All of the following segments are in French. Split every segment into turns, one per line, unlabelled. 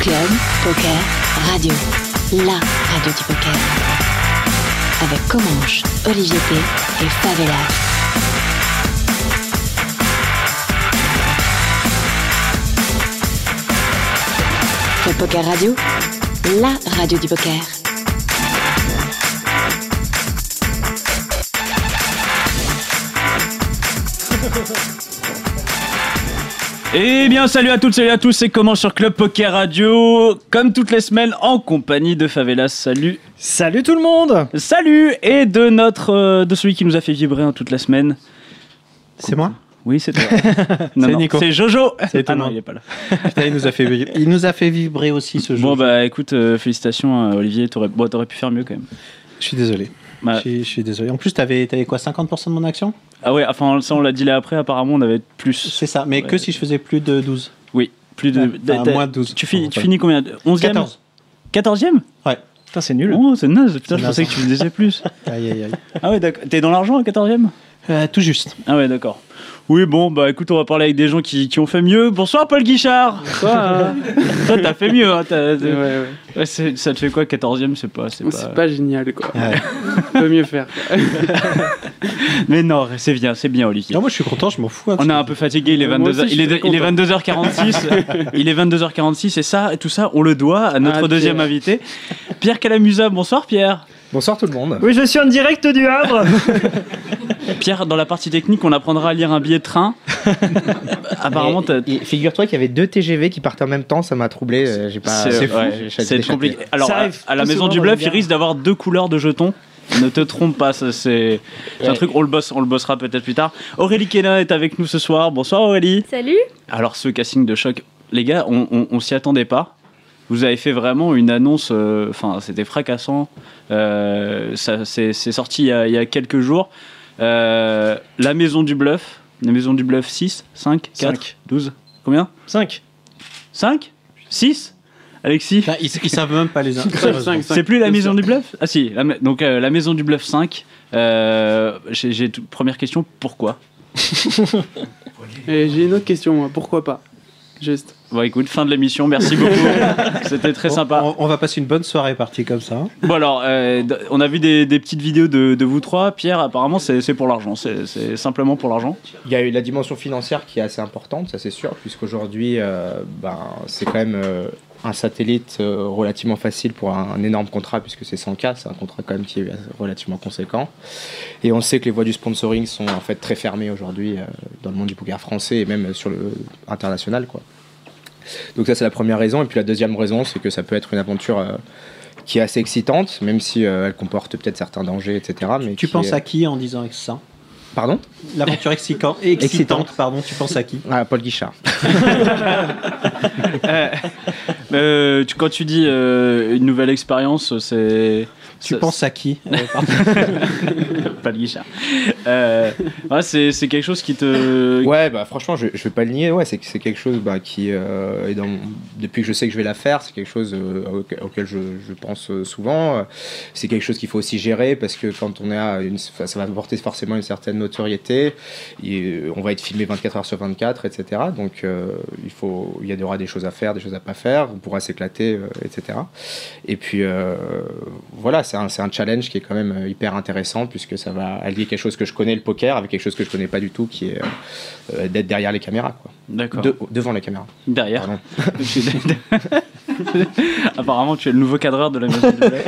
Club Poker Radio. La radio du poker. Avec Comanche, Olivier P. et Favela. Club Poker Radio. La radio du poker.
Eh bien, salut à toutes, salut à tous, c'est comment sur Club Poker Radio, comme toutes les semaines, en compagnie de Favelas, salut,
Salut tout le monde
salut, et de notre, euh, de celui qui nous a fait vibrer hein, toute la semaine.
C'est moi
Oui, c'est toi. Non,
C'est
non,
Nico.
C'est Jojo.
C'est
ah
étonnant.
non, il est pas là.
Putain, il nous a fait, il nous a fait vibrer aussi ce jeu.
Bon bah, écoute, euh, félicitations, euh, Olivier, t'aurais, bon, t'aurais pu faire mieux quand même.
Je suis désolé.
Bah,
Je, suis, je suis désolé. En plus, t'avais avais quoi 50% de mon action
ah ouais, enfin, ça on l'a dit là après, apparemment on avait plus,
C'est ça. Mais
Ouais.
que si je faisais plus de 12
oui, plus de,
Enfin,
t'as- t'as-
moins de 12.
Tu, finis-
Enfin,
tu finis combien 11
14.
14e
Ouais.
Putain, c'est nul. Oh, c'est naze, putain,
C'est
je pensais
naze.
que tu me disais plus.
Aïe, aïe, aïe.
Ah ouais, d'accord, t'es dans l'argent à 14e
Euh, tout juste.
Ah ouais, d'accord. Oui, bon, bah écoute, on va parler avec des gens qui, qui ont fait mieux. Bonsoir, Paul Guichard Bonsoir Toi, t'as fait mieux, hein, t'as- t'as-
Ouais, ouais.
Ouais, c'est- ça te fait quoi, 14ème C'est pas, c'est
C'est
pas...
pas génial quoi.
Ouais.
On peut mieux faire.
Mais non, c'est bien, c'est bien, Olivier.
Non, moi, je suis content, je m'en fous. hein,
On
tu-
est un peu fatigué, il est,
Moi
22
aussi, je
il,
suis
est,
très
il est
content.
22h46. il est 22h46 et ça, tout ça, on le doit à notre
Ah,
deuxième
Pierre.
invité, Pierre Calamusa. Bonsoir Pierre.
Bonsoir tout le monde.
Oui, je suis en direct du Havre.
Pierre, dans la partie technique, on apprendra à lire un billet de train. Apparemment, t'as-
Et- et Figure-toi qu'il y avait deux TGV qui partaient en même temps, ça m'a troublé. euh, J'ai pas.
C'est
ouais,
ouais,
j'ai chaté-
c'est
j'ai chaté.
compliqué. Alors,
Ça
à,
arrive
à la
plus
maison
souvent
du
dans
bluff,
les
il
gares.
risque d'avoir deux couleurs de jetons. Ne te trompe pas, ça, c'est c'est un
Ouais.
truc, on le bosse, on le bossera peut-être plus tard. Aurélie Kena est avec nous ce soir. Bonsoir Aurélie.
Salut
Alors, ce casting de choc, les gars, on, on- on s'y attendait pas. Vous avez fait vraiment une annonce, euh, enfin, c'était fracassant. Euh, ça- c'est c'est sorti il y, a, il y a quelques jours. Euh, la maison du bluff, la maison du bluff 6, 5, 4, 12, combien
5.
5 6 Alexis
Putain, Bah, ils, ils savent même pas les uns.
cinq, cinq.
C'est plus la maison du bluff Ah si, la ma- donc euh, la maison du bluff 5. euh, j'ai j'ai tout- première question, pourquoi
Et j'ai une autre question, moi. pourquoi pas Juste.
Bon écoute, fin de l'émission, merci beaucoup. C'était très
On-
sympa.
On, on va passer une bonne soirée partie comme ça. hein.
Bon alors, euh, d- on a vu des, des petites vidéos de, de vous trois. Pierre, apparemment, c'est c'est pour l'argent. C'est c'est simplement pour l'argent.
Il y a eu la dimension financière qui est assez importante, ça c'est sûr, puisqu'aujourd'hui, euh, ben, c'est quand même euh, un satellite euh, relativement facile pour un, un énorme contrat, puisque c'est 100K, c'est un contrat quand même qui est relativement conséquent. Et on sait que les voies du sponsoring sont en fait très fermées aujourd'hui euh, dans le monde du poker français et même sur le international. Quoi. Donc ça c'est la première raison. Et puis la deuxième raison, c'est que ça peut être une aventure... euh, qui est assez excitante, même si euh, elle comporte peut-être certains dangers, etc. Mais
Tu
qui
penses
est-
à qui en disant ça
Pardon
L'aventure excitant- excitante,
Excitante.
pardon, tu penses à qui
Ah, Paul Guichard.
Euh, tu- quand tu dis euh, une nouvelle expérience, c'est...
Tu
ça-
penses à qui Euh, pardon.
Pas de guichard. Euh, ouais, c'est c'est quelque chose qui te...
Ouais, bah franchement, je, je vais pas le nier. Ouais, c'est c'est quelque chose bah, qui euh, est dans mon- depuis que je sais que je vais la faire, c'est quelque chose euh, auquel- auquel je, je pense euh, souvent. Euh, C'est quelque chose qu'il faut aussi gérer parce que quand on est à une, enfin, ça va apporter forcément une certaine notoriété. Et, euh, on va être filmé 24 heures sur 24, etc. Donc euh, il faut, il y aura des choses à faire, des choses à pas faire. On pourra s'éclater, euh, etc. Et puis euh, voilà, c'est un, c'est un challenge qui est quand même euh, hyper intéressant puisque ça va allier quelque chose que je connais, le poker, avec quelque chose que je connais pas du tout, qui est euh, euh, d'être derrière les caméras, quoi.
D'accord.
De- devant les caméras.
Derrière.
Pardon.
Apparemment, tu es le nouveau cadreur de la maison. de Blaise.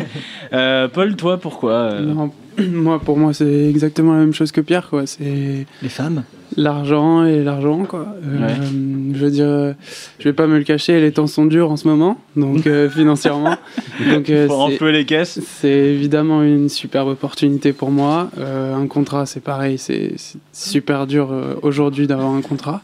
Euh, Paul, toi, pourquoi euh,
Non, moi, pour moi, c'est exactement la même chose que Pierre, quoi. C'est
Les femmes
l'argent et l'argent, quoi. Euh,
Ouais.
Je veux dire, euh, je vais pas me le cacher, les temps sont durs en ce moment, donc euh, financièrement. donc, euh,
Pour
c'est-
renflouer les caisses
C'est évidemment une superbe opportunité pour moi. Euh, un contrat, c'est pareil, c'est c'est super dur euh, aujourd'hui d'avoir un contrat.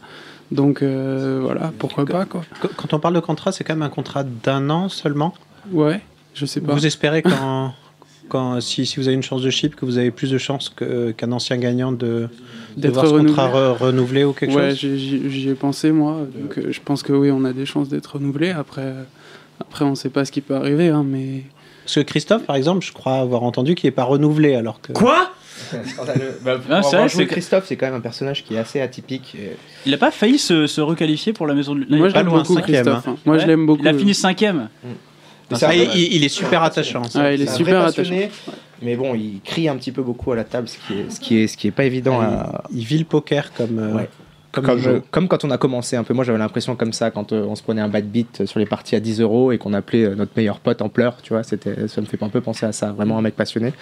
Donc euh, voilà, pourquoi pas quoi.
Qu- Quand on parle de contrat, c'est quand même un contrat d'un an seulement.
Ouais, je sais pas.
Vous espérez quand, quand si, si vous avez une chance de chip, que vous avez plus de chances que- qu'un ancien gagnant de de
D'être
voir ce
renouvelé.
contrat re- renouvelé ou quelque
ouais,
chose.
j'y- j'y j'y ai pensé moi. Donc euh, je pense que oui, on a des chances d'être renouvelé. Après, euh, après, on sait pas ce qui peut arriver, hein, mais
Parce que Christophe, par exemple, je crois avoir entendu qu'il n'est pas renouvelé alors que.
Quoi
Scandaleux. Bah, pour
Non, c'est
avoir
vrai,
joué
c'est que-
Christophe, c'est quand même un personnage qui est assez atypique. et-
Il a pas failli se, se requalifier pour la maison de
moi je
pas
l'aime
loin,
beaucoup,
cinquième,
Christophe. hein. Moi je l'aime beaucoup.
Il a fini cinquième.
Mais
Ah,
c'est un-
il, il- il est super attachant. ça.
Ouais, il est
c'est un
super
vrai
attachant.
passionné, Mais bon, il crie un petit peu beaucoup à la table, ce qui est, ce qui est, ce qui est pas évident à,
Il vit le poker comme. euh,
Ouais.
Comme,
comme,
le jeu.
euh, comme quand on a commencé un peu, moi j'avais l'impression comme ça quand euh, on se prenait un bad beat sur les parties à 10 euros et qu'on appelait euh, notre meilleur pote en pleurs, tu vois, c'était, ça me fait un peu penser à ça, vraiment un mec passionné.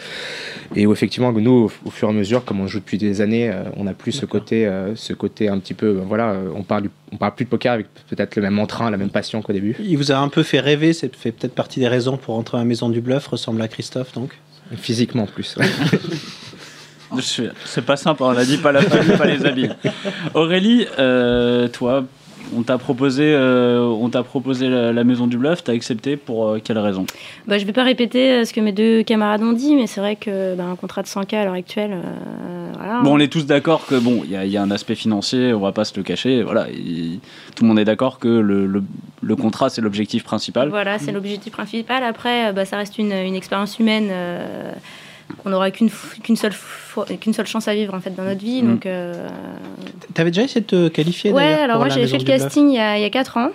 Et où effectivement nous, au, au fur et à mesure, comme on joue depuis des années, euh, on n'a plus ce
D'accord.
côté, euh, ce côté un petit peu, euh, voilà, euh, on parle, du- on parle plus de poker avec peut-être le même entrain, la même passion qu'au début.
Il vous a un peu fait rêver, c'est fait peut-être partie des raisons pour entrer à la maison du bluff, ressemble à Christophe donc.
Physiquement plus.
Je suis- Oh. C'est pas simple, hein, on a dit pas la famille, pas les habits. Aurélie, euh, toi, on t'a proposé, euh, on t'a proposé la, la maison du bluff, t'as accepté pour euh, quelle raison
Bah, je ne vais pas répéter euh, ce que mes deux camarades ont dit, mais c'est vrai que bah, un contrat de 100K à l'heure actuelle, euh, voilà.
Bon, on est tous d'accord que bon, il y, a- il y a un aspect financier, on va pas se le cacher. Voilà, il- tout le monde est d'accord que le, le- le contrat c'est l'objectif principal.
Voilà, c'est l'objectif principal. Après, euh, bah, ça reste une, une expérience humaine euh, qu'on n'aura qu'une f- qu'une seule, fois- qu'une seule chance à vivre en fait dans notre vie.
Mm.
Donc, euh,
T'avais déjà essayé de te qualifier
ouais.
d'ailleurs,
Alors
pour
moi,
la
j'avais
Maison
fait
du
le
Bluff.
casting il y a, il y a 4 ans.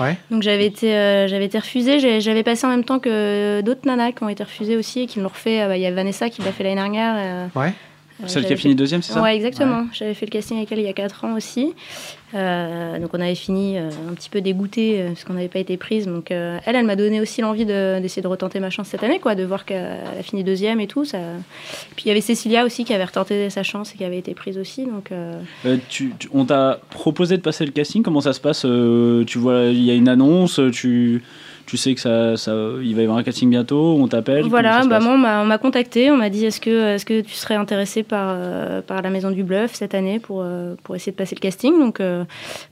Ouais.
Donc j'avais été, euh, j'avais été refusée. J'ai- J'avais passé en même temps que d'autres nanas qui ont été refusées aussi et qui l'ont refait. Euh, bah, Il y a Vanessa qui l'a fait l'année dernière. euh,
Ouais.
euh,
Celle qui a
j'avais
fini deuxième, c'est ça
Ouais, exactement. J'avais fait le casting avec elle il y a 4 ans aussi. Euh, donc on avait fini euh, un petit peu dégoûté parce qu'on n'avait pas été prise. Donc euh, elle, elle m'a donné aussi l'envie de- d'essayer de retenter ma chance cette année, quoi, de voir qu'elle a fini deuxième et tout. Ça... Puis il y avait Cécilia aussi qui avait retenté sa chance et qui avait été prise aussi. Donc euh,
Euh, tu- tu- on t'a proposé de passer le casting, comment ça se passe Euh, Tu vois, il y a une annonce, tu, tu sais que ça, ça, il va y avoir un casting bientôt, on t'appelle. comment ça
voilà,
se
bah
passe
moi on m'a- on m'a contacté, on m'a dit est-ce que, est que tu serais intéressé par, euh, par la Maison du Bluff cette année pour, euh, pour essayer de passer le casting. Donc euh,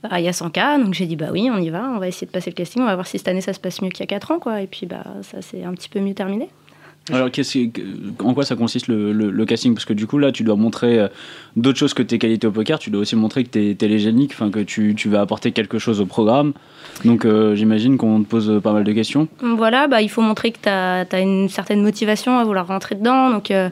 bah, il y a 100K, donc j'ai dit bah oui, on y va, on va essayer de passer le casting, on va voir si cette année ça se passe mieux qu'il y a 4 ans. Quoi. Et puis bah, ça c'est un petit peu mieux terminé.
Alors, qu'est-ce que- en quoi ça consiste le, le- le casting Parce que du coup, là, tu dois montrer euh, d'autres choses que tes qualités au poker. Tu dois aussi montrer que t'es télégénique, enfin que tu, tu vas apporter quelque chose au programme. Donc, euh, j'imagine qu'on te pose euh, pas mal de questions.
Donc, Voilà, bah, il faut montrer que tu as, une certaine motivation à vouloir rentrer dedans. Donc, il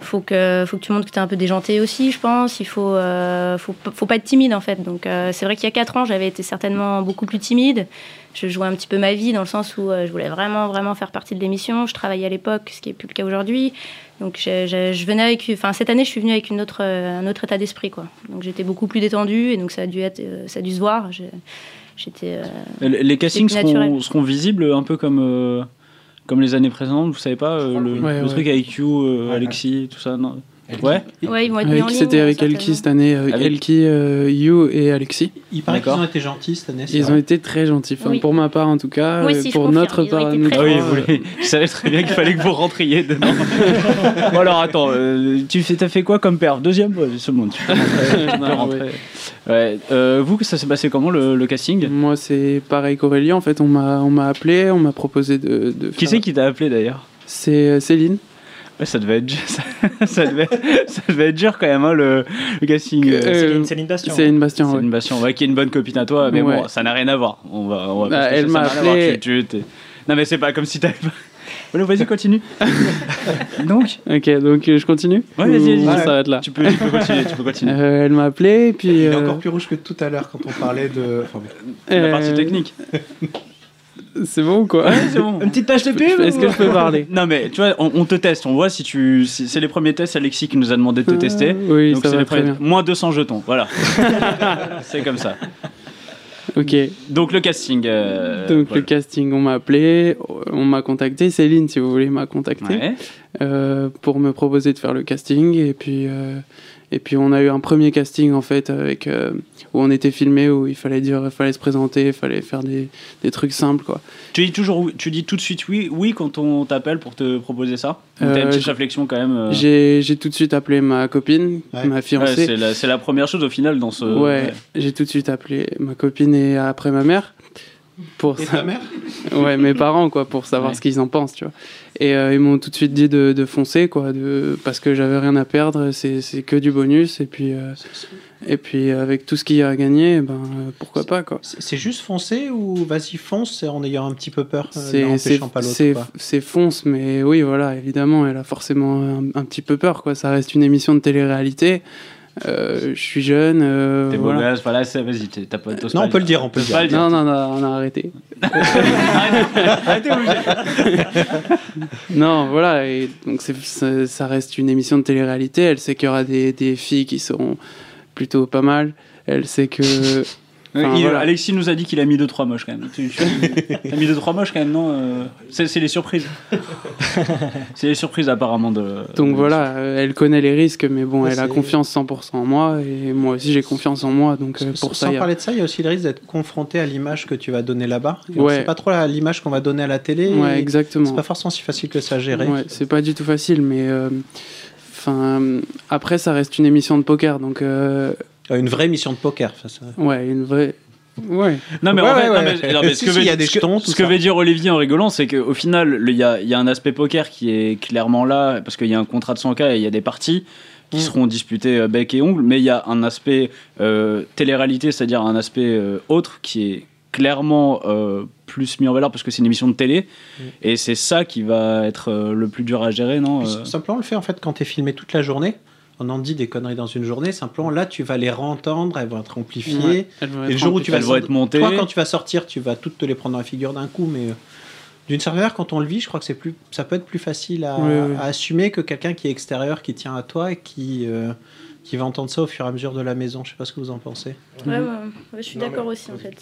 faut, que, faut que tu montres que tu es un peu déjanté aussi, je pense. Il faut, euh, faut, p- faut pas être timide, en fait. Donc, euh, c'est vrai qu'il y a 4 ans, j'avais été certainement beaucoup plus timide. Je jouais un petit peu ma vie dans le sens où euh, je voulais vraiment, vraiment faire partie de l'émission. Je travaillais à l'époque, ce qui n'est plus le cas aujourd'hui. Donc, je, je- je venais avec, enfin, cette année, je suis venue avec une autre, euh, un autre état d'esprit, quoi. Donc, j'étais beaucoup plus détendue et donc ça a dû, être, euh, ça a dû se voir. Je- J'étais. euh,
Les les castings
C'est plus
seront,
naturel.
seront visibles un peu comme, euh, comme les années précédentes, vous savez pas euh, Le,
Ouais,
le
ouais.
truc avec You, euh,
Ouais.
Alexis, tout ça non Ouais
Ouais, ils vont être mis en
Avec-
ligne,
C'était avec Elki
certainement.
cette année, avec
Avec-
Elki, euh, You et Alexis.
Il paraît qu'ils
D'accord.
ont été gentils cette année. c'est
Ils
vrai.
ont été très gentils. Enfin,
Oui.
pour ma part en tout cas,
Moi
euh,
aussi, je
pour
confirme,
notre
ils ont
part,
été
nous
Ah
très
trois,
oui,
Ouais,
vous voulez- je savais très bien qu'il fallait que vous rentriez dedans. bon alors attends, euh, tu fais, t'as fait quoi comme perf Deuxième Ouais, c'est bon, tu peux rentrer, tu peux rentrer. Ouais, euh, vous, ça s'est passé comment le, le casting
Moi, c'est pareil qu'Aurélien. En fait, on m'a on m'a appelé, on m'a proposé de, de
Qui
faire-
c'est qui t'a appelé d'ailleurs
C'est euh, Céline.
Ouais, ça devait être dur- ça, ça devait, ça devait être dur quand même hein, le, le casting.
Euh,
Euh,
Céline-
Céline Bastien.
Céline Bastien.
c'est
ouais.
une passion, ouais, qui est une bonne copine à toi, mais
Ouais.
bon, ça n'a rien à voir. On va, on va
Bah,
pas se cacher,
elle
ça
m'a
n'a rien à voir,
appelé-
tu- tu- t'es- non mais c'est pas comme si t'avais pas. Voilà, vas-y continue. Donc,
Ok, donc euh, je continue.
Ouais, vas-y, vas-y.
Ou On
Ouais.
s'arrête là.
tu peux, tu peux continuer, tu peux continuer.
Euh, elle m'a appelé, et puis
Il est
euh,
encore plus rouge que tout à l'heure quand on parlait de. Enfin, bon.
La partie
euh,
technique.
C'est bon ou quoi
c'est bon.
Une petite page de pub
Est-ce que je peux parler
Non mais tu vois, on, on te teste, on voit si tu. si- c'est les premiers tests, Alexis qui nous a demandé de te tester.
Euh, Oui,
Donc
ça
c'est
va
les
très
premiers.
bien.
Moins 200 jetons, voilà. c'est comme ça.
Ok,
Donc le casting. euh,
donc le
voilà.
casting, on m'a appelé, on m'a contacté. Céline, si vous voulez, m'a contacté
Ouais.
euh, pour me proposer de faire le casting. Et puis, euh, et puis on a eu un premier casting en fait avec euh, où on était filmé, où il fallait dire, il fallait se présenter, il fallait faire des, des trucs simples quoi.
Tu dis toujours, oui- tu dis tout de suite oui, oui quand on t'appelle pour te proposer ça. Ou
Euh,
T'as une petite
j'ai-
réflexion quand même. euh,
J'ai j'ai tout de suite appelé ma copine,
Ouais.
ma
ouais,
fiancée.
c'est euh, la, c'est la première chose au final dans ce.
ouais, j'ai tout de suite appelé ma copine et après ma mère pour
Et
ça.
ta mère
ouais, mes parents, quoi, pour savoir
Ouais.
ce qu'ils en pensent, tu vois. Et euh, ils m'ont tout de suite dit de, de foncer, quoi, de, parce que j'avais rien à perdre, c'est c'est que du bonus, et puis, euh, et puis avec tout ce qu'il y a à gagner, ben, euh, pourquoi pas, quoi.
C'est c'est juste foncer ou vas-y fonce c'est en ayant un petit peu peur, euh, en
C'est- C'est
empêchant pas l'autre
c'est-
quoi.
c'est fonce, mais oui, voilà, évidemment, elle a forcément un, un petit peu peur, quoi. Ça reste une émission de télé-réalité. Euh, je suis jeune. euh,
T'es beau
voilà.
gosse, voilà, c'est- vas-y, t'es- t'as pas t'oses
Non,
pas
on peut le dire, on peut le
T'oses pas
Non, non, non, on a arrêté.
Arrêtez, obligé.
Non, voilà, et donc c'est- ça, ça reste une émission de télé-réalité. Elle sait qu'il y aura des, des filles qui seront plutôt pas mal. Elle sait que. Enfin,
Il-
voilà.
Alexis nous a dit qu'il a mis 2-3 moches quand même. Tu- tu- T'as mis 2-3 moches quand même, non euh, C'est c'est les surprises. c'est les surprises apparemment de.
Donc
de-
voilà, euh, elle connaît les risques, mais bon,
Ouais,
elle a
c'est-
confiance 100% en moi, et moi aussi j'ai confiance en moi, donc euh,
Sans-
pour ça,
sans
il y a-
parler de ça, il y a aussi le risque d'être confronté à l'image que tu vas donner là-bas. Et On
Ouais.
sait pas trop la- l'image qu'on va donner à la télé.
Ouais,
et C'est
exactement.
pas forcément si facile que ça à gérer.
Ouais, c'est pas du tout facile, mais. euh, Enfin, après, ça reste une émission de poker, donc euh,
Euh, Une vraie mission de poker. enfin, ça-
ouais, une vraie. Ouais.
Non mais, en
Ouais,
fait-
ouais,
non,
ouais.
mais- non, mais ce
Si,
que
si,
veut-
il y a des
ce que-
jetons, tout
ce que
ça.
veut dire Olivier en rigolant, c'est qu'au final, le- il y a, il y a un aspect poker qui est clairement là, parce qu'il y a un contrat de 100K et il y a des parties qui
Mm.
seront disputées euh, bec et ongle, mais il y a un aspect euh, télé-réalité, c'est-à-dire un aspect euh, autre qui est clairement euh, plus mis en valeur parce que c'est une émission de télé
Mm.
et c'est ça qui va être euh, le plus dur à gérer, non
Puis,
euh,
Simplement, le fait en fait quand t'es filmé toute la journée, on en dit des conneries dans une journée. Simplement, là, tu vas les réentendre, elles vont être amplifiées.
Ouais, elle va
Et le
être
jour où
en-
tu vas
Elles vont être montées.
Toi, quand tu vas sortir, tu vas toutes te les prendre dans la figure d'un coup, mais euh, d'une certaine manière, quand on le vit, je crois que c'est plus, ça peut être plus facile à,
Oui, oui.
à assumer que quelqu'un qui est extérieur, qui tient à toi et qui, euh, qui va entendre ça au fur et à mesure de la maison. Je sais pas ce que vous en pensez.
Ouais, ouais, ouais, je suis d'accord aussi en fait.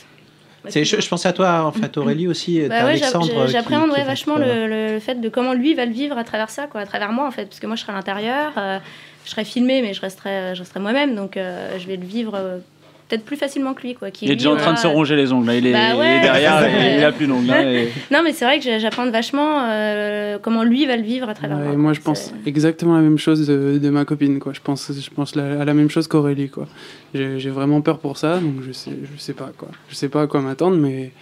C'est, je, je pensais à toi, en fait, Aurélie aussi, et
Bah
t'as
ouais, j'a-
Alexandre. euh,
j'a-
qui-
J'appréhende
qui
ouais,
va- euh,
vachement le, le- le fait de comment lui va le vivre à travers ça, quoi, à travers moi en fait, parce que moi je serai à l'intérieur, euh, je serai filmé, mais je resterai, je resterai moi-même, donc euh, je vais le vivre euh, peut-être plus facilement que lui, quoi. qui,
il est
lui,
déjà en train de
aura-
se ronger les ongles, là, il est,
Bah
il est
ouais,
derrière,
c'est ça.
il- il a plus d'ongles. hein, et-
Non, mais c'est vrai que j'a- j'appréhende vachement euh, comment lui va le vivre à travers
Ouais,
moi.
et moi, je
C'est-
pense exactement la même chose de, de ma copine, quoi. Je pense, je pense la- à la même chose qu'Aurélie, quoi. J'ai j'ai vraiment peur pour ça, donc je sais, je sais pas, quoi. Je sais pas à quoi m'attendre, mais,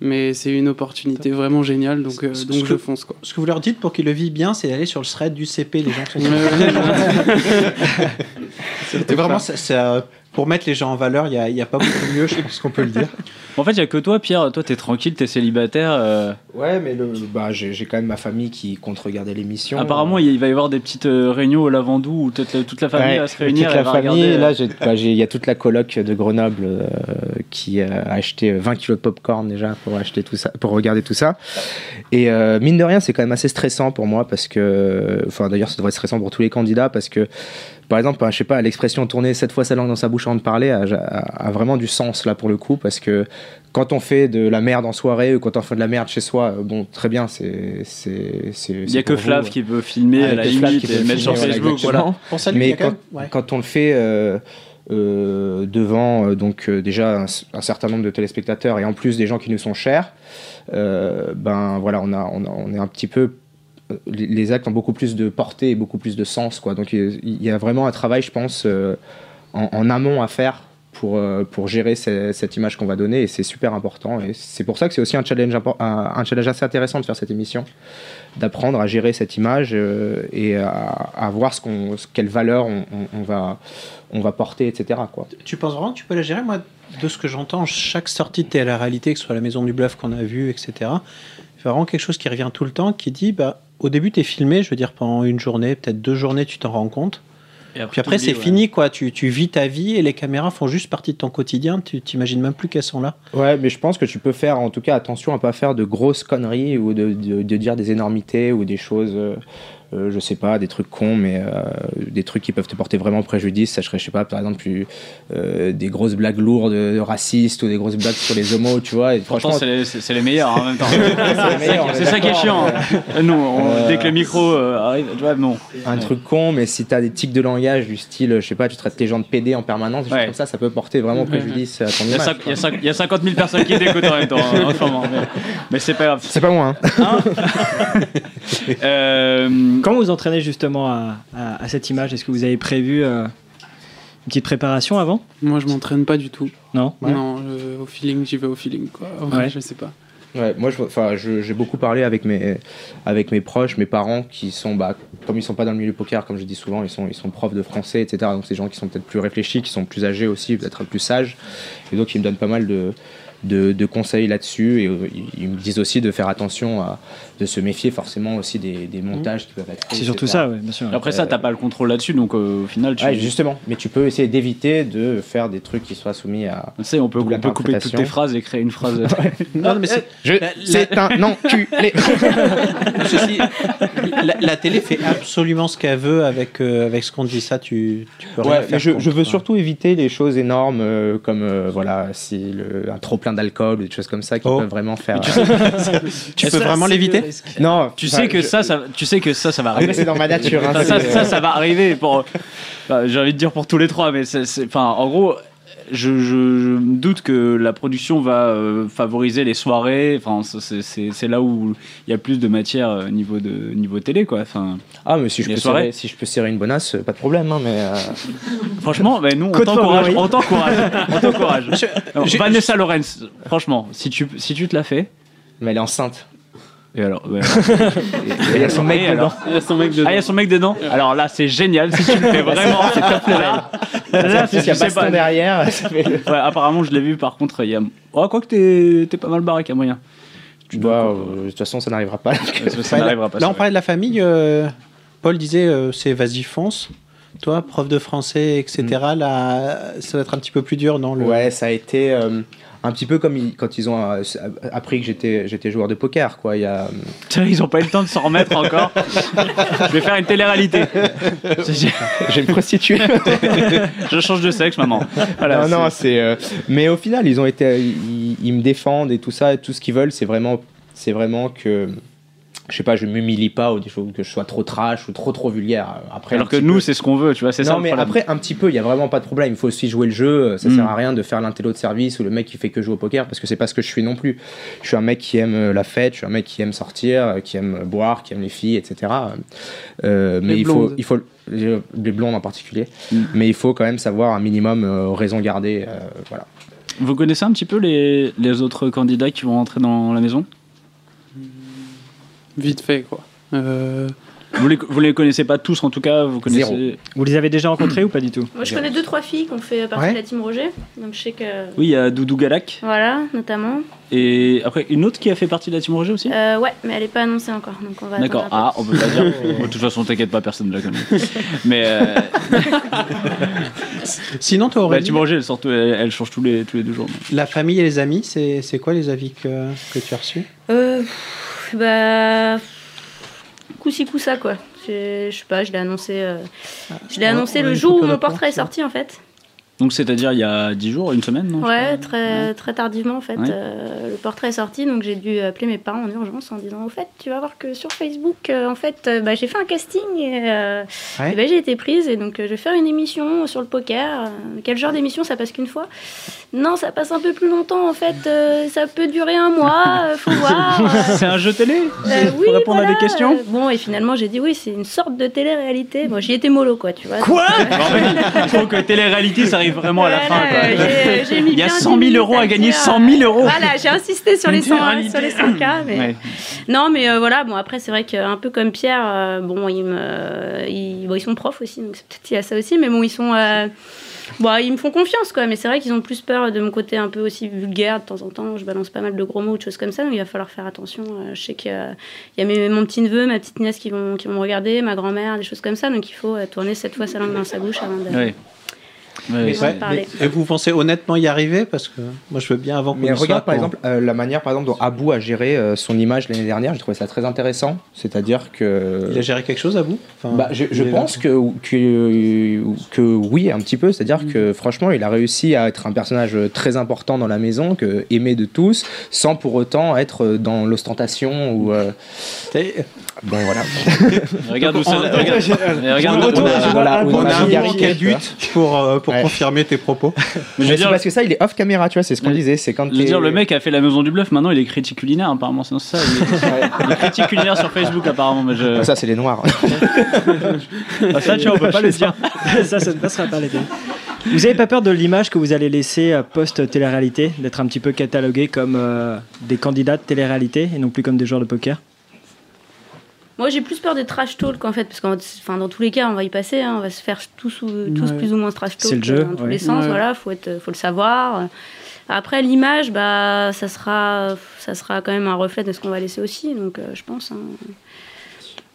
mais c'est une opportunité vraiment géniale, donc, euh,
Ce- ce
donc
que-
je fonce, quoi.
Ce que vous leur dites pour qu'ils le vivent bien, c'est d'aller sur le thread du CP. Les gens sont Et vraiment, ça- ça, pour mettre les gens en valeur, il n'y a, il y a pas beaucoup mieux, je pense qu'on peut le dire.
En fait, il y a que toi, Pierre. Toi, t'es tranquille, t'es célibataire. euh,
Ouais, mais le, bah, j'ai j'ai quand même ma famille qui compte regarder l'émission.
Apparemment, il va y avoir des petites euh, réunions au Lavandou où peut-être la- toute la famille
Ouais,
va se réunir.
Toute
et
la
va
famille.
regarder,
là,
euh,
j'ai- bah, j'ai- il y a toute la coloc de Grenoble euh, qui euh, a acheté 20 kilos de popcorn déjà pour acheter tout ça, pour regarder tout ça. Et euh, mine de rien, c'est quand même assez stressant pour moi parce que, enfin d'ailleurs, ça devrait être stressant pour tous les candidats parce que, par exemple, hein, je sais pas, l'expression tourner sept fois sa langue dans sa bouche avant de parler a, a- a vraiment du sens là pour le coup parce que quand on fait de la merde en soirée ou quand on fait de la merde chez soi, euh, bon, très bien, c'est c'est c'est. euh.
Il y a que Flav qui peut
Ah,
filmer à la limite et mettre sur Facebook. Voilà.
Pour ça,
Mais
il y a quand
quand,
même- ouais.
quand on le fait euh, euh, devant euh, donc euh, déjà un, un certain nombre de téléspectateurs et en plus des gens qui nous sont chers, euh, ben voilà, on a, on a- on est un petit peu euh, les- les actes ont beaucoup plus de portée et beaucoup plus de sens quoi. Donc il il y a vraiment un travail, je pense, euh, en, en amont à faire. Pour, euh, pour gérer ce- cette image qu'on va donner et c'est super important et c'est pour ça que c'est aussi un challenge, impor- un- un challenge assez intéressant de faire cette émission d'apprendre à gérer cette image euh, et à, à voir ce qu'on, ce- quelle valeur on, on- on va, on va porter, etc. Quoi.
Tu penses vraiment que tu peux la gérer Moi, de ce que j'entends, chaque sortie de télé-réalité, que ce soit la maison du bluff qu'on a vue, etc., c'est vraiment quelque chose qui revient tout le temps, qui dit, bah, au début, tu es filmé, je veux dire, pendant une journée, peut-être deux journées, tu t'en rends compte.
Et
Puis après, c'est
t'oublies, ouais.
fini, quoi. Tu, tu vis ta vie et les caméras font juste partie de ton quotidien. Tu t'imagines même plus qu'elles sont là.
Ouais, mais je pense que tu peux faire, en tout cas, attention à pas faire de grosses conneries ou de, de- de dire des énormités ou des choses, euh, euh, je sais pas, des trucs cons, mais euh, des trucs qui peuvent te porter vraiment préjudice. Ça serait, je sais pas, par exemple, tu- euh, des grosses blagues lourdes, euh, racistes ou des grosses blagues sur les homos, tu vois. Et
Pourtant,
franchement,
c'est les, c'est- c'est les meilleurs hein, en même temps. c'est
meilleurs, on est
c'est ça qui est
d'accord,
chiant. hein. Non, on-
Euh,
dès que le micro euh, arrive, tu vois, non.
un truc con, mais si t'as des tics de langage du style, je sais pas, tu traites les gens de PD en permanence, des choses
Ouais.
comme ça, ça peut porter vraiment
Ouais.
préjudice à ton
Il y, a
image.
cinq- il y a cinq- il y a 50 000 personnes qui t'écoutent en même temps, hein, en ce moment, mais, mais c'est pas grave.
C'est pas moi. Hein.
Euh,
Quand vous entraînez justement à, à- à cette image, est-ce que vous avez prévu euh, une petite préparation avant
Moi, je m'entraîne pas du tout. euh,
Non
Non, je- au feeling, j'y vais au feeling, quoi. Après,
Ouais.
je sais pas.
Ouais, moi, je- enfin, je- j'ai beaucoup parlé avec mes, avec mes proches, mes parents, qui sont, bah, comme ils sont pas dans le milieu poker, comme je dis souvent, ils sont, ils sont profs de français, etc. Donc, c'est des gens qui sont peut-être plus réfléchis, qui sont plus âgés aussi, peut-être plus sages. Et donc, ils me donnent pas mal de, de, de conseils là-dessus. Et euh, ils- ils me disent aussi de faire attention à, de se méfier forcément aussi des, des
Mmh.
montages qui peuvent être. faits,
C'est surtout
etc.
ça, ouais, bien sûr.
Après ça, t'as pas le contrôle là-dessus, donc euh, au final, tu
Ouais, justement. Mais tu peux essayer d'éviter de faire des trucs qui soient soumis à.
Tu sais, on peut,
Double
on peut couper toutes
interprétation.
tes phrases et créer une phrase.
Non, non, mais c'est-
Je,
Bah,
c'est un enculé.
ceci- la, la télé fait absolument ce qu'elle veut avec, euh, avec ce qu'on dit. Ça, tu, tu peux rien
Ouais,
faire.
mais je, je
contre,
veux
hein.
surtout éviter les choses énormes euh, comme euh, voilà si le- un trop plein d'alcool ou des choses comme ça qui
Oh.
peuvent vraiment faire.
Tu peux vraiment l'éviter
non,
tu
enfin,
sais que
je-
ça, ça, tu sais que ça, ça va
Après,
arriver.
c'est dans ma nature. hein,
Enfin, ça,
c'est-
ça, ça va arriver pour. enfin, J'ai envie de dire pour tous les trois, mais c'est, c'est- enfin, en gros, je, je- je me doute que la production va euh, favoriser les soirées. Enfin, ça, c'est, c'est- c'est là où il y a plus de matière euh, niveau de niveau télé, quoi. Enfin,
Ah mais si je
Les
peux
soirées.
serrer, si je peux serrer une bonasse, euh, pas de problème. hein, mais euh,
franchement, ben, nous, on
Côte
t'encourage,
favori.
on t'encourage, on t'encourage.
Monsieur,
Alors,
j'ai-
Vanessa Lorenz, franchement, si tu si tu te la fais.
mais elle est enceinte.
Et alors, ben,
Et Il y a son mec
Et
dedans.
alors
Il y a son mec dedans.
Ah, il y a son mec dedans Alors là, c'est génial. Si tu le fais vraiment, c'est top level. Là,
Parce
c'est
qu'il y
Ah,
a
je sais
baston
pas.
derrière. ça fait le-
Ouais, apparemment, je l'ai vu. Par contre, il y a. Oh, quoi que t'es- t'es pas mal barré, qu'il y a moyen.
Tu dois. euh, De toute façon, ça n'arrivera pas.
Ouais, Ça, ça n'arrivera pas.
Là,
ça.
on parlait de la famille. euh, Paul disait euh, c'est vas-y, fonce. Toi, prof de français, etc., là, ça va être un petit peu plus dur, non le...
Hmm. Ouais, ça a été euh, un petit peu comme ils- quand ils ont euh, appris que j'étais j'étais joueur de poker. Quoi, il y a. euh,
Tiens, ils ont pas eu le temps de s'en remettre encore. je vais faire une télé-réalité. Je,
Je vais me prostituer.
je change de sexe, maman. Voilà,
non, non, c'est. euh, Mais au final, ils ont été, ils, ils me défendent et tout ça. Tout ce qu'ils veulent, c'est vraiment, c'est vraiment que, je sais pas, je m'humilie pas ou des choses que je sois trop trash ou trop trop vulgaire. Après, un
Alors que
petit
nous,
peu-
c'est ce qu'on veut, tu vois. C'est ça
non,
le
mais
problème.
après, un petit peu, il y a vraiment pas de problème. Il faut aussi jouer le jeu. euh, Ça
Mm.
sert à rien de faire l'intello de service ou le mec qui fait que jouer au poker parce que c'est pas ce que je suis non plus. Je suis un mec qui aime euh, la fête, je suis un mec qui aime sortir, euh, qui aime boire, qui aime les filles, etc. Euh, mais
Les
il faut,
blondes.
il faut les les blondes en particulier.
Mm.
Mais il faut quand même savoir un minimum euh, raison garder. euh, voilà.
Vous connaissez un petit peu les, les autres candidats qui vont rentrer dans la maison
Vite fait, quoi. Euh,
vous les, vous les connaissez pas tous, en tout cas. Vous connaissez.
Vous les avez déjà rencontrés ou pas du tout
Moi, je connais deux, trois filles qui ont fait euh, partie
Ouais.
de la team Roger. Donc, je sais que.
Oui, il y a Doudou Galak.
Voilà, notamment.
Et après, une autre qui a fait partie de la Team Roger aussi
Euh, ouais, mais elle est pas annoncée encore. Donc, on va
D'accord.
attendre un
Ah, on peut pas dire. Bon, De toute façon, t'inquiète pas, personne ne la connaît. Mais euh,
Sinon,
Bah,
toi,
la
Aurélie,
Team Roger, elle, sort tous les- elle change tous les, tous les deux jours.
la famille et les amis, c'est c'est quoi les avis que, que tu as reçus
peu. Euh, pff, bah. Coup ci, coup ça, quoi. Je je sais pas, je l'ai annoncé, euh, je l'ai
on-
annoncé
on a
le
une
jour
coupe
où
à
mon
la porte,
portrait est
ça.
sorti, en fait.
Donc, c'est-à-dire il y a 10 jours, une semaine, non je
Ouais,
crois
très, très tardivement en fait.
Ouais.
Euh, le portrait est sorti, donc j'ai dû appeler mes parents en urgence en disant Au fait, tu vas voir que sur Facebook, euh, en fait, euh, bah, j'ai fait un casting et, euh,
Ouais.
et bah, j'ai été prise. Et donc, euh, je vais faire une émission sur le poker. Euh, Quel genre d'émission Ça passe qu'une fois Non, ça passe un peu plus longtemps en fait. Euh, ça peut durer un mois, euh, faut voir. Euh,
C'est un jeu télé
euh,
Faut répondre à des questions
Euh, Bon, et finalement, j'ai dit Oui, c'est une sorte de télé-réalité. Bon, j'y étais mollo, quoi, tu vois.
Quoi Je trouve que télé-réalité, ça arrive vraiment à la
Voilà,
fin. quoi.
euh, j'ai- j'ai mis
Il y a
bien
100 000
10
euros à
minutes
gagner,
dire,
100 000 euros
Voilà, j'ai insisté sur les 100,
Généralité.
sur les 100K. Mais...
Ouais.
Non, mais euh, voilà, bon, après, c'est vrai qu'un peu comme Pierre, euh, bon, ils, me, ils, bon, ils sont profs aussi, donc c'est peut-être il y a ça aussi, mais bon, ils sont. euh, bon, ils me font confiance, quoi, mais c'est vrai qu'ils ont plus peur de mon côté un peu aussi vulgaire de temps en temps. Je balance pas mal de gros mots ou de choses comme ça, donc il va falloir faire attention. Euh, je sais qu'il y a mes- mon petit neveu, ma petite nièce qui vont, qui vont me regarder, ma grand-mère, des choses comme ça, donc il faut euh, tourner cette fois sa langue dans sa bouche avant de.
Ouais. Ouais.
on va en parler.
Et vous pensez honnêtement y arriver Parce que moi, je veux bien avant qu'on
Mais
y soit,
regarde par
qu'on-
exemple euh, la manière par exemple dont Abou a géré euh, son image l'année dernière, j'ai trouvé ça très intéressant. C'est-à-dire que
Il a géré quelque chose à vous Enfin,
Bah, je, je
il est
pense que, que, que oui, un petit peu. C'est-à-dire que franchement, il a réussi à être un personnage très important dans la maison, que, aimé de tous, sans pour autant être euh, dans l'ostentation ou. euh,
là.
bon, voilà.
Regarde où ça.
on-
Regarde, Mais regarde
on-
où
on-
on a-
voilà,
On a
on a
un
bien
bon
rigolé,
adulte pour, euh, pour
Ouais.
confirmer tes propos.
Je veux
Mais
dire,
c'est parce que ça, il est off caméra, tu vois, c'est ce qu'on
Le-
disait. C'est quand
je veux
t'es-
dire, le mec a fait la maison du bluff, maintenant il est critique culinaire, apparemment, c'est ça. Il est,
Ouais.
il est critique culinaire sur Facebook, apparemment. Mais je...
Ah, Ça, c'est les noirs.
Ah, ça, tu vois, on peut pas le dire.
Ça, ça ne passera pas l'été. Vous avez pas peur de l'image que vous allez laisser euh, post-télé-réalité, d'être un petit peu catalogué comme euh, des candidats de télé-réalité et non plus comme des joueurs de poker
Moi, j'ai plus peur des trash talk en fait, parce qu'en enfin, dans tous les cas, on va y passer, hein, on va se faire tous, ou- tous
Ouais.
plus ou moins ce trash talk
C'est le jeu,
dans tous
ouais.
les sens.
Ouais.
Voilà, faut être, faut le savoir. Après, l'image, bah, ça sera, ça sera quand même un reflet de ce qu'on va laisser aussi, donc euh, je pense. hein.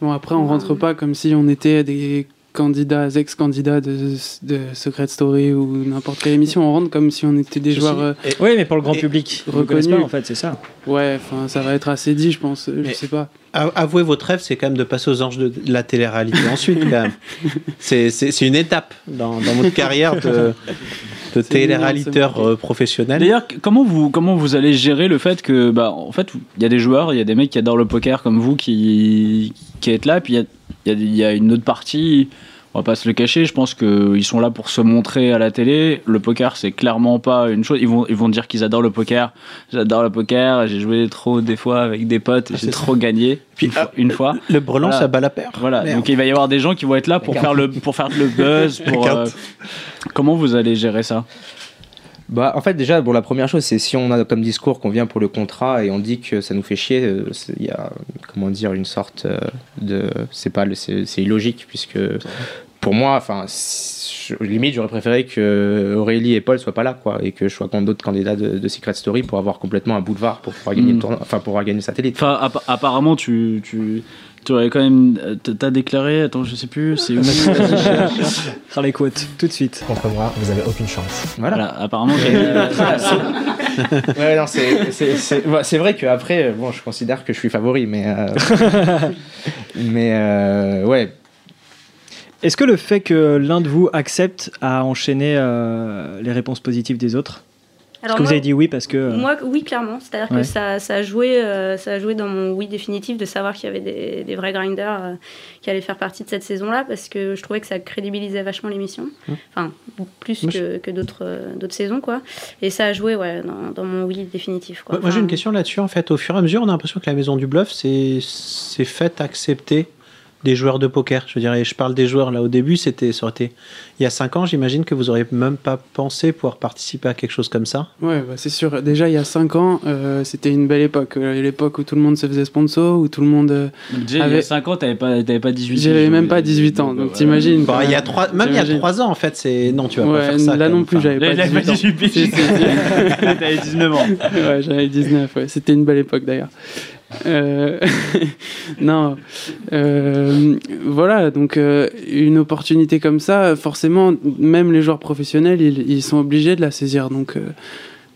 Bon, après, on rentre pas comme si on était des candidats, ex-candidats de, de Secret Story ou n'importe quelle émission. On rentre comme si on était des
Ceci-
joueurs. euh,
Et-
Oui, mais pour le grand
Et
public, ils ne
reconnu.
connaissent pas en fait, c'est ça.
ouais, enfin, ça va être assez dit, je pense. euh, Je
Mais-
sais pas.
A- Avouez votre rêve, c'est quand même de passer aux anges de de la télé-réalité ensuite, quand même. C'est- C'est c'est une étape dans, dans votre carrière de, de télé-réaliteur
mignon,
euh, professionnel.
D'ailleurs, c- comment vous, comment vous allez gérer le fait que, bah, en fait, il y a des joueurs, il y a des mecs qui adorent le poker comme vous qui, qui êtes là, puis il y a- il y a, il y a une autre partie, on va pas se le cacher, je pense qu'ils sont là pour se montrer à la télé. Le poker, c'est clairement pas une chose. Ils vont, ils vont dire qu'ils adorent le poker. J'adore le poker, j'ai joué trop des fois avec des potes, et j'ai trop gagné. Puis une, fois, une fois.
Le brelan,
Voilà.
ça bat la paire.
Voilà,
Merde.
donc il va y avoir des gens qui vont être là pour faire le, pour faire le buzz. Pour,
carte.
euh, comment vous allez gérer ça
Bah, en fait, déjà, bon, la première chose, c'est si on a comme discours qu'on vient pour le contrat et on dit que ça nous fait chier, euh, c'est- il y a, comment dire, une sorte euh, de. C'est pas le- c'est c'est illogique, puisque pour moi, enfin, si- je- limite, j'aurais préféré que Aurélie et Paul soient pas là, quoi, et que je sois contre d'autres candidats de, de Secret Story pour avoir complètement un boulevard pour pouvoir gagner
Mm.
le tournoi, enfin, pour pouvoir gagner le satellite.
Enfin, app- apparemment, tu, tu, tu aurais quand même. euh, t- T'as déclaré, attends, je sais plus, c'est où
Sur les quotes, tout de suite.
Contre moi, vous avez aucune chance.
Voilà. euh,
Voilà, apparemment, j'ai
Ouais, non, c'est- c'est c'est- ouais, c'est vrai qu'après, bon, je considère que je suis favori, mais. euh, mais, euh, ouais.
Est-ce que le fait que l'un de vous accepte à enchaîner euh, les réponses positives des autres Est-ce
Alors
que vous
moi-
avez dit oui parce que. euh,
Moi, oui, clairement. C'est-à-dire
Ouais.
que ça, ça, a joué, euh, ça a joué dans mon oui définitif de savoir qu'il y avait des, des vrais grinders euh, qui allaient faire partie de cette saison-là parce que je trouvais que ça crédibilisait vachement l'émission.
Mmh.
Enfin, plus
Moi,
que, que d'autres euh, d'autres saisons, quoi. Et ça a joué ouais, dans, dans mon oui définitif. Quoi.
Moi, moi, j'ai une
Enfin,
question là-dessus. En fait, au fur et à mesure, on a l'impression que la maison du bluff s'est s'est faite accepter des joueurs de poker. Je veux dire, et je parle des joueurs là au début, c'était sorti. Il y a 5 ans, j'imagine que vous auriez même pas pensé pouvoir participer à quelque chose comme ça.
Ouais, bah, c'est sûr. Déjà, il y a 5 ans, euh, c'était une belle époque. Euh, L'époque où tout le monde se faisait sponsor, où tout le monde. euh,
déjà, il y a
Avec-
5 ans, t'avais pas, t'avais pas 18 ans.
J'avais même pas 18 ans, donc t'imagines.
Bon,
quand
Bah, il y a
même.
trois, même il y a
T'imagines.
3 ans, en fait, c'est non, tu vas pas
Euh, Ouais,
faire ça.
là
quand
non
même.
plus,
Enfin,
j'avais pas 18 ans. Si, si, si.
T'avais 19 ans.
ouais, j'avais 19, ouais. c'était une belle époque d'ailleurs. Euh, non, euh, voilà, donc euh, une opportunité comme ça, forcément, même les joueurs professionnels, ils, ils sont obligés de la saisir. Donc, euh,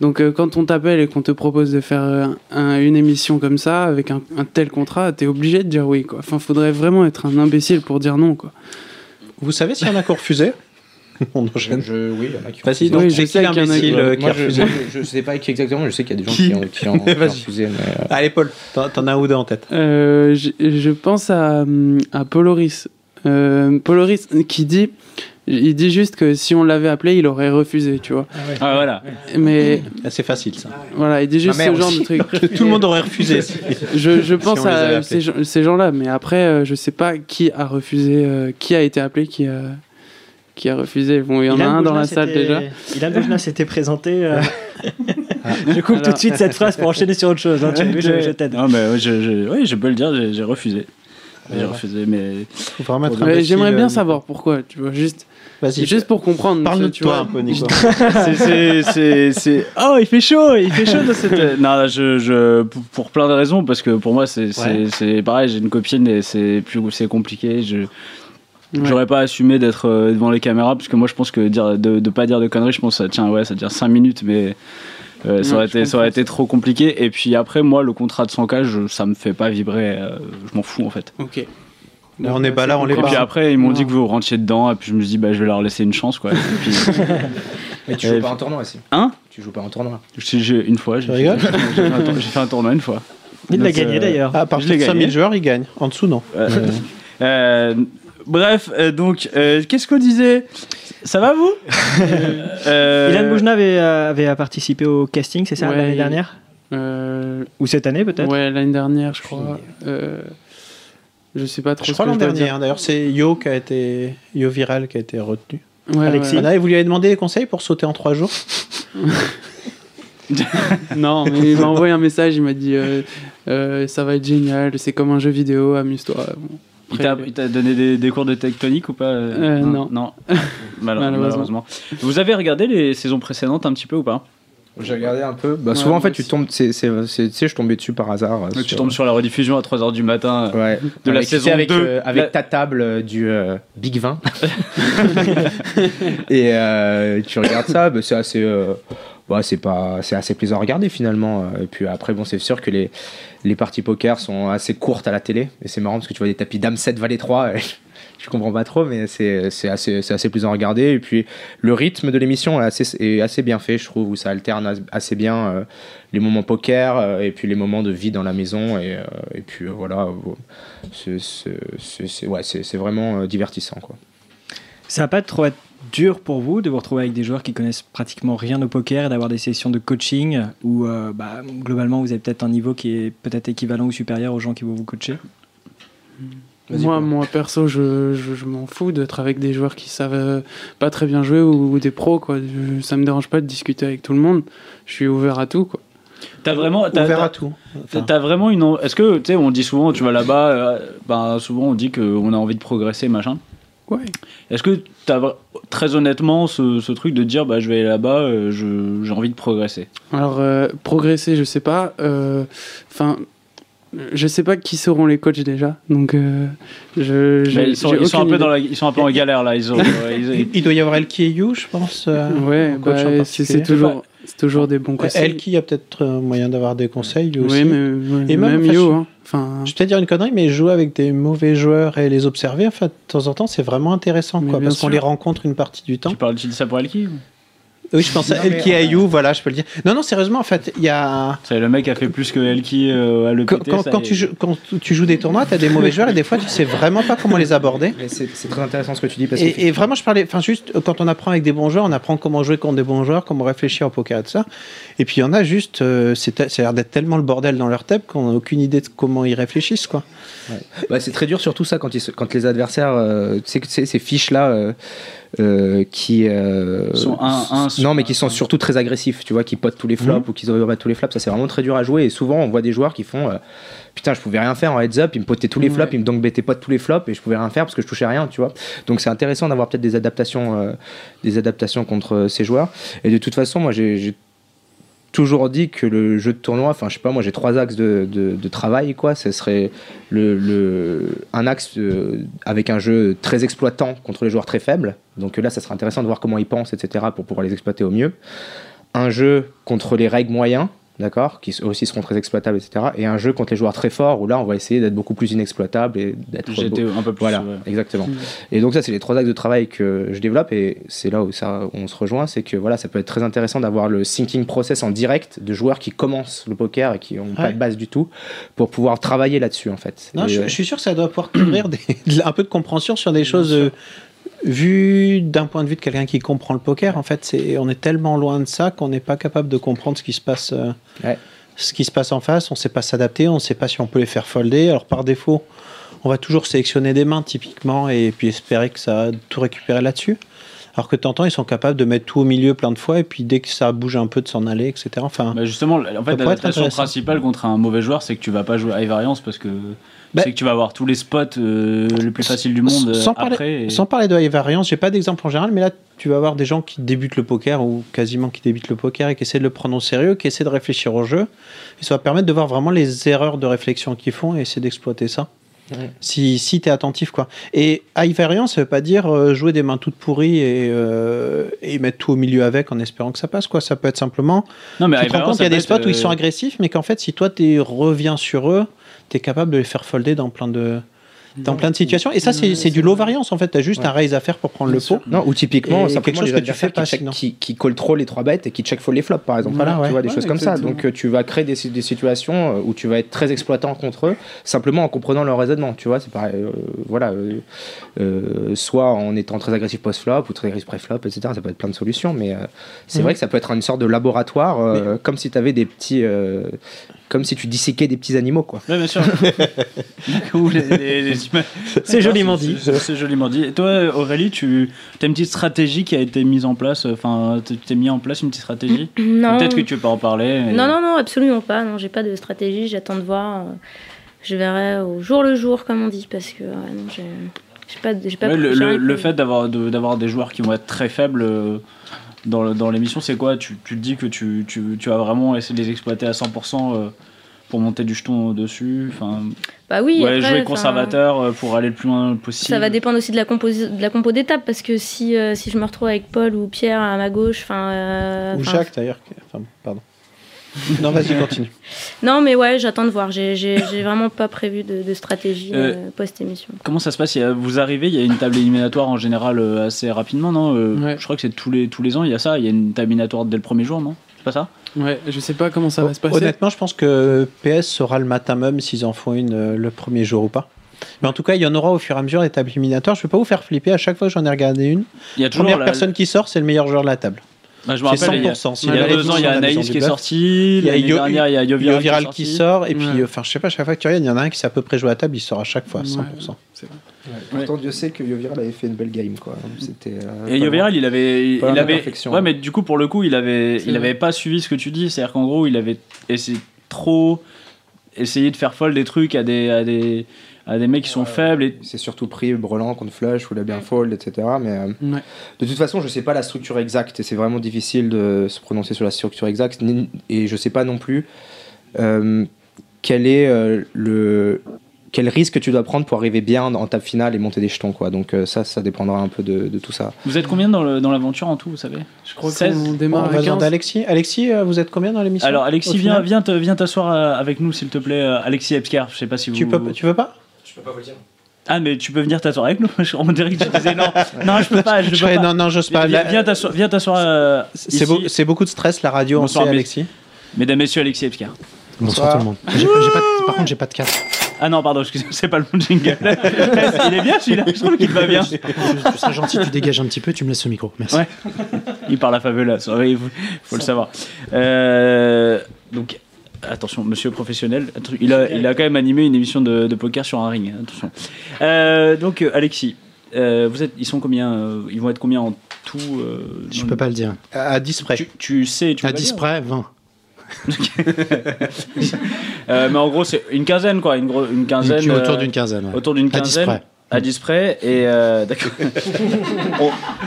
donc euh, quand on t'appelle et qu'on te propose de faire euh, un- une émission comme ça, avec un, un tel contrat, t'es obligé de dire oui. Quoi. Enfin, faudrait vraiment être un imbécile pour dire non. Quoi.
Vous savez s'il y en a qui ont refusé On enchaîne.
Je- oui, il y en a qui ont
Vas-y,
refusé.
donc
Oui,
c'est
je
qui
sais qu'il y en a
l'imbécile
qui-
euh, qui
Moi,
a
je,
refusé
je- je sais pas qui exactement, je sais qu'il y a des gens
Qui
qui, ont, qui, ont, qui ont
Vas-y.
refusé. Mais, euh,
Allez, Paul, t'en t'en as un ou deux en tête
Euh, je, je pense à, hum, à Poloris. Euh, Poloris qui dit, il dit juste que si on l'avait appelé, il aurait refusé, tu vois.
Ah, voilà.
Mais
Ah, C'est facile ça.
voilà, il dit juste
Ma mère
ce genre
aussi.
de truc.
Tout le monde aurait refusé. si.
Je, je
Si
pense
on les avait
à
appelés.
ces, gens- ces gens-là, mais après, euh, je sais pas qui a refusé, euh, qui a été appelé, qui a, qui a refusé. Bon, il y en a
Ilan
un dans la
Boujna
salle
s'était-
déjà. Ah.
Ilan Boujna s'était présenté. euh, je coupe tout de
Alors-
suite cette phrase pour enchaîner sur autre chose. hein, tu as vu, je, je t'aide.
Non, mais ouais, je, je- oui, je peux le dire, j'ai j'ai refusé. J'ai refusé, mais.
Faut vraiment être
Ouais,
imbécile,
J'aimerais
euh,
bien savoir pourquoi, tu vois, juste,
Vas-y,
juste pour comprendre.
parle-nous de
tu
toi
vois.
un peu, Nico.
C'est- c'est- c'est- c'est- Oh, il fait chaud, il fait chaud dans cette. non, je, je, pour, pour plein de raisons, parce que pour moi, c'est c'est- c'est pareil, j'ai une copine et c'est plus c'est compliqué. Je
Ouais.
J'aurais pas assumé d'être euh, devant les caméras, parce que moi, je pense que dire, de, de pas dire de conneries, je pense que ça tient, ouais, ça tient 5 minutes, mais. euh, ça,
Ouais,
aurait
je
été, ça aurait
comprends.
été trop compliqué. Et puis après, moi, le contrat de 100K, je- ça me fait pas vibrer. euh, je m'en fous en fait.
Ok.
Là, on est
bah,
pas là,
c'est
on l'est
Et
compréhensible.
puis après, ils m'ont
Non.
dit que vous rentiez dedans. Et puis je me suis dit, bah, je vais leur laisser une chance. Quoi. Et puis,
mais tu
Euh,
joues pas en tournoi aussi.
Hein
Tu joues pas en tournoi.
j'ai- j'ai- une fois, j'ai
Tu
fait,
rigoles
j'ai fait un tour- j'ai fait un tournoi une fois.
Il l'a
Donc,
gagné
euh,
d'ailleurs.
Ah, à partir de
l'ai
5000
gagné.
joueurs, il gagne. En dessous, non.
Euh, euh, bref, euh, donc, euh, qu'est-ce qu'on disait Ça va vous Euh,
Ilan Boujna avait, euh, avait participé au casting, c'est ça,
Ouais,
l'année
il-
dernière
Euh,
Ou cette année peut-être
Ouais, l'année dernière, je crois. Euh, je sais pas trop
Je
ce
crois
que
l'an
je dois
dernier.
dire.
hein. D'ailleurs, c'est Yo qui a été Yo Viral qui a été retenu.
Ouais,
Alexis.
ouais.
Anna, et vous lui avez demandé des conseils pour sauter en trois jours
Non, mais il m'a envoyé un message, il m'a dit euh, euh, ça va être génial, c'est comme un jeu vidéo, amuse-toi. Bon,
Il t'a- il t'a donné des, des cours de tectonique ou pas
Euh, non.
Non. Mal-
Malheureusement.
malheureusement. Vous avez regardé les saisons précédentes un petit peu ou pas
J'ai regardé un peu. Bah,
Ouais,
souvent, en fait,
moi
tu
aussi.
tombes. c'est- c'est- c'est- Tu sais, je tombais dessus par hasard. euh,
Tu
sur-
tombes sur la rediffusion à 3h du matin. euh,
Ouais.
De la
Avec- tu sais,
saison
avec,
2,
euh, avec
la-
ta table euh, du euh, Big 20. et euh, tu regardes ça, bah, c'est assez. euh, bah, c'est pas c'est assez plaisant à regarder finalement Euh, et puis après bon c'est sûr que les les parties poker sont assez courtes à la télé et c'est marrant parce que tu vois des tapis dame 7 valet 3 et je comprends pas trop mais c'est c'est assez c'est assez plaisant à regarder et puis le rythme de l'émission est assez est assez bien fait je trouve où ça alterne as- assez bien euh, les moments poker euh, et puis les moments de vie dans la maison et, euh, et puis euh, voilà euh, c'est- c'est c'est- c'est- ouais, c'est- c'est vraiment euh, divertissant quoi.
Ça va pas trop être dur pour vous de vous retrouver avec des joueurs qui connaissent pratiquement rien au poker et d'avoir des sessions de coaching où euh, bah, globalement vous avez peut-être un niveau qui est peut-être équivalent ou supérieur aux gens qui vont vous coacher.
Vas-y,
Moi,
Paul.
moi perso, je, je, je m'en fous d'être avec des joueurs qui savent euh, pas très bien jouer ou, ou des pros. Quoi. Je- ça me dérange pas de discuter avec tout le monde. Je suis ouvert à tout. Quoi.
T'as vraiment. t'as-
Ouvert
t'as-
à tout. Enfin,
T'as- T'as vraiment une. en- Est-ce que, tu sais, on dit souvent, tu vas là-bas, euh, ben, souvent on dit qu'on a envie de progresser, machin.
Ouais.
Est-ce que t'as vra- très honnêtement ce, ce truc de dire, bah, je vais aller là-bas, euh, je- j'ai envie de progresser
Alors, euh, progresser, je sais pas. euh, Enfin, je sais pas qui seront les coachs déjà. Donc, euh, je, j'ai-
Mais Bah, ils, sont,
j'ai
ils sont un
aucune
peu
idée.
dans la- ils sont un peu en galère là. Ils ont, ouais, ils-
il doit y avoir Elki et You, je pense. euh,
Ouais,
en coach
bah,
en
c'est-
particulier.
c'est toujours, c'est toujours des bons conseils.
Elki, il y a peut-être euh, moyen d'avoir des conseils. You aussi.
Oui, mais ouais,
Et même,
même,
enfin,
Yo.
je-
hein. Enfin,
Je vais peut-être dire une connerie, mais jouer avec des mauvais joueurs et les observer, en fait, de temps en temps, c'est vraiment intéressant,
Mais
quoi,
bien
parce qu'on
sûr.
les rencontre une partie du temps.
tu parles tu dis ça pour Alki
Oui, je pense à
Non, mais-
Elki Ayou, voilà, je peux le dire. Non, non, sérieusement, en fait, il y a.
C'est le mec a fait plus que Alki euh, à le
Quand, quand- quand tu joues, quand tu joues des tournois, t'as des mauvais joueurs et des fois, tu sais vraiment pas comment les aborder.
Mais c'est c'est très intéressant ce que tu dis parce que
Et, et vraiment, je parlais, enfin, juste euh, quand on apprend avec des bons joueurs, on apprend comment jouer contre des bons joueurs, comment réfléchir au poker et tout ça. Et puis, il y en a juste, euh, c'est te- ça a l'air d'être tellement le bordel dans leur tête qu'on n'a aucune idée de comment ils réfléchissent, quoi.
Bah, c'est très dur surtout ça quand, ils se- quand les adversaires, euh, tu sais que c'est ces fiches là euh, euh, qui euh,
Sont un- un sur-
non mais qui sont surtout très agressifs, tu vois, qui potent tous les flops ou qui overbattent tous les flops, ça c'est vraiment très dur à jouer et souvent on voit des joueurs qui font euh, putain je pouvais rien faire en heads up, ils me potaient tous les flops,
Ouais.
ils me donc bêtaient pas tous les flops et je pouvais rien faire parce que je touchais rien, tu vois. Donc c'est intéressant d'avoir peut-être des adaptations, euh, des adaptations contre euh, ces joueurs. Et de toute façon, moi j'ai j'ai toujours dit que le jeu de tournoi, enfin je sais pas, moi j'ai trois axes de, de- de travail quoi. Ce serait le, le- un axe euh, avec un jeu très exploitant contre les joueurs très faibles. Donc euh, là, ça serait intéressant de voir comment ils pensent, etc. pour pouvoir les exploiter au mieux. Un jeu contre les règles moyens. D'accord, qui s- aussi seront très exploitables, etc. Et un jeu contre les joueurs très forts, où là, on va essayer d'être beaucoup plus inexploitable et d'être
J'étais un peu plus.
voilà,
ouais.
exactement.
Mm.
Et donc ça, c'est les trois axes de travail que je développe, et c'est là où ça, on se rejoint, c'est que voilà, ça peut être très intéressant d'avoir le thinking process en direct de joueurs qui commencent le poker et qui n'ont pas
Ouais.
de base du tout, pour pouvoir travailler là-dessus en fait.
Non,
Et,
je,
euh,
je suis sûr que ça doit pouvoir t'ouvrir des- de la- un peu de compréhension sur des choses euh, vues d'un point de vue de quelqu'un qui comprend le poker. En fait, c'est on est tellement loin de ça qu'on n'est pas capable de comprendre ce qui se passe. euh,
Ouais.
Ce qui se passe en face, on ne sait pas s'adapter, on ne sait pas si on peut les faire folder. Alors par défaut, on va toujours sélectionner des mains typiquement et puis espérer que ça va tout récupérer là-dessus. Alors que t'entends, ils sont capables de mettre tout au milieu plein de fois et puis dès que ça bouge un peu de s'en aller, etc. Enfin,
Bah, justement, en fait,
pourrait être
l'adaptation
intéressant.
principale contre un mauvais joueur, c'est que tu vas pas jouer à variance parce que
Bah,
c'est que tu vas avoir tous les spots euh, les plus faciles du monde
sans
euh,
parler-
après. et-
Sans parler de high variance, j'ai pas d'exemple en général, mais là, tu vas avoir des gens qui débutent le poker ou quasiment qui débutent le poker et qui essaient de le prendre au sérieux, qui essaient de réfléchir au jeu. Et ça va permettre de voir vraiment les erreurs de réflexion qu'ils font et essayer d'exploiter ça.
Ouais.
Si, si tu es attentif, quoi. Et high variance, ça veut pas dire euh, jouer des mains toutes pourries et, euh, et mettre tout au milieu avec en espérant que ça passe, quoi. Ça peut être simplement.
Non, mais
tu te rends
Ivarance,
compte qu'il y
ça
a des
peut
spots
être,
où ils sont
euh,
agressifs, mais qu'en fait, si toi, tu reviens sur eux, tu es capable de les faire folder dans plein de. Dans plein de situations. Et ça, c'est c'est du low variance en fait. T'as juste
Ouais.
un raise à faire pour prendre le pot.
Non, ou typiquement,
Et
c'est
quelque chose que tu fais pas,
qui, check-
sinon.
qui, qui call trop les trois bêtes et qui check fold les flops, par exemple.
Voilà,
Tu
ouais.
vois, des
Ouais,
choses comme ça.
exactement.
Donc, euh, tu vas créer des, si- des situations euh, où tu vas être très exploitant contre eux, simplement en comprenant leur raisonnement. Tu vois, c'est pareil. euh, voilà. euh, euh, soit en étant très agressif post-flop ou très agressif pré-flop, etc. Ça peut être plein de solutions, mais euh, c'est
Mhm.
vrai que ça peut être une sorte de laboratoire, euh, comme si tu avais des petits. euh, comme si tu disséquais des petits animaux, quoi.
Ouais, bien sûr. Ou les- les- les images.
C'est joliment dit.
C'est- C'est joliment dit. Et toi, Aurélie, tu as une petite stratégie qui a été mise en place. Enfin, tu t'es mis en place une petite stratégie.
Non.
Peut-être que tu peux en parler. mais-
Non, non, non, absolument pas. Non, j'ai pas de stratégie. J'attends de voir. euh, Je verrai au jour le jour, comme on dit, parce que ouais, non, j'ai j'ai pas, de- j'ai pas.
Ouais, le,
j'ai
le-
rien
le
prévu.
fait d'avoir de- d'avoir des joueurs qui vont être très faibles euh, dans, le- dans l'émission, c'est quoi tu, tu te dis que tu, tu, tu vas vraiment essayer de les exploiter à 100% euh, pour monter du jeton dessus enfin,
Bah oui.
ouais,
après,
Jouer
enfin,
conservateur euh, pour aller le plus loin possible.
Ça va dépendre aussi de la, compos- de la compo d'étape, parce que si, euh, si je me retrouve avec Paul ou Pierre à ma gauche, enfin. euh,
Ou
enfin,
Jacques d'ailleurs. qui- Enfin, pardon. Non, vas-y, continue.
Non, mais ouais, j'attends de voir. J'ai- J'ai j'ai vraiment pas prévu de, de stratégie
Euh,
euh, post-émission.
Comment ça se passe Il y a- Vous arrivez, il y a une table éliminatoire en général euh, assez rapidement, non Euh,
Ouais.
Je crois que c'est tous les, tous les ans, il y a ça, il y a une table éliminatoire dès le premier jour, non C'est pas ça
Ouais, je sais pas comment ça va se passer.
Honnêtement, je pense que PS saura le matin même s'ils en font une euh, le premier jour ou pas. Mais en tout cas, il y en aura au fur et à mesure des tables éliminatoires. Je ne vais pas vous faire flipper. À chaque fois que j'en ai regardé une,
Il y a
la
toujours
première
la-
personne qui sort, c'est le meilleur joueur de la table.
Ah, je me
C'est
rappelle, il y a-
100%.
il y a deux ans, il y a Anaïs qui est sorti,
Il y a
l'année
Yo-
dernière, il y a
Il y a
Yoviral,
Viral qui sort. Et
Ouais.
puis, euh, enfin, je sais pas, chaque fois que tu regardes, il y en a un qui s'est à peu près joué à la table, il sort à chaque fois,
Ouais.
100%.
C'est vrai.
Pourtant, Dieu sait que Yoviral avait fait une belle game, quoi.
Mm.
C'était. euh,
Et Yoviral, il avait, il
Pas la
avait,
perfection.
ouais, mais du coup pour le coup, il avait,
C'est
il
vrai.
avait pas suivi ce que tu dis, c'est-à-dire qu'en gros, il avait essayé trop, essayé de faire folle des trucs à des, à des, à des mecs qui sont faibles et
C'est surtout pris Brelan contre Flush ou la Fold, etc. Mais euh,
Ouais.
de toute façon, je sais pas la structure exacte et c'est vraiment difficile de se prononcer sur la structure exacte. ni- Et je sais pas non plus euh, quel est euh, le quel risque tu dois prendre pour arriver bien en table finale et monter des jetons, quoi. Donc euh, ça, ça dépendra un peu de, de tout ça.
Vous êtes combien dans le- dans l'aventure en tout, vous savez
Je crois
16.
qu'on
On
démarre
va
à
demander
15.
à Alexis. Alexis, euh, vous êtes combien dans l'émission
Alors
au
Alexis, viens,
final
viens, te- viens t'asseoir euh, avec nous s'il te plaît, euh, Alexis Epscar. Je sais pas si vous.
Tu peux, tu veux pas
Ah mais tu peux venir t'asseoir avec nous. On dirait que tu disais non, non je peux pas, je peux
Ouais,
pas.
Non, non, j'ose
Viens,
pas.
viens-
Là,
viens t'asseoir, viens t'asseoir. euh, ici.
C'est beau- c'est beaucoup de stress la radio, on sait,
Bonsoir, mais-
Alexis.
Mesdames, messieurs, Alexis Epscar.
Bonsoir.
tout le monde. J'ai- j'ai pas de- par contre, j'ai pas de carte.
Ah non, pardon, excusez-moi, c'est pas le bon jingle. Il est bien celui-là, je trouve qu'il va bien.
Je serais gentil, tu dégages un petit peu, tu me laisses ce micro. Merci.
Ouais. Il parle à Favela, ça, oui, faut, faut le savoir. Euh, donc, attention, monsieur professionnel, attr- il a, il a quand même animé une émission de, de poker sur un ring. hein, Attention. Euh, donc, euh, Alexis, euh, vous êtes, ils sont combien euh, Ils vont être combien en tout euh,
Je
dans-
peux pas le dire.
À 10 près.
Tu, tu sais, tu peux
À
pas
10
dire.
près, 20.
Euh, mais en gros, c'est une quinzaine, quoi. Une, gro- une quinzaine.
Une- autour
euh,
d'une quinzaine. ouais.
autour d'une
À 10
quinzaine.
près.
À 10 près. Et euh, d'accord.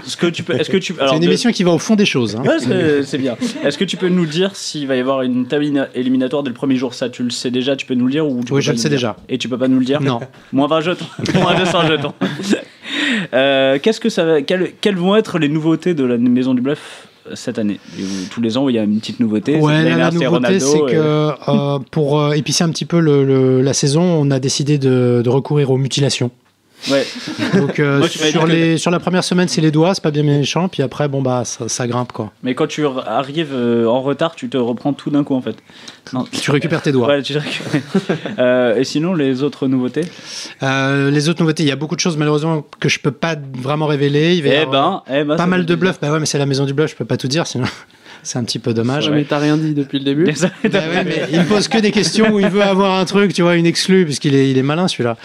Est-ce que tu peux. Est-ce que tu.
C'est
alors,
une
de-
émission qui va au fond des choses. hein.
Ouais, c'est c'est bien. Est-ce que tu peux nous dire s'il va y avoir une table élimina- éliminatoire dès le premier jour Ça, tu le sais déjà, tu peux nous le dire ou tu peux
Oui,
pas
je le
nous
sais
dire
déjà.
Et tu peux pas nous le dire
Non.
Moins 20 jetons. Moins 200 jetons. Euh, Qu'est-ce que ça va. Quelles, quelles vont être les nouveautés de la maison du bluff euh, cette année Et vous- Tous les ans, il y a une petite nouveauté.
Ouais,
Cette
là, la
dernière,
nouveauté,
Ronaldo
c'est
et-
que euh, pour euh, épicer un petit peu le- le- la saison, on a décidé de, de recourir aux mutilations.
Ouais.
Donc, euh,
Moi, je m'avais
sur,
dit que-
les, sur la première semaine, c'est les doigts, c'est pas bien méchant, puis après, bon, bah, ça, ça grimpe quoi.
Mais quand tu r- arrives euh, en retard, tu te reprends tout d'un coup en fait. Non.
Tu récupères tes doigts.
Ouais, tu te récupères. Euh, et sinon, les autres nouveautés
Euh, les autres nouveautés, il y a beaucoup de choses malheureusement que je peux pas vraiment révéler. Il va y
Eh
avoir
ben, eh
pas
ben, ça
mal
fait
de
plaisir.
bluffs. Bah ouais, mais c'est la maison du bluff, je peux pas tout dire, sinon c'est un petit peu dommage.
Mais t'as rien dit depuis le début.
Désolé.
Bah ouais, mais il pose que des questions où il veut avoir un truc, tu vois, une exclue, parce qu'il est, il est malin celui-là.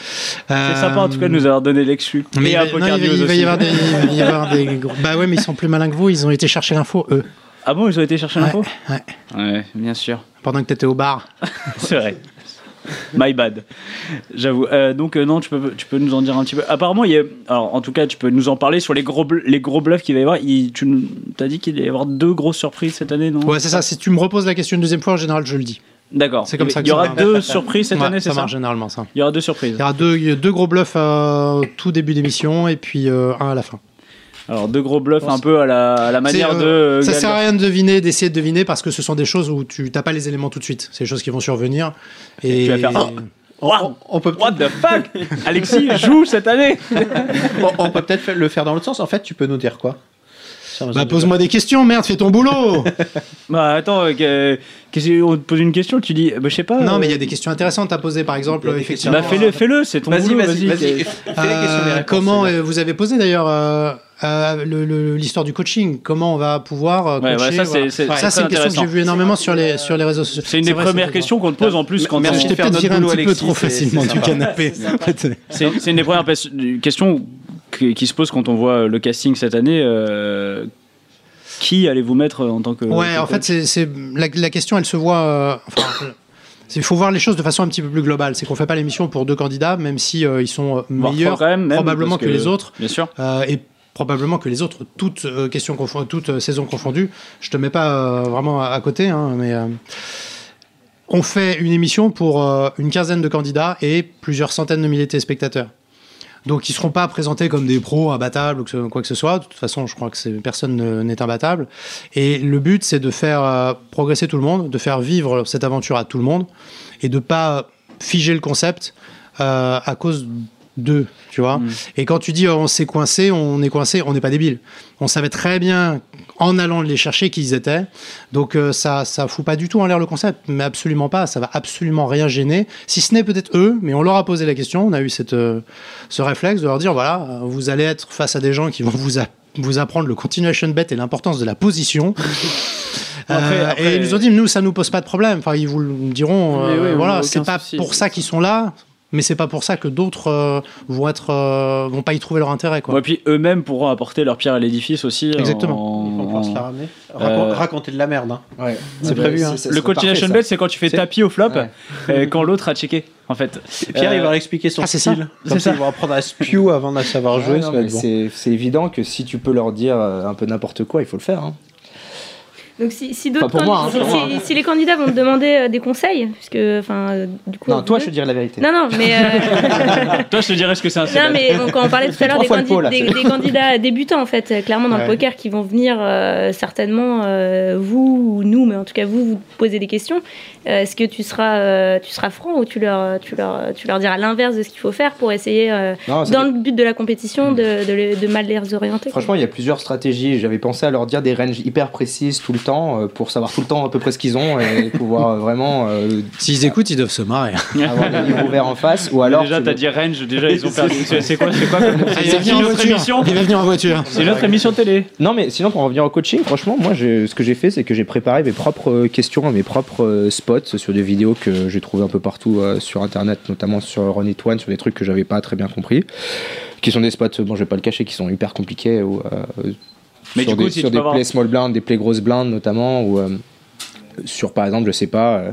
Euh,
C'est sympa en tout cas de nous avoir donné l'exclu.
Mais
Et
il va,
à Poker
euh, non, il va-
News
il va
aussi.
y avoir des, il va y avoir des gros- Bah ouais, mais ils sont plus malins que vous, ils ont été chercher l'info, eux,
Ah bon, ils ont été chercher
Ouais,
l'info
ouais.
Ouais, bien sûr.
pendant que t'étais au bar.
C'est vrai. My bad. J'avoue. Euh, donc, euh, non, tu peux, tu peux nous en dire un petit peu. Apparemment, il y a. Alors, en tout cas, tu peux nous en parler sur les gros, bl- les gros bluffs qu'il va y avoir. Il- tu nous- t'as dit qu'il allait y avoir deux grosses surprises cette année, non
Ouais, c'est ça, si tu me reposes la question une deuxième fois, en général, je le dis.
D'accord.
C'est comme
Il-
ça que
Il y
ça
aura
marche.
deux surprises cette
Ouais,
année, c'est ça
marche généralement, ça.
Il y aura deux surprises.
Il y aura deux, il y a deux gros bluffs euh, au tout début d'émission et puis euh, un à la fin.
Alors, deux gros bluffs un peu à la, à la manière
C'est,
de.
euh,
euh,
ça
Gal-
sert à rien de deviner, d'essayer de deviner parce que ce sont des choses où tu n'as pas les éléments tout de suite. C'est des choses qui vont survenir. Et, Bah,
tu vas faire, Oh Wow,
On peut
What the fuck Alexis joue cette année
on, on peut peut-être le faire dans l'autre sens. En fait, tu peux nous dire quoi Sur la maison
Bah
du
pose-moi des questions, merde, fais ton boulot.
Bah attends, euh, que- qu'est-ce que- on te pose une question, tu dis, bah, je sais pas.
non, mais il y
euh,
a des questions intéressantes à poser, par exemple, effectivement.
Bah fais-le, fais-le, c'est ton
Vas-y,
boulot,
vas-y, vas-y. Fais les questions, les
Euh,
réponses,
comment
c'est bien.
euh, vous avez posé d'ailleurs euh,
euh, le- le- l'histoire du coaching, comment on va pouvoir euh,
Ouais,
coacher.
ouais, ça, c'est-
voilà.
c'est-
Ça,
c'est
c'est une
très
question que j'ai vue énormément sur les, sur les réseaux sociaux.
C'est une des
vrai,
premières
vrai.
questions qu'on te pose en plus quand
Merci,
on-
je t'ai peut-être
notre
viré un
boulot,
petit peu
Alexis,
trop
c'est-
facilement
c'est
du
sympa.
canapé.
C'est c'est une des premières pes- questions qui, qui se pose quand on voit le casting cette année. euh, qui allez-vous mettre en tant que.
Ouais,
que
en fait,
coach
c'est c'est- la, la question, elle se voit. euh, enfin, c'est- il faut voir les choses de façon un petit peu plus globale. C'est qu'on fait pas l'émission pour deux candidats, même si euh, ils sont euh,
Voire
meilleurs
trois quand même, même,
probablement
parce
que, les autres
Bien sûr.
euh, et probablement que les autres, toutes euh, questions confondues, toutes euh, saisons confondues. Je te mets pas euh, vraiment à, à côté, hein, mais euh, on fait une émission pour euh, une quinzaine de candidats et plusieurs centaines de milliers de téléspectateurs. Donc ils seront pas présentés comme des pros imbattables ou que ce- quoi que ce soit. De toute façon, je crois que c'est- personne ne- n'est imbattable. Et le but, c'est de faire euh, progresser tout le monde, de faire vivre cette aventure à tout le monde et de pas figer le concept euh, à cause d'eux, tu vois.
Mm.
Et quand tu dis euh, on s'est coincé, on est coincé, on n'est pas débile. On savait très bien en allant les chercher qui ils étaient. Donc euh, ça ça fout pas du tout en l'air le concept, mais absolument pas. Ça va absolument rien gêner, si ce n'est peut-être eux. Mais on leur a posé la question, on a eu cette euh, ce réflexe de leur dire voilà, euh, vous allez être face à des gens qui vont vous a- vous apprendre le continuation bet et l'importance de la position.
Après-
Euh,
après-
Et ils nous ont dit nous ça nous pose pas de problème. Enfin ils vous le diront euh,
Mais oui, on a
voilà
aucun
c'est pas
souci.
pour ça qu'ils sont là, mais c'est pas pour ça que d'autres euh, vont être euh, vont pas y trouver leur intérêt quoi.
Bon, et puis eux-mêmes pourront apporter leur pierre à l'édifice aussi. euh,
Exactement.
en-
On pense la ramener. Racon-
Euh,
Raconter de la merde. hein.
Ouais.
C'est prévu, hein.
Le continuation bet, c'est quand tu fais
C'est-
tapis au flop
Ouais.
euh, quand l'autre a checké, en fait.
Pierre,
Euh,
il va leur expliquer son
ah, c'est ça.
style.
C'est
Comme
ça.
ça, ils vont apprendre à spew avant de
Ah,
savoir jouer. ça va être bon.
C'est c'est évident que si tu peux leur dire euh, un peu n'importe quoi, il faut le faire. hein.
Donc si, si d'autres
Enfin, pour moi, hein,
candidats-
pour moi,
si, si les candidats vont te demander euh, des conseils, puisque enfin euh, du coup.
Non, toi, je
vous
te
deux-
dirais la vérité.
Non, non, mais, euh,
Toi, je te dirais ce que c'est un
non,
célèbre.
mais bon, quand on parlait tout à l'heure
Trois
des,
fois le
candi-
pot, là,
des-
c'est-
des candidats débutants, en fait, euh, clairement dans
Ouais.
le poker, qui vont venir euh, certainement, euh, vous ou nous, mais en tout cas vous, vous poser des questions. Euh, Est-ce que tu seras, euh, tu seras franc ou tu leur, tu leur, tu leur diras l'inverse de ce qu'il faut faire pour essayer, euh,
Non,
Ah,
ça-
dans le but de la compétition,
Hmm.
de, de les- de mal les orienter quoi.
Franchement, il y a plusieurs stratégies. J'avais pensé à leur dire des ranges hyper précises tout le temps euh, pour savoir tout le temps à peu près ce qu'ils ont et pouvoir euh, vraiment euh,
S'ils écoutent, ils doivent se marrer.
avoir le livre ouvert en face. Ou alors,
déjà,
tu
t'as
le-
dit range, déjà, ils ont perdu. C'est c'est quoi C'est quoi comme-
il va
C'est qui
venir en
notre
voiture.
émission Hmm.
Il va venir en voiture.
C'est notre émission télé.
Non, mais sinon, pour en revenir au coaching, franchement, moi, j'ai- ce que j'ai fait, c'est que j'ai préparé mes propres euh, questions, mes propres euh, spots sur des vidéos que j'ai trouvées un peu partout euh, sur Internet, notamment sur Ron et Twan, sur des trucs que j'avais pas très bien compris, qui sont des spots, euh, bon, je vais pas le cacher, qui sont hyper compliqués, ou euh,
Mais
sur
du coup,
des,
si
sur
tu
des
peux avoir-
plays small blind, des plays grosses blindes, notamment, ou euh, sur, par exemple, je sais pas, euh,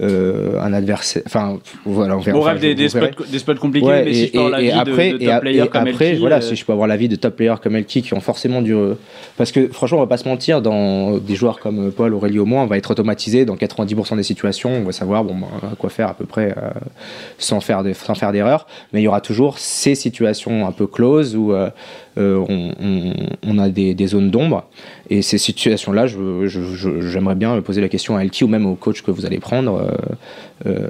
euh, un adversaire, enfin, voilà, on verra.
Bon,
enfin,
bref,
je-
des, des
vous verrez.
spots, des spots compliqués,
Ouais,
mais si je peux avoir l'avis de, de
et a-
top player
et
comme
après,
LP,
voilà,
euh,
si je peux avoir l'avis de top players comme Elki qui ont forcément du. euh, Parce que franchement, on va pas se mentir, dans euh, des joueurs comme Paul, Aurélie, au moins, on va être automatisé dans 90% des situations, on va savoir bon, ben, quoi faire à peu près euh, sans faire des- sans faire d'erreur, mais il y aura toujours ces situations un peu closes où euh, euh, on, on- on a des, des zones d'ombre. Et ces situations-là, je- je- je- j'aimerais bien poser la question à Elki ou même au coach que vous allez prendre. euh, euh,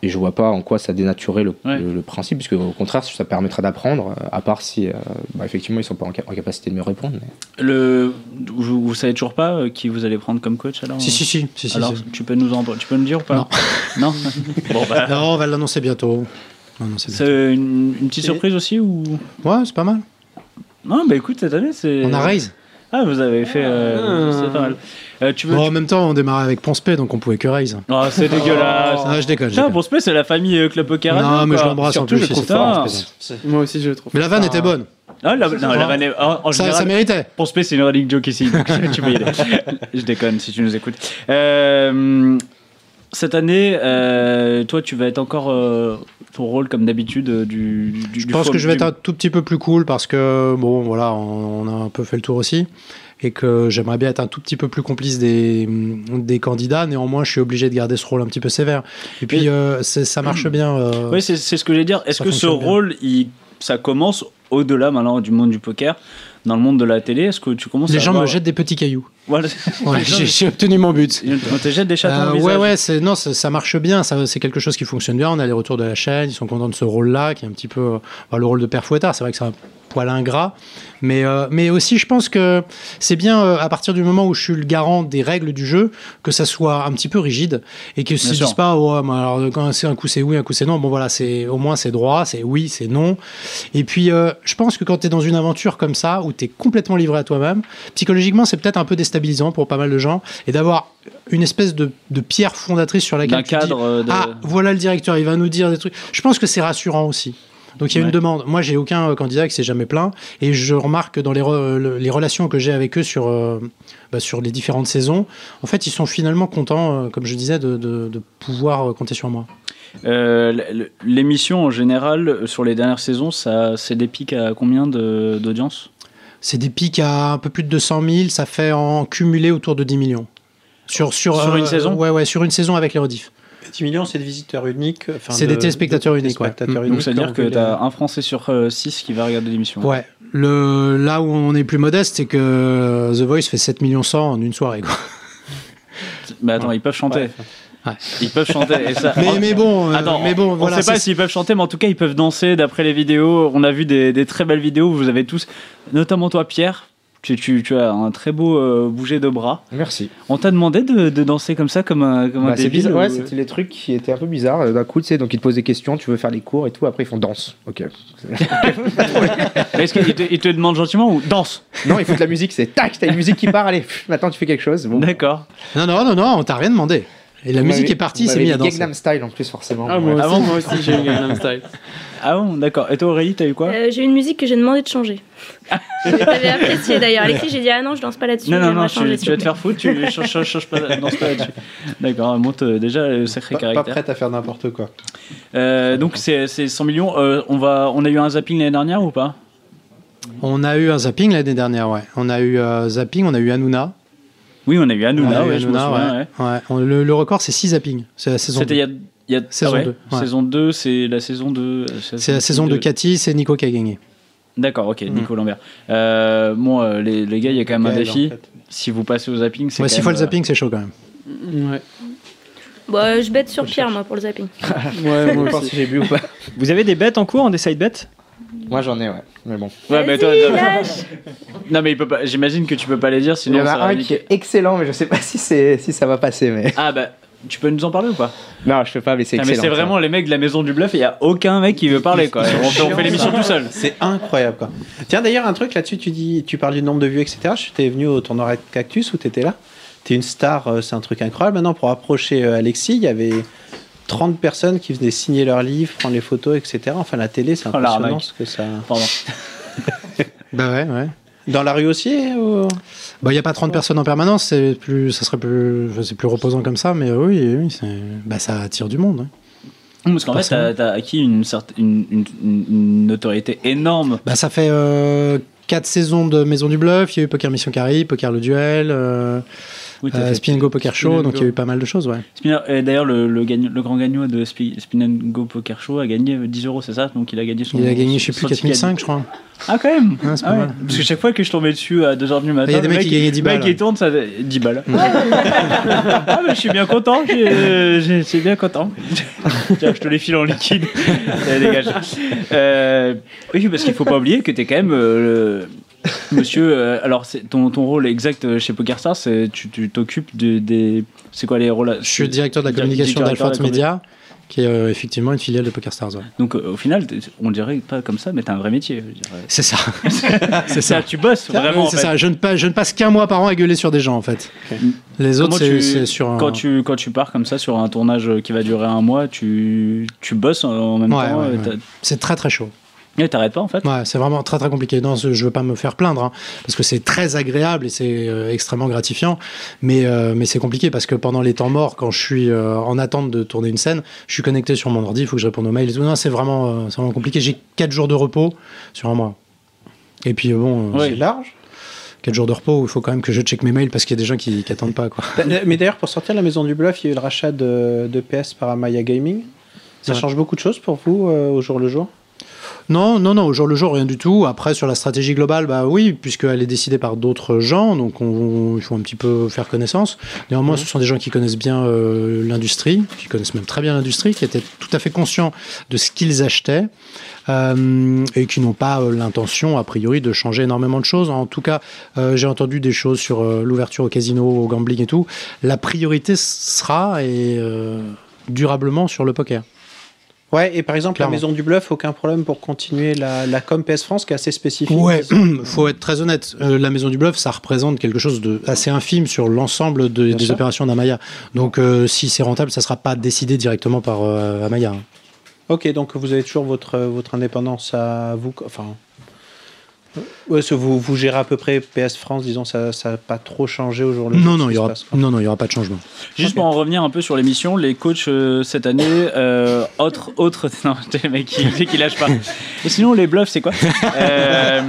et je vois pas en quoi ça dénaturait le,
Ouais.
le- le principe, puisque au contraire, ça permettra d'apprendre, euh, à part si, euh, bah, effectivement, ils sont pas en, cap- en capacité de me répondre. mais-
le, vous, vous savez toujours pas euh, qui vous allez prendre comme coach alors
Si si si si si.
Alors,
si.
tu peux nous en, tu peux nous dire ou pas
Non.
Non Bon, bah,
Non, on va l'annoncer bientôt. On va l'annoncer bientôt.
c'est une, une petite surprise aussi ou
Ouais, c'est pas mal.
Non, bah écoute, cette année, c'est.
On a raise.
Ah, vous avez fait. euh,
Ah.
c'est pas mal. Euh, tu veux.
Bon, en même temps, on démarrait avec Ponspé, donc on pouvait que raise.
Oh, c'est dégueulasse.
Ah, je déconne. je
Putain,
déconne.
pour c'est la famille euh, Club Poker.
Non,
Radio,
mais je
quoi.
l'embrasse en
Surtout,
plus,
je
c'est
trouve
fort,
ça.
parce
Moi aussi, je le trouve.
Mais la vanne était bonne.
Ah, la, non, la vanne est- en, en
Ça,
général,
ça méritait.
Pour Space, c'est une running joke ici, donc tu peux y aller. Je déconne si tu nous écoutes. Euh, cette année, euh, toi, tu vas être encore euh, ton rôle comme d'habitude euh, du, du.
Je pense que je vais être un tout petit peu plus cool parce que, bon, voilà, on, on a un peu fait le tour aussi. Et que j'aimerais bien être un tout petit peu plus complice des, des candidats. Néanmoins, je suis obligé de garder ce rôle un petit peu sévère. Et puis,
Mais-
euh, c'est- ça marche bien. euh,
Oui, c'est c'est ce que j'allais dire. Est-ce
Ça
que ce
fonctionne bien.
rôle, il, ça commence au-delà maintenant du monde du poker, dans le monde de la télé Est-ce que tu commences
les
à
gens me
avoir-
jettent des petits cailloux.
Voilà.
Ouais,
Les gens-
J'ai j'ai obtenu mon but.
On te jette des chats dans
Euh,
le
ouais,
visage.
ouais, c'est non, ça, ça marche bien. Ça, c'est quelque chose qui fonctionne bien. On a les retours de la chaîne. Ils sont contents de ce rôle-là, qui est un petit peu euh, bah, le rôle de père fouettard. C'est vrai que c'est un poil ingrat. Mais, euh, mais aussi, je pense que c'est bien euh, à partir du moment où je suis le garant des règles du jeu que ça soit un petit peu rigide et que si je
sûr.
dis pas, oh, mais alors euh, quand c'est un coup c'est oui, un coup c'est non, bon voilà, c'est au moins c'est droit, c'est oui, c'est non. Et puis euh, je pense que quand tu es dans une aventure comme ça où tu es complètement livré à toi-même, psychologiquement c'est peut-être un peu déstabilisant pour pas mal de gens et d'avoir une espèce de, de pierre fondatrice sur laquelle
D'un
tu te dis,
cadre euh, de.
ah, voilà le directeur, il va nous dire des trucs. Je pense que c'est rassurant aussi. Donc il y a
Ouais.
une demande. Moi, j'ai aucun euh, candidat qui s'est jamais plaint, et je remarque que dans les, re- le- les relations que j'ai avec eux sur euh, bah, sur les différentes saisons, en fait, ils sont finalement contents, euh, comme je disais, de, de- de pouvoir euh, compter sur moi.
Euh, l- L'émission en général, euh, sur les dernières saisons, ça c'est des pics à combien de- d'audience
C'est des pics à un peu plus de 200 000, ça fait en cumulé autour de 10 millions. Sur sur, euh,
Sur une saison
Ouais, ouais, sur une saison avec les rediffs.
10 millions, c'est des visiteurs uniques. enfin,
C'est
de-
des téléspectateurs
de-
uniques,
téléspectateurs
ouais. Mm-hmm.
uniques.
Donc c'est-à-dire
Donc,
que
il y a-
t'as un Français sur euh, six qui va regarder l'émission.
Ouais. Le, là où on est plus modeste, c'est que euh, The Voice fait 7 millions 100 en une soirée. quoi.
Mais Bah, attends, ils peuvent chanter.
Ouais.
Ils peuvent chanter. Et ça...
Mais, mais bon, euh,
Attends,
mais bon,
Ah on
voilà.
sait pas
c'est-
s'ils peuvent chanter, mais en tout cas, ils peuvent danser d'après les vidéos. On a vu des, des très belles vidéos, vous avez tous, notamment toi, Pierre. Tu, tu, tu as un très beau euh, bouger de bras.
Merci.
On t'a demandé de, de danser comme ça, comme un, comme un
Bah, c'est
débile, euh,
bizarre.
ou-
Ouais, c'était les trucs qui étaient un peu bizarres. Euh, D'un coup, tu sais, donc ils te posent des questions, tu veux faire des cours et tout. Après, ils font danse. Ok.
Mais Est-ce qu'ils te, ils te demandent gentiment ou danse
non, ils font de la musique, c'est tac, t'as une musique qui part, allez, pff, maintenant tu fais quelque chose. Bon.
D'accord.
Non, non, non, non, on t'a rien demandé. Et la
Vous
musique
m'avez-
est partie,
vous
c'est
m'avez
mis
dit
à danser.
Gangnam Style en plus, forcément.
Ah,
Ouais.
moi,
Ah
aussi,
bon
moi aussi, j'ai eu Gangnam Style.
Ah bon, d'accord. Et toi, Aurélie, t'as eu quoi
Euh, j'ai une musique que j'ai demandé de changer. J'avais apprécié d'ailleurs. Alexis, j'ai dit ah non, je danse pas là-dessus.
Ah. Non, non, non,
j'aimerais
tu,
changer,
tu vas te faire foutre, tu changes, changes, changes pas, danse pas là-dessus. D'accord, elle monte euh, déjà le sacré
Pas, pas
caractère.
prête à faire n'importe quoi.
Euh, donc c'est c'est 100 millions. Euh, on, va, on a eu un zapping l'année dernière ou pas
On a eu un zapping l'année dernière, ouais. On a eu euh, zapping, on a eu Hanouna.
Oui, on a eu
On
Hanouna,
a eu
ouais, je me
Hanouna,
souviens, ouais.
ouais. Ouais, on- le, le record, c'est 6 zappings. C'est la saison
C'était
2.
il y a. il y a-
Saison
ah ouais,
deux, ouais.
Saison 2, c'est la saison 2.
C'est la saison de Mm. Cathy, c'est Nico qui a gagné.
D'accord, ok, Nico Lambert. Euh, bon, euh, les, les gars, il y a quand même un
Gaël,
défi.
en fait.
Si vous passez au zapping, c'est.
Ouais,
quand
6 fois
même,
euh,
euh,
le zapping, c'est chaud quand même.
Ouais.
Bon, euh, je bête sur Pierre, moi, pour le zapping.
Ouais,
Je
moi
pense
aussi.
si j'ai bu ou pas.
Vous avez des bêtes en cours, des side bets
Moi, j'en ai, ouais. Mais bon.
euh, Ouais, mais toi,
Vas-y,
non,
lâche.
non, mais il peut pas. J'imagine que tu peux pas les dire,
Il y
sinon.
en
ça
a
va
un
niquer.
qui est excellent, mais je sais pas si, c'est, si ça va passer. Mais...
Ah bah. Tu peux nous en parler ou pas
Non, je peux pas, mais c'est
Ah,
excellent.
Mais c'est
ça.
vraiment les mecs de la maison du bluff et il y a aucun mec qui veut parler quoi. On fait, on fait l'émission tout seul.
C'est incroyable quoi. Tiens d'ailleurs un truc là-dessus, tu dis, tu parles du nombre de vues etc. Je t'es venu au tournoi Red Cactus où t'étais là. T'es une star, euh, c'est un truc incroyable. Maintenant pour approcher euh, Alexis, il y avait 30 personnes qui venaient signer leurs livres, prendre les photos etc. Enfin la télé c'est
Oh,
impressionnant
l'arnaque.
ce que ça.
Pardon.
Bah ouais, ouais.
Dans la rue aussi ou...
Bah, il n'y a pas 30 personnes en permanence, c'est plus, ça serait plus, c'est plus reposant comme ça, mais euh, oui, oui, c'est, bah, ça attire du monde. hein.
Non, Parce qu'en fait, t'as- t'as acquis une, certaine, une, une- une- une notoriété énorme.
Bah, ça fait 4 saisons de Maison du Bluff, il y a eu Poker Mission Carrie, Poker le Duel, euh,
Oui, t'as
euh,
fait-
Spin and Go Poker
Spin and
Show, donc euh, il y a
Go.
eu pas mal de choses, ouais.
Spinner- euh, et D'ailleurs, le, le, gagn- le grand gagnant de Spi- Spin and Go Poker Show a gagné 10 euros, c'est ça Donc il a gagné son.
Il a gagné, je sais plus,
son ticket.
4005, je crois.
Ah, quand même
Ouais, c'est pas
Ah ouais.
mal.
Parce que chaque fois que je tombais dessus à 2h du matin,
Il y a des
le
mecs qui
il-
gagnaient 10
le mec
balles.
qui tourne, ça fait 10 balles. ah, mais je suis bien content, j'ai- j'ai- c'est bien content. Tiens, je te les file en liquide. Allez, dégage. Euh, oui, parce qu'il faut pas oublier que t'es quand même euh, le- Monsieur, euh, alors c'est- ton, ton rôle exact euh, chez PokerStars, c'est tu tu t'occupes de- des. C'est quoi les rôles là
Je suis directeur de la
Dir-
communication
directeur de la
d'Alphonse Media, qui est euh, effectivement une filiale de Poker Stars. ouais.
Donc euh, au final, t'es- on dirait pas comme ça, mais t'as un vrai métier. je veux dire.
C'est ça. c'est
Ça,
ça.
tu bosses vraiment. en
c'est
fait.
ça. Je ne, passe, je ne passe qu'un mois par an à gueuler sur des gens en fait. Les
Comment
autres, c'est
tu-
c'est sur un.
Quand tu, quand tu pars comme ça sur un tournage qui va durer un mois, tu, tu bosses en- en même
Ouais,
temps.
ouais,
euh,
ouais.
t'as-
C'est très très chaud.
Ouais, t'arrêtes pas en fait.
Ouais, c'est vraiment très très compliqué. Non, je veux pas me faire plaindre hein, parce que c'est très agréable et c'est euh, extrêmement gratifiant. Mais euh, mais c'est compliqué parce que pendant les temps morts, quand je suis euh, en attente de tourner une scène, je suis connecté sur mon ordi, il faut que je réponde aux mails. et tout. Non, c'est vraiment euh, c'est vraiment compliqué. J'ai quatre jours de repos sur un mois. Et puis euh, bon, euh,
Ouais.
j'ai
C'est large.
quatre jours de repos, il faut quand même que je check mes mails parce qu'il y a des gens qui, qui attendent pas quoi.
Bah, Mais d'ailleurs pour sortir de la maison du bluff, il y a eu le rachat de, de PS par Amaya Gaming. Ça
Ouais.
change beaucoup de choses pour vous euh, au jour le jour
Non, non, non, au jour le jour, rien du tout. Après, sur la stratégie globale, bah oui, puisqu'elle est décidée par d'autres gens, donc on- on- il faut un petit peu faire connaissance. Néanmoins, ce sont des gens qui connaissent bien euh, l'industrie, qui connaissent même très bien l'industrie, qui étaient tout à fait conscients de ce qu'ils achetaient euh, et qui n'ont pas euh, l'intention, a priori, de changer énormément de choses. En tout cas, euh, j'ai entendu des choses sur euh, l'ouverture au casino, au gambling et tout. La priorité sera et euh, durablement sur le poker.
Ouais, et par exemple,
Clairement.
la Maison du Bluff, aucun problème pour continuer la, la com PS France qui est assez spécifique.
Ouais, faut être très honnête. Euh, la maison du bluff, ça représente quelque chose de assez infime sur l'ensemble de- des
sûr.
opérations d'Amaya. Donc, euh, si c'est rentable, ça sera pas décidé directement par euh, Amaya.
Ok, donc vous avez toujours votre, euh, votre indépendance à vous. co- Enfin. Ouais, ça, vous, vous gérez à peu près PS France, disons, ça n'a pas trop changé au jour le jour,
Non,
ce
non,
qui
il y
se
aura,
passe.
non, non, il y aura pas de changement.
Juste pour en revenir un peu sur l'émission, les coachs euh, cette année, euh, autre, autre, non, le mec qui, qui lâche pas. Et sinon, les bluffs, c'est quoi Euh,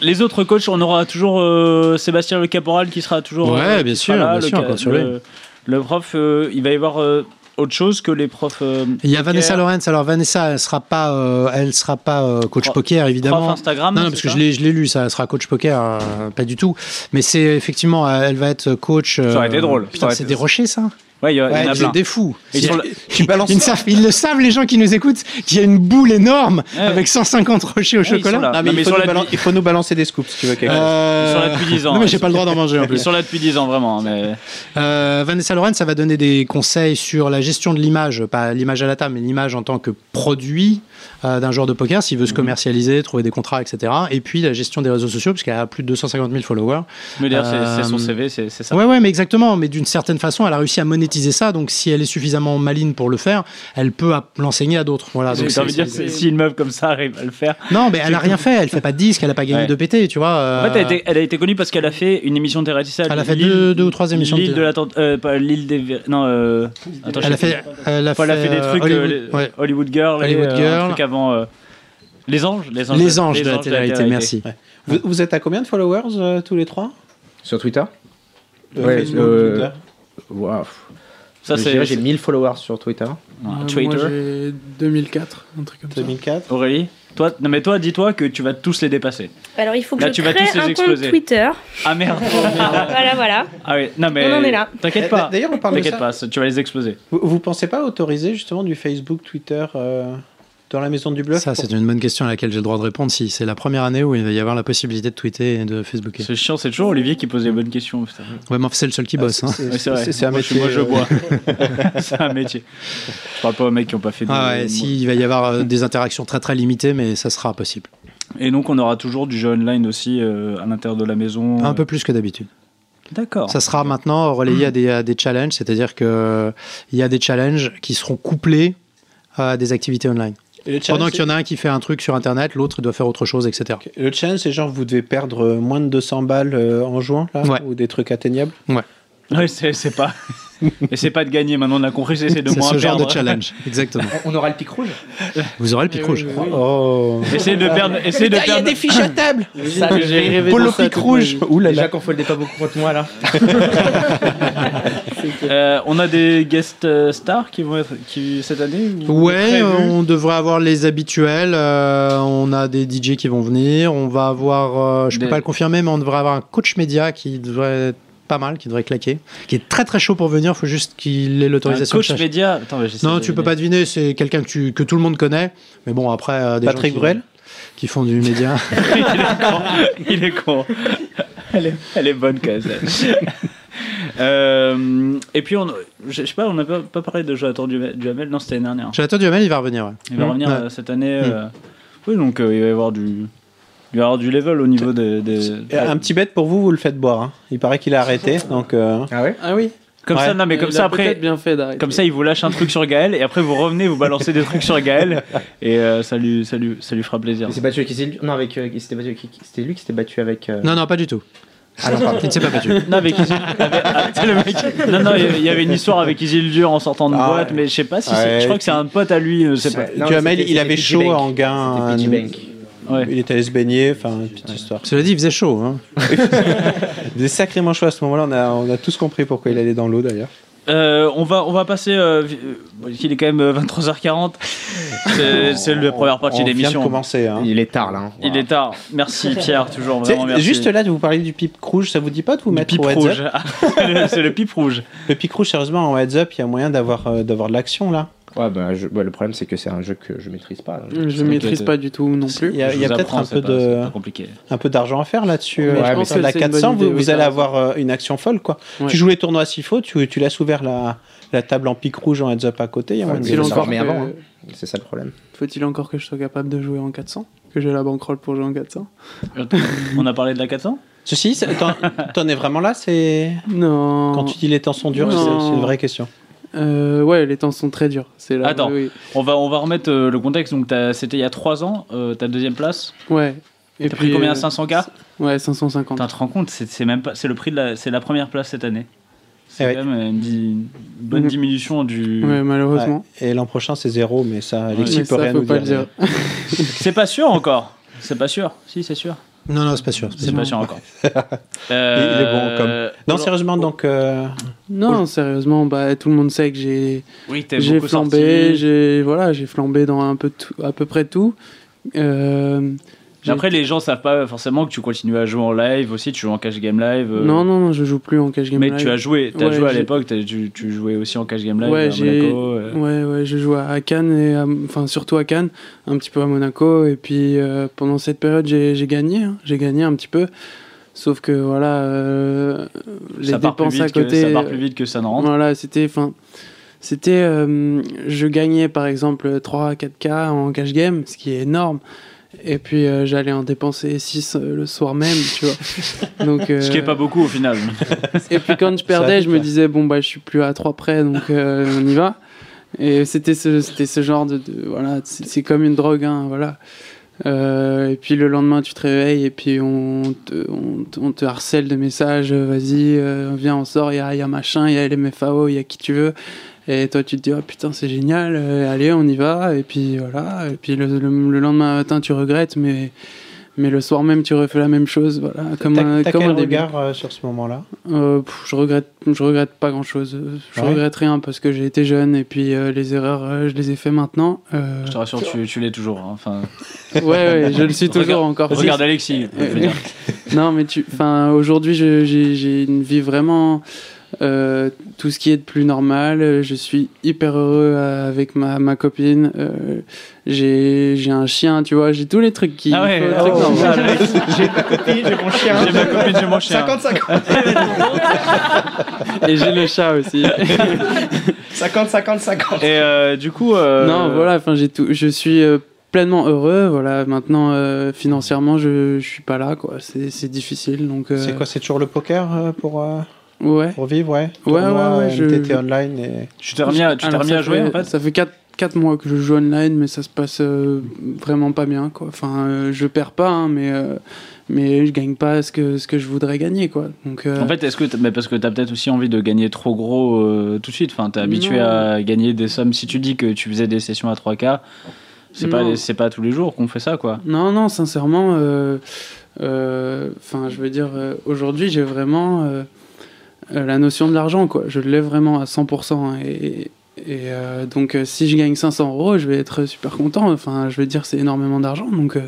Les autres coachs, on aura toujours euh, Sébastien Le Caporal qui sera toujours.
Ouais,
euh,
bien
qui sera
sûr,
là,
bien
le
sûr,
ca-
encore sur
le, le prof, euh, il va y avoir euh, autre chose que les profs. euh,
Il y a
poker,
Vanessa Lorenz. Alors Vanessa, elle sera pas, euh, elle sera pas euh, coach
Prof-
poker évidemment.
prof Instagram,
Non, non,
c'est
parce que
ça
je l'ai, je l'ai lu. Ça elle sera coach poker, euh, pas du tout. Mais c'est effectivement, euh, elle va être coach. euh,
aurait été drôle. Ça
Putain,
aurait
c'est
été-
des rochers ça.
Ouais, il y, a- il y en
Ouais,
a
c'est
plein.
des fous.
Et sur le-
Ils, le savent, ils le savent, les gens qui nous écoutent, qu'il y a une boule énorme
Ouais.
avec 150 rochers au
Ouais, ils sont
chocolat.
là.
Ah, mais
Non, mais
il, faut
sur
nous
la-
balan- il faut nous balancer des scoops si tu veux quelque chose.
Euh,
Ils sont là depuis 10 ans, hein.
Non, mais
ouais.
j'ai pas le droit d'en manger en
Ils
plus.
sont là depuis 10 ans, vraiment. hein, Mais...
Euh, Vanessa Lorenz, ça va donner des conseils sur la gestion de l'image, pas l'image à la table, mais l'image en tant que produit euh, d'un joueur de poker, s'il veut
Mhm.
se commercialiser, trouver des contrats, etc. Et puis la gestion des réseaux sociaux, puisqu'elle a plus de 250 000 followers.
Mais d'ailleurs, c'est- c'est son
Euh,
CV, c'est c'est ça.
Ouais, ouais, mais exactement. Mais d'une certaine façon, elle a réussi à monétiser ça. Donc, si elle est suffisamment maline pour le faire, elle peut app- l'enseigner à d'autres. Voilà.
J'ai
Donc,
envie de
c'est-
dire, c'est- si une meuf comme ça arrive à le faire.
Non, mais elle a rien fait. Elle fait pas de disque, elle a pas gagné
Ouais.
de PT, tu vois. euh,
En fait, elle a été, elle a été connue parce qu'elle a fait une émission de télé
Elle a fait deux- deux ou trois émissions de
L'île de la Tente- euh, pas l'île des Ver- non euh, attends,
elle
je
a
sais
fait, elle a
pas. Elle a fait des
euh,
trucs euh,
Hollywood,
les-
ouais.
Hollywood Girl, et,
Hollywood
euh, un
Girl.
truc avant euh, les anges, les anges,
Les anges de la
télé-réalité.
télé merci.
Vous, vous êtes à combien de followers euh, tous les trois
Sur Twitter
De
Ouais,
Facebook,
euh,
Twitter
Waouh.
Ça
Je
c'est
dirais, J'ai 1000 followers sur Twitter.
Ouais,
Euh,
Twitter.
Moi, j'ai 2004, un truc comme ça.
2004.
Aurélie, toi non mais toi dis-toi que tu vas tous les dépasser.
Alors il faut que
Là,
je
tu vas
crée
tous les
un
exploser.
compte Twitter.
Ah merde.
voilà, voilà.
ah oui, non mais
On en est là.
T'inquiète pas.
Eh, D'ailleurs, on parle de
T'inquiète
ça.
pas, ça- tu vas les exploser.
Vous, vous pensez pas autoriser justement du Facebook, Twitter euh, dans la Maison du Bluff
Ça,
pour-
c'est une bonne question à laquelle j'ai le droit de répondre. Si c'est la première année où il va y avoir la possibilité de tweeter et de Facebooker.
C'est chiant, c'est toujours Olivier qui pose les bonnes questions. putain.
Ouais, mais enfin, c'est le seul qui bosse. hein.
Ouais, c'est vrai.
Ah, c'est un
moi,
métier,
Je, moi, je
euh,
bois. c'est un métier. Je parle pas aux mecs qui ont pas fait. de-
Ah ouais,
de-
si, il va y avoir euh, des interactions très très limitées, mais ça sera possible.
Et donc, on aura toujours du jeu online aussi euh, à l'intérieur de la maison.
Un peu plus que d'habitude.
D'accord.
Ça sera maintenant relayé à des, à des challenges, c'est-à-dire que il y a des challenges qui seront couplés à des activités online.
Et le
Pendant
challenge,
qu'il y en a un qui fait un truc sur Internet, l'autre doit faire autre chose, etc.
c'est- le challenge, c'est genre vous devez perdre euh, moins de 200 balles euh, en jouant là,
Ouais.
ou des trucs atteignables.
Ouais, c'est c'est pas. Et c'est pas de gagner maintenant, on a compris, c'est c'est de
C'est
moins
ce genre de
perdre.
challenge, exactement.
On aura le pic rouge
Vous aurez le pic
Eh oui,
rouge.
oui, oui.
Oh.
Essayez de perdre. Essayez de
Putain, il y a
perdre.
des fiches à table.
Ça, j'ai rêvé
Polo
de ça
pic
toute
rouge.
ma vie.
Ouh là
Déjà
là.
qu'on foldait pas beaucoup contre moi là.
Euh, on a des guest euh, stars qui vont être qui, cette année ou-
Ouais,
prévus
euh, on devrait avoir les habituels. euh, on a des DJ qui vont venir. On va avoir, euh, je
Des-
peux pas le confirmer, mais on devrait avoir un coach média qui devrait être pas mal, qui devrait claquer, qui est très très chaud pour venir. faut juste qu'il ait
Un
l'autorisation. de
coach
chercher.
média. Attends, mais j'essaie
Non,
de
tu peux
deviner.
pas deviner. C'est quelqu'un que, tu- que tout le monde connaît. Mais bon, après, euh, des gens
Patrick
qui-
Bruel
qui font du média.
Il est con. Elle est, elle est bonne quand même. celle. Euh, et puis, on, je je sais pas, on n'a pas, pas parlé de Jonathan Duhamel. Duhamel, Non, c'était l'année dernière.
Jonathan Duhamel, il va revenir. ouais.
Il va
Mmh.
Mm.
revenir
Ouais.
euh, cette année. euh, Oui, donc euh, il va y avoir du. Il va y avoir du level au niveau des. des-
Et Un petit bête pour vous, vous le faites boire. hein. Il paraît qu'il a arrêté, donc. euh,
Ah ouais
Ah oui.
Comme
Ouais.
ça, non, mais comme
Il
ça
a
après.
peut-être bien fait d'arrêter.
Comme ça, il vous lâche un truc sur Gaël et après vous revenez, vous balancez des trucs sur Gaël et euh, ça, lui, ça, lui, ça lui fera plaisir.
Il s'est battu avec Isil- Non, avec. euh, il s'était battu avec- C'était lui qui s'était battu avec. euh,
Non, non, pas du tout.
Ah non, pardon.
Il ne s'est pas battu.
Non, avec Isil- avec- ah, c'est le mec. Non, non, il y avait- il y avait une histoire avec Isildur en sortant de
Ah
boîte,
ouais.
mais je sais pas si.
Ah
c'est-
ouais.
Je crois que c'est un pote à lui, euh, je sais pas.
Non,
Duhamel,
c'était-
il
c'était
avait
Piggy
chaud
Bank.
en gain.
C'était Piggy
un-
Bank.
Ouais.
Il est allé se baigner, enfin, une petite histoire.
Cela dit, il faisait chaud. hein.
Il est sacrément chaud à ce moment-là, on a, on a tous compris pourquoi il allait dans l'eau d'ailleurs.
Euh, on, va, on va passer. euh, vi- euh, bon, il est quand même euh, 23h40. C'est Oh, c'est la première partie
On
de
vient de
l'émission.
commencer, hein.
Il est tard là. hein.
Il est tard. Merci Pierre, toujours
C'est-
vraiment merci.
Juste là, de vous parler du pipe rouge, ça vous dit pas de vous
Le
mettre
pipe
au heads
rouge. Ah,
up
Le- C'est le pipe rouge.
Le pipe rouge, sérieusement, en heads up, il y a moyen d'avoir euh, d'avoir de l'action là.
Ouais, bah, je- bah, le problème c'est que c'est un jeu que je maîtrise pas. donc.
Je ne maîtrise pas du tout non
Il
plus.
y a, il y a peut-être un peu de
compliqué.
un peu d'argent à faire là-dessus.
Ouais,
euh,
je
je
pense
pense
que
la
c'est une bonne
400,
idée,
vous,
oui,
vous
t'as
allez
raison.
avoir euh, une action folle quoi.
Ouais.
Tu joues les tournois s'il faut, tu, tu laisses ouvert la, la table en pique rouge en heads up à côté. Il y a
Enfin,
moyen de-
je
Faut-il
vais
encore,
farmer
que-
avant, hein. C'est ça le problème.
faut-il encore que je sois capable de jouer en 400 Que j'ai la bankroll pour jouer en 400
On a parlé de la 400
Ceci, c'est- t'en t'en es vraiment là, c'est
Non.
quand tu dis les temps sont durs,
Non.
c'est c'est une vraie question.
Euh, ouais, les temps sont très durs. C'est là.
Attends.
oui,
on va, on va remettre euh, le contexte. Donc, t'as- c'était il y a 3 ans, euh, ta deuxième place.
oui. Ouais. Et
T'as pris combien
euh,
500K
Ouais, 550.
Putain, tu te rends compte, c'est c'est même pas, c'est le prix de la, c'est la première place cette année. C'est
Eh
quand même une, di- une bonne
Mhm.
diminution du.
Ouais, malheureusement.
Ouais. Et l'an prochain, c'est zéro, mais ça, Alexis
Mais
peut
ça,
rien
faut
nous
pas
dire.
le dire.
C'est pas sûr encore. C'est pas sûr. Si, c'est sûr.
Non, non, c'est pas sûr. c'est pas
C'est
sûr.
pas sûr encore.
Il est bon, comme. Non, sérieusement, donc. euh,
Non, sérieusement, bah, tout le monde sait que j'ai
Oui, t'es
j'ai
beaucoup
flambé,
sorti.
j'ai voilà, j'ai flambé dans un peu tout, à peu près tout. Euh, j'ai-
Après, les gens savent pas forcément que tu continues à jouer en live aussi. Tu joues en cash game live. euh,
non, non, non, je joue plus en cash game.
Mais
live.
tu as joué, t'as
Ouais,
joué à
j'ai-
l'époque, t'as- tu, tu jouais aussi en cash game live
Ouais,
à
j'ai-
Monaco. euh.
Ouais, ouais, je joue à Cannes, et à- enfin surtout à Cannes, un petit peu à Monaco. Et puis euh, pendant cette période, j'ai j'ai gagné, hein, j'ai gagné un petit peu. Sauf que voilà, euh, les
ça part plus
dépenses
vite
à côté. euh,
que ça part plus vite que ça ne rentre.
Voilà, c'était. Enfin, c'était. euh, je gagnais par exemple 3 4K en cash game, ce qui est énorme. Et puis euh, j'allais en dépenser 6 le soir même, tu vois. Donc,
Ce qui est
euh,
pas beaucoup au final.
et puis quand je perdais, je me disais bon bah je suis plus à 3 près donc euh, on y va. Et c'était ce c'était ce genre de, de- voilà c'est c'est comme une drogue hein, voilà. Euh, et puis le lendemain tu te réveilles et puis on te, on, te- on te harcèle de messages euh, vas-y euh, viens on sort il y a, il y a machin il y a les MFAO il y a qui tu veux et toi tu te dis oh putain c'est génial euh, allez on y va et puis voilà et puis le, le- le lendemain matin tu regrettes mais mais le soir même tu refais la même chose voilà comme un,
T'as t'as
comme
quel
un début.
regard euh, sur ce moment-là
Euh, pff, je regrette, je regrette pas grand chose. Je
Ouais.
regrette rien parce que j'ai été jeune et puis euh, les erreurs, euh, je les ai fait maintenant. Euh,
Je te rassure, tu, tu l'es toujours. hein. Enfin,
ouais, ouais, je le suis toujours
Regarde-
encore.
regarde Alexis.
Euh,
je veux dire.
non, mais tu, enfin, aujourd'hui, je- j'ai j'ai une vie vraiment euh, tout ce qui est de plus normal. Je suis hyper heureux euh, avec ma, ma copine. Euh, j'ai j'ai un chien, tu vois. J'ai tous les trucs qui.
Ah ouais,
les
oh,
trucs normaux.
génial, Alex. j'ai ma copine, j'ai mon chien.
55
Et j'ai le chat aussi.
50, 50, 50.
Et euh, du coup. euh,
Non, voilà, enfin, j'ai tout. Je suis euh, pleinement heureux. Voilà, maintenant, euh, financièrement, je, je suis pas là, quoi. C'est c'est difficile, donc. euh,
C'est quoi C'est toujours le poker euh, pour, euh,
Ouais.
pour vivre, ouais
Ouais,
Tournoi,
ouais, ouais, je-
MTT online et.
Tu t'es remis à, tu t'es
Alors,
remis
ça
à jouer
fait-
en fait
Ça fait 4, mois que je joue online, mais ça se passe euh, vraiment pas bien, quoi. Enfin, euh, je perds pas, hein, mais. euh, mais je gagne pas ce que, ce que je voudrais gagner, quoi. Donc, euh,
En fait, est-ce que t'as- mais parce que t'as peut-être aussi envie de gagner trop gros euh, tout de suite. Enfin, t'es habitué
Non.
à gagner des sommes. Si tu dis que tu faisais des sessions à 3K, c'est pas
Non.
c'est pas tous les jours qu'on fait ça quoi.
Non, non, sincèrement, euh, euh, enfin, je veux dire, euh, aujourd'hui, j'ai vraiment euh, euh, la notion de l'argent, quoi. Je l'ai vraiment à 100%. hein, Et, et euh, donc, euh, si je gagne 500 euros, je vais être super content. Enfin, je veux dire, c'est énormément d'argent. Donc, euh,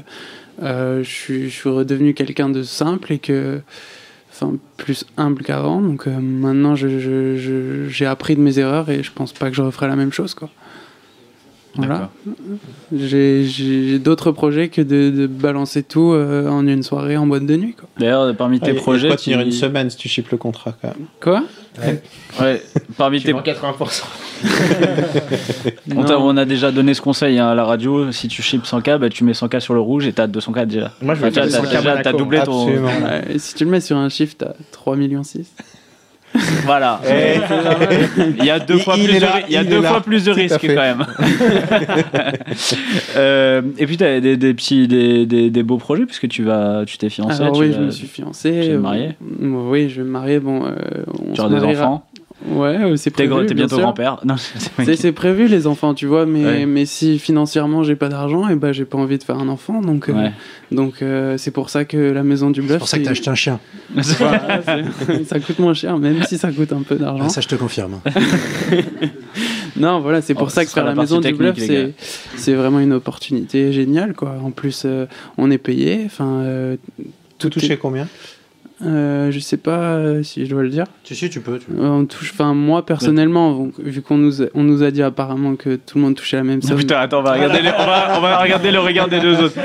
euh, je, suis, je suis redevenu quelqu'un de simple et que. Enfin, plus humble qu'avant. Donc, euh, maintenant, je- je- je- j'ai appris de mes erreurs et je pense pas que je referai la même chose, quoi. Voilà.
D'accord.
J'ai- J'ai d'autres projets que de, de balancer tout euh, en une soirée en boîte de nuit. Quoi,
D'ailleurs, parmi tes
Il faut
projets,
pas tenir
tu-
une semaine Ben, si tu chips le contrat quand même.
quoi
Ouais, parmi tes
80%.
On, t'a- on a déjà donné ce conseil hein, à la radio. Si tu chips 100K, bah, tu mets 100K sur le rouge et t'as 200K déjà.
Moi, je
Enfin, Bah,
vais
t'as,
faire
t'as
100
déjà- t'as doublé ton.
Absolument.
Ouais, et Si tu le mets sur un chiffre, t'as 3,6 millions.
Voilà. Il y a deux
Il-
fois
Eh, il
plus
est
de
là,
ri- il y a
il
deux
est là.
fois plus de
Tout à
risques quand
fait.
même. Euh, et puis t'as des, des petits des, des- des beaux projets puisque tu vas tu t'es fiancé.
Alors
Ah tu
oui,
vas-
je me suis fiancé.
tu vas te
euh,
marier
euh, Oui, je vais me marier. Bon, euh, on
Tu
se
auras des
mariera-
enfants.
Ouais, euh, c'est
T'es
prévu.
gr- t'es
bien
bientôt
sûr.
grand-père. Non, c'est
C'est c'est prévu les enfants, tu vois, mais,
Ouais.
mais si financièrement j'ai pas d'argent, et ben j'ai pas envie de faire un enfant, donc euh,
Ouais.
donc euh, c'est pour ça que la maison du bluff.
C'est pour ça que t'as acheté un chien.
Voilà, c'est- ça coûte moins cher, même si ça coûte un peu d'argent.
Ah, ça, je te confirme.
Non, voilà, c'est pour
Oh,
ça que
ce sera
faire la
la partie
maison du bluff,
technique, les
c'est c'est vraiment une opportunité géniale, quoi. En plus, euh, on est payé, enfin. euh,
Tout
est-
touché combien
euh, je sais pas euh, si je dois le dire.
Tu si, tu peux. tu-
Euh, On touche, enfin moi personnellement, vu- vu qu'on nous a, on nous a dit apparemment que tout le monde touchait la même somme.
Putain, attends, on va regarder, les- on va, on va regarder le regard des deux autres.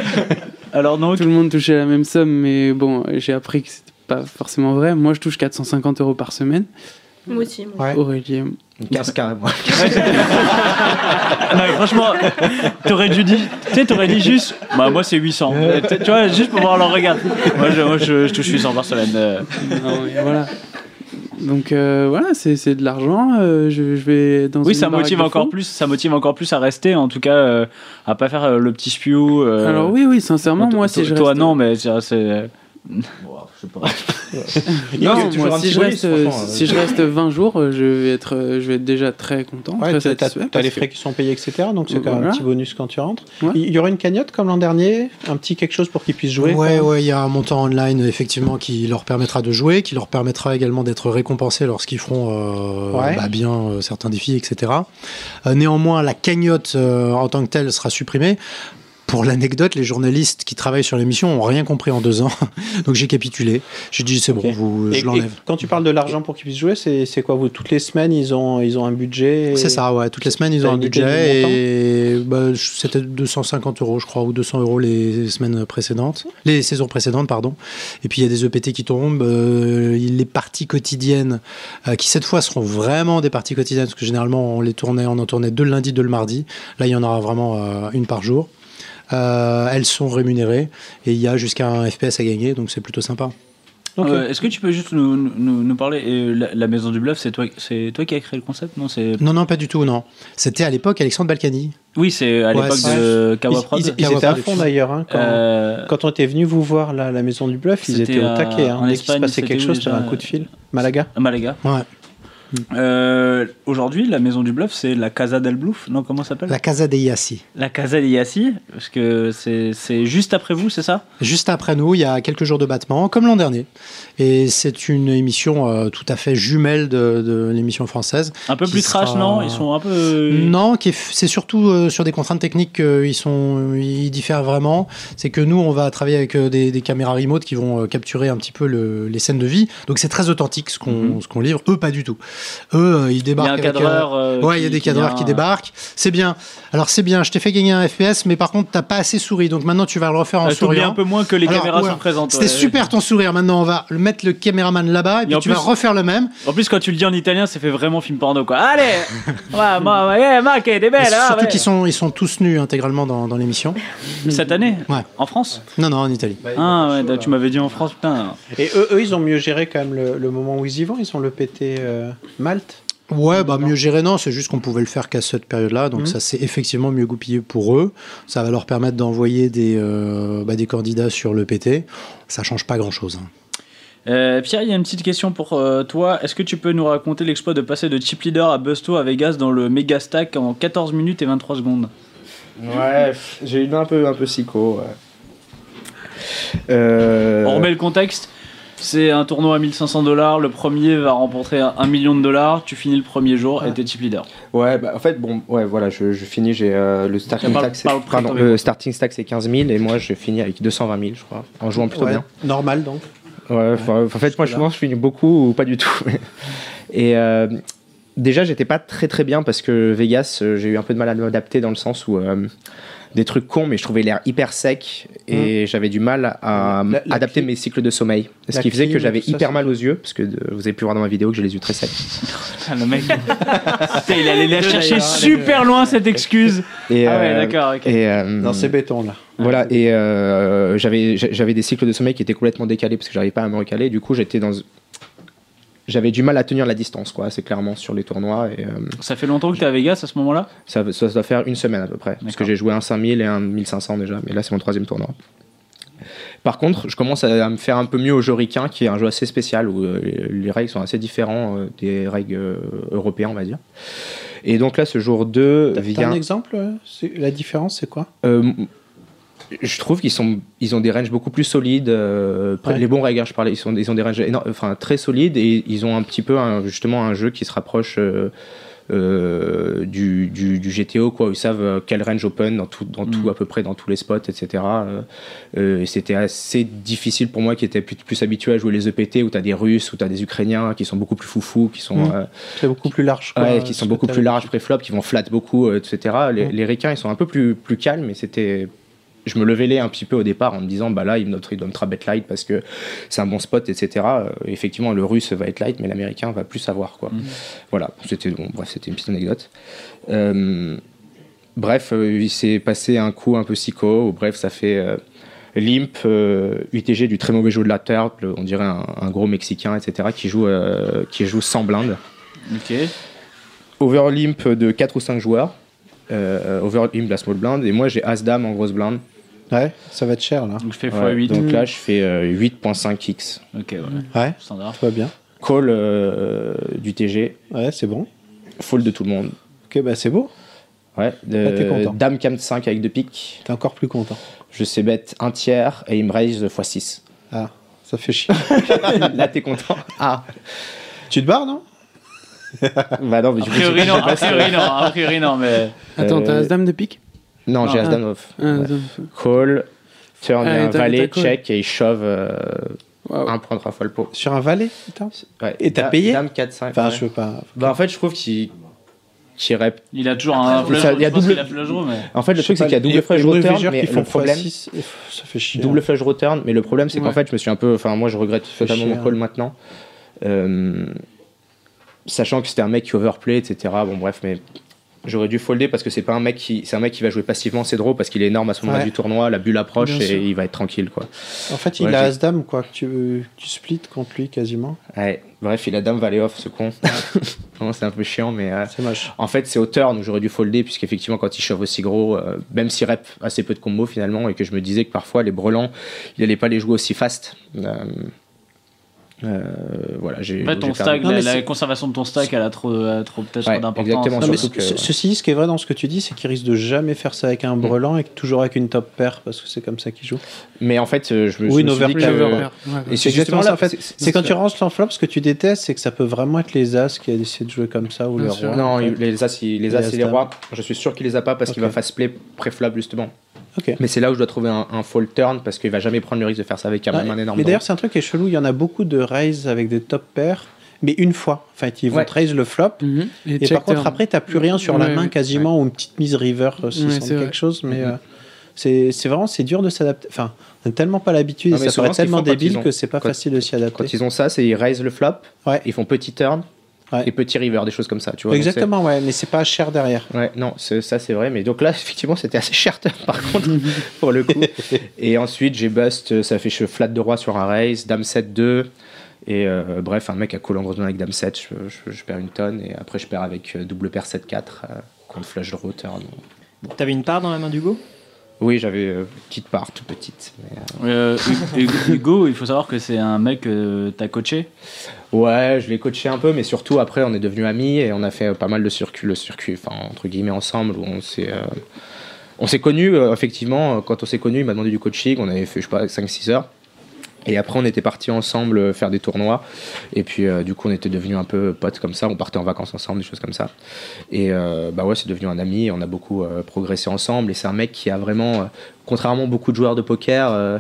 Alors non,
Tout le monde touchait la même somme, mais bon, j'ai appris que c'était pas forcément vrai. Moi, je touche 450 euros par semaine.
Moi aussi. moi.
Ouais.
Aurélie,
Une casse carrément.
Non, mais franchement, t'aurais dû dire, tu sais, t'aurais dit juste, bah moi c'est 800. Euh, Tu tu vois, juste pour voir leur regard. Moi je, moi, je, je touche 800 par semaine. euh.
Non, et voilà. Donc euh, voilà, c'est c'est de l'argent. euh, je, je vais dans
Oui,
une
ça
baraque
motive
de
encore
fous.
plus, ça motive encore plus à rester, en tout cas, euh, à pas faire euh, le petit spew. euh,
Alors oui, oui, sincèrement, moi, si
to-
je
Toi
reste-
non, mais c'est- euh, c'est.
Non,
Il y a
moi,
toujours un
si,
petit
je
bonus,
reste, euh,
franchement,
si je reste 20 jours, euh, je vais être, euh, je vais être déjà très content,
Ouais,
très
t'as- t'as
satisfait.
t'as les
parce que-
frais qui sont payés, etc. Donc c'est quand même
Voilà.
un petit bonus quand tu rentres.
Ouais.
Il y aura une cagnotte comme l'an dernier, un petit quelque chose pour qu'ils puissent jouer.
Ouais, ouais, il y a un montant online effectivement qui leur permettra de jouer, qui leur permettra également d'être récompensés lorsqu'ils feront euh,
Ouais.
bah, bien euh, certains défis, etc. Euh, néanmoins, la cagnotte euh, en tant que telle sera supprimée. Pour l'anecdote, les journalistes qui travaillent sur l'émission ont rien compris en deux ans, donc j'ai capitulé. J'ai dit c'est bon,
Ok.
vous,
Et,
je l'enlève.
et quand tu parles de l'argent pour qu'ils puissent jouer, c'est c'est quoi vous Toutes les semaines, ils ont, ils ont un budget et-
C'est ça, ouais. Toutes les semaines, ils
T'as
ont un
une idée du
budget et bah, je- c'était 250 euros, je crois, ou 200 euros les semaines précédentes, les saisons précédentes, pardon. Et puis il y a des EPT qui tombent, euh, les parties quotidiennes euh, qui cette fois seront vraiment des parties quotidiennes parce que généralement on les tournait, on en tournait deux le lundi, deux le mardi. Là, il y en aura vraiment euh, une par jour. Euh, elles sont rémunérées et il y a jusqu'à un FPS à gagner, donc c'est plutôt sympa.
Ok.
Euh, Est-ce que tu peux juste nous, nous, nous parler et euh, la, la maison du bluff, c'est toi, c'est toi qui as créé le concept, non C'est
Non, non, pas du tout, non. C'était à l'époque Alexandre Balkany.
oui, c'est à
Ouais,
l'époque
c'est-
de
Ils,
Kawa Prod.
ils- ils étaient à fond d'ailleurs. hein, quand,
Euh,
quand on était venu vous voir là, à la maison du bluff, ils
C'était
étaient au
à-
taquet. hein.
en
Dès qu'il se
Espagne,
passait quelque
c'était où
chose, t'avais un
déjà
coup de fil. Malaga
à Malaga.
Ouais.
Euh, Aujourd'hui, la maison du bluff, c'est la Casa del Bluff. Non, comment ça s'appelle
La Casa de Yassi.
La Casa de Yassi, parce que c'est c'est juste après vous, c'est ça
Juste après nous, il y a quelques jours de battement, comme l'an dernier. Et c'est une émission euh, tout à fait jumelle de, de l'émission française.
Un peu
Qui
plus trash,
sera-
non Ils sont un peu. euh,
Non, qui est f- c'est surtout euh, sur des contraintes techniques qu'ils sont, ils diffèrent vraiment. C'est que nous, on va travailler avec euh, des, des caméras remote qui vont euh, capturer un petit peu le- les scènes de vie. Donc c'est très authentique ce qu'on
Mhm.
ce qu'on livre. Eux, pas du tout. Eux, euh, ils
Il y
débarquent.
a un
avec, euh,
cadreur. euh,
Ouais,
qui-
il y a des
qui
cadreurs
vient,
qui
euh,
débarquent. C'est bien. Alors c'est bien, je t'ai fait gagner un FPS, mais par contre, t'as pas assez souri. Donc maintenant, tu vas le refaire en
euh, t'oublies
souriant.
un peu moins que les
Alors,
caméras
ouais,
sont présentes.
C'était
ouais.
super ton sourire. Maintenant, on va le mettre le caméraman là-bas et puis
en
tu vas
plus-
refaire le même.
En plus, quand tu le dis en italien, ça fait vraiment film porno, quoi. Allez Ouais, ma, ouais, ma, qui est des
Et
belles, hein,
surtout
ouais.
qu'ils sont, ils sont tous nus intégralement dans, dans l'émission.
Cette année
Ouais.
En France
Non, non, en Italie.
Ah, ouais, tu m'avais dit en France, putain.
Et eux, eux, ils ont mieux géré quand même le, le moment où ils y vont. Ils ont le PT euh, Malte.
Ouais, bah mieux géré, non. C'est juste qu'on pouvait le faire qu'à cette période-là. Donc
Mhm.
ça, c'est effectivement mieux goupillé pour eux. Ça va leur permettre d'envoyer des, euh, bah, des candidats sur le PT. Ça change pas grand-chose. hein.
Euh, Pierre, il y a une petite question pour euh, toi. Est-ce que tu peux nous raconter l'exploit de passer de chip leader à Busto à Vegas dans le méga stack en 14 minutes et 23 secondes
Ouais, pff, j'ai une un peu, un peu psycho. ouais. Euh,
On remet le contexte. C'est un tournoi à 1500 dollars. Le premier va remporter un un million de dollars. Tu finis le premier jour et t'es chip leader.
Ouais, bah, en fait, bon, ouais, voilà, je, je finis, j'ai euh, le starting
Parle-
stack, c'est,
parle-
pardon,
parle-
le starting stack c'est 15 000 et moi je finis avec 220 000, je crois, en jouant plutôt
Ouais,
bien.
Normal donc.
Ouais, enfin, en fait, moi je pense que je finis beaucoup ou pas du tout. et euh, déjà, j'étais pas très très bien parce que Vegas, euh, j'ai eu un peu de mal à m'adapter dans le sens où euh, des trucs cons, mais je trouvais l'air hyper sec et j'avais du mal à
Hmm. La- la
adapter
clim-
mes cycles de sommeil. Ce
la
qui faisait
clim
que
et
j'avais
tout ça,
hyper
c'est-
mal aux yeux, parce que euh, vous avez pu voir dans ma vidéo que j'ai les yeux très secs.
Putain, le mec. Putain, il allait la chercher
d'ailleurs,
super loin cette excuse.
Et,
Ah ouais,
euh,
d'accord, ok.
Et, euh,
Non, c'est béton là.
Voilà, et euh, j'avais j'a- j'avais des cycles de sommeil qui étaient complètement décalés parce que j'arrivais pas à me recaler. Du coup, j'étais dans. J'avais du mal à tenir la distance, quoi. C'est clairement sur les tournois. Et, euh,
Ça fait longtemps que t'es à Vegas à ce moment-là
ça, ça doit faire une semaine à peu près. Parce que
D'accord.
j'ai joué un 5000 et un 1500 déjà. Mais là, c'est mon troisième tournoi. Par contre, je commence à, à me faire un peu mieux au jeu ricain, qui est un jeu assez spécial, où euh, les règles sont assez différentes euh, des règles euh, européennes, on va dire. Et donc là, ce jour 2
T'as t'as
vient...
un exemple euh, c'est- La différence, c'est quoi
Euh, je trouve qu'ils sont, ils ont des ranges beaucoup plus solides. euh, pr-
Ouais.
Les bons régars, je parlais, ils, sont, ils ont des ranges éno- enfin, très solides et ils ont un petit peu un- justement un jeu qui se rapproche euh, euh, du, du- du GTO, quoi. où Ils savent euh, quelle range open dans tout, dans
Mm.
tout à peu près dans tous les spots, etc. Euh, euh, et c'était assez difficile pour moi qui était plus, plus habitué à jouer les EPT où t'as des Russes, où t'as des Ukrainiens qui sont beaucoup plus foufous, qui sont
Mm.
euh,
C'est beaucoup plus large. quoi,
Ouais,
euh,
qui
ce
sont
que
beaucoup
t'as
plus
vu.
larges, pré-flop, qui vont flat beaucoup, euh, etc. Les,
Mm.
les requins, ils sont un peu plus, plus calmes, mais c'était. Je me levais les un petit peu au départ en me disant, bah là, il me il doit me tra- bet light parce que c'est un bon spot, etc. Euh, effectivement, le russe va être light, mais l'américain va plus savoir,
Mm.
quoi. Voilà, c'était bon, bref, c'était une petite anecdote. Euh, bref, euh, il s'est passé un coup un peu psycho. Bref, ça fait euh, Limp, euh, UTG du très mauvais jeu de la table, on dirait un, un gros mexicain, etc., qui joue, euh, qui joue sans blinde.
Ok.
Overlimp de 4 ou 5 joueurs. Euh, Overlimp la small blind. Et moi, j'ai As-Dame en grosse blind.
Ouais, ça va être cher là.
Donc je fais
Ouais,
x8.
Mm.
donc là, je fais euh, 8.5x.
Ok, ouais.
Ouais,
Standard.
tout va bien.
Call euh, du TG.
Ouais, c'est bon.
Fold de tout le monde.
Ok, bah c'est beau.
Ouais, de-
Ah, t'es content.
Dame cam 5 avec deux piques.
T'es encore plus content.
Je sais bête un tiers et il me raise x6.
Ah, ça fait chier.
Là, t'es content. Ah,
tu te barres, non
bah non, mais du
A
coup, j'ai-
priori non, a priori non, a priori non, mais.
Attends, t'as
Euh,
As-Dame de pique
Non, j'ai
Ah.
As-Dame off.
Ah,
Ouais.
As-Dame.
Call, turn,
Ah,
euh,
Allez, t'as-
valet,
t'as call.
check et il shove euh,
Waouh.
1.3 fois le pot.
Sur un valet putain
Ouais.
Et t'as
Dame-
payé
Dame 4, 5.
Enfin, je veux pas.
Bah, en fait, je trouve qu'il qu'il rep-
Il a toujours un
Ça- il y a
flush draw.
double-
Il a flush draw, mais.
En fait, le
Je sais
truc, c'est
pas,
qu'il y a
les-
double flush
les mauvais
return,
joueurs
mais
qui font
le problème,
x6, et pff, ça fait chier.
double flush return, mais le problème, c'est qu'en
Ouais.
fait, je me suis un peu, enfin, moi, je regrette totalement
chier,
mon call maintenant. Euh, sachant que c'était un mec qui overplay, etc. Bon, bref, mais j'aurais dû folder parce que c'est pas un mec qui, c'est un mec qui va jouer passivement, c'est drôle parce qu'il est énorme à ce moment-là
Ouais.
du tournoi, la bulle approche
Bien
et
sûr.
il va être tranquille, quoi.
En fait, il
Ouais,
a
j'ai-
As-Dame, quoi, que tu, tu splits contre lui quasiment.
Ouais. Bref, il a dame valet off, ce con. Non, c'est un peu chiant, mais. euh,
C'est moche.
En fait, c'est au turn où j'aurais dû folder, puisqu'effectivement, quand il shove aussi gros, euh, même s'il rep assez peu de combos finalement, et que je me disais que parfois les brelans, il n'allait pas les jouer aussi fast. Euh, euh, voilà, j'ai.
En fait, ton
j'ai
stack,
perdu.
Non,
la,
mais
la
c'est-
conservation de ton stack, elle a trop, elle a trop peut-être
Ouais,
trop d'importance.
exactement,
Non,
surtout
mais ce-
que-
ce- ceci dit, ce qui est vrai dans ce que tu dis, c'est qu'il risque de jamais faire ça avec un brelan et que toujours avec une top paire parce que c'est comme ça qu'il joue.
Mais en fait, euh, je me,
Oui,
je
une
me suis dit
overpair.
que-
Une
Overpair. Ouais,
Et
ouais.
c'est justement
ça,
là,
en fait.
c'est-
C'est quand tu ranges ton flop, ce que tu détestes, c'est que ça peut vraiment être les As qui a décidé de jouer comme ça ou
Bien
le
sûr.
roi.
Non,
en fait.
il- les as, il- les as,
Les
et les
As-Dames.
rois, je suis sûr qu'il les a pas parce qu'il
Ok.
va fast play pré-flop justement.
Ok.
Mais c'est là où je dois trouver un, un fold turn parce qu'il va jamais prendre le risque de faire ça avec quand même
Ouais.
un énorme.
mais
draw.
d'ailleurs, c'est un truc qui est chelou. Il y en a beaucoup de raises avec des top pairs, mais une fois. Enfin, ils vont
Ouais.
te raise le flop.
Mhm.
Et, par
check
contre,
turn.
après, t'as plus rien sur la
Ouais,
main
ouais.
quasiment, ou une petite mise river euh, s'ils
Ouais,
sentent
c'est
quelque
vrai. Mm-hmm.
chose. Mais euh, c'est c'est vraiment, c'est dur de s'adapter. Enfin, on n'a tellement pas l'habitude
Non,
et
mais
ça
souvent,
paraît
ce qu'ils
tellement
font quand
débile
ils ont-
que c'est pas
quand-
facile de s'y adapter.
Quand ils ont ça, c'est ils raise le flop,
Ouais.
ils font petit turn,
Ouais.
et petit river, des choses comme ça, tu vois. donc c'est-
Exactement, ouais, mais c'est pas cher derrière.
Ouais, non, c'est- ça c'est vrai, mais donc là, effectivement, c'était assez cher, par contre, pour le coup. Et ensuite, j'ai bust, euh, ça fait che- flat de roi sur un raise, dame 7-2, et euh, bref, un mec a call en gros main avec dame 7, je, je- je perds une tonne, et après, je perds avec euh, double paire 7-4, euh, contre flush de router.
T'avais une part dans la main d'Hugo
Oui, j'avais euh, petite part, toute petite. mais, euh,
Euh, Hugo- Hugo, il faut savoir que c'est un mec que t'as coaché.
Ouais, je l'ai coaché un peu, mais surtout après, on est devenus amis et on a fait euh, pas mal de circuits, le circuit, enfin, entre guillemets, ensemble, où on s'est. euh, on s'est connus, euh, effectivement, euh, quand on s'est connus, il m'a demandé du coaching, on avait fait, je sais pas, 5-6 heures. Et après, on était partis ensemble euh, faire des tournois. Et puis, euh, du coup, on était devenus un peu potes comme ça. On partait en vacances ensemble, des choses comme ça. Et euh, bah ouais, c'est devenu un ami. On a beaucoup euh, progressé ensemble. Et c'est un mec qui a vraiment, euh, contrairement à beaucoup de joueurs de poker, euh,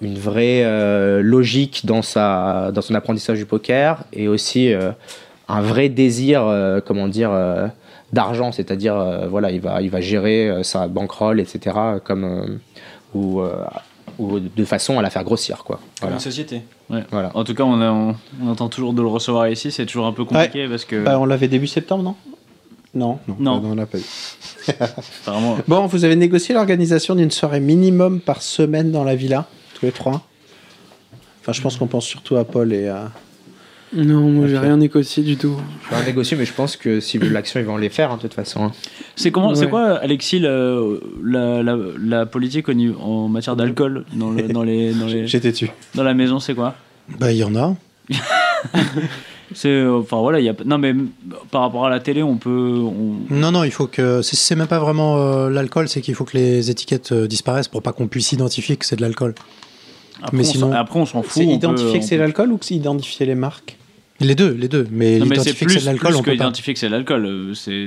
une vraie euh, logique dans, sa, dans son apprentissage du poker et aussi euh, un vrai désir, euh, comment dire, euh, d'argent. C'est-à-dire, euh, voilà, il va, il va gérer euh, sa bankroll, etc. Comme, euh, ou, euh, ou de façon à la faire grossir, quoi. Voilà.
société.
Voilà.
En tout cas, on, a- on, on entend toujours de le recevoir ici. C'est toujours un peu compliqué parce que
Bah, on l'avait début septembre, non non,
Non.
on l'a pas eu.
apparemment,
Bon, vous avez négocié l'organisation d'une soirée minimum par semaine dans la villa, tous les trois. Enfin, je pense qu'on pense surtout à Paul et à,
Non, moi j'ai rien négocié du tout.
Je vais négocier, mais je pense que s'ils veulent l'action, ils vont les faire hein, de toute façon. hein.
C'est comment,
Ouais.
c'est quoi, Alexis, la, la, la- la politique au niveau- en matière d'alcool dans, le- dans, les, dans, les,
J'étais dessus.
dans la maison C'est quoi
Bah, il y en a.
C'est euh, enfin voilà, il y a non mais m- par rapport à la télé, on peut on-
Non, non, il faut que. C'est c'est même pas vraiment euh, l'alcool, c'est qu'il faut que les étiquettes euh, disparaissent pour pas qu'on puisse identifier que c'est de l'alcool.
après,
Mais
on s'en-
sinon-
après, on s'en fout.
C'est
on peut-
identifier
on
que c'est
peut-
l'alcool ou que c'est identifier les marques
Les deux, les deux. Mais
Non mais c'est
l'identifier que c'est
plus,
de l'alcool,
plus
on
que
peut pas.
identifier que c'est de l'alcool. euh, C'est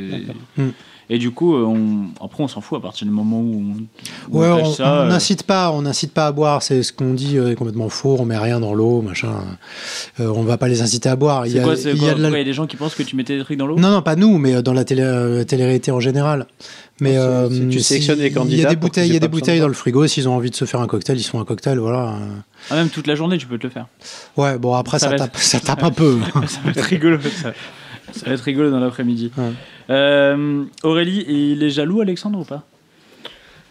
Hmm.
et du coup, euh, on... après on s'en fout à partir du moment où on, où
Ouais,
on
on
cache ça.
on
euh,
n'incite pas, on n'incite pas à boire. C'est ce qu'on dit euh, est complètement faux. On met rien dans l'eau, machin. Euh, on va pas les inciter à boire. Il y
C'est
a,
quoi c'est
il
quoi
y a de l'al-
Pourquoi il y a des gens qui pensent que tu mettais des trucs dans l'eau
Non, non, pas nous, mais euh, dans la télé, euh, télé-réalité en général. Mais
Ah, C'est-
euh,
c'est- tu
si-
sélectionnes les
Il y a
candidats
des
pour
bouteilles,
qu'ils
il y
aient
a des
pas besoin de
bouteilles
boire.
dans le frigo. S'ils ont envie de se faire un cocktail, ils se font un cocktail. Voilà.
Ah, même toute la journée, tu peux te le faire.
Ouais, bon après
Ça
ça,
reste-
tape, ça tape un peu. hein.
ça va être rigolo ça. Ça va être rigolo dans l'après-midi.
Ouais.
Euh, Aurélie, il est jaloux Alexandre ou pas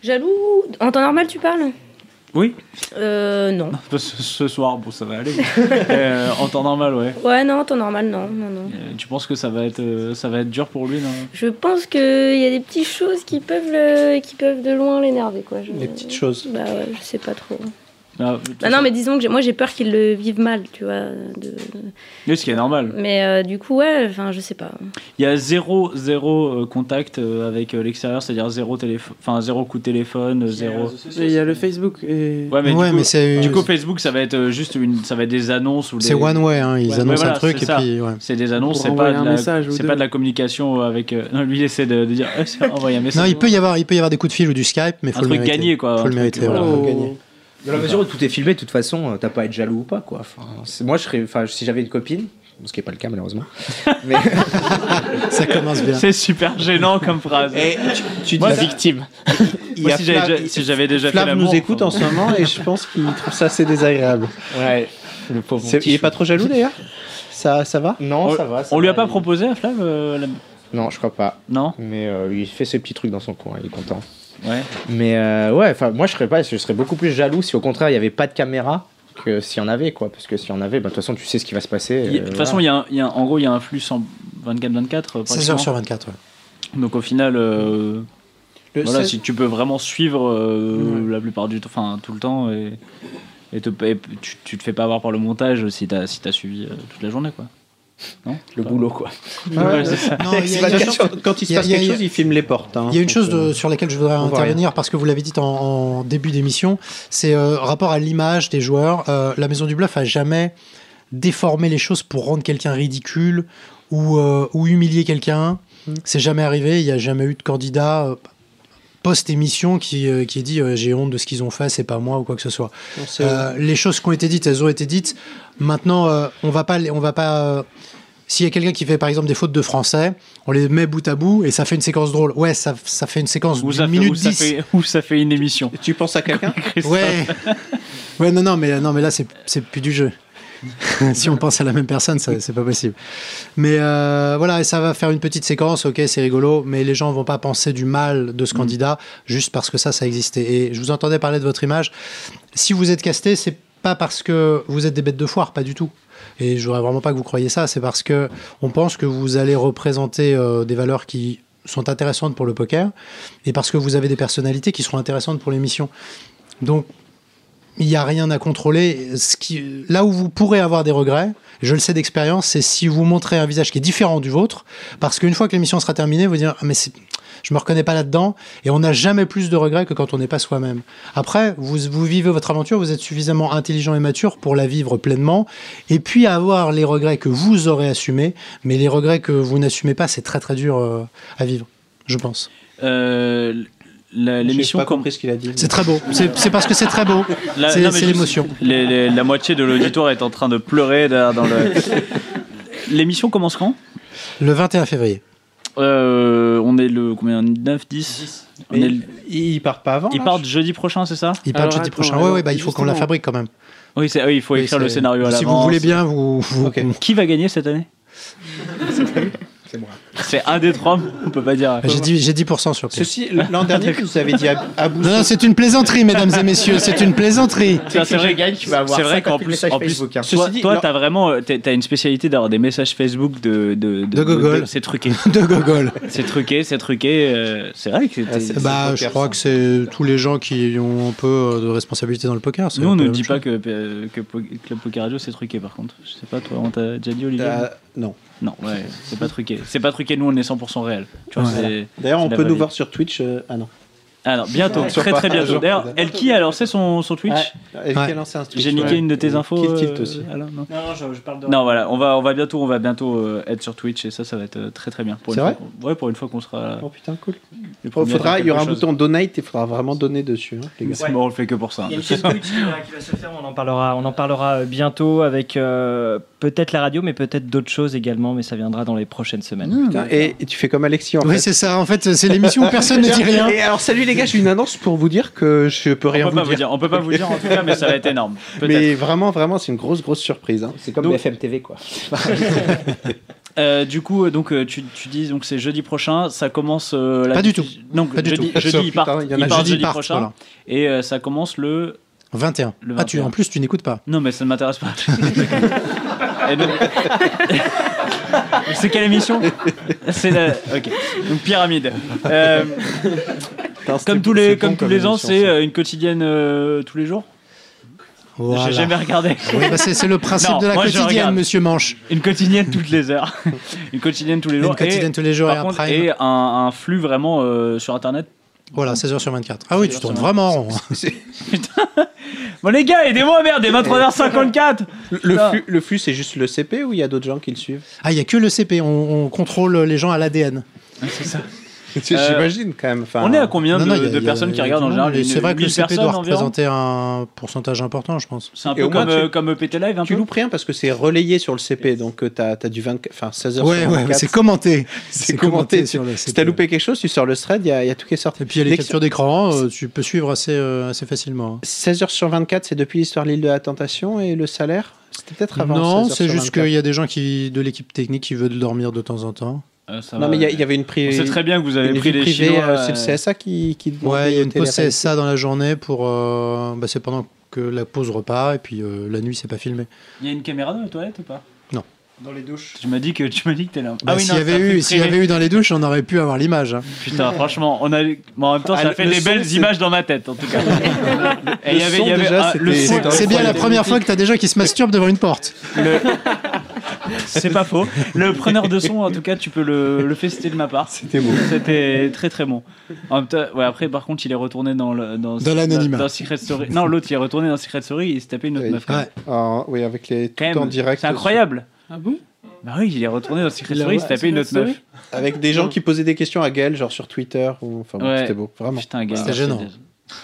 Jaloux En temps normal, tu parles
Oui.
Euh, non.
Bah, Ce, ce soir, bon, ça va aller. Euh, en temps normal, ouais.
Ouais, non, en temps normal, non. non, non.
Euh, Tu penses que ça va être, euh, ça va être dur pour lui, non
Je pense qu'il y a des petites choses qui peuvent, le- qui peuvent de loin l'énerver, quoi. Je-
Les petites choses.
Bah ouais, je sais pas trop.
Ah, de toute
Bah non,
façon-
mais disons que j'ai- moi j'ai peur qu'il le vive mal, tu vois. de-
Mais ce qui est normal.
Mais euh, du coup, ouais, enfin, je sais pas.
Il y a zéro, zéro euh, contact euh, avec euh, l'extérieur, c'est-à-dire zéro, téléphone, enfin, zéro coup de téléphone, euh, zéro.
Et il y a le Facebook et.
Ouais, Ah, mais,
ouais,
du, coup,
mais c'est
du coup, Facebook, ça va être euh, juste une, ça va être des annonces ou des.
c'est one way. hein, Ils
Ouais, mais
annoncent
voilà,
un truc
c'est
et
ça.
puis ouais.
C'est des annonces,
Pour
c'est pas,
envoyer
de
un
la-
message ou
c'est
deux.
pas de la communication avec. euh, Non, lui, il essaie de, de dire Eh, c'est- envoyer un message.
Non, il peut y avoir, il peut y avoir des coups de fil ou du Skype, mais faut
un
le
truc
mériter.
gagné, quoi.
Faut
un
le
truc, euh,
mériter,
voilà.
voilà.
Oh.
gagner.
Dans la mesure où tout est filmé, de toute façon, euh, t'as pas à être jaloux ou pas, quoi. Enfin, c'est- moi, je serais, enfin, si j'avais une copine, ce qui n'est pas le cas malheureusement. mais
Ça commence bien.
C'est super gênant comme phrase.
tu
dis la
victime.
Moi, si j'avais déjà- si j'avais déjà fait
Flav
l'amour.
nous écoute en
enfin,
ce moment et je pense qu'il trouve ça assez désagréable.
Ouais, le pauvre.
C'est- il est pas trop jaloux d'ailleurs ça, ça va
Non, ça va. ça
On lui a
va,
pas
il-
proposé à Flav euh, la-
Non, je crois pas.
Non
Mais euh, il fait ses petits trucs dans son coin, il est content.
Ouais.
Mais euh, ouais, enfin, moi, je serais pas, je serais beaucoup plus jaloux si au contraire il y avait pas de caméra que s'il y en avait, quoi. Parce que s'il y en avait, bah, de toute façon, tu sais ce qui va se
Il-
passer.
De
euh,
toute
voilà.
façon, il y a un- il y a un- en gros, il y a un flux 24-24.
16 heures sur 24. ouais.
Donc au final, euh,
Le
voilà,
16
si tu peux vraiment suivre euh, la plupart du temps, enfin tout le temps, et, et, te- et tu, tu te fais pas avoir par le montage si t'as si t'as suivi euh, toute la journée, quoi. Non
Le boulot, quoi.
Ouais, c'est ça.
Non, il y a- il y a-
quand il se
Il y a-
passe
il y a-
quelque chose, il filme les portes. hein.
Il y a une chose
Donc, euh,
de- sur laquelle je voudrais
on voit
intervenir parce que vous l'avez dit en, en début d'émission, c'est euh, rapport à l'image des joueurs. Euh, la Maison du Bluff a jamais déformé les choses pour rendre quelqu'un ridicule ou, euh, ou humilier quelqu'un. C'est jamais arrivé. Il n'y a jamais eu de candidat euh, post-émission qui, euh, qui dit euh, j'ai honte de ce qu'ils ont fait, c'est pas moi ou quoi que ce soit.
on sait-
Euh, les choses qui ont été dites, elles ont été dites. Maintenant, euh, on va pas, les- on va pas. euh, S'il y a quelqu'un qui fait par exemple des fautes de français, on les met bout à bout et ça fait une séquence drôle. Ouais, ça, ça fait une séquence
Ou ça,
d'une
fait,
minute
ou ça
10.
fait- ou ça fait une émission.
Tu penses à quelqu'un
Ouais. ouais, non, non, mais non, mais là c'est c'est plus du jeu. si on pense à la même personne, ça- c'est pas possible. Mais euh, voilà, et ça va faire une petite séquence, ok, c'est rigolo, mais les gens vont pas penser du mal de ce candidat juste parce que ça, ça existait. Et je vous entendais parler de votre image. Si vous êtes casté, c'est pas parce que vous êtes des bêtes de foire, pas du tout. Et je voudrais vraiment pas que vous croyiez ça. C'est parce que on pense que vous allez représenter euh, des valeurs qui sont intéressantes pour le poker et parce que vous avez des personnalités qui seront intéressantes pour l'émission. Donc il n'y a rien à contrôler. Ce qui, là où vous pourrez avoir des regrets, je le sais d'expérience, c'est si vous montrez un visage qui est différent du vôtre, parce qu'une fois que l'émission sera terminée, vous dire ah, mais c'est- je me reconnais pas là-dedans, et on n'a jamais plus de regrets que quand on n'est pas soi-même. Après, vous, vous vivez votre aventure, vous êtes suffisamment intelligent et mature pour la vivre pleinement, et puis avoir les regrets que vous aurez assumés, mais les regrets que vous n'assumez pas, c'est très très dur euh, à vivre, je pense.
Euh, la-
L'émission
L'émission
pas
comme
compris ce qu'il a dit.
C'est très beau, c'est c'est parce que c'est très beau,
La-
c'est
non, mais
c'est
je-
l'émotion.
les- les- la moitié de l'auditoire est en train de pleurer derrière dans le. L'émission commence quand
Le 21 février.
Euh, On est le combien 9, 10, On
Mais
est le-
Il part pas avant.
Ils
là
partent jeudi prochain, c'est ça
Il parle
Alors,
jeudi
attends,
prochain.
alors,
ouais, ouais, bah, il faut qu'on la
justement.
fabrique quand même.
Oui, c'est- oui, il faut
Oui,
écrire le
c'est-
scénario à l'avance.
Si vous voulez bien, vous. vous-
Ok.
Qui va gagner cette année C'est un des trois, on peut pas
Ah,
dire.
Bah,
J'ai dit, j'ai 10% sur Pierre.
Ceci, l'an dernier, vous avez dit à, à
Non, non, c'est une plaisanterie, mesdames et messieurs, c'est une plaisanterie.
Tiens,
Si je gagne, tu vas avoir
c'est vrai
50
qu'en plus,
messages
en plus,
Facebook, hein.
toi,
Ceci dit,
toi,
non.
t'as vraiment, euh, t'es- t'as une spécialité d'avoir des messages Facebook de de
De gogol.
c'est truqué,
De gogol.
c'est truqué, c'est truqué. euh, c'est vrai que c'était-
Ah, c'est-
Bah,
poker,
je crois
ça.
que c'est tous les gens qui ont un peu euh, de responsabilité dans le poker. c'est
Nous,
un
on
peu
ne
la
dit
même
pas
chose.
que, euh, que Po- Club Poker Radio c'est truqué par contre. Je sais pas, toi, on t'a déjà dit Olivier
Euh, non.
Non, ouais, c'est pas truqué. C'est pas truqué, nous on est 100% réel. Tu vois,
Ouais.
c'est-
D'ailleurs, on
la
peut nous
valide.
voir sur Twitch. euh, ah non.
Alors, bientôt,
Ouais.
très très bientôt. D'ailleurs, Elki a lancé son, son Twitch.
Ah, Eric
Ouais.
a lancé un Twitch,
J'ai niqué
ouais.
une de tes
Et
infos.
Kill Tilt
euh,
aussi.
Alain, non
Non, non, je, je parle de.
Non, voilà, on va, on va bientôt, on va bientôt euh, être sur Twitch et ça, ça va être euh, très très bien. Pour une
C'est
fois
vrai
qu'on- Ouais, pour une fois qu'on sera.
Oh putain, cool.
les
Oh,
premiers à
faudra,
faire
il y aura un
quelque chose.
bouton donate et il faudra vraiment donner dessus, hein, les gars.
C'est mort, on le fait que pour ça. hein.
Il y a une chaîne Twitch qui va, qui va se faire, on en parlera, on en parlera euh, bientôt avec euh, peut-être la radio, mais peut-être d'autres choses également, mais ça viendra dans les prochaines semaines.
Putain, Hein, et, et tu fais comme Alexis en
Oui,
fait.
c'est ça. En fait, c'est l'émission où personne ne dit rien.
Et alors, salut les gars, j'ai une annonce pour vous dire que je peux rien
on peut pas
vous
vous
dire.
dire, on peut pas vous dire en tout cas, mais ça va être énorme. Peut-être.
Mais vraiment, vraiment, c'est une grosse, grosse surprise. hein.
C'est comme
Donc-
BFM TV, quoi.
Euh, du coup, euh, donc euh, tu, tu dis donc c'est jeudi prochain, ça commence euh, la
Pas du tout.
Donc
Pas du
jeudi,
tout.
jeudi
Sauf,
ils partent,
putain, il y en a
ils partent
jeudi,
jeudi
part,
prochain
voilà.
et euh, ça commence le
21.
Le
Ah, tu,
21.
en plus, tu n'écoutes pas.
Non mais ça ne m'intéresse pas. Et donc- c'est quelle émission C'est la OK. Donc pyramide. Euh,
Putain, c'était-
comme tous les
c'est
comme
bon
tous les ans,
émission,
c'est
ça.
euh, une quotidienne euh, tous les jours.
Voilà.
J'ai jamais regardé.
Oui, bah, c'est c'est le principe
Non,
de la
moi, je
quotidienne,
regarde.
monsieur Manche.
Une quotidienne toutes les heures. une quotidienne tous les jours
Une quotidienne
et
tous les jours et
par
un
contre,
prime.
et un, un flux vraiment euh, sur internet
Voilà, 16h sur 24. Ah oui, tu
16h
tournes
sur
vraiment en rond.
Bon les gars, aidez-moi merde, il est 23h54
Le- Le,
Putain.
flux, le flux, c'est juste le CP ou il y a d'autres gens qui le suivent
Ah, il n'y a que le CP. On, on contrôle les gens à l'ADN.
Euh,
J'imagine quand même. enfin,
On est à combien
Ben, Non,
de,
non, il y a-
de
il y a-
personnes
il
qui
y a
regardent
tout
en
le monde,
général
mais C'est vrai que
une-
le
mille
CP
personnes
doit
environ
représenter un pourcentage important, je pense.
C'est un
Et
peu
au moins,
comme, euh,
tu-
comme PT Live un
Tu
peu
loupes rien parce que c'est relayé sur le CP, donc euh, t'as as du 20, enfin 16 heures
Ouais,
sur
ouais,
24.
c'est commenté.
C'est commenté.
sur le
si
CP.
t'as loupé quelque chose, tu sors le thread, il y, a- il y a tout qui est sorti.
Et puis, il y a les
Dès que-
captures d'écran, euh, tu peux suivre assez, euh, assez facilement.
16 heures sur 24, c'est depuis l'histoire de l'île de la Tentation et le salaire C'était peut-être avant.
Non,
16 heures
c'est
sur
juste
24.
qu'il y a des gens qui, de l'équipe technique qui veulent dormir de temps en temps.
Euh, ça
Non,
va,
mais il y a- il y, avait une
On
privée.
sait très bien que vous avez pris les
privée,
Chinois.
euh, c'est le
euh,
CSA qui. qui demandait
Ouais, il y a
aux
une pause
télé-
CSA dans la journée pour. euh, bah, c'est pendant que la pause repas et puis euh, la nuit, c'est pas filmé.
Il y a une caméra dans les toilettes ou pas
Non.
Dans les douches. Tu m'as dit que tu m'as dit que t'es là.
Ah,
Bah, s'il y
Ah non,
avait
t'as
eu,
fait
s'il y
privé.
avait eu dans les douches, on aurait pu avoir l'image. hein.
Putain, franchement, on a. eu- Bon, en même temps,
Ah,
ça
le-
fait
le
des
son,
belles
c'est-
images dans ma tête, en tout cas. Et il y avait,
son,
il y avait
déjà,
ah, le
c'était-
son-
c'était
C'est bien la
Incroyable.
première fois que t'as des gens qui se masturbent devant une porte.
Le- C'est pas faux. Le preneur de son, en tout cas, tu peux le, le fester de ma part. C'était
beau.
C'était très très bon. En même temps, ouais, après, par contre, il est retourné dans le, dans,
Dans l'anonymat.
dans Secret Story. Non, l'autre, il est retourné dans Secret Story et il s'est tapé une autre
Oui.
meuf.
Ouais.
Ah, oui, avec les. Tout
Quand même,
en direct.
c'est incroyable.
Ah bon
Bah oui, il est retourné dans Secret
Il a-
Story, il s'est
ouais,
tapé une autre
Secret
meuf.
Avec des gens qui posaient des questions à Gaël, genre sur Twitter. Ou... Enfin, bon,
Ouais.
Ah c'était beau, vraiment.
Putain, gars.
C'était gênant.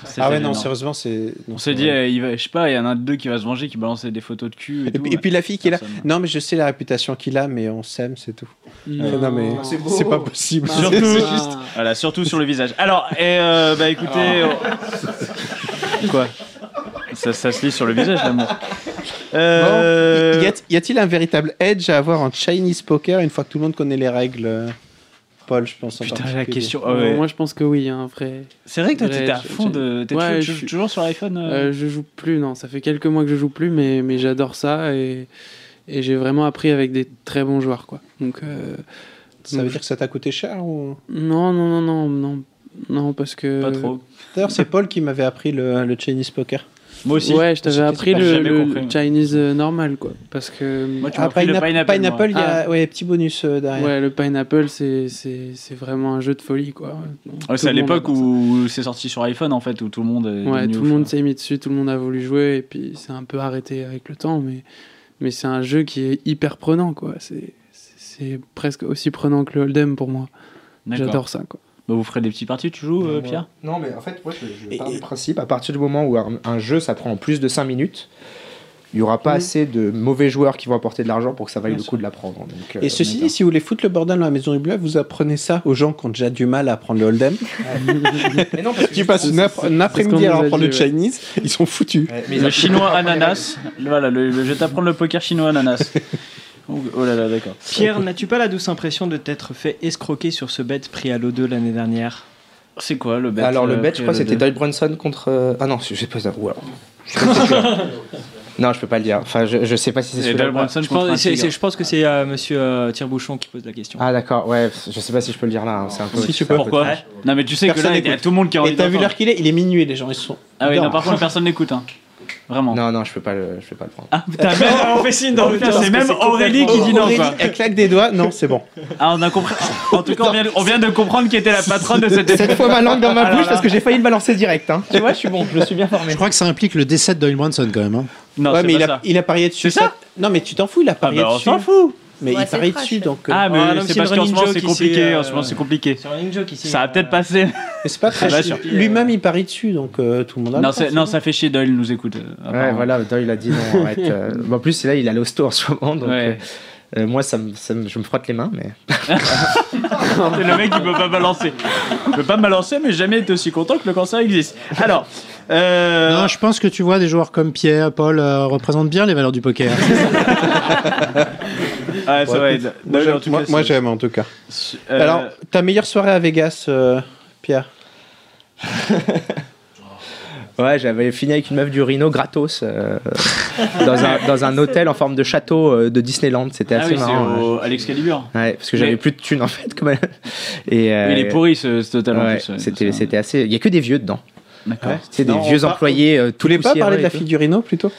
c'était
Ah ouais, non,
gênant.
sérieusement, c'est. non,
On
c'est
s'est dit,
vrai.
euh, il va- je sais pas, il y en a un de deux qui va se venger, qui balançait des photos de cul. Et,
Et,
euh, tout,
puis- et
ouais.
puis la fille qui est là.
Personne.
Non, mais je sais la réputation qu'il a, mais on s'aime, c'est tout.
Non.
Non, mais
Ah,
Ah, c'est pas possible.
Surtout,
C'est
Ah.
juste-
Voilà, surtout sur le visage. Alors, et euh, bah écoutez. on- Quoi ça, ça se lit sur le visage, l'amour. Euh,
Bon, y- y a- y a-t-il un véritable edge à avoir en Chinese poker une fois que tout le monde connaît les règles euh, Paul, je pense en
Putain, la
particulier.
question. ah ouais.
Euh, Moi, je pense que oui, il y a un vrai.
C'est vrai que toi,
Ouais,
t'étais à
je-
fond de. T'es
Ouais,
toujours,
je
tu-
suis-
toujours sur l'iPhone euh,
Euh, je joue plus, non. Ça fait quelques mois que je joue plus, mais, mais j'adore ça et, et j'ai vraiment appris avec des très bons joueurs, quoi. Donc, euh,
Ça veut dire que ça t'a coûté cher ou...
non, non, non, non, non, non, parce que.
Pas trop.
D'ailleurs, c'est Paul qui m'avait appris le, le Chinese poker.
Moi aussi.
ouais, je t'avais appris
pas, j'ai
le,
jamais
le
compris, moi.
Chinese euh, normal, quoi. Parce que.
Moi, tu
Ah,
m'as pris le pineapple.
Pineapple, Pineapple, il y
moi.
a ouais, petit bonus euh, derrière.
Ouais, le pineapple, c'est- c'est c'est vraiment un jeu de folie, quoi.
Ah ouais,
Tout
c'est à
le monde
l'époque
adore ça.
où c'est sorti sur iPhone, en fait, où tout le monde. est
Ouais,
devenu
tout
ouf,
le monde
hein.
s'est mis dessus, tout le monde a voulu jouer, et puis c'est un peu arrêté avec le temps, mais, mais c'est un jeu qui est hyper prenant, quoi. C'est- C'est c'est presque aussi prenant que le Hold'em pour moi.
D'accord.
J'adore ça, quoi.
Bah, vous ferez des petites parties, tu joues, euh, Pierre
Non, mais en fait, moi, je, je
Et-
pars
et-
du principe, à partir du moment où un, un jeu, ça prend plus de 5 minutes, il n'y aura pas assez de mauvais joueurs qui vont apporter de l'argent pour que ça vaille
Mm. Bien
le
sûr.
coup de la prendre. Donc,
Et
euh,
ceci dit, si vous voulez foutre le bordel dans la maison du bluff, vous apprenez ça aux gens qui ont déjà du mal à apprendre le hold'em.
Mais non, parce que
Qui passent une ap- un
qu'on
après-midi
nous
à leur
a
apprendre le
dit, ouais.
Chinese, ils sont foutus.
Ouais, mais ils
Le
apprennent
chinois
pas à prendre la
ananas. Voilà, le- le- je vais t'apprendre le poker chinois ananas. Oh là là, d'accord.
Pierre, n'as-tu pas la douce impression de t'être fait escroquer sur ce bet pris à l'eau 2 l'année dernière
C'est quoi euh, le bet
Alors le bet, je crois que c'était Doyle Brunson contre. euh, Ah non, je sais pas. Ou alors. Je sais pas si c'est celui-là. non, je peux pas le dire. Enfin, je, je sais pas si c'est
Et
celui-là.
Doyle Eh, Brunson
je
contre un
pense, c'est-
tigre.
c'est- je pense que c'est euh, monsieur euh, Tire-Bouchon qui pose la question.
Ah d'accord, ouais, je sais pas si je peux le dire là. hein, C'est un peu.
Si, tu
c'est un
peux.
peu-
Pourquoi Non, mais tu sais
Personne
que là, il y a
n'écoute.
tout le monde qui a envie
Et t'as vu
d'entendre.
l'heure qu'il est Il est minuit, les gens, ils sont.
Ah oui, non,
Non.
par contre, personne n'écoute. Hein. Vraiment.
Non, non, je peux pas le, je peux pas le prendre.
Ah, putain, même, on fait signe dans le putain, C'est même Aurélie qui dit non,
Aurélie,
quoi.
Elle claque des doigts, non, c'est bon.
Ah, on a compris. En tout cas, on vient, de- on vient de comprendre qui était la patronne de cette
Cette fois ma langue dans
Ah
ma bouche parce que j'ai failli le balancer direct. Hein. Tu vois, je suis bon, je suis bien
Je
formé.
crois que ça implique le décès de Doyle Brunson quand même. hein.
Non,
ouais,
c'est
mais
pas
il a,
ça.
il a parié dessus.
C'est ça
Non, mais tu t'en fous, il
Ah,
a parié
bah, on
dessus.
s'en
fout. Mais
Ouais,
il
c'est
parie
trash,
dessus,
ça.
donc. euh,
Ah,
Ah,
mais
non,
c'est parce
c'est une
qu'en ce
running
moment,
joke
c'est
ici,
compliqué.
euh,
En ce moment, c'est compliqué.
C'est un running joke ici.
Ça a
euh,
peut-être passé.
mais c'est pas
va
trash.
sur-
Lui-même, il parie dessus, donc euh, tout le monde a.
Non,
le droit,
c'est- non, ça fait chier, Doyle nous écoute. euh,
Ouais,
apparemment.
voilà, Doyle a dit non, arrête. euh. Bon, en plus, là, il a l'hosto en ce moment, donc
Ouais.
euh, euh, moi, ça me, ça me- je me frotte les mains, mais.
C'est le mec qui peut pas balancer. Il peut pas me balancer, mais jamais été aussi content que le cancer existe. Alors, euh,
Non, je pense que tu vois des joueurs comme Pierre, Paul euh, représentent bien les valeurs du poker.
ah, ça va
Ouais,
être-
Moi,
Doyle, en
j'aime-
tout
moi-
cas,
moi,
c'est-
j'aime en tout cas.
euh,
Alors, ta meilleure soirée à Vegas, euh, Pierre
Ouais, j'avais fini avec une meuf du Rhino gratos euh, dans, un, dans un hôtel en forme de château euh, de Disneyland. C'était
ah
assez
oui, c'est
marrant. ouais.
au- à l'Excalibur.
Ouais, parce que j'avais
Mais-
plus de thunes en fait. Comme... Et, euh,
Il est pourri ce, ce total en
ouais,
plus, ouais.
c'était,
C'est un-
c'était assez. Il y a que des vieux dedans.
D'accord.
Ouais.
C'est
Non,
des
on
vieux
par-
employés. euh,
Tu voulais pas parler de la fille
fille
du Rhino plutôt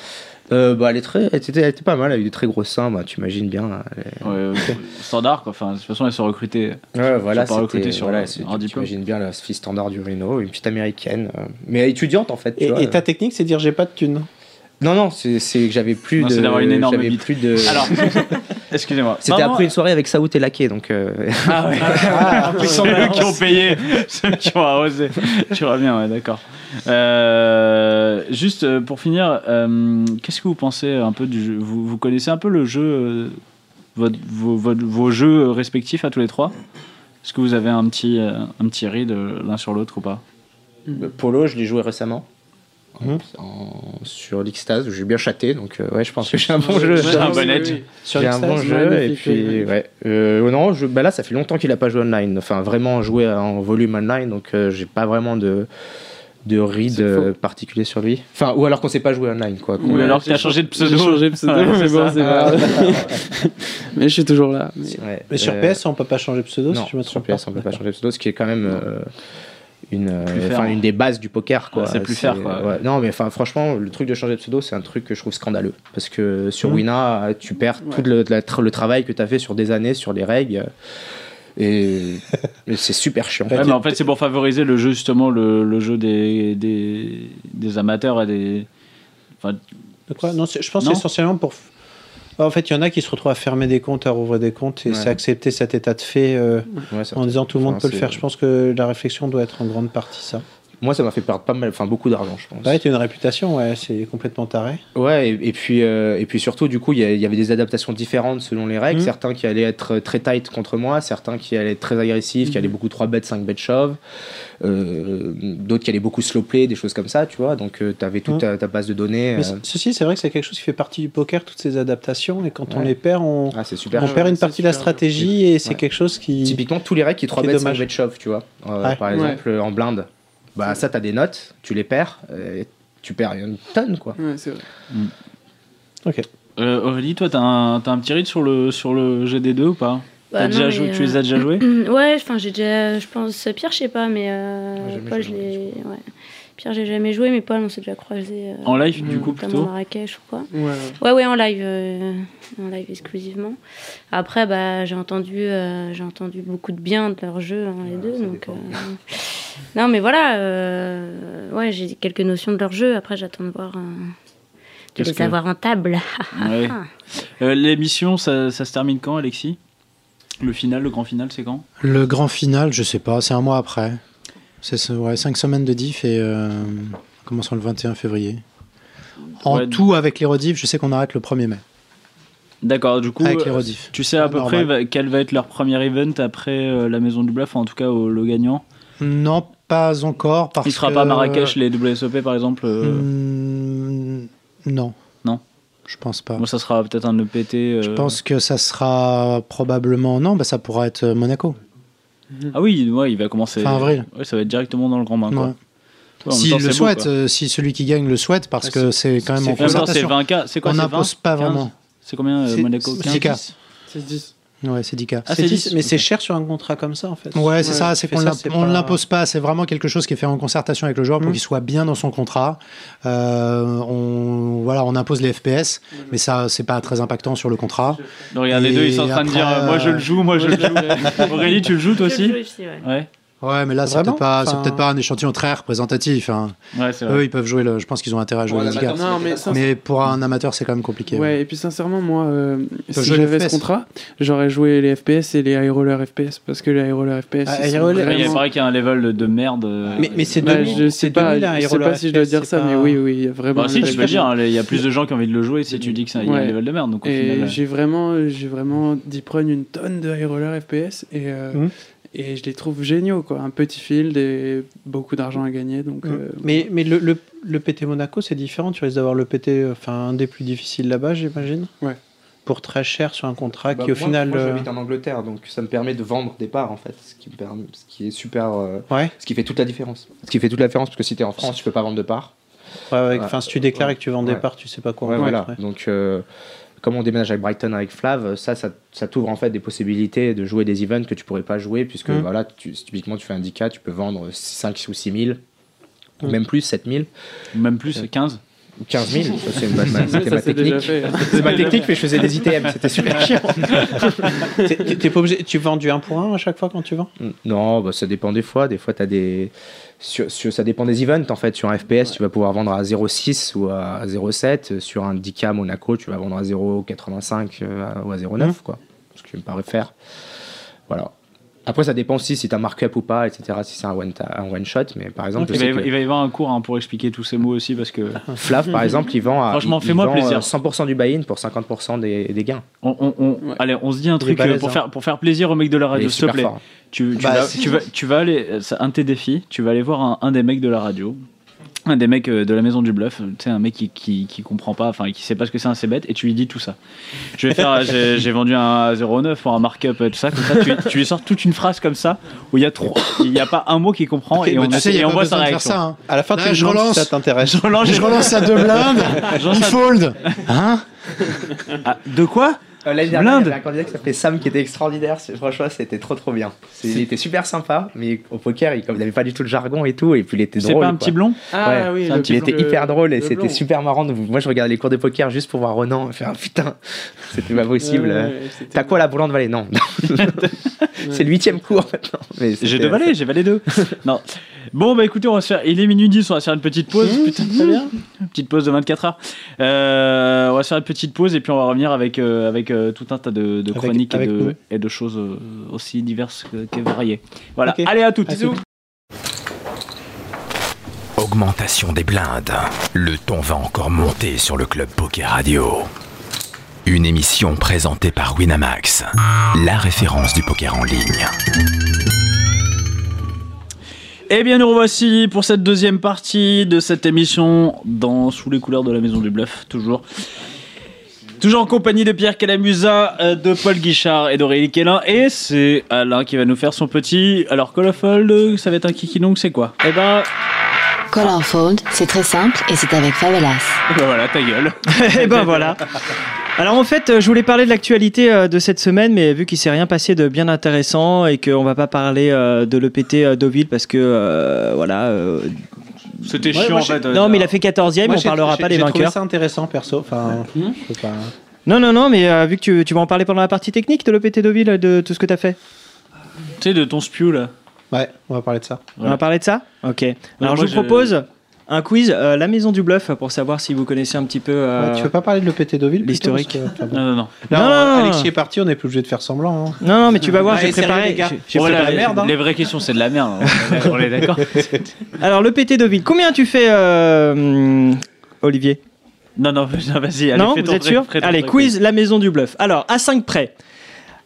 bah, elle, est très, elle, était, elle était pas mal. Elle a eu des très gros seins. Bah, tu imagines bien. hein, elle-
Ouais, euh, standard quoi. Enfin, de toute façon, elles sont recrutées.
Ouais, voilà,
pas
c'était.
recruté sur
voilà,
un-
c'est-
un
tu
diplôme.
imagines bien la fille standard du Rhino, une petite américaine, euh, mais étudiante en fait. tu
et,
vois.
et ta technique, c'est de dire j'ai pas de thune.
Euh, Non, non, c'est, c'est que j'avais plus
Non,
de.
c'est d'avoir une énorme
j'avais
bite.
plus de.
Alors, excusez-moi.
C'était
Maman-
après une soirée avec Saout et Laqué, donc. euh,
Ah ouais. c'est eux qui ont payé, ceux qui ont arrosé. Tu vois bien, ouais, d'accord. Euh, juste euh, pour finir, euh, qu'est-ce que vous pensez un peu du jeu vous, vous connaissez un peu le jeu, euh, votre- vos, votre- vos jeux respectifs à tous les trois Est-ce que vous avez un petit, euh, un petit ride euh, l'un sur l'autre ou pas Mm.
Le Polo, je l'ai joué récemment.
Mhm.
En- sur l'Ixtase, j'ai bien chaté, donc euh, ouais, je pense que j'ai un bon jeu.
j'ai un
Oui,
bon
oui,
edge.
oui.
Sur
J'ai un bon
l'Extase,
jeu, et
magnifique,
puis
magnifique.
ouais. Euh, non, je, bah là, ça fait longtemps qu'il a pas joué online, enfin vraiment joué en volume online, donc euh, j'ai pas vraiment de de read
C'est faux.
euh, particulier sur lui. Enfin, ou alors qu'on sait pas jouer online, quoi. qu'on-
Ou
Ouais,
alors que
j'ai
t'as changé de
J'ai
pseudo
changé de pseudo,
Ouais,
mais
c'est
bon,
ça.
c'est pas grave. Mais je suis toujours là. mais-
Ouais,
Mais sur
euh,
PS, on peut pas changer de pseudo
non,
si je me
sur
trompe.
PS, on peut pas changer de pseudo, ce qui est quand même euh, une, euh,
Plus faire,
enfin,
hein.
une des bases du poker, quoi.
Ouais, c'est plus faire, quoi.
ouais. Non, mais enfin, franchement, le truc de changer de pseudo, c'est un truc que je trouve scandaleux, parce que sur
Mmh.
Wina, tu perds tout le, la- le travail que tu as fait sur des années, sur les règles, et, et c'est super chiant.
Ouais, mais en fait, c'est pour favoriser le jeu, justement, le, le jeu des, des, des amateurs et des.
De quoi Non, c'est- je pense
Non.
essentiellement pour. f- Bah, En fait, il y en a qui se retrouvent à fermer des comptes, à rouvrir des comptes, et
Ouais.
c'est accepter cet état de fait euh,
Ouais, ça-
en disant tout le monde
Enfin,
peut le
c'est-
faire. Je pense que la réflexion doit être en grande partie ça.
Moi, ça m'a fait perdre pas mal, enfin beaucoup d'argent, je pense.
Ouais, t'as une réputation, ouais, c'est complètement taré.
Ouais, et, et puis, euh, et puis surtout, du coup, il y, a- il y avait des adaptations différentes selon les règles.
Mhm.
Certains qui allaient être très tight contre moi, certains qui allaient être très agressifs,
Mmh.
qui allaient beaucoup 3 bêtes, 5 bêtes shove, euh, d'autres qui allaient beaucoup slow play, des choses comme ça, tu vois. Donc, tu avais toute
Mhm.
ta, ta base de données.
Mais
euh.
ce- ceci, c'est vrai que c'est quelque chose qui fait partie du poker, toutes ces adaptations, et quand on
Ouais.
les perd, on,
Ah, c'est super.
on
ouais,
perd une
c'est
partie de la
super
stratégie, et c'est
Ouais.
quelque chose qui.
Typiquement, tous les règles qui 3
C'est
bêtes, 5
dommage.
bêtes shove, tu vois. Euh,
Ouais.
Par
Ouais.
exemple, en blinde, bah, ça, tu as des notes, tu les perds, et tu perds une tonne, quoi.
Ouais, c'est vrai.
Euh, Aurélie, toi, t'as un, t'as un petit ride sur le, sur le GD2 ou pas
Bah,
T'as
non,
déjà
mais,
joué- Tu
euh,
les as déjà joués
Ouais, enfin j'ai déjà, je pense Pierre, je sais pas, mais euh,
Ouais, jamais
Paul, je
joué,
l'ai, ouais. Pierre, j'ai jamais joué, mais Paul, on s'est déjà croisé. euh,
En live, du
euh,
coup,
notamment
plutôt
Marrakech ou quoi.
Ouais, ouais.
Ouais, ouais, en live, euh, en live exclusivement. Après, bah, j'ai entendu, euh, j'ai entendu beaucoup de bien de leur jeu, hein, les deux. Donc, euh, non, mais voilà, euh, ouais, j'ai quelques notions de leur jeu. Après, j'attends de voir, euh, de
Qu'est-ce
les
que-
avoir en table.
Ouais.
Ah.
Euh, L'émission, ça, ça se termine quand, Alexis Le final, le grand final, c'est quand
Le grand final, je sais pas, c'est un mois après. C'est ce- ouais, cinq semaines de diff et euh, commençant le 21 février. En
Ouais.
tout, avec les rediffs, je sais qu'on arrête le 1er mai.
D'accord, du coup,
avec les
euh,
rediffs.
tu sais à
Ah,
peu près
normal.
va- quel va être leur premier event après euh, la Maison du Bluff, enfin, en tout cas au- le gagnant
Non, pas encore. Parce
Il sera
que- euh,
euh, pas à Marrakech, les WSOP, par exemple euh,
Hmm, Non.
Non.
Je pense pas.
Moi, ça sera peut-être un EPT. euh,
Je pense que ça sera probablement. Non, bah, ça pourra être Monaco.
Ah oui, ouais, il va commencer.
Fin avril.
Ouais, ça va être directement dans le grand bain. quoi.
Ouais.
Ouais, en même
S'il
temps,
le
c'est beau,
souhaite,
quoi.
euh, si celui qui gagne le souhaite, parce que c'est quand même en
En même temps, c'est
présentation.
20K. C'est quoi
On
c'est 20,
n'impose pas
15?
vraiment.
C'est combien euh,
C'est-
Monaco
c'est
15?
10K.
6-10.
Ouais, c'est 10K.
Ah,
C'est
c'est
dit,
10.
mais c'est cher sur un contrat comme ça en fait.
Ouais, c'est ça,
tu
c'est
fais
qu'on
ça,
l'imp-
c'est
on
pas-
l'impose pas, c'est vraiment quelque chose qui est fait en concertation avec le joueur pour
Mhm.
qu'il soit bien dans son contrat. Euh, on, voilà, on impose les FPS, mais ça, c'est pas très impactant sur le contrat.
Non, Bah, regarde, les
Et
deux, ils sont en train de
après,
dire euh, Moi, je le joue, moi, je le joue. Aurélie, tu le joues toi aussi Ouais,
Ouais, mais là, c'est
Vraiment
peut-être pas, c'est
Enfin-
peut-être pas un échantillon très représentatif. hein.
ouais c'est
Eux,
vrai.
ils peuvent jouer, le, je pense qu'ils ont intérêt à jouer
Ouais,
le
la
10K.
bataille.
Non, mais
Ouais.
ça,
Mais pour un amateur, c'est quand même compliqué.
Ouais, et puis sincèrement, moi, euh,
T'as
si
joué les
j'avais ce
FPS?
contrat, j'aurais joué les FPS et les high roller FPS parce que les high roller FPS.
Ah,
ils
high
sont
roller,
Après, Il
vraiment-
paraît qu'il y a un level de merde. euh,
Mais, mais c'est
Bah,
2000,
je
c'est
sais pas,
2000, un
je
hero
sais pas si je dois
FPS,
dire
c'est
ça, mais
pas-
oui, oui, il y a vraiment.
Bah,
un
si, tu
level
peux
de-
dire, hein, il y a plus de gens qui ont envie de le jouer si tu dis que ça il y a un
Ouais.
level de merde. Donc, au
Et
final, euh,
j'ai vraiment, j'ai vraiment d'y prendre une tonne de high roller FPS et, euh,
Mhm.
et je les trouve géniaux quoi. Un petit field et beaucoup d'argent à gagner
Mmh.
donc.
Mmh.
euh,
Mais, mais le, le, le PT Monaco, c'est différent. Tu risques d'avoir le PT, euh, enfin, un des plus difficiles là-bas, j'imagine.
Ouais.
Pour très cher sur un contrat
Bah,
qui, au
moi-
final.
moi,
euh,
j'habite en Angleterre, donc ça me permet de vendre des parts en fait, ce qui, me permet- ce qui est super, euh,
Ouais,
ce qui fait toute la différence. Ce qui fait toute la différence parce que si t'es en France, tu peux pas vendre de parts.
ouais, ouais,
Ah, Ouais.
enfin, si tu déclares et que tu vends des
Ouais.
parts, tu sais pas quoi.
Ouais,
en
voilà.
fait, ouais.
Donc, euh, comme on déménage avec Brighton avec Flav, ça, ça, ça t'ouvre en fait des possibilités de jouer des events que tu pourrais pas jouer, puisque
Mm.
voilà, tu, typiquement, tu fais un 10K, tu peux vendre 5 ou 6 000, ou
Mm.
même plus, 7 000,
euh, même plus, 15.
ou 15 000. Ça, c'est ma- ma-
ça,
C'était ma
c'est déjà
technique.
fait. hein.
C'est ma technique, mais je faisais des ITM, c'était super chiant.
T'es- t'es- t'es pas obligé- Tu vends du 1 pour 1 à chaque fois quand tu vends
Non, bah, ça dépend des fois. Des fois, t'as des. sur- sur- ça dépend des events en fait. Sur un FPS, tu vas pouvoir vendre à 0,6 ou à 0,7. Sur un 10K Monaco, tu vas vendre à 0,85 euh, ou à 0,9, quoi. Ce que je me parais faire. Voilà. Après, ça dépend aussi si t'as markup ou pas, etc. Si c'est un one, ta- un one shot. Mais par exemple, Ah.
Il
je
va,
sais
il
que
va y avoir un cours hein, pour expliquer tous ces mots aussi parce que
Flav, par exemple, il vend à.
Franchement,
il- il
fais-moi
vend,
plaisir.
euh, 100% du buy-in pour 50% des, des gains.
on, on- on-
Ouais.
allez, on se dit un truc euh,
balèze,
pour
hein.
faire pour faire plaisir aux mecs de la
Il est
radio, Ah, s'il te
super
plaît.
fort.
Tu, tu
Bah,
vas,
si.
tu, vas, tu vas aller, euh, c'est un de tes défis, tu vas aller voir un, un des mecs de la radio, un des mecs euh, de la maison du bluff, euh, tu sais, un mec qui, qui, qui comprend pas, enfin qui sait pas ce que c'est un bête et tu lui dis tout ça. Je vais faire, euh, j'ai j'ai vendu un 0,9 pour un markup, euh, tout ça, comme ça, tu, tu lui sors toute une phrase comme ça, où il y a trois, il y a pas un mot qui comprend,
Ok,
et
bah,
on,
tu sais,
essaie-
il y
et
a
on
pas
voit sa
besoin de faire
réaction.
ça. hein.
À la fin,
Là,
tu
je
demandes
relance.
si ça t'intéresse.
Je relance-
Je relance à deux blindes,
je relance
il
à-
fold. Hein
Ah, de quoi
Euh, L'année
Blinde.
dernière, il y avait un candidat qui s'appelait Sam qui était extraordinaire. C'est- Franchement, c'était trop trop bien. C'est- Il était super sympa, mais au poker, il n'avait pas du tout le jargon et tout. Et puis il était
C'est
drôle.
pas un
quoi.
petit blond
Ah
Ouais,
oui,
c'est un
le
petit-
Il
blond,
était
le-
hyper drôle et
le blond.
c'était super marrant. de vous- Moi, je regardais les cours de poker juste pour voir Renan et faire ah, putain, c'était pas possible.
Ouais, ouais,
euh.
ouais, c'était-
T'as quoi la boulante vallée Non, c'est le huitième cours maintenant. Mais
J'ai
c'était-
deux valets, j'ai valé deux. non. Bon, bah écoutez, on va se faire. Il est minuit 10, on va se faire une petite pause. Putain, très bien. Une petite pause de 24 heures. Euh, on va se faire une petite pause et puis on va revenir avec, euh, avec euh, tout un tas de, de
Avec-
chroniques et,
avec
de,
nous.
et de choses euh, aussi diverses que, que variées. Voilà,
Ok.
allez à toutes.
À toutes.
Augmentation des blindes. Le ton va encore monter sur le Club Poker Radio. Une émission présentée par Winamax, la référence du poker en ligne.
Eh bien, nous revoici pour cette deuxième partie de cette émission dans Sous les couleurs de la Maison du Bluff, toujours. Toujours en compagnie de Pierre Calamusa, euh, de Paul Guichard et d'Aurélie Kélin. Et c'est Alain qui va nous faire son petit. Alors, Call of Fold, euh, ça va être un kiki donc, c'est quoi Eh ben,
Call or Fold, c'est très simple et c'est avec Favelas.
eh ben voilà, ta gueule.
Et ben voilà. Alors en fait, euh, je voulais parler de l'actualité euh, de cette semaine, mais vu qu'il s'est rien passé de bien intéressant et qu'on va pas parler euh, de l'EPT euh, Deauville parce que euh, voilà. euh,
C'était
Ouais,
chiant
moi,
en
j'ai-
fait. euh,
non, mais il a fait 14e,
Moi,
on
j'ai-
parlera
j'ai-
pas des
J'ai trouvé
vainqueurs.
ça intéressant perso. Enfin, je sais pas.
Non, non, non, mais euh, vu que tu, tu vas en parler pendant la partie technique de l'EPT Deauville, euh, de tout ce que t'as fait,
Tu sais, de ton spew là.
Ouais, on va parler de ça.
on
Voilà.
va parler de ça Ok.
moi,
Alors je vous
je-
propose un quiz, euh, la maison du bluff, pour savoir si vous connaissez un petit peu. euh,
Ouais, tu veux pas parler de l'EPT Deauville plutôt,
l'historique.
parce que- enfin, bon.
Non, non, non.
Là,
Non,
on-
non, non.
Alexis est parti, on n'est plus obligé de faire semblant. hein.
Non, non, mais tu vas voir,
Allez,
j'ai
sérieux, les
préparé.
gars.
j'ai-
J'ai
Oh,
fait de
là,
la
les-
merde. hein.
Les vraies questions, c'est de la merde. hein. On est d'accord.
Alors l'EPT Deauville, combien tu fais, euh, hum, Olivier
Non, non, vas-y, allez,
non,
fais ton
vous êtes
vrai-
sûr
fais ton
Allez,
vrai
quiz la maison du bluff. Alors, à 5 près,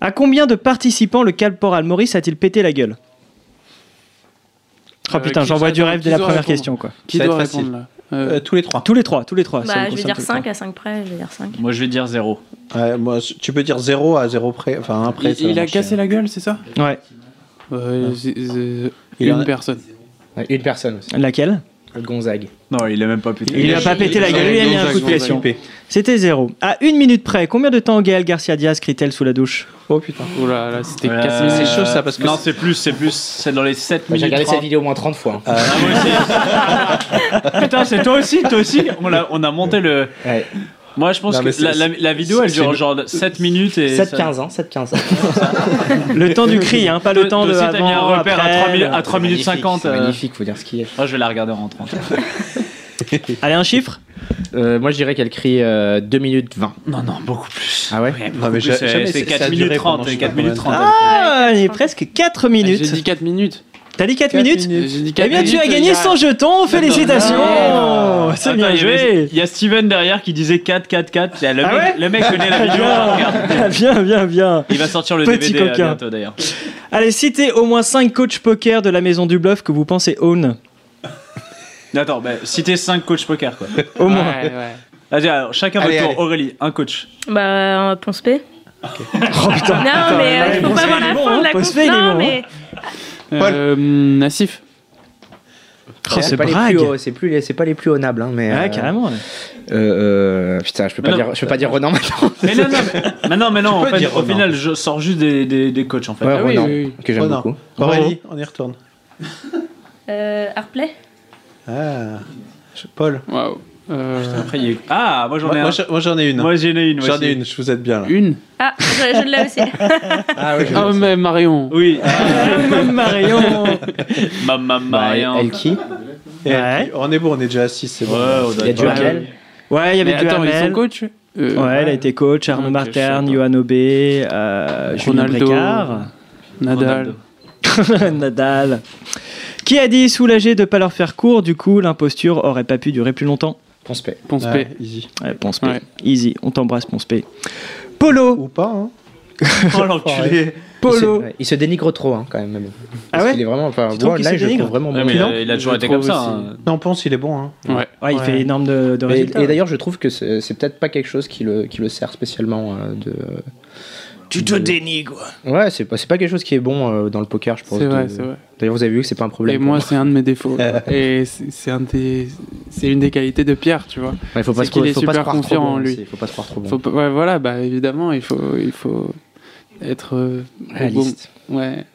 à combien de participants le Calporal Maurice a-t-il pété la gueule Oh
Euh,
putain,
qui
j'envoie
serait-
du rêve
qui
dès la
Euh,
doit
première
répondre
question quoi.
Qui
Ça va
doit
être facile.
répondre là Euh,
tous les trois.
Tous les trois, tous les trois.
Bah,
ça
je
me
vais
concerne
dire
tous les
5 à 5 près, je vais dire 5.
Moi, je vais dire 0.
Ouais, moi, c- tu peux dire 0 à 0 près. Enfin, un près.
Il, il a cassé la gueule, c'est ça
trois. Ouais.
Euh, c'est- c'est-
Il
Une
en a-
personne.
Ouais, Une personne aussi.
Laquelle
Gonzague.
Non, il a même pas pété.
Il, a pas pété la
il-
gueule, il a mis un
Gonzague,
coup de pression.
Gonzague.
C'était zéro. À une minute près, combien de temps Gaël Garcia Diaz crie-t-elle sous la douche
Oh putain.
Oh là là, c'était
Euh,
cassé.
c'est chaud, ça, parce que
Non, c'est plus, c'est plus. C'est dans les 7
J'ai
minutes.
regardé cette
30.
vidéo au moins 30 fois. hein.
Ah, moi Ah, aussi. Putain, c'est toi aussi, toi aussi. On a, on a monté le.
Ouais.
Moi, je pense
Non, mais
que
c'est-
la, la- la vidéo, elle dure genre 7 minutes et.
7-15 ans, 7-15 ans.
Le temps du cri, hein, pas le temps de.
Toi aussi, t'as mis un
avant,
repère à
après.
3, minutes- à 3 minutes
Magnifique,
50.
c'est
euh.
Magnifique, faut dire ce qu'il y a.
Moi, je vais la regarder en rentrant.
Allez, un chiffre
Euh, moi je dirais qu'elle crie euh, 2 minutes 20.
Non, non, beaucoup plus.
Ah ouais
Non, mais
Beaucoup plus,
ja-
c'est-
jamais
c'est
ça-
4
ça a
minutes
duré
30.
pendant
c'est
je sais
4
pas
minutes
combien
30.
de temps.
Ah, il est presque 4 minutes.
J'ai dit 4 minutes.
T'as dit 4
Quatre
minutes
minutes.
J'ai dit
Eh
4
bien,
minutes.
tu as gagné 100 jetons, félicitations C'est
Attends,
bien
il y avait-
joué
Il y a Steven derrière qui disait 4, 4, 4. Le,
Ah
mec,
ouais
le mec connaît la vidéo. regarde.
Bien, bien, bien
Il va sortir le
Petit
DVD à
coquin.
euh, bientôt d'ailleurs.
Allez, citez au moins 5 coachs poker de la maison du bluff que vous pensez own.
Attends, bah, citez 5 coachs poker quoi.
Au moins.
Ouais, ouais.
Vas-y, alors, chacun
Allez,
votre tour.
allez.
Aurélie, un coach.
Bah, euh, Ponce P.
Oh
Non,
putain
mais
ouais,
euh, il faut
Ponce
pas
P,
voir
il est
la
bon,
fin
hein,
de la
Ponce
course.
P, il est bon,
Non, mais
Euh, Nassif.
Oh, ce
pas les plus
brague
hauts, C'est plus les- c'est pas les plus honnables, hein, mais.
Ouais,
euh,
carrément.
Euh, euh, putain, je peux
Mais
pas
non.
dire, je peux pas dire Renan maintenant.
Mais non, non, mais, mais non, mais non, en
peux
fait,
dire
au
Romain.
final, je sors juste des, des, des coachs en fait.
Ouais,
Ah oui,
Renan,
oui,
que j'aime
Renan.
beaucoup.
Aurélie, on y retourne.
euh, Harpley.
Ah. Je- Paul.
Waouh. Euh,
Après, il y a eu- Ah, moi j'en ai
Moi,
un.
moi, j'en- moi, j'en ai une.
Moi j'en ai une.
J'en
aussi.
ai une, je vous aide bien là.
Une
Ah, je, je l'ai aussi.
Ah ouais,
Ah, mais Marion.
Oui.
Marion
Maman
Bah,
Marion.
Bah, elle qui
Et
Ouais.
puis, On est bon, on est déjà à 6, c'est bon.
Ouais,
Il y a du
d'accord.
Raquel.
Ouais, il y
Mais
avait du
attends, ils sont
Hamel.
coach Euh,
Ouais, elle a été coach, Arnaud
Ok,
Martin,
je sais pas.
Johan Aubé, euh, Julien
Ronaldo.
Brécard,
Nadal.
Nadal. Qui a dit soulagé de ne pas leur faire court, du coup l'imposture aurait pas pu durer plus longtemps
Ponce P.
Ponce P.
Ouais, easy.
Ouais, Ponce P.
Ouais.
Easy, on t'embrasse Ponce P. Polo,
Ou pas, hein.
Oh l'enculé.
Il se,
Polo.
ouais, il se dénigre trop hein, quand même. mais bon.
Ah
Parce
ouais
qu'il est vraiment. Enfin, bon,
Tu trouves qu'il
là,
se
je le
dénigre
trouve vraiment
Ouais,
bon.
mais il,
euh, Il en-
a, il a toujours
je
été comme
trouve
ça.
aussi.
hein.
Non, Ponce, il est bon, hein.
Ouais.
Ouais, il
Ouais.
fait énorme de, de
Et,
hein.
résultats.
et d'ailleurs, je trouve que c'est c'est peut-être pas quelque chose qui le, qui le sert spécialement euh, de.
tu
te
dénigres.
Ouais, c'est pas, c'est pas quelque chose qui est bon euh, dans le poker, je pense.
C'est vrai,
de-
c'est vrai.
D'ailleurs, vous avez vu que c'est pas un problème.
Et
pour
moi, c'est un de mes défauts. Et c'est c'est un des, c'est une des qualités de Pierre, tu vois.
Ouais, faut pas
c'est
se
qu'il est
faut pas se
super
croire trop
confiant en
bon
lui.
aussi, Faut pas se croire trop bon.
Faut, pas- ouais, voilà, bah évidemment, il faut, il faut être euh, au
Réaliste.
bon- Ouais.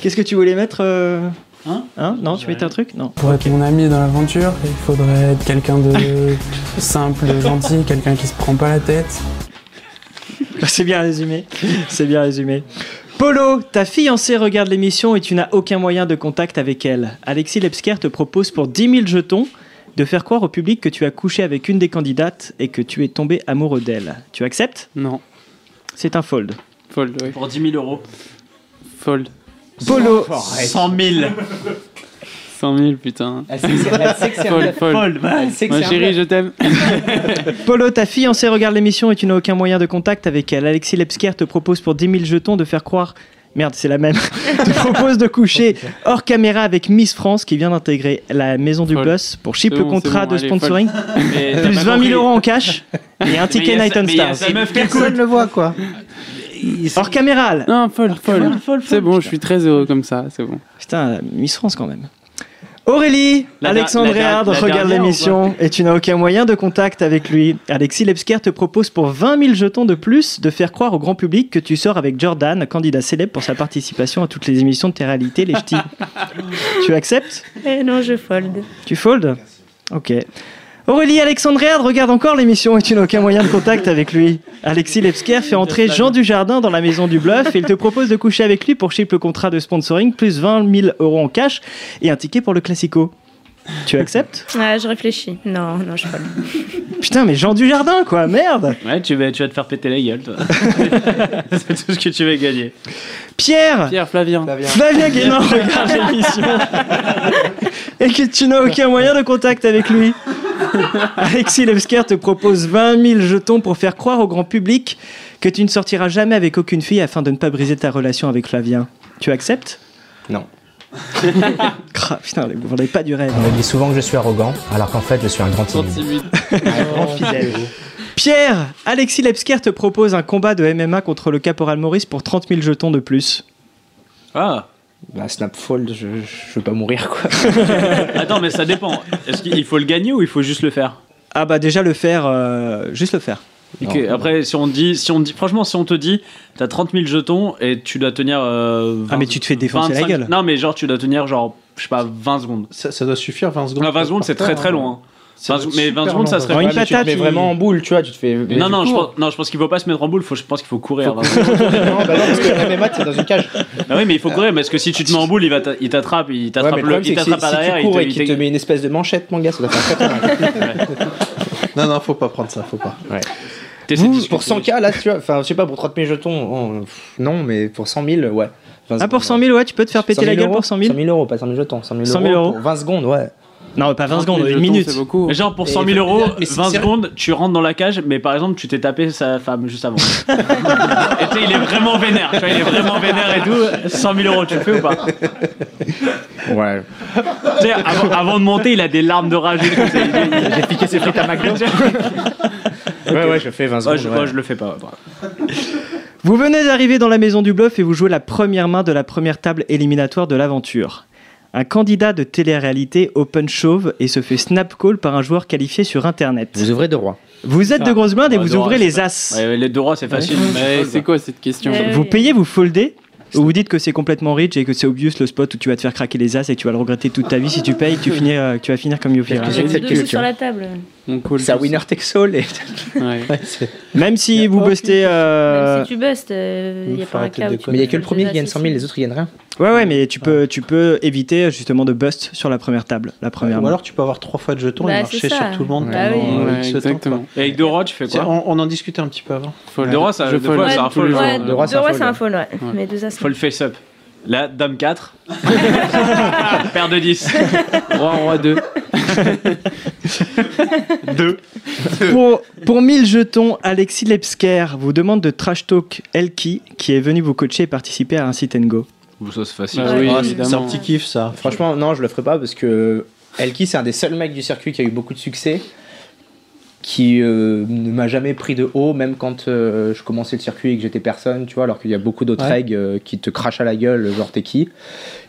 Qu'est-ce que tu voulais mettre euh,
Hein
Non, tu mettais un truc Non.
Pour être mon ami dans l'aventure, il faudrait être quelqu'un de simple, gentil, quelqu'un qui se prend pas la tête.
C'est bien résumé. C'est bien résumé. Polo, ta fiancée regarde l'émission et tu n'as aucun moyen de contact avec elle. Alexis Lepsker te propose pour 10 000 jetons de faire croire au public que tu as couché avec une des candidates et que tu es tombé amoureux d'elle. Tu acceptes
Non.
C'est un fold.
Fold, ouais.
Pour 10 000 euros.
Fold.
Polo,
100 000.
100 000, putain.
Elle sait que Ah, c'est- elle sait que c'est un
Fold,
bluff.
fold.
Elle sait que
Moi,
c'est un
chérie, je t'aime.
Polo, ta fiancée regarde l'émission et tu n'as aucun moyen de contact avec elle. Alexis Lepsker te propose pour 10 000 jetons de faire croire. Merde, c'est la même. te propose de coucher hors caméra avec Miss France qui vient d'intégrer la maison du
Fold.
boss pour chip
C'est
le
bon,
contrat
c'est bon,
de
allez,
sponsoring. Plus 20 000 euros en cash et un ticket Night on Stars.
meuf qui
Personne ne le voit, quoi.
Hors caméra là.
Non, fold, fold. C'est bon, je suis très heureux comme ça, c'est bon.
Putain, Miss France quand même. Aurélie,
La der-
Alexandre
la der-
Héard
la
regarde
dernière,
l'émission et tu n'as aucun moyen de contact avec lui. Alexis Lebsker te propose pour 20 000 jetons de plus de faire croire au grand public que tu sors avec Jordan, candidat célèbre pour sa participation à toutes les émissions de tes réalités, les ch'tis. tu acceptes
Et non, je fold.
Tu fold Ok. Aurélie Alexandre Héard regarde encore l'émission et tu n'as aucun moyen de contact avec lui. Alexis Lebsker fait entrer Jean Dujardin dans la maison du bluff et il te propose de coucher avec lui pour chip le contrat de sponsoring plus 20 000 euros en cash et un ticket pour le Classico. Tu acceptes
Ah, je réfléchis. Non, non, je fold.
Putain, mais Jean Dujardin quoi, merde
Ouais, tu vas, tu vas te faire péter la gueule, toi. c'est tout ce que tu vas gagner.
Pierre
Pierre Flavien.
Flavien Guénon regarde l'émission et que tu n'as aucun moyen de contact avec lui. Alexis Lebsker te propose 20 000 jetons pour faire croire au grand public que tu ne sortiras jamais avec aucune fille afin de ne pas briser ta relation avec Flavien. Tu acceptes
Non.
Crap, putain, vous vendez pas du rêve. hein.
On me dit souvent que je suis arrogant, alors qu'en fait, je suis un grand timide.
Ah,
Pierre, Alexis Lepsker te propose un combat de MMA contre le caporal Maurice pour 30 000 jetons de plus.
Ah
Bah, Snapfold, je, je veux pas mourir, quoi.
Attends, mais ça dépend. Est-ce qu'il faut le gagner ou il faut juste le faire
Ah bah déjà le faire, euh, juste le faire.
Ok, Après, si on dit, si on dit, franchement, si on te dit, t'as 30 000 jetons et tu dois tenir. euh,
Ah, mais tu te fais défoncer la gueule.
Non, mais genre, tu dois tenir, genre, je sais pas, 20 secondes.
Ça, doit suffire, 20 secondes.
Ah, 20 secondes, c'est très très long. hein. 20 secondes- mais 20 secondes, ça serait
Ouais, mais tu te mets vraiment en boule, tu vois, tu te fais.
Non, non, je pense, non, je pense qu'il faut pas se mettre en boule, faut, je pense qu'il faut courir. vraiment.
Non, bah non, parce que la MMA, c'est dans une cage.
Ah oui, mais il faut courir, parce que si tu te mets en boule, il va t'a- il t'attrape, il
Ouais, mais
t'attrape
le
le-
problème,
il
c'est que si,
t'attrape à
si
l'arrière,
tu
il
cours
te-
et
il
qu'il
te-
te met une espèce de manchette, mon gars, ça doit faire très très mal.
Non, non, faut pas prendre ça, faut pas.
Vous, pour 100K, là, tu vois, enfin, je sais pas, pour 30 000 jetons, oh, pff, non, mais pour 100 000, ouais. Enfin,
Ah, pour 100 000, ouais, tu peux te faire
100
péter
000
la gueule
euros
pour 100 000
100 000 euros, pas 100 000 jetons, 100 000,
100 000 euros.
pour 20 secondes, ouais.
Non, pas 20 secondes, une minute.
Mais Genre pour 100 000 euros, 20 secondes, tu rentres dans la cage, mais par exemple, tu t'es tapé sa femme juste avant. et tu sais, il est vraiment vénère, tu vois, il est vraiment vénère et tout. 100 000 euros, tu le fais ou pas
Ouais.
Tu sais, avant, avant de monter, il a des larmes de rage. J'ai
piqué ses frites à McDo. Ouais, ouais, je fais 20
Moi,
secondes.
je, moi, je le fais pas. ouais.
Vous venez d'arriver dans la maison du bluff et vous jouez la première main de la première table éliminatoire de l'aventure. Un candidat de télé-réalité open chauve et se fait snap call par un joueur qualifié sur internet.
Vous ouvrez deux rois.
Vous êtes de grosses blindes et
Ouais,
vous
Dora,
ouvrez
c'est
les
pas-
as.
Ouais, les deux rois, c'est facile. mais-
C'est quoi cette question
Vous payez, vous foldez ou vous dites que c'est complètement rich et que c'est obvious le spot où tu vas te faire craquer les as et que tu vas le regretter toute ta vie si tu payes que tu, finis, euh, que tu vas finir comme Yopi.
J'ai deux jeux sur la table.
C'est un winner takes all. Et...
Ouais,
c'est-
Même si vous bustez. euh,
Même si tu bustes, il n'y a pas un câble.
mais il y a que le premier qui gagne 100 000, les autres ils gagnent rien.
Ouais, ouais, mais tu peux, tu peux éviter euh, justement de bust sur la première table, la première
Ou
main.
alors tu peux avoir trois fois de jetons
Bah,
et
c'est
marcher
ça.
sur tout le monde
Bah
pendant
oui.
euh,
Ouais,
X temps,
exactement.
quoi.
Et avec deux rois, tu fais
Tiens,
quoi
on, on en discutait un petit peu avant.
Fold.
Deux rois, ça,
euh,
Je
deux fois,
fold.
hein,
c'est un
Tous
fold.
les jours.
Ouais,
Deux rois, euh, c'est
deux
un
rois,
fold.
c'est un fold, ouais. Mais deux as, c'est
Faut le face-up. La dame 4. Paire de 10.
Roi, roi 2.
2.
Pour, pour 1000 jetons, Alexis Lepsker vous demande de trash talk Elki, qui est venu vous coacher et participer à un sit and go.
Ça, c'est facile.
Ah oui,
Ah, c'est-
évidemment.
c'est un
Petit kiff ça.
Franchement, non, je le ferai pas parce que Elki, c'est un des seuls mecs du circuit qui a eu beaucoup de succès, qui euh, ne m'a jamais pris de haut, même quand euh, je commençais le circuit et que j'étais personne, tu vois, alors qu'il y a beaucoup d'autres
Ouais.
règles euh, qui te crachent à la gueule, genre t'es qui.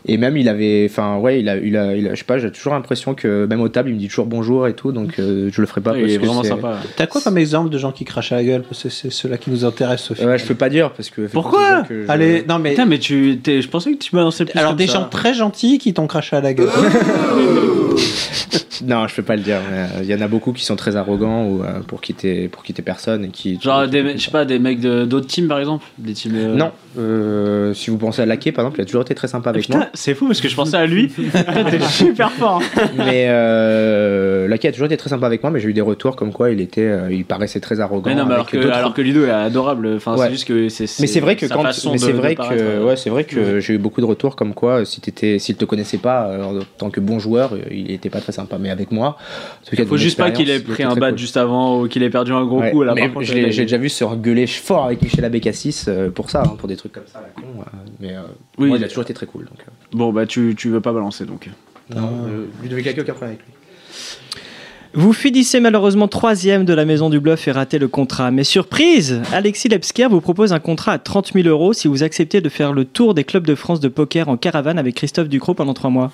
Et même, il avait, enfin, ouais, il a, il a, il a- je sais pas, j'ai toujours l'impression que même aux tables, il me dit toujours bonjour et tout, donc euh, je le ferai pas
Il
parce
est
que
vraiment
c'est-
sympa.
T'as quoi comme exemple de gens qui crachent à la gueule Parce que c'est cela qui nous intéresse, Sophie.
Ouais, je peux pas dire parce que.
Pourquoi
que je-
Allez, non mais.
Putain, mais tu, t'es- je pensais que tu balançais plus.
Alors
comme
des
ça.
gens très gentils qui t'ont craché à la gueule.
Non, je peux pas le dire. mais, euh, Il y en a beaucoup qui sont très arrogants ou euh, pour quitter pour quitter personne et qui.
Genre, des, me- je sais pas, des mecs de- d'autres teams par exemple Des teams. euh,
Non, euh, si vous pensez à Laquet par exemple, il a toujours été très sympa avec
Putain,
moi.
c'est fou parce que je pensais à lui. Putain, T'es super fort.
Mais euh, Laquet a toujours été très sympa avec moi, mais j'ai eu des retours comme quoi il était, euh, il paraissait très arrogant.
Mais non, mais alors
avec
que,
d'autres-
alors que Ludo est adorable. Enfin,
Ouais.
c'est juste que c'est.
Mais c'est vrai que
sa
quand,
façon
mais
de-
c'est
de
vrai que,
paraître, euh,
ouais, c'est vrai que j'ai eu beaucoup de retours comme quoi euh, si t'étais, s'il te connaissait pas euh, en tant que bon joueur, euh, il était pas très sympa. Mais avec moi, en tout cas, de
Faut
mon
juste pas
expérience,
qu'il ait
il était
pris un
très
bat
cool.
juste avant ou qu'il ait perdu un gros
Ouais,
coup. Là,
mais
par contre,
je l'ai-
là,
j'ai
il-
déjà vu se gueuler fort avec Michel Abécassis euh, pour ça, hein, pour des trucs comme ça, à la con. euh, Mais euh,
Oui.
moi, il a toujours été très cool. Donc, euh,
Bon, bah, tu, tu veux pas balancer donc.
euh, Ludovic Laquet, aucun problème avec lui.
Vous finissez malheureusement troisième de la maison du bluff et ratez le contrat. Mais surprise, Alexis Lepsker vous propose un contrat à 30 000 euros si vous acceptez de faire le tour des clubs de France de poker en caravane avec Christophe Ducrot pendant trois mois.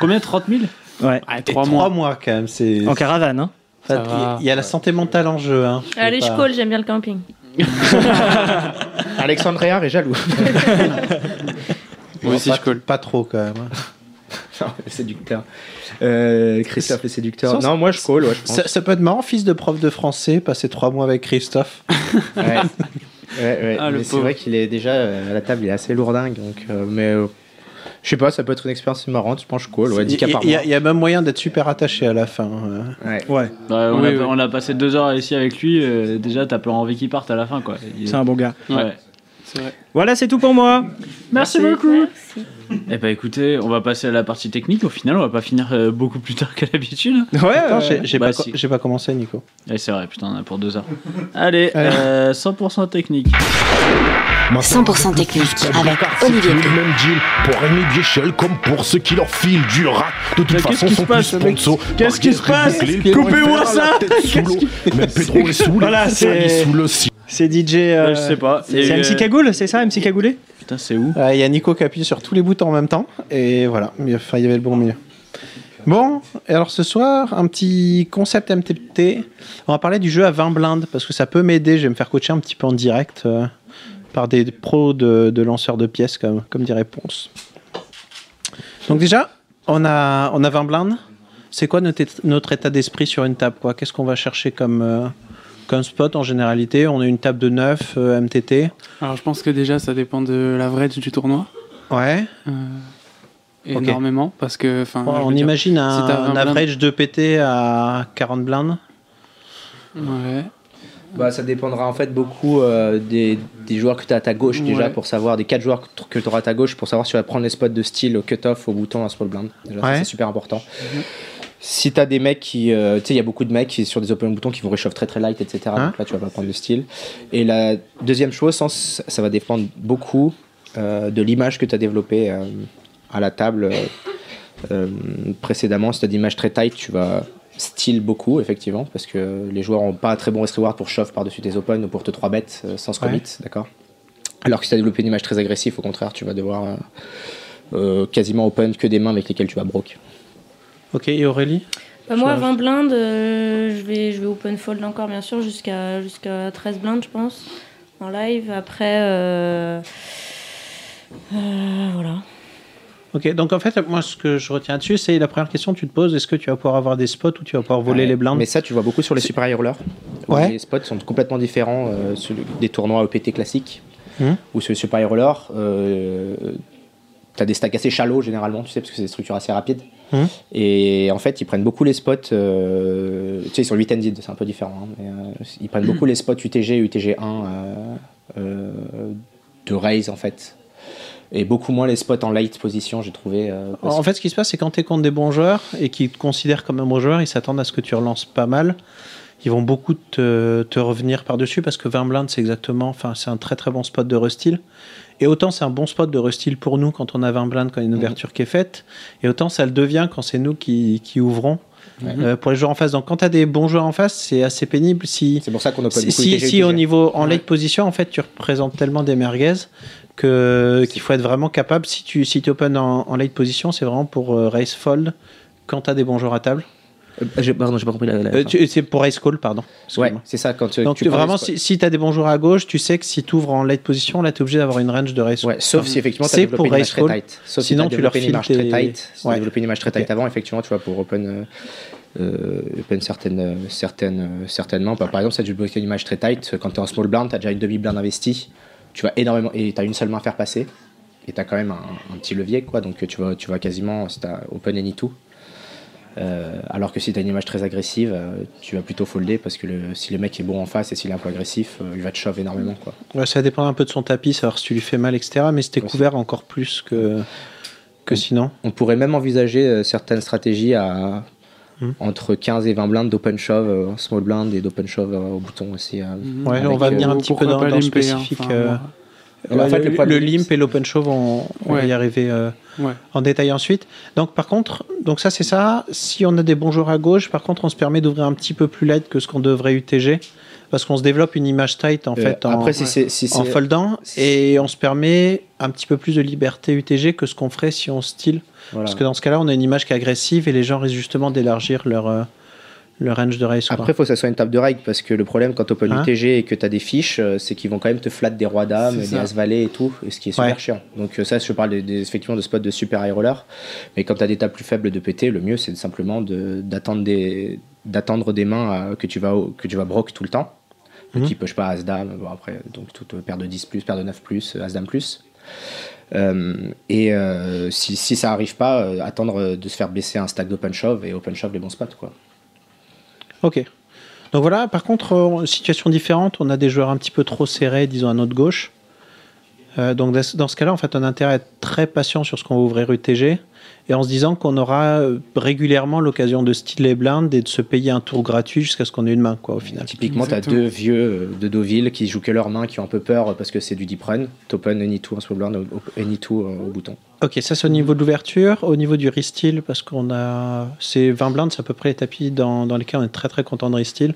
Combien 30 000
Ouais,
Et
Ah, trois
trois
mois.
mois. quand même. C'est.
en caravane, hein
Il
Ça va.
y, a la santé mentale en jeu. Hein.
ça. Allez,
pas-
je colle, j'aime bien le camping.
Alexandre Réard est jaloux.
Moi aussi,
pas,
je colle.
Pas trop quand même. hein.
Non, le séducteur. Euh, Christophe, le séducteur.
Ça,
Non, moi je call, ouais, je pense.
Ça, ça peut être marrant, fils de prof de français, passer trois mois avec Christophe.
Ouais. Ouais, ouais.
Ah, le
Mais c'est
pauvre.
vrai qu'il est déjà euh, à la table, il est assez lourdingue. Donc, euh, mais euh, je sais pas, ça peut être une expérience marrante. Je pense que je call. Ouais,
Il
10
y,
cas
a-
par
il y
mois.
a- il y a même moyen d'être super attaché à la fin. euh.
Ouais.
Ouais,
Bah, on,
Oui,
a,
oui.
on a passé deux heures ici avec lui. euh, déjà, t'as pas envie qu'il parte à la fin, quoi. Il-
c'est un bon gars.
Ouais.
Voilà, c'est tout pour moi.
Merci beaucoup.
Merci.
Eh bah, écoutez, on va passer à la partie technique. Au final, on va pas finir euh, beaucoup plus tard qu'à l'habitude.
Ouais,
Attends,
euh,
j'ai j'ai
bah
pas, co-
si.
j'ai pas commencé, Nico.
Eh, euh, Ouais, c'est vrai, putain, on a pour deux heures. Allez, euh, 100% technique.
100% technique avec Olivier
le même deal pour Rémi Biéchel comme pour ceux qui leur filent du rack. De toute
Mais
façon,
qu'est-ce qui
sont
se
plus
passe, mec
sponsors.
Qu'est-ce qui se passe Coupez-moi ça Qu'est-ce qui-
Mais Pedro est sous le
Voilà,
ciel, il est
c'est-
sous le ciel.
C'est DJ. euh,
Ouais, je sais pas. Il y
C'est
a eu,
MC
euh,
Cagoule, c'est ça, MC Cagoulé
Putain, c'est où
Il y a Nico qui appuie sur tous les boutons en même temps. Et voilà, Mais, enfin, il y avait le bon milieu. Bon, et alors ce soir, un petit concept MTT. On va parler du jeu à 20 blindes parce que ça peut m'aider. Je vais me faire coacher un petit peu en direct euh, par des pros de, de lanceurs de pièces, comme, comme dirait Ponce. Donc, déjà, on a, on a 20 blindes. C'est quoi notre, ét- notre état d'esprit sur une table quoi Qu'est-ce qu'on va chercher comme, euh, comme spot en généralité On a une table de 9 euh, MTT.
Alors je pense que déjà ça dépend de l'average du tournoi.
Ouais. Ok.
Énormément parce que enfin.
Ouais,
je veux
on
dire,
imagine
si
un,
t'as
un
20
average de PT à 40 blindes.
Ouais.
Bah, ça dépendra en fait beaucoup euh, des, des joueurs que tu as à ta gauche déjà
Ouais.
pour savoir, des 4 joueurs que tu auras à ta gauche pour savoir si tu vas prendre les spots de style au cut-off, au bouton, à spot blind. Déjà, ça,
Ouais. Mhm.
c'est super important. Si t'as des mecs qui, euh, tu sais, il y a beaucoup de mecs qui sur des open boutons qui vont réchauffer très très light, etc.
Hein
donc là, tu vas pas prendre de style. Et la deuxième chose, sans- ça va dépendre beaucoup euh, de l'image que tu as développée euh, à la table euh, euh, précédemment. Si tu as des images très tight, tu vas style beaucoup, effectivement, parce que les joueurs n'ont pas un très bon risk reward pour shove par-dessus tes open ou pour te 3 bêtes euh, sans se
Ouais.
commit, d'accord alors que si tu as développé une image très agressive, au contraire, tu vas devoir euh, euh, quasiment open que des mains avec lesquelles tu vas broke.
Ok, et Aurélie
Bah, moi,
Je-
20 blindes, euh, je, vais, je vais open fold encore, bien sûr, jusqu'à jusqu'à 13 blindes, je pense, en live. Après, euh, euh, voilà.
Ok, donc en fait, moi, ce que je retiens dessus, c'est la première question que tu te poses est-ce que tu vas pouvoir avoir des spots où tu vas pouvoir voler
Ouais,
les blindes
Mais ça, tu vois beaucoup sur les super high rollers. où
Ouais.
Les spots sont complètement différents euh, sur le- des tournois EPT classiques.
Mhm.
Ou sur les super high rollers, euh, t'as des stacks assez shallow généralement, tu sais, parce que c'est des structures assez rapides.
Mhm.
Et en fait, ils prennent beaucoup les spots. euh, tu sais, sur 8 ended, c'est un peu différent. hein, mais, euh, ils prennent beaucoup les spots UTG, UTG1 euh, euh, de raise en fait. Et beaucoup moins les spots en light position, j'ai trouvé. euh, parce
En fait, ce qui se passe, c'est quand tu es contre des bons joueurs et qu'ils te considèrent comme un bon joueur, ils s'attendent à ce que tu relances pas mal. Ils vont beaucoup te, te revenir par-dessus parce que 20 blindes, c'est exactement. Enfin, c'est un très très bon spot de Rustil. Et autant c'est un bon spot de Rustil pour nous quand on a 20 blindes,
Mhm.
quand il y a une ouverture qui est faite. Et autant ça le devient quand c'est nous qui, qui ouvrons.
Ouais.
Euh, pour les joueurs en face. Donc quand tu as des bons joueurs en face, c'est assez pénible si
C'est pour ça qu'on open
si,
beaucoup
si,
ITG,
si au
ITG.
niveau en late position en fait tu représentes tellement des merguez que qu'il faut être vraiment capable si tu si open en, en late position, c'est vraiment pour euh, raise fold quand tu as des bons joueurs à table.
pardon, Euh, j'ai pas compris la.
Euh, tu- c'est pour raise call, pardon.
Ouais, c'est ça quand tu.
Donc
tu
tu-
prends les
vraiment,
spots.
si, tu as des bons joueurs à gauche, tu sais que si tu ouvres en late position, là tu es obligé d'avoir une range de raise call.
Sauf si effectivement tu as
c'est
développé
pour
une image
raise
très
call.
tight. Sauf
Sinon
si
tu leur
une
files
image très
tes-
tight. Si tu as
Ouais.
développé une image très tight avant, effectivement, tu vois, pour open, euh, euh, open certaines, euh, certaines, euh, certaines mains. Bah, par exemple, si tu as développé une image très tight, quand tu es en small blind, tu as déjà une demi-blind investie. Tu vas énormément. Et tu as une seule main à faire passer. Et tu as quand même un, un petit levier, quoi. Donc tu vas, tu vas quasiment. Si tu open any two. euh, alors que si tu as une image très agressive, euh, tu vas plutôt folder parce que le- si le mec est bon en face et s'il est un peu agressif, euh, il va te shove énormément. Quoi.
Ouais, ça dépend un peu de son tapis, savoir si tu lui fais mal, etc. Mais c'était couvert encore plus que, que sinon.
On pourrait même envisager euh, certaines stratégies à
Mhm.
entre 15 et 20 blindes d'open shove, euh, small blind et d'open shove euh, au bouton aussi. euh,
Mhm.
Ouais,
avec,
on va
euh,
venir un petit peu
pourquoi
dans,
pas
dans le
l'IMP, hein,
spécifique.
enfin,
euh,
moi.
ouais,
Bah, en fait, le
le,
problème,
le limp et l'open shove, on, on va
Ouais.
y arriver euh,
Ouais.
en détail ensuite. Donc, par contre, donc ça c'est ça. Si on a des bons joueurs à gauche, par contre, on se permet d'ouvrir un petit peu plus light que ce qu'on devrait UTG. Parce qu'on se développe une image tight en
Euh,
fait en,
après, si c'est- si
en
c'est-
foldant et on se permet un petit peu plus de liberté UTG que ce qu'on ferait si on style.
Voilà.
Parce que dans ce cas-là, on a une image qui est agressive et les gens risquent justement d'élargir leur, euh, leur range de raise. quoi.
Après, il faut que ça soit une table de règles parce que le problème quand open
Hein
UTG et que tu as des fiches, euh, c'est qu'ils vont quand même te flatter des rois dames,
C'est
des
ça.
as valets et tout, et ce qui est super
Ouais.
chiant. Donc, euh, ça, je parle des, des- effectivement de spots de super high roller. Mais quand tu as des tables plus faibles de PT, le mieux c'est simplement de- d'attendre des, d'attendre des mains euh, que, tu vas, au- que tu vas broc tout le temps. Le
Mhm.
type, je sais pas, as dame, bon après, donc toute euh, paire de 10 plus, paire de 9 plus, euh, as dame plus. Euh, et euh, si, si ça arrive pas, euh, attendre euh, de se faire baisser un stack d'open shove et open shove les bons spots quoi.
Ok. Donc voilà, par contre, euh, situation différente, on a des joueurs un petit peu trop serrés, disons à notre gauche. Euh, donc dans ce- dans ce cas-là, en fait, on a intérêt à être très patient sur ce qu'on va ouvrir UTG et en se disant qu'on aura euh, régulièrement l'occasion de styler les blindes et de se payer un tour gratuit jusqu'à ce qu'on ait une main, quoi, au final.
Typiquement, t'as deux vieux euh, de Deauville qui jouent que leurs mains, qui ont un peu peur euh, parce que c'est du deep run. T'open any two en small blind, op- any two euh, au bouton.
Ok, ça c'est au niveau de l'ouverture, au niveau du restyle, parce qu'on a. C'est 20 blindes, c'est à peu près les tapis dans, dans lesquels on est très très content de restyle.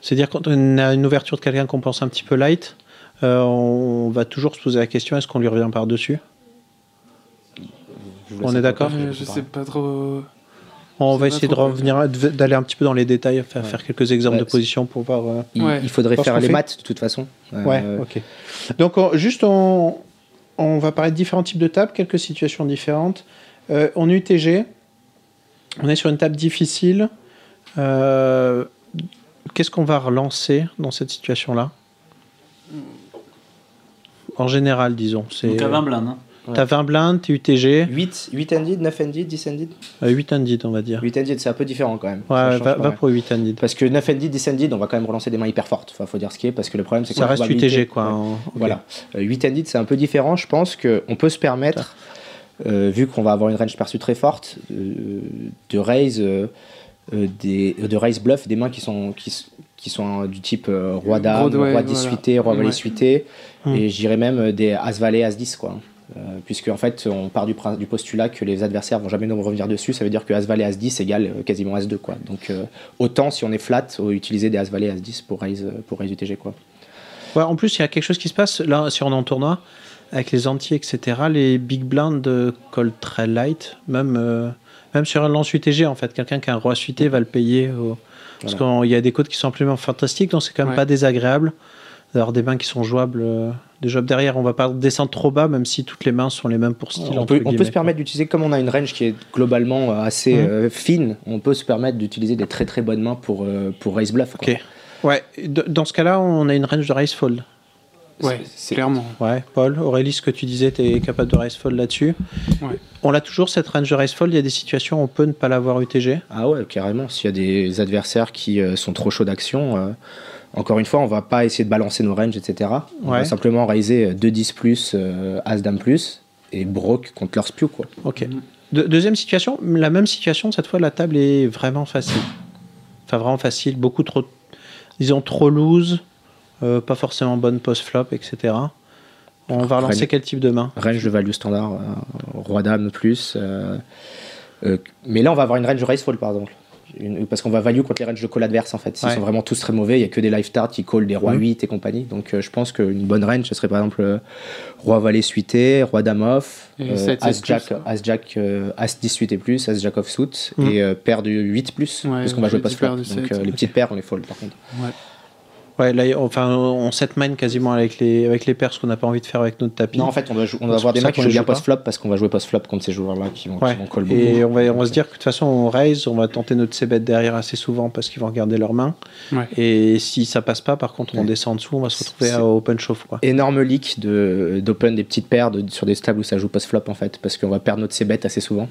C'est-à-dire quand on a une ouverture de quelqu'un qu'on pense un petit peu light, euh, on va toujours se poser la question est-ce qu'on lui revient par-dessus On est d'accord
Euh, Je sais pas trop.
On va
pas
essayer de
trop
revenir, d'aller un petit peu dans les détails, faire, faire quelques exemples
Ouais,
de positions pour voir. euh,
Il, il faudrait
voir ce
faire
qu'on
les
fait.
maths de toute façon. Euh,
Ouais, ok. Donc, on- juste, on, on va parler de différents types de tables, quelques situations différentes. Euh, en UTG, on est sur une table difficile. Euh, Qu'est-ce qu'on va relancer dans cette situation-là En général, disons. c'est-
Donc t'as 20 blindes, hein.
T'as 20 blindes, t'es UTG.
8, 8 ended, 9 ended, 10 ended
Euh, 8 undead, on va dire.
8 ended, c'est un peu différent quand même.
Ouais,
Ça
ouais,
change
va,
pas
va
mal.
pour 8 undead.
Parce que 9 ended, 10 ended, on va quand même relancer des mains hyper fortes. Enfin, faut dire ce qui est, parce que le problème, c'est que
Ça
la
reste
probabilité-
UTG, quoi.
Ouais.
en- ok.
Voilà. 8 and 10, c'est un peu différent. Je pense qu'on peut se permettre, euh, vu qu'on va avoir une range perçue très forte, euh, de raise. euh, euh, des, de raise bluff des mains qui sont, qui, s- qui sont euh, du type euh, roi dame,
Broadway,
roi 10
voilà.
suité, roi valet
Ouais.
suité,
Hmm.
et j'irais même euh, des as valet, as 10 quoi. Euh, puisque en fait on part du, prin- du postulat que les adversaires vont jamais nous revenir dessus, ça veut dire que as valet, as 10 égale euh, quasiment as 2 quoi. Donc euh, autant si on est flat, euh, utiliser des as valet, as 10 pour raise, euh, pour raise UTG quoi.
Ouais, en plus, il y a quelque chose qui se passe. Là, si on est en tournoi, avec les anti, etc., les big blinds euh, collent très light. Même, euh, même sur un lance UTG, en fait, quelqu'un qui a un roi suité va le payer. au- Parce
Voilà.
qu'il y a des codes qui sont absolument fantastiques, donc c'est quand même
Ouais.
pas désagréable d'avoir des mains qui sont jouables. euh, des jobs derrière, on va pas descendre trop bas, même si toutes les mains sont les mêmes pour style.
On
entre
peut, on peut
guillemets.
se permettre d'utiliser, comme on a une range qui est globalement euh, assez
Mhm.
euh, fine, on peut se permettre d'utiliser des très très bonnes mains pour, euh, pour raise bluff. quoi.
Ouais, et de- dans ce cas-là, on a une range de raise fold.
Ouais, clairement.
Ouais, Paul, Aurélie, ce que tu disais, tu es capable de raise fold là-dessus.
Ouais.
On l'a toujours cette range de raise fold, il y a des situations où on peut ne pas l'avoir UTG.
Ah ouais, carrément. S'il y a des adversaires qui euh, sont trop chauds d'action, euh, encore une fois, on va pas essayer de balancer nos ranges, etc. On
Ouais.
va simplement raiser 2-10 plus, euh, As-Dame plus, et Brock contre leur spew. Quoi.
Ok. De- deuxième situation, la même situation, cette fois la table est vraiment facile. Enfin, vraiment facile, beaucoup trop, disons, trop loose, euh, pas forcément bonne post-flop, etc. On va relancer
Range-
quel type de main
Range de value standard, euh, Roi-Dame plus. euh, euh, mais là, on va avoir une range raise fold par exemple. Une- parce qu'on va value contre les ranges de call adverse en fait. S'ils
Ouais.
sont vraiment tous très mauvais, il y a que des live tard qui call des rois
Mhm.
8 et compagnie. Donc euh, je pense qu'une bonne range, ce serait par exemple euh, roi valet suité, roi dame off,
Et
euh,
sept,
as
sept plus, hein.
jack, as jack, euh, as 10 suite et plus, as jack off suit
Mhm.
et euh, paire de 8 plus.
Ouais,
parce qu'on va jouer
j'ai
pas
dit
flop.
paire de
Donc
sept.
euh, les petites paires, on les fold par contre.
Ouais, là, enfin, on set mine quasiment avec les, avec les paires, ce qu'on n'a pas envie de faire avec notre tapis.
Non, en fait, on va, jou- on va
C'est pour
avoir des
ça
mains qui
qu'on les
jouent bien
joue pas.
post-flop parce qu'on va jouer post-flop contre ces joueurs-là qui vont, qui
Ouais.
vont hein. call beaucoup.
Et on va, on va se dire que de toute façon, on raise, on va tenter notre c derrière assez souvent parce qu'ils vont regarder leurs mains.
Ouais.
Et si ça passe pas, par contre, on descend en dessous, on va se retrouver
C'est-
à open chauffe. Quoi.
énorme leak de- d'open des petites paires de- sur des tables où ça joue post-flop en fait, parce qu'on va perdre notre c-bet assez souvent.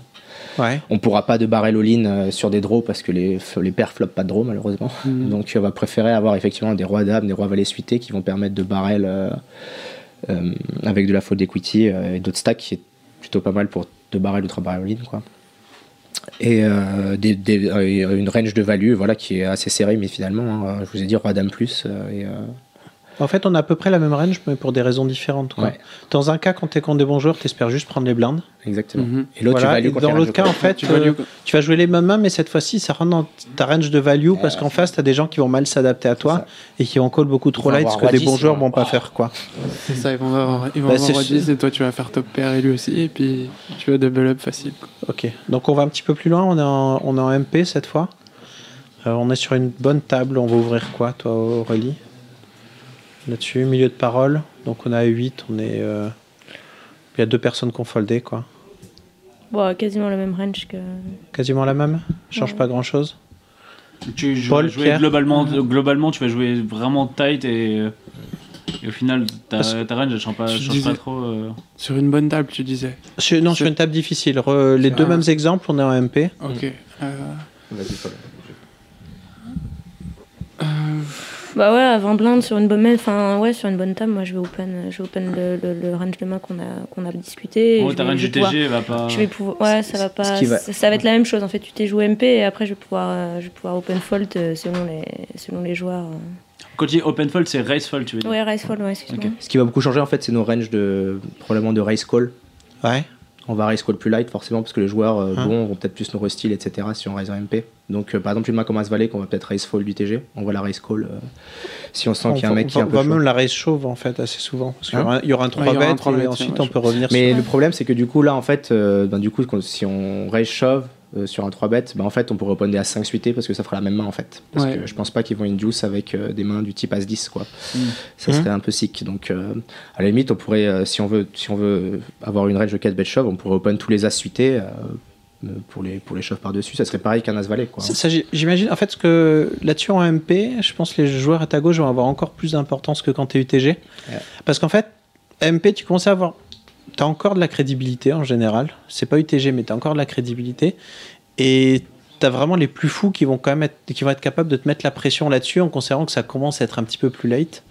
Ouais.
On pourra pas de barrel all-in euh, sur des draws parce que les, f- les paires flopent pas de draws malheureusement.
Mhm.
Donc on va préférer avoir effectivement des rois dames, des rois valets suités qui vont permettre de barrel euh, euh, avec de la faute equity euh, et d'autres stacks qui est plutôt pas mal pour deux barrel ou trois barrel all-in quoi. Et euh, des- des- euh, et une range de value voilà, qui est assez serrée, mais finalement, hein, je vous ai dit roi dame plus. euh, et, euh,
En fait, on a à peu près la même range, mais pour des raisons différentes. quoi.
Ouais.
Dans un cas, quand t'es contre des bons joueurs, t'espères juste prendre les blindes.
Exactement. Et l'autre, tu
Mhm. Voilà,
values
Et
quand
dans
il y a
l'autre
un
cas,
jeu.
en fait,
Tu
euh, tu,
values-
vas jouer les mêmes mains, mais cette fois-ci, ça rentre dans ta range de value
Ah,
parce qu'en face, t'as des gens qui vont mal s'adapter à toi et qui vont call beaucoup trop
vont
light, ce
avoir
que
roi
des
10,
bons joueurs
ouais.
vont pas faire. quoi.
C'est ça, ils vont avoir, ils vont
Bah,
avoir
c'est
roi
sûr.
10 et toi tu vas faire top pair et lui aussi, et puis tu vas double up facile.
Ok, donc on va un petit peu plus loin, on est en, on est en MP cette fois. Euh, on est sur une bonne table, on va ouvrir quoi toi Aurélie Là-dessus, milieu de parole, donc on a 8, on est... euh, Il y a deux personnes qu'on foldait quoi.
Bon, quasiment le même range que.
Quasiment la même Change
Ouais.
pas grand-chose
Tu vas
Paul,
jouer
Pierre
globalement, globalement, tu vas jouer vraiment tight et, euh, et au final,
Parce-
ta, ta range elle change pas,
Tu
change
disais-
pas trop. euh.
Sur une bonne table, tu disais.
Sur- Non, sur une table difficile. Re- les deux
Ah.
mêmes exemples, on est en MP. Mm.
Ok. euh,
Vas-y, Paul.
euh,
Bah ouais, avant blinde sur une bonne même, enfin ouais, sur une bonne table, moi je vais open, je vais open le, le- le range de main qu'on a qu'on a discuté. et
Bon,
je
ta
vais-
range
je vais
UTG
pouvoir-
va pas-
Je vais pouvoir, ouais, ça va pas.
euh, ce qui va-
Ça, ça va être la même chose en fait. Tu t'es joué MP et après je vais pouvoir, euh, je vais pouvoir open fold euh, selon les selon les joueurs. euh.
Quand tu dis open fold, c'est race fold, tu veux dire
Ouais, raise fold, ouais, excuse-moi.
Ce qui va beaucoup changer en fait, c'est nos ranges de probablement de race call.
Ouais.
On va race call plus light forcément parce que les joueurs euh,
Hein.
bons vont peut-être plus nous restyle etc. Si on raise en MP. Donc euh, par exemple une main comme As Valet qu'on va peut-être race fold du TG. On va la race call euh, si on sent
On
qu'il y a un
va-
mec
on
qui est un
va-
peu
va
chaud.
même la raise chauve en fait assez souvent. Parce qu'il y aura
Hein
un- il y aura un 3
Ouais, il y aura un
bêtes
trois
et
bêtes,
ensuite
ouais,
on peut revenir
Mais
sur.
le problème, c'est que du coup, là, en fait, euh, ben, du coup, quand- si on raise shove euh, sur un 3 bet, ben, en fait, on pourrait open des As 5 suité parce que ça fera la même main, en fait. Parce
Ouais.
que je pense pas qu'ils vont induce avec euh, des mains du type As 10, quoi.
Mm.
Ça
Mhm.
serait un peu sick. Donc, euh, à la limite, on pourrait, euh, si, on veut, si on veut avoir une range de 4 bet shove, on pourrait open tous les As suités euh, euh, pour les, pour les shove par-dessus. Ça serait pareil qu'un As valet, quoi.
Ça, ça, j'ai- J'imagine, en fait, ce que là-dessus en MP, je pense que les joueurs à ta gauche vont avoir encore plus d'importance que quand t'es UTG. Parce qu'en fait, MP, tu commences à avoir. T'as encore de la crédibilité en général. C'est pas UTG, mais t'as encore de la crédibilité. Et t'as vraiment les plus fous qui vont quand même être, qui vont être capables de te mettre la pression là-dessus en considérant que ça commence à être un petit peu plus late.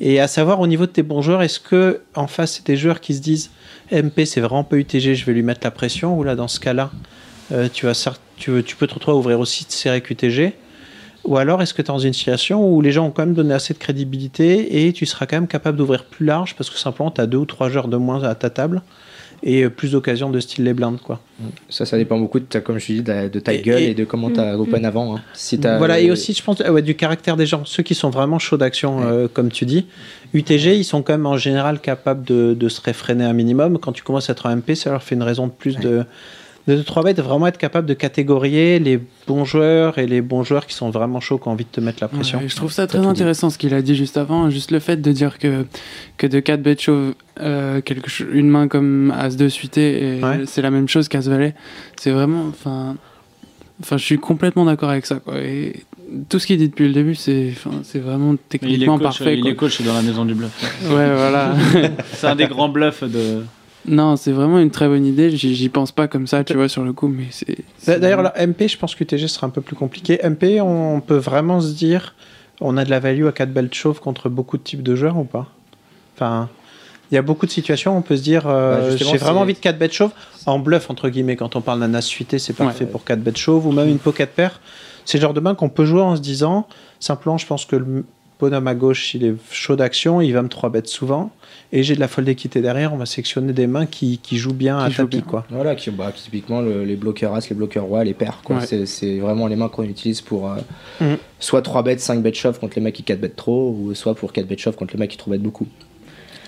Et à savoir au niveau de tes bons joueurs, est-ce que en face c'est des joueurs qui se disent MP c'est vraiment pas UTG, je vais lui mettre la pression ou là dans ce cas-là, euh, tu vas cer- tu, veux- tu peux te retrouver à ouvrir aussi de serrer QTG ou alors est-ce que tu es dans une situation où les gens ont quand même donné assez de crédibilité et tu seras quand même capable d'ouvrir plus large parce que simplement tu as deux ou trois joueurs de moins à ta table et euh, plus d'occasions de style les blindes quoi.
Ça, ça dépend beaucoup, de ta, comme je dis, de, la- de ta gueule et,
et-
de comment t'as
Mm.
open avant. hein. Si t'as-
Voilà, et aussi, je pense, euh, ouais, du caractère des gens. Ceux qui sont vraiment chauds d'action, euh, comme tu dis, UTG, ils sont quand même en général capables de, de se réfréner un minimum. Quand tu commences à être en MP, ça leur fait une raison de plus de. De 3 bêtes, vraiment être capable de catégorier les bons joueurs et les bons joueurs qui sont vraiment chauds, qui ont envie de te mettre la pression.
Ouais, je trouve ça très intéressant ce qu'il a dit juste avant, juste le fait de dire que, que de 4 bêtes chauves, euh, quelque cho- une main comme As 2 suité, et c'est la même chose qu'As Valet. C'est vraiment. Enfin, enfin, je suis complètement d'accord avec ça. Quoi. Et tout ce qu'il dit depuis le début, c'est enfin, c'est
Mais
vraiment
il est
techniquement
coach,
parfait.
il
quoi.
est coach dans la maison du bluff.
Ouais, voilà.
c'est un des grands bluffs de.
Non, c'est vraiment une très bonne idée. J'y j'y pense pas comme ça, tu vois, sur le coup, mais c'est.
D'a- Bah, D'ailleurs, là, MP, je pense que UTG sera un peu plus compliqué. MP, on peut vraiment se dire, on a de la value à 4 belles chauves contre beaucoup de types de joueurs ou pas Enfin, il y a beaucoup de situations, on peut se dire, euh,
Bah, justement,
j'ai
c'est-
vraiment envie de 4 bêtes chauves. En bluff, entre guillemets, quand on parle d'un as suité, c'est parfait pour 4 bêtes chauves, ou même une pocket pair. C'est le genre de main qu'on peut jouer en se disant, simplement, je pense que le bonhomme à gauche, il est chaud d'action, il va me 3 bêtes souvent, et j'ai de la folle d'équité derrière, on va sectionner des mains qui, qui jouent bien à tapis, quoi.
Voilà, qui, bah, typiquement le- les bloqueurs As, les bloqueurs Rois, les paires. quoi.
Ouais.
C'est- C'est vraiment les mains qu'on utilise pour euh,
Mhm.
soit 3 bêtes, 5 bêtes shove contre les mecs qui 4 bêtes trop, ou soit pour 4 bêtes shove contre les mecs qui 3 bêtes beaucoup.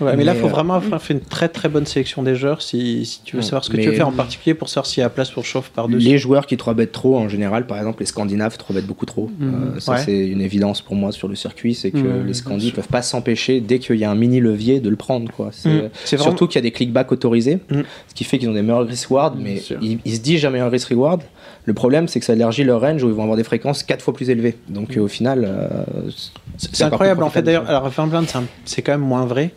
Ouais, mais, là, il faut
euh,
vraiment avoir fait une très très bonne sélection des joueurs si, si tu veux
Ouais,
savoir ce que
mais- mm.
tu veux faire en particulier pour savoir s'il y a place pour chauffe par-dessus.
Les joueurs qui 3 bêtes trop, en général, par exemple, les Scandinaves 3 bêtes beaucoup trop.
Mhm.
Euh, ça,
Ouais.
c'est une évidence pour moi sur le circuit, c'est que
Mhm,
les
bien
Scandis
sûr.
peuvent pas s'empêcher, dès qu'il y a un mini levier, de le prendre. quoi. C'est-
Mhm. C'est vraiment-
euh,
Mm.
Surtout qu'il y a des clickbacks autorisés, ce qui fait qu'ils ont des meilleurs risk reward, mais ils, ils se disent jamais un risk reward. Le problème, c'est que ça élargit leur range où ils vont avoir des fréquences 4 fois plus élevées. Donc
Mm.
euh, au final, euh,
C'est
encore plus
incroyable en fait
profitable.
d'ailleurs. Alors, à 20 blindes, c'est un- c'est quand même moins vrai.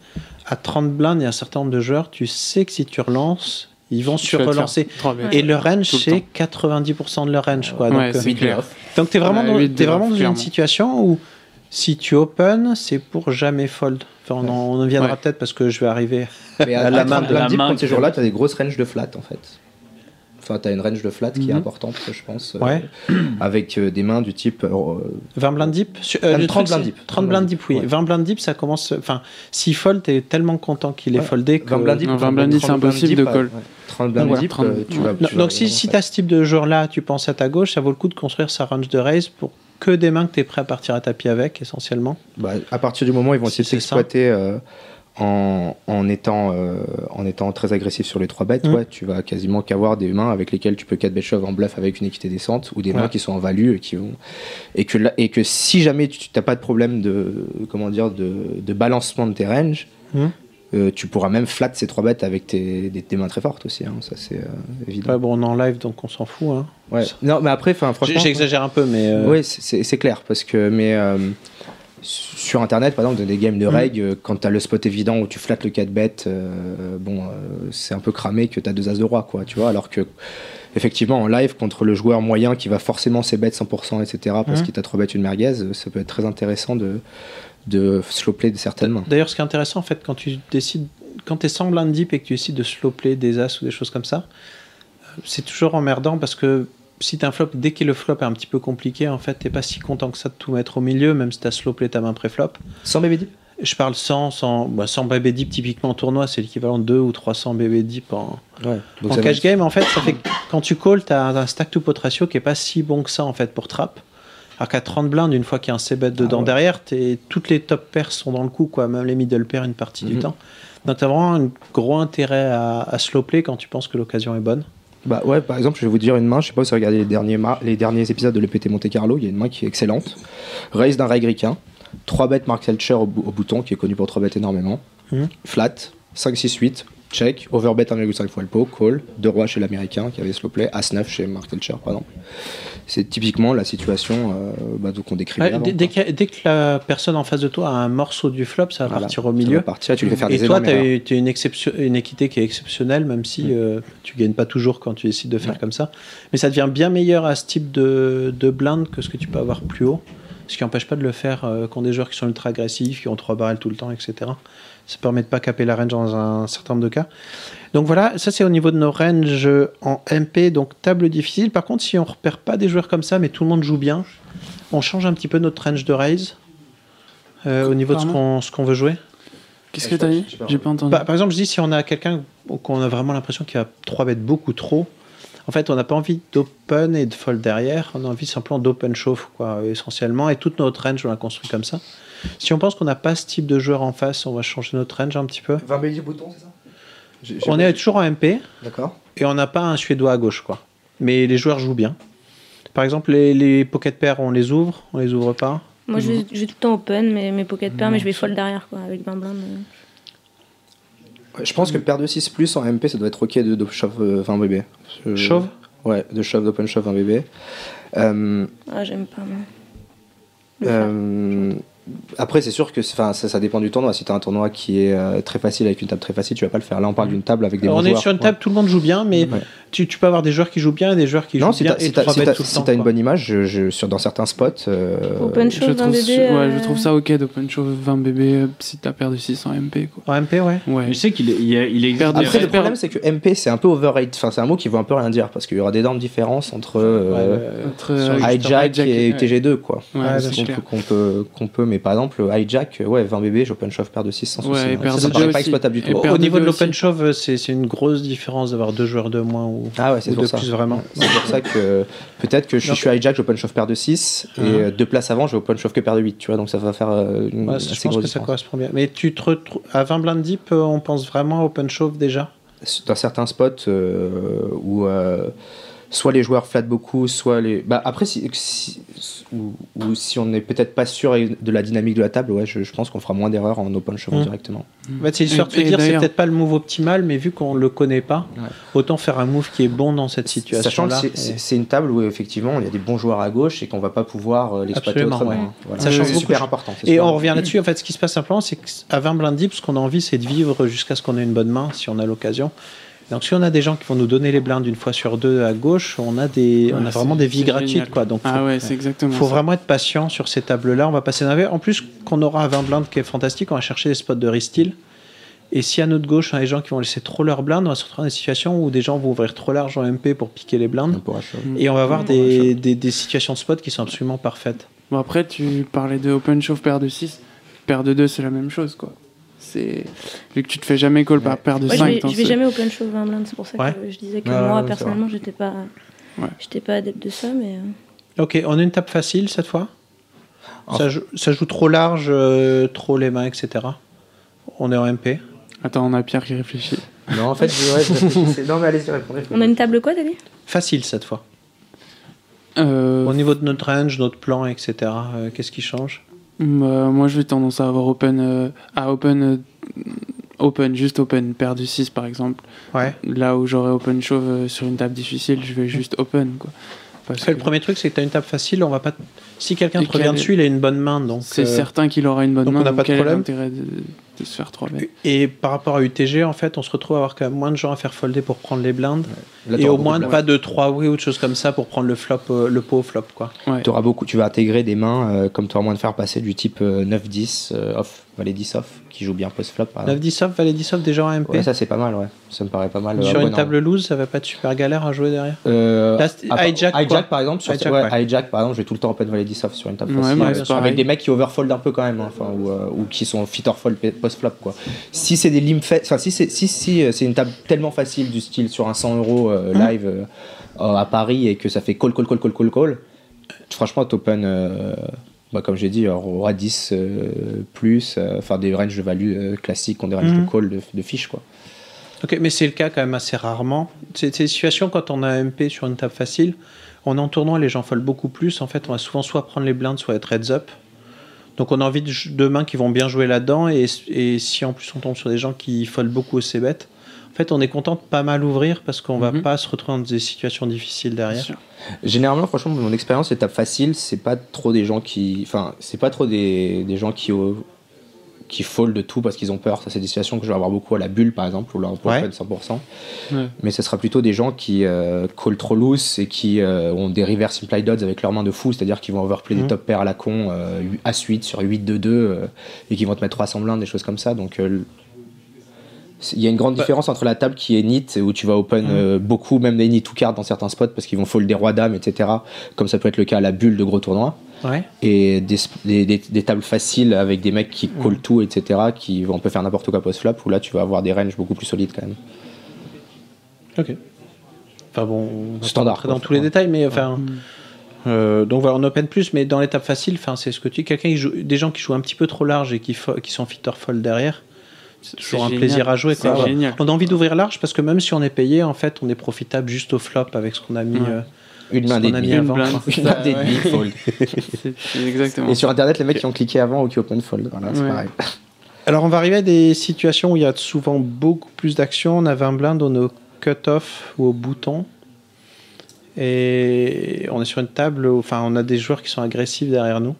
À 30 blindes, il y a un certain nombre de joueurs, tu sais que si tu relances, ils vont
Tu
sur
vas te
relancer.
faire trois bêtes.
Et leur range,
Tout le
c'est 90% de leur range. Quoi.
Ouais,
Donc,
c'est
euh,
clair.
donc t'es vraiment,
Ouais,
dans,
huit
t'es
de
vraiment
off,
dans une
clairement.
situation où si tu open, c'est pour jamais fold. Enfin, on, en, on en viendra peut-être parce que je vais arriver
Mais à,
à
la
la main de
de
main
ces
qui-
jours-là, tu as des grosses ranges de flat en fait. Enfin, tu as une range de flat qui est
Mhm.
importante, je pense. euh,
Ouais.
avec euh, des mains du type.
20 blind deep Sur- euh, le
30
truc,
blind
c'est-
deep.
30 blind deep, oui. 20 blind deep, ça commence. Enfin, s'il fold, t'es tellement content qu'il est
Ouais.
foldé que.
20 blind deep, Non, 20 blind deep, 30 c'est impossible blind deep, de call. ouais. 30 blind
Voilà.
deep, euh, tu vas-
Non,
tu vas
Donc, si,
vraiment
si
faire.
t'as ce type de joueur-là, tu penses à ta gauche, ça vaut le coup de construire sa range de raise pour que des mains que t'es prêt à partir à tapis avec, essentiellement.
Bah, à partir du moment où ils vont essayer de s'exploiter euh, en, en étant, euh, en étant très agressif sur les 3 bêtes, ouais, tu vas quasiment qu'avoir des mains avec lesquelles tu peux 4 bêtes shove en bluff avec une équité décente ou des mains
Ouais.
qui sont en value et qui vont. Et que, là- et que si jamais tu n'as pas de problème de, comment dire, de, de balancement de tes ranges,
Hum.
euh, tu pourras même flat ces 3 bêtes avec tes, des- tes mains très fortes aussi, hein, ça c'est euh, évident.
Ouais, bon, on est en live, donc on s'en fout. hein.
Ouais. Non, mais après, enfin, franchement.
J'exagère un peu, mais. euh,
Oui, c'est- c'est c'est clair, parce que mais euh, sur internet, par exemple, dans des games de
Mhm.
reg, euh, quand t'as le spot évident où tu flattes le 4 bet, euh, bon, euh, c'est un peu cramé que t'as deux as de roi, quoi, tu vois, alors que effectivement, en live, contre le joueur moyen qui va forcément s'ébête 100%, etc., parce
Mhm.
qu'il t'a trop battu une merguez, ça peut être très intéressant de, de sloper de certaines mains.
D'ailleurs, ce qui est intéressant, en fait, quand tu décides, quand t'es sans blind deep et que tu décides de slowplay des as ou des choses comme ça, euh, c'est toujours emmerdant parce que si t'as un flop, dès que le flop est un petit peu compliqué, en fait, t'es pas si content que ça de tout mettre au milieu, même si t'as slowplay ta main pré-flop.
Sans bébé deep
Je parle sans, sans, bah, sans bébé deep, typiquement en tournoi, c'est l'équivalent de 2 ou 300 bébé deep en,
donc
en
ça va-
cash game. En fait, ça fait que quand tu calls, t'as un- un stack to pot ratio qui est pas si bon que ça, en fait, pour trap. Alors qu'à 30 blindes, une fois qu'il y a un
Ah
c-bet dedans derrière, t'es- toutes les top pairs sont dans le coup, quoi. Même les middle pairs une partie du
Mhm.
temps. Donc t'as vraiment un gros intérêt à, à slow play quand tu penses que l'occasion est bonne.
Bah ouais, par exemple, je vais vous dire une main, je sais pas si vous regardez les derniers, mar- les derniers épisodes de l'EPT Monte Carlo, il y a une main qui est excellente. Raise d'un rail ricain, 3 bêtes Mark Selcher au, bou- au bouton, qui est connu pour 3 bêtes énormément.
Mhm.
Flat, 5, 6, 8, check, overbet 1,5 fois le pot, call, 2 rois chez l'américain qui avait slow play, as 9 chez Mark Selcher par exemple. C'est typiquement la situation euh, bah, donc qu'on décrivait
Ouais,
avant,
dès,
quoi.
dès que, dès que la personne en face de toi a un morceau du flop, ça va partir au milieu.
va partir et tu lui fais faire
et
des
toi,
énormes
tu as
erreurs. Mm.
une, exception- une équité qui est exceptionnelle, même si euh, tu gagnes pas toujours quand tu décides de faire comme ça. Mais ça devient bien meilleur à ce type de, de blinde que ce que tu peux avoir plus haut. Ce qui n'empêche pas de le faire euh, quand des joueurs qui sont ultra agressifs, qui ont trois barrels tout le temps, etc. Ça permet de pas caper la range dans un certain nombre de cas. Donc voilà, ça c'est au niveau de nos ranges en MP, donc table difficile. Par contre, si on repère pas des joueurs comme ça, mais tout le monde joue bien, on change un petit peu notre range de raise euh, au niveau de ce qu'on ce qu'on veut jouer.
Qu'est-ce que t'as dit J'ai pas entendu.
Bah,
Mm.
Par, par exemple, je dis si on a quelqu'un qu'on a vraiment l'impression qu'il va 3 bêtes beaucoup trop, en fait, on n'a pas envie d'open et de fold derrière, on a envie simplement d'open shove, quoi, essentiellement, et toute notre range, on la construit comme ça. Si on pense qu'on n'a pas ce type de joueur en face, on va changer notre range un petit peu.
20 bébés du bouton, c'est ça J'ai- j'ai
On
pas-
est toujours en MP.
D'accord.
Et on n'a pas un suédois à gauche, quoi. Mais les joueurs jouent bien. Par exemple, les, les pocket pairs, on les ouvre, on les ouvre pas.
Moi, je vais, je vais tout le temps open, mes, mes pocket pairs,
Non,
mais je vais fold derrière, quoi, avec 20 blindes. euh.
Ouais, Je
Mm.
pense que paire de 6 plus en MP, ça doit être ok de, de shove euh, 20 BB. Je-
Shove
Ouais, de shove, d'open shove 20 BB. Euh,
Ah, j'aime pas, moi.
euh, après, c'est sûr que c'est- 'fin, ça, ça dépend du tournoi. Si tu as un tournoi qui est euh, très facile avec une table très facile, tu vas pas le faire. Là, on parle d'une table avec des
Alors,
bons
Mm. on est
joueurs.
sur une table, tout le monde joue bien, mais tu, tu peux avoir des joueurs qui jouent bien et des joueurs qui
Non,
jouent
si
bien
t'as si
et
t'as-
trois
si
bêtes
t'as-
tout le
si
temps,
t'as une
quoi.
bonne image, je- je- sur, dans certains spots. euh,
Open shove
je trouve,
20
ce-
bébés,
ouais,
euh,
je trouve ça ok d'open shove 20 bébés euh, si t'as perdu 6 en MP. Quoi.
En MP, ouais.
ouais.
Je sais qu'il est- il y a- il existe. des
Après, le
règles.
problème, c'est que MP, c'est un peu overrated. Enfin, c'est un mot qui veut un peu rien dire parce qu'il y aura d'énormes différences entre, euh,
Entre, euh,
hijack,
hijack
et
et- ouais.
UTG2, quoi.
Ouais, Ouais, c'est
qu'on peut,
clair.
qu'on peut, qu'on peut- mais par exemple, hijack, ouais, 20 bébés, j'open shove paire de 6 sans
Ouais,
souci.
et
hein.
paire
Ça, ça
de
paraît
deux
pas
aussi.
exploitable du
Et
tout.
paire
Au niveau de
aussi.
l'open shove, c'est c'est une grosse différence d'avoir deux joueurs de moins ou,
Ah ouais, c'est
ou
pour
de
ça.
plus vraiment.
C'est pour ça que peut-être que je, je suis hijack, j'open shove paire de 6 et
Ah.
euh, deux places avant, j'open shove que paire de 8, tu vois, donc ça va faire euh, une
Ouais,
assez
je pense
grosse
que ça
différence.
correspond bien. Mais tu te retrouves à 20 blind deep, euh, on pense vraiment à open shove déjà.
dans certains spots euh, où euh, soit les joueurs flattent beaucoup, soit les. Bah, après, si, si- ou, ou si on n'est peut-être pas sûr de la dynamique de la table, ouais, je, je pense qu'on fera moins d'erreurs en open shove
Mm.
directement.
En fait, c'est l'histoire de se
Et- et
dire, c'est
d'ailleurs-
peut-être pas le move optimal, mais vu qu'on le connaît pas, autant faire un move qui est bon dans cette
Sachant que
situation-là.
c'est- c'est c'est une table où effectivement il y a des bons joueurs à gauche et qu'on va pas pouvoir euh, l'exploiter
Absolument,
autrement.
ouais.
hein. Voilà.
Ça change
C'est
beaucoup de
super
choses.
important. c'est
Et
super
on
important.
revient là-dessus. En fait, ce qui se passe simplement, c'est qu'à 20 blind deep, ce qu'on a envie, c'est de vivre jusqu'à ce qu'on ait une bonne main, si on a l'occasion. Donc, si on a des gens qui vont nous donner les blindes une fois sur deux à gauche, on a, des, on a
Ouais,
vraiment
c'est-
des vies
c'est
gratuites.
génial.
Quoi. Donc,
Ah
faut-
ouais, c'est exactement
faut
ça.
vraiment être patient sur ces tables-là. On va passer d'un verre. En plus, qu'on aura à 20 blindes qui est fantastique, on va chercher des spots de restyle. Et si à notre gauche, on a des gens qui vont laisser trop leurs blindes, on va se retrouver dans des situations où des gens vont ouvrir trop large en MP pour piquer les
Mm.
blindes. Et on va avoir des, des- des situations de spots qui sont absolument parfaites.
Bon, après, tu parlais de open shove paire de 6. Paire de 2, c'est la même chose. quoi. C'est Vu que tu te fais jamais call par paire de
Moi,
5.
je, vais, je vais jamais open shove 20 blindes, c'est pour ça que
hein, Ouais.
je disais que
Ouais, ouais,
moi,
ouais,
personnellement,
c'est
j'étais pas,
Ouais.
j'étais pas adepte de ça, mais. euh,
Ok, on a une tape facile cette fois
Ah.
ça, joue- ça joue trop large, euh, trop les mains, etc. On est en MP.
Attends, on a Pierre qui réfléchit.
Non, en fait, je- ouais, je réfléchissais. Non, mais allez-y, répondez.
On a une table quoi, t'as dit
Facile cette fois.
Euh.
Au niveau de notre range, notre plan, etc. euh, Qu'est-ce qui change
Mm, euh, moi, je vais tendance à avoir open, euh, à open, euh, open, juste open, paire de 6 par exemple.
Ouais.
Là où j'aurais open shove euh, sur une table difficile, je vais juste open quoi. Parce
Le premier truc, c'est que tu as une table facile, on va pas. t- Si quelqu'un
Et
te revient
qu'elle-
dessus, il a une bonne main, donc. euh,
C'est certain qu'il aura une bonne
donc
main.
on n'a pas
donc
de
quel est
problème.
l'intérêt de- de se faire 3 bêtes.
Et par rapport à UTG, en fait, on se retrouve à avoir quand même moins de gens à faire folder pour prendre les blindes.
Là,
et
t'auras
au
beaucoup
moins
de blindes.
pas de 3 oui ou de choses comme ça pour prendre le flop, euh, le pot au flop, quoi.
T'auras beaucoup, tu vas intégrer des mains euh, comme tu auras moins de faire passer du type euh, 9-10 euh, off, valet 10 off, qui joue bien post-flop. par exemple.
9-10 off, valet 10 off déjà en MP.
Ah. Ouais, ça c'est pas mal, ouais. Ça me paraît pas mal.
Sur
euh,
une
abonnant.
table loose, ça va pas être super galère à jouer derrière.
Euh,
Là, c'est-
à part-
hijack, quoi.
hijack, par exemple, sur
Hijack,
ouais,
ouais.
hijack, par exemple, je vais tout le temps open valet 10 off sur une table
Ouais,
facile,
ouais,
euh,
c'est pareil.
avec des mecs qui overfold un peu quand même, hein, enfin, ou, euh, ou qui sont fit or fold pe- post flop quoi. Si c'est des limes fa- enfin si c'est si, si, euh, c'est une table tellement facile du style sur un 100 euros euh, live euh, euh, à Paris et que ça fait call call call call call call, franchement t'open euh, bah, comme j'ai dit, euh, roi 10 euh, plus, euh, enfin des ranges de value euh, classiques, ont des ranges
Mhm.
de call de, de fiches quoi.
Ok, mais c'est le cas quand même assez rarement. C'est c'est des situations quand on a MP sur une table facile, on est en tournoi, les gens foldent beaucoup plus. En fait, on va souvent soit prendre les blindes, soit être heads up. Donc on a envie de, de mains qui vont bien jouer là-dedans. Et, et si en plus on tombe sur des gens qui foldent beaucoup au c-bet, en fait, on est content de pas mal ouvrir parce qu'on va pas se retrouver dans des situations difficiles derrière.
Généralement, franchement, mon expérience, les tables faciles, c'est pas trop des gens qui, enfin, c'est pas trop des, des gens qui euh, qui fold de tout parce qu'ils ont peur. Ça, c'est des situations que je vais avoir beaucoup à la bulle, par exemple, ou là, on peut
Ouais.
faire 100%. Mais ce sera plutôt des gens qui euh, call trop loose et qui euh, ont des reverse implied odds avec leurs mains de fou, c'est-à-dire qu'ils vont overplay
Mhm.
des top pairs à la con euh, à suite sur 8-2-2 euh, et qui vont te mettre 300 blindes, des choses comme ça. Donc, euh, l- c'est- il y a une grande
Bah.
différence entre la table qui est nit et où tu vas open
Mm.
euh, beaucoup, même des nit ou cartes dans certains spots parce qu'ils vont fold des rois dames, etc. Comme ça peut être le cas à la bulle de gros tournois
Ouais.
et des, sp- des- des- des tables faciles avec des mecs qui call
Mhm.
tout, etc. qui vont on peut faire n'importe quoi post flop où là tu vas avoir des ranges beaucoup plus solides quand même.
Ok. Enfin bon, on va
Standard,
pas rentrer
quoi,
dans tous les détails, mais enfin. euh, donc voilà, on open plus, mais dans l'étape facile, enfin c'est ce que tu dis. Quelqu'un qui joue, des gens qui jouent un petit peu trop large et qui, fo- qui sont fit or fold derrière, c'est toujours un
génial.
plaisir à jouer.
C'est
Quoi. Ouais.
génial.
On a envie d'ouvrir large parce que même si on est payé, en fait, on est profitable juste au flop avec ce qu'on a mis.
Ouais.
euh,
Une
ce
main
qu'on
des
a mis
demi. Une
avant,
blinde.
quoi.
Une main des demi, fold.
Exactement.
Et sur internet, les mecs qui ont cliqué avant ou qui open fold, voilà, c'est
Ouais.
pareil.
Alors on va arriver à des situations où il y a souvent beaucoup plus d'action. On a 20 blindes, on est au cut-off ou au bouton. Et on est sur une table, où- enfin on a des joueurs qui sont agressifs derrière nous.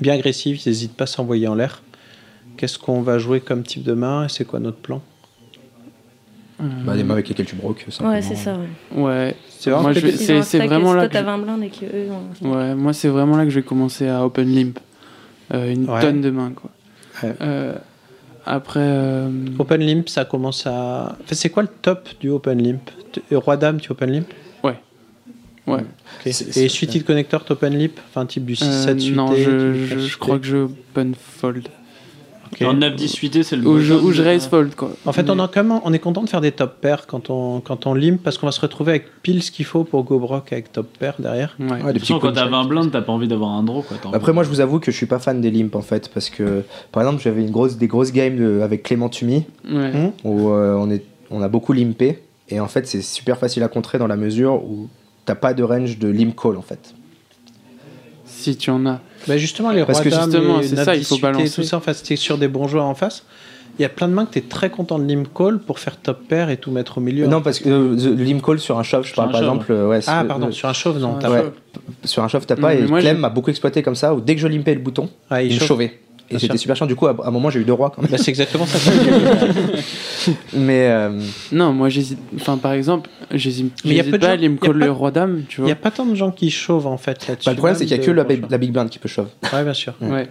Bien agressifs, ils n'hésitent pas à s'envoyer en l'air. Qu'est-ce qu'on va jouer comme type de main et c'est quoi notre plan
Bah, des mains avec lesquelles tu broques.
Ouais, c'est ça. Ouais.
Ouais.
C'est vraiment
Moi, je
que
vais-
t'es-
Ils ont
c'est
un
c'est
stack euh,
vraiment
et
là.
toi,
que
t'as
je-
20 blindes et que eux, ont-
Ouais, moi c'est vraiment là que je vais commencer à open limp. Euh, une
Ouais.
tonne de mains quoi.
Ouais.
Euh, après. euh,
Open limp, ça commence à. Enfin, c'est quoi le top du open limp Tu- euh, Roi dame, tu open limp
Ouais. Ouais.
Ok. Et suited connector, tu open limp Enfin, type du 6-7
Euh,
suité
non,
du
je,
4
je, je
suité.
crois que je open fold.
Dans le 9-18, c'est le
Où je,
bottom
où je
de-
raise fold quoi.
En fait, on, a quand même- on est content de faire des top pairs quand on, quand on limp parce qu'on va se retrouver avec pile ce qu'il faut pour go broke avec top pair derrière.
Ouais.
De toute façon, quand t'as 20 blindes, t'as pas envie d'avoir un draw. Quoi. T'as envie-
Après, moi, je vous avoue que je suis pas fan des limps en fait, parce que par exemple, j'avais une grosse, des grosses games de- avec Clément Tumi,
Ouais.
Hmm.
où euh, on, est, on a beaucoup limpé, et en fait, c'est super facile à contrer dans la mesure où t'as pas de range de limp call en fait.
Si tu en as.
Mais Bah, justement, les
Parce
rois
que
dames,
justement,
les
c'est
nappes
ça, il faut
discutées,
balancer.
Tout ça, enfin, c'était sur des bons joueurs en face. Il y a plein de mains que tu es très content de limp call pour faire top pair et tout mettre au milieu.
Non, parce que euh, the limp call sur un shove, je parle
un
par
shove.
exemple. euh, ouais,
Ah,
c'est-
pardon,
euh,
sur un shove, non,
ouais,
t'as pas.
Sur un shove, t'as pas,
Mm, mais
et
moi,
Clem
j'ai-
m'a beaucoup exploité comme ça, où dès que je limpais le bouton,
Ah, il
il me
chauffe.
chauvait.
Bien
Et c'était
sûr.
super chiant, du coup, à, à un moment, j'ai eu deux rois quand même.
Bah, c'est exactement ça.
Mais. euh, bah,
Non, moi j'hésite. Enfin, par exemple, j'hésite
Mais il y a
j'hésite
peu de
pas à
gens-
aller me
il y a
coller
pas-
le roi dame, tu
Il n'y
vois.
a pas tant de gens qui chauvent en fait là-dessus.
Bah, le problème, c'est qu'il y a
même
que
de-
la, big- la big blind qui peut shove.
Ouais, bien sûr.
Ouais.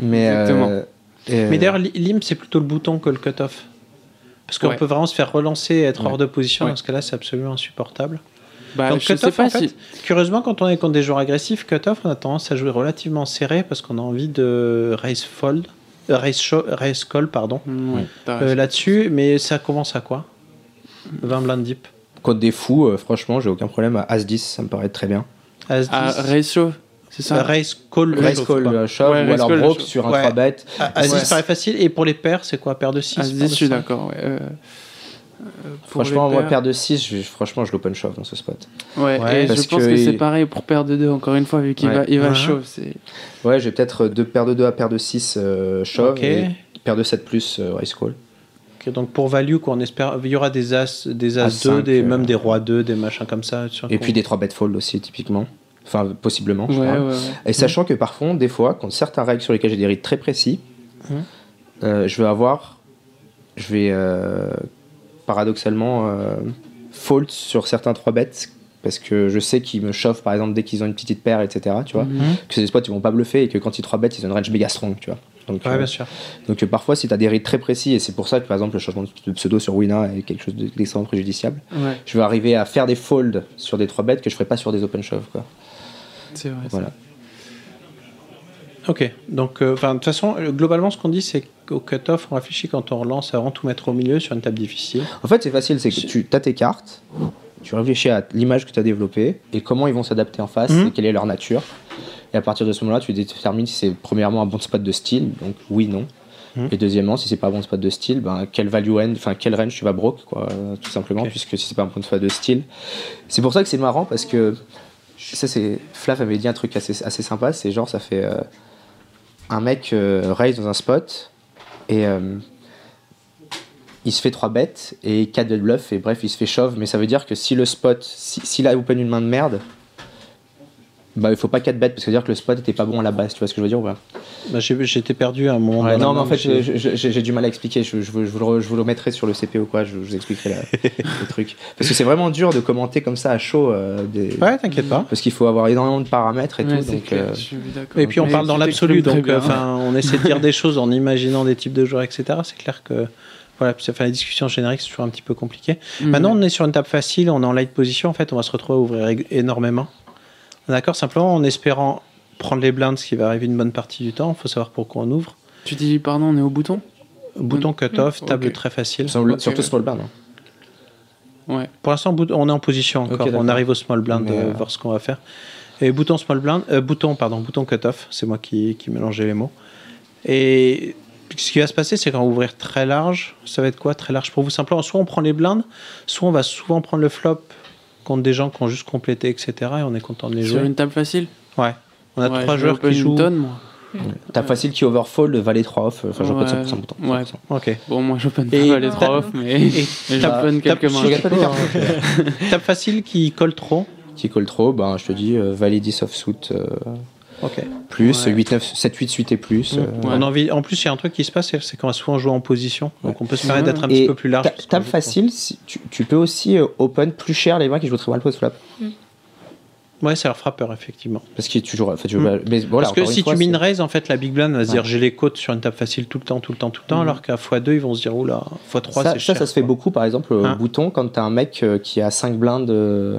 Mais. euh,
Exactement.
euh,
Mais d'ailleurs, li- limp, c'est plutôt le bouton que le cut-off. Parce qu'on
Ouais.
peut vraiment se faire relancer et être hors
Ouais.
de position.
Ouais.
Dans ce cas-là, c'est absolument insupportable.
Bah,
Donc,
je
cut-off,
sais pas
en fait,
si-
Curieusement, quand on est contre des joueurs agressifs, cut-off, on a tendance à jouer relativement serré parce qu'on a envie de raise fold, euh, raise, sho- raise call, pardon,
Ouais, t'as
euh,
raison.
là-dessus. Mais ça commence à quoi 20 blindes deep.
Contre des fous, euh, franchement, j'ai aucun problème à As-10, ça me paraît très bien.
As
Ah,
10.
raise shove, c'est ça
Euh, raise call, le
Raise
shove,
call,
quoi.
euh, shove,
Ouais,
ou
raise
alors
call,
broke
shove.
sur un
Ouais.
3 bet.
Ah, As 10
Ouais.
paraît facile. Et pour les paires, c'est quoi Paire de 6
As-10, je suis Ah, d'accord, ouais. euh, euh, pour
Franchement,
les
moi,
paires-
paire de 6, je- franchement, je l'open shove dans ce spot.
Ouais, et
Parce
je pense que,
il-
c'est pareil pour paire de deux, encore une fois, vu qu'il
Ouais.
va, il va
Ouais.
shove. c'est-
Ouais, j'ai peut-être euh, deux paires de 2 à paire de 6 euh, shove
Ok.
et paire de 7 plus euh, raise call.
Ok, donc pour value, quoi, on espère, il y aura des as, des as,
As
2,
cinq,
des,
euh,
même des rois 2, des machins comme ça. sur
Et
qu'on-
puis des 3 bet fold aussi, typiquement. Enfin, possiblement, je
Ouais,
parle.
ouais, ouais. Hum.
Et sachant que par contre, des fois, contre certains règles sur lesquelles j'ai des rides très précis, euh, je vais avoir, je vais euh, paradoxalement euh, fault sur certains 3 bêtes parce que je sais qu'ils me chauffent par exemple dès qu'ils ont une petite paire, etc. Tu vois,
Mhm.
que c'est des spots ils vont pas bluffer et que quand ils 3 bêtes, ils ont une range méga strong, tu vois. Donc,
Ouais,
euh,
bien sûr.
donc euh, parfois, si tu as des reads très précis, et c'est pour ça que par exemple le changement de pseudo sur Wina est quelque chose d'extrêmement préjudiciable,
Ouais.
je vais arriver à faire des folds sur des 3 bêtes que je ferais pas sur des open shove. Quoi.
C'est vrai.
Voilà.
Ok, donc euh, 'fin, de toute façon, euh, globalement, ce qu'on dit, c'est qu'au cut-off, on réfléchit quand on relance avant tout mettre au milieu sur une table difficile.
En fait, c'est facile, c'est que tu as tes cartes, tu réfléchis à l'image que tu as développée et comment ils vont s'adapter en face
Mhm.
et quelle est leur nature. Et à partir de ce moment-là, tu détermines si c'est premièrement un bon spot de style, donc oui, non.
Mhm.
Et deuxièmement, si c'est pas un bon spot de style, ben, quel value end, enfin quel range tu vas broke, quoi, euh, tout simplement, puisque si c'est pas un bon spot de style. C'est pour ça que c'est marrant parce que ça, c'est Flav avait dit un truc assez, assez sympa, c'est genre ça fait euh, un mec euh, raise dans un spot et euh, il se fait 3 bêtes et 4 de bluff et bref il se fait shove mais ça veut dire que si le spot si- s'il a open une main de merde bah il faut pas 4 bêtes parce que ça veut dire que le spot était pas bon à la base tu vois ce que je veux dire ou pas
Bah, j'ai- J'étais perdu à un moment.
Ouais,
dans la
non
main,
mais en fait euh,
j'ai-
je- je- j'ai j'ai du mal à expliquer je, je vous, je vous le, re- je vous le mettrai sur le CP ou quoi je, je vous expliquerai la- le truc parce que c'est vraiment dur de commenter comme ça à chaud euh, des...
ouais t'inquiète pas
parce qu'il faut avoir énormément de paramètres et
Ouais,
tout
c'est
donc,
clair,
euh,
je suis Et puis on parle dans l'absolu, donc euh, enfin, on essaie de dire des choses en imaginant des types de joueurs, etc. C'est clair que voilà, puis ça fait la discussion générique, c'est toujours un petit peu compliqué.
Mhm.
Maintenant, on est sur une table facile, on est en light position, en fait, on va se retrouver à ouvrir ég- énormément. D'accord, simplement en espérant prendre les blindes, ce qui va arriver une bonne partie du temps. Il faut savoir pourquoi on ouvre.
Tu dis, pardon, on est au bouton
Bouton
Mhm.
cut-off,
Ok.
table très facile.
Sur le- Ok, surtout ouais.
small blind.
Ouais.
Pour l'instant, bout- on est en position encore.
d'accord.
on arrive au small blind,
Mais,
euh,
euh,
voir ce qu'on va faire. Et bouton small blind, euh, bouton pardon, bouton cut-off. C'est moi qui, qui mélangeais les mots. Et ce qui va se passer, c'est qu'on va ouvrir très large. Ça va être quoi Très large pour vous simplement. Soit on prend les blindes, soit on va souvent prendre le flop contre des gens qui ont juste complété, etc. Et on est content de les
Sur
jouer.
une table facile
Ouais. On a
Ouais,
trois
je
joueurs
open
qui
une
jouent.
tonne, moi.
t'as facile qui overfold valet 3 off euh, enfin je
Ouais.
répète 100% bouton
Ouais.
Ok.
Bon, moi, j'open
Et-
pas les trois off, mais
Et-
mais
tape-
j'open
tape-
quelques mains.
je regarde pas les cartes. Tape facile qui colle trop
qui colle trop ben je te dis euh, valet 10 off suit euh,
Ok.
plus
Ouais.
8 9 7 8 suite et plus euh,
On a envie- En plus, il y a un truc qui se passe, c'est- c'est qu'on va souvent jouer en position. Donc on peut se permettre d'être un
Et
petit peu plus large.
ta- Table facile, si- tu, tu peux aussi euh, open plus cher les mains qui jouent très mal post-flop.
Ouais, ça leur fera peur, effectivement.
Parce que tu joues. enfin, tu joues pas- mais voilà,
Mm. Parce que
encore
si
une fois,
tu
c'est-
min raise, en fait, la big blind va se dire
Ouais.
j'ai les côtes sur une table facile tout le temps, tout le temps, tout le temps,
Mhm.
alors qu'à x2, ils vont se dire oula, x3, c'est
ça, ça,
cher.
ça se fait beaucoup par exemple au
Hein.
bouton quand t'as un mec euh, qui a 5 blindes. euh,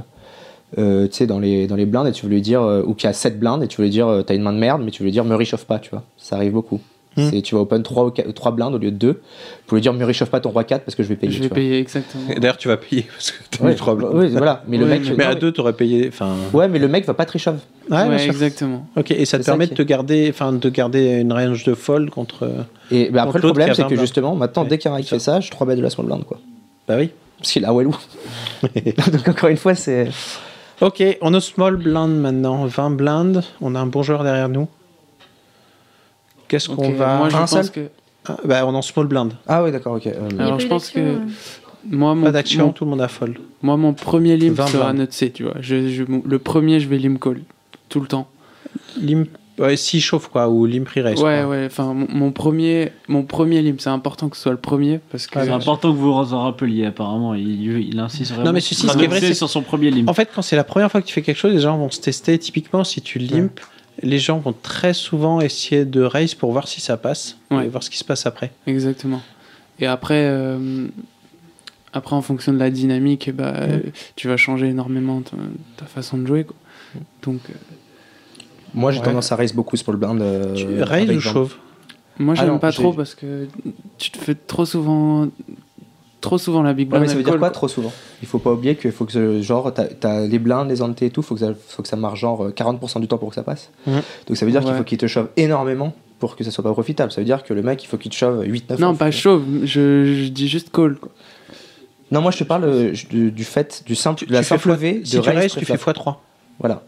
euh, tu sais, dans les, dans les blindes, et tu veux lui dire, euh, ou qui a 7 blindes, et tu veux lui dire, euh, t'as une main de merde, mais tu veux lui dire, me réchauffe pas, tu vois. Ça arrive beaucoup.
Mm.
Hmm.
C'est- Tu vas open 3, blindes au lieu de 2, pour lui dire, me réchauffe pas ton roi 4 parce que je vais payer.
Je
tu
vais
vois.
payer, exactement.
Et D'ailleurs, tu vas payer parce que t'as
Ouais,
mis trois blindes.
ouais, voilà. Mais le Ouais, mec- mais-
mais à deux, t'aurais payé. Enfin.
Ouais, mais le mec va pas très chauve.
Ouais, bien
Ouais,
sûr.
exactement.
Ok, et ça te
C'est ça
permet
qui
de te garder, enfin, de garder une range de fold contre.
Et bah, après,
contre l'autre qui
le problème,
a
c'est
20
que
blindes.
justement, maintenant, dès qu'un mec fait ça, je 3 bêtes de la small blind, quoi.
Bah oui.
Parce qu'il a Wellou. Donc, encore une fois, c'est.
Ok, on a small blind maintenant, 20 blindes, on a un bon joueur derrière nous. Qu'est-ce qu'on
Ok,
va.
moi, je
un
pense
seul
que-
Ah, Bah, on est en small blind.
Ah oui, d'accord, ok.
Alors, je pense que.
euh.
Moi, mon,
Pas d'action,
mon-
tout le monde a fold.
moi, mon premier limp
20,
sera
20.
notre C, tu vois. Je, je- le premier, je vais limp call. Tout le temps.
Lim... Ouais, s'il chauffe, quoi, ou l'impri raise.
Ouais,
quoi.
ouais. Enfin, mon, mon premier, mon premier limp, c'est important que ce soit le premier parce que.
C'est important que vous vous en rappeliez, apparemment. Il, il insiste vraiment.
Non, mais ceci,
Il
ce qui est vrai,
insiste
c'est
sur son premier limp.
En fait, quand c'est la première fois que tu fais quelque chose, les gens vont se tester. Typiquement, si tu limpes, les gens vont très souvent essayer de raise pour voir si ça passe et
Ouais.
voir ce qui se passe après.
Exactement. Et après, euh, après en fonction de la dynamique, eh bah, euh,
Mm.
tu vas changer énormément ta, ta façon de jouer. quoi.
Mm.
Donc, euh,
Moi, j'ai
Ouais.
tendance à raise beaucoup small blind. euh,
raises
avec
ou
Jean.
chauves moi,
Ah
j'aime
non,
pas
j'ai-
trop parce que tu te fais trop souvent, trop souvent la big
Ouais,
blind.
mais ça veut
elle
dire
colle,
quoi trop souvent Il faut pas oublier qu'il faut que ce- genre t'as t'as les blindes, les antés et tout, faut que ça, faut que ça marche genre euh, 40% du temps pour que ça passe.
Mhm.
Donc ça veut dire qu'il
Ouais.
faut qu'il te chauffe énormément pour que ça soit pas profitable. Ça veut dire que le mec il faut qu'il te chauffe 8-9
Non, pas chauve. Je, je dis juste call. quoi.
Non, moi je te parle euh, je- du, du fait du simple de la
tu fais
simple
fois-
levée
si
de
tu
raise
raises, tu
préflop.
fais x3.
Voilà.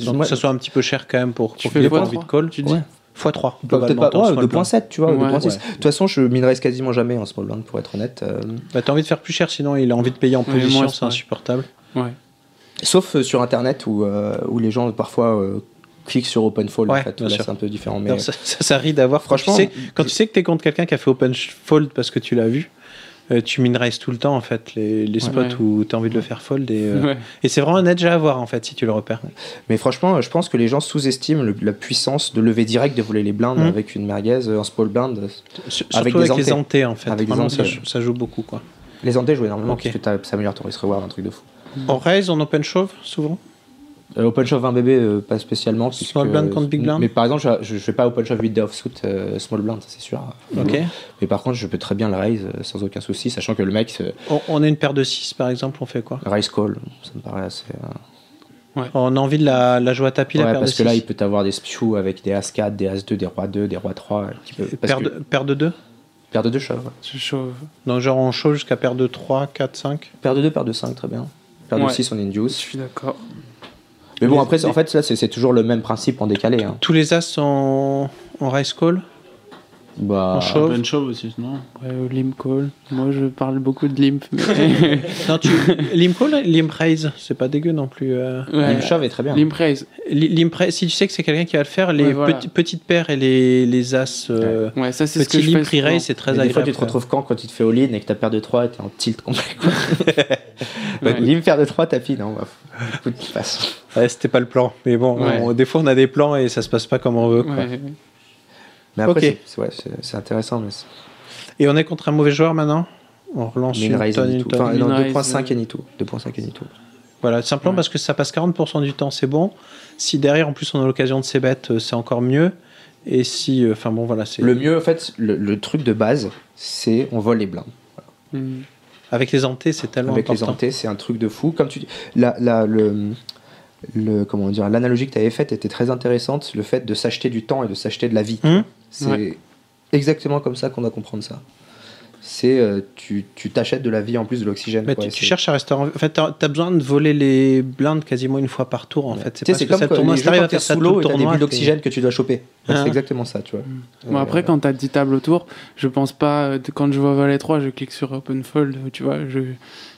Donc,
Moi-
que ça soit un petit peu cher quand même pour, pour
fais
qu'il ait
fois
pas envie de call.
tu dis Ouais.
x3.
Bah, peut-être pas- ouais, 2.7, tu vois, ou 2.6.
Ouais.
De toute façon, je mine raise quasiment jamais en small blind pour être honnête. euh,
Bah, t'as envie de faire plus cher, sinon il a envie de payer en
Ouais,
position,
moi, c'est
c'est
vrai.
insupportable.
Ouais.
Sauf euh, sur internet où, euh, où les gens parfois euh, clique sur OpenFall.
Ouais,
en fait.
bien
Là,
sûr.
c'est un peu différent. Mais
Non, ça, ça, ça rit d'avoir. Franchement,
Franchement,
quand tu sais, quand tu sais que t'es contre quelqu'un qui a fait open sh- fold parce que tu l'as vu, euh, tu minerises tout le temps en fait les, les
Ouais.
spots où t'as envie de le faire fold et, euh,
Ouais.
et c'est vraiment un edge à avoir en fait si tu le repères.
Mais franchement, euh, je pense que les gens sous-estiment le- la puissance de lever direct, de voler les blindes
Mhm.
avec une merguez, euh, un small blind.
S- Surtout avec, les antés en fait.
Avec des
Vraiment,
antés.
ça, joue- ça joue beaucoup quoi.
Les antés jouent énormément
Ok.
parce que t'as- ça améliore ton risk reward, un truc de fou.
On raise, on open shove souvent.
Euh, open shove 1 bébé, euh, pas spécialement.
Small
puisque-
blind contre big blind
Mais par exemple, je, je fais pas open shove 8 day offsuit euh, small blind, ça, c'est sûr.
Ok.
Mais par contre, je peux très bien le raise euh, sans aucun souci, sachant que le mec, euh,
On, on est une paire de 6 par exemple, on fait quoi
raise call, ça me paraît assez. euh,
On a envie de la, la jouer à tapis la
ouais,
paire
parce
de
que là,
six.
il peut avoir des spews avec des As4, des As2, des Rois 2, des Rois 3. Qui peut, parce
Paire
que-
de, paire de 2
Paire de 2 shove. ouais.
Donc genre on shove jusqu'à paire de 3, 4, 5
Paire de 2, paire de 5, très bien. Paire de
Ouais.
6, on est une deuce. Je
suis d'accord.
Mais bon,
Les-
après, c'est- en
les-
fait, là, c'est c'est toujours le même principe en décalé. hein.
Tous les as sont en raise call
Bah,
On shove. Open
shove Ben aussi, non
Ouais, euh, limp call. Moi, je parle beaucoup de limp. mais-
non, tu... Limp call, limp raise, c'est pas dégueu non plus. euh.
Ouais. Limp shove est très bien. Limp raise.
Li- Limp raise, si tu sais que c'est quelqu'un qui va le faire, les
Ouais, voilà.
peti- petites paires et les, les as. euh,
Ouais, ça, c'est ce
petit
que je
limp
fais
raise,
souvent.
c'est très
Mais
agréable.
Des fois, tu te
quoi.
retrouves quand quand tu te fais all-in et que ta paire de 3 t'es en tilt complet. Quoi.
Ouais.
Il me paire de 3 tapis, non bah, écoute, de toute façon.
Ouais, c'était pas le plan, mais bon,
Ouais.
on- des fois on a des plans et ça se passe pas comme on veut. quoi.
Ouais. Mais après,
Ok.
c'est- c'est ouais, c'est- c'est intéressant. Mais c'est-
Et on est contre un mauvais joueur maintenant On relance
Min
une
raise
tonne,
et
une
tout.
tonne.
Enfin, non, 2.5
euh,
et tout. 2.5 et tout.
Voilà, simplement parce que ça passe 40% du temps, c'est bon. Si derrière en plus on a l'occasion de ses bêtes, euh, c'est encore mieux. Et si, euh, enfin bon, voilà, c'est
Le mieux, en fait, le, le truc de base, c'est on vole les blindes.
Mm.
avec les antés, c'est tellement
Avec les
important.
hantés, c'est un truc de fou. Comme tu dis, la, la- le, le- comment dire, l'analogie que tu avais faite était très intéressante. Le fait de s'acheter du temps et de s'acheter de la vie. tu vois. C'est
Mmh. Ouais.
exactement comme ça qu'on doit comprendre ça. C'est euh, tu tu t'achètes de la vie en plus de l'oxygène.
Mais
quoi,
Bah, tu,
et
tu
c'est-
cherches à rester en vie. En fait, t'as t'as besoin de voler les blindes quasiment une fois par tour, en fait. C'est
Tu sais,
parce
c'est
que ça
comme
le
quand
tournoi,
tournoi,
si t'arrives à
t'es
faire ça
sous
tout
l'eau
le
et t'as des
tournoi.
bulles
t'es-
d'oxygène que tu dois choper. Ouais,
Hein.
C'est exactement ça, tu vois.
Bon,
Euh,
après, quand t'as 10 tables autour, je pense pas. euh, Quand je vois Valet 3, je clique sur Open Fold, tu vois. Je,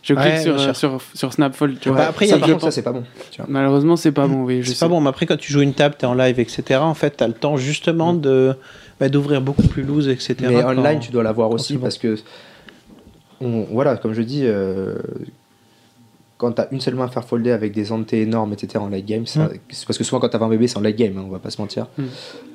je clique
Ouais,
sur,
bien
euh,
sûr.
sur, sur Snap Fold, tu vois.
Bah, après, il y a des- ça, c'est pas Mm.
bon.
Malheureusement, c'est pas bon, oui. je
C'est
sais.
pas bon, mais après, quand tu joues une table, t'es en live, etc., en fait, t'as le temps justement de bah, d'ouvrir beaucoup plus loose, etc.
Mm. Mais
quand-
online, tu dois l'avoir aussi parce que, on, voilà, comme je dis, euh, quand t'as une seule main à faire folder avec des antés énormes, etc. en late game, ça-
Mm.
c'est parce que souvent quand t'as 20 bébés, c'est en late game, hein, on va pas se mentir.
Mm.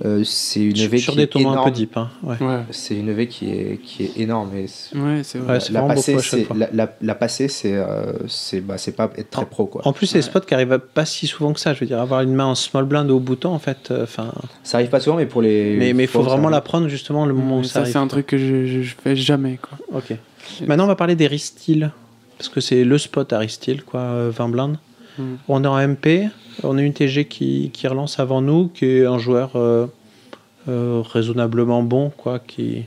Euh, c'est une
Sur-
EV
sur
qui
des
est
tournois un peu
énorme.
deep, hein, ouais.
Ouais.
C'est une EV qui est, qui est énorme. Et
Ouais, c'est
vrai. Ouais, c'est
la,
vraiment
passée,
beaucoup à chaque
c'est-
fois.
la, la- la passée, c'est euh, c'est bah, c'est pas être très pro. Quoi.
En plus, c'est des spots qui arrivent pas si souvent que ça. Je veux dire, avoir une main en small blind au bouton, en fait. euh, Enfin,
Ça arrive pas souvent, mais pour les.
mais il faut
pour-
vraiment la prendre justement
Mm.
le moment où
Mais
ça
ça,
arrive.
c'est un truc que je, je, je fais jamais, quoi.
Ok. Maintenant, on va parler des ristiles. Parce que c'est le spot à Ristil, quoi, euh, 20 blindes.
Hmm.
On est en MP, on a une TG qui, qui relance avant nous, qui est un joueur euh, euh, raisonnablement bon, quoi, qui,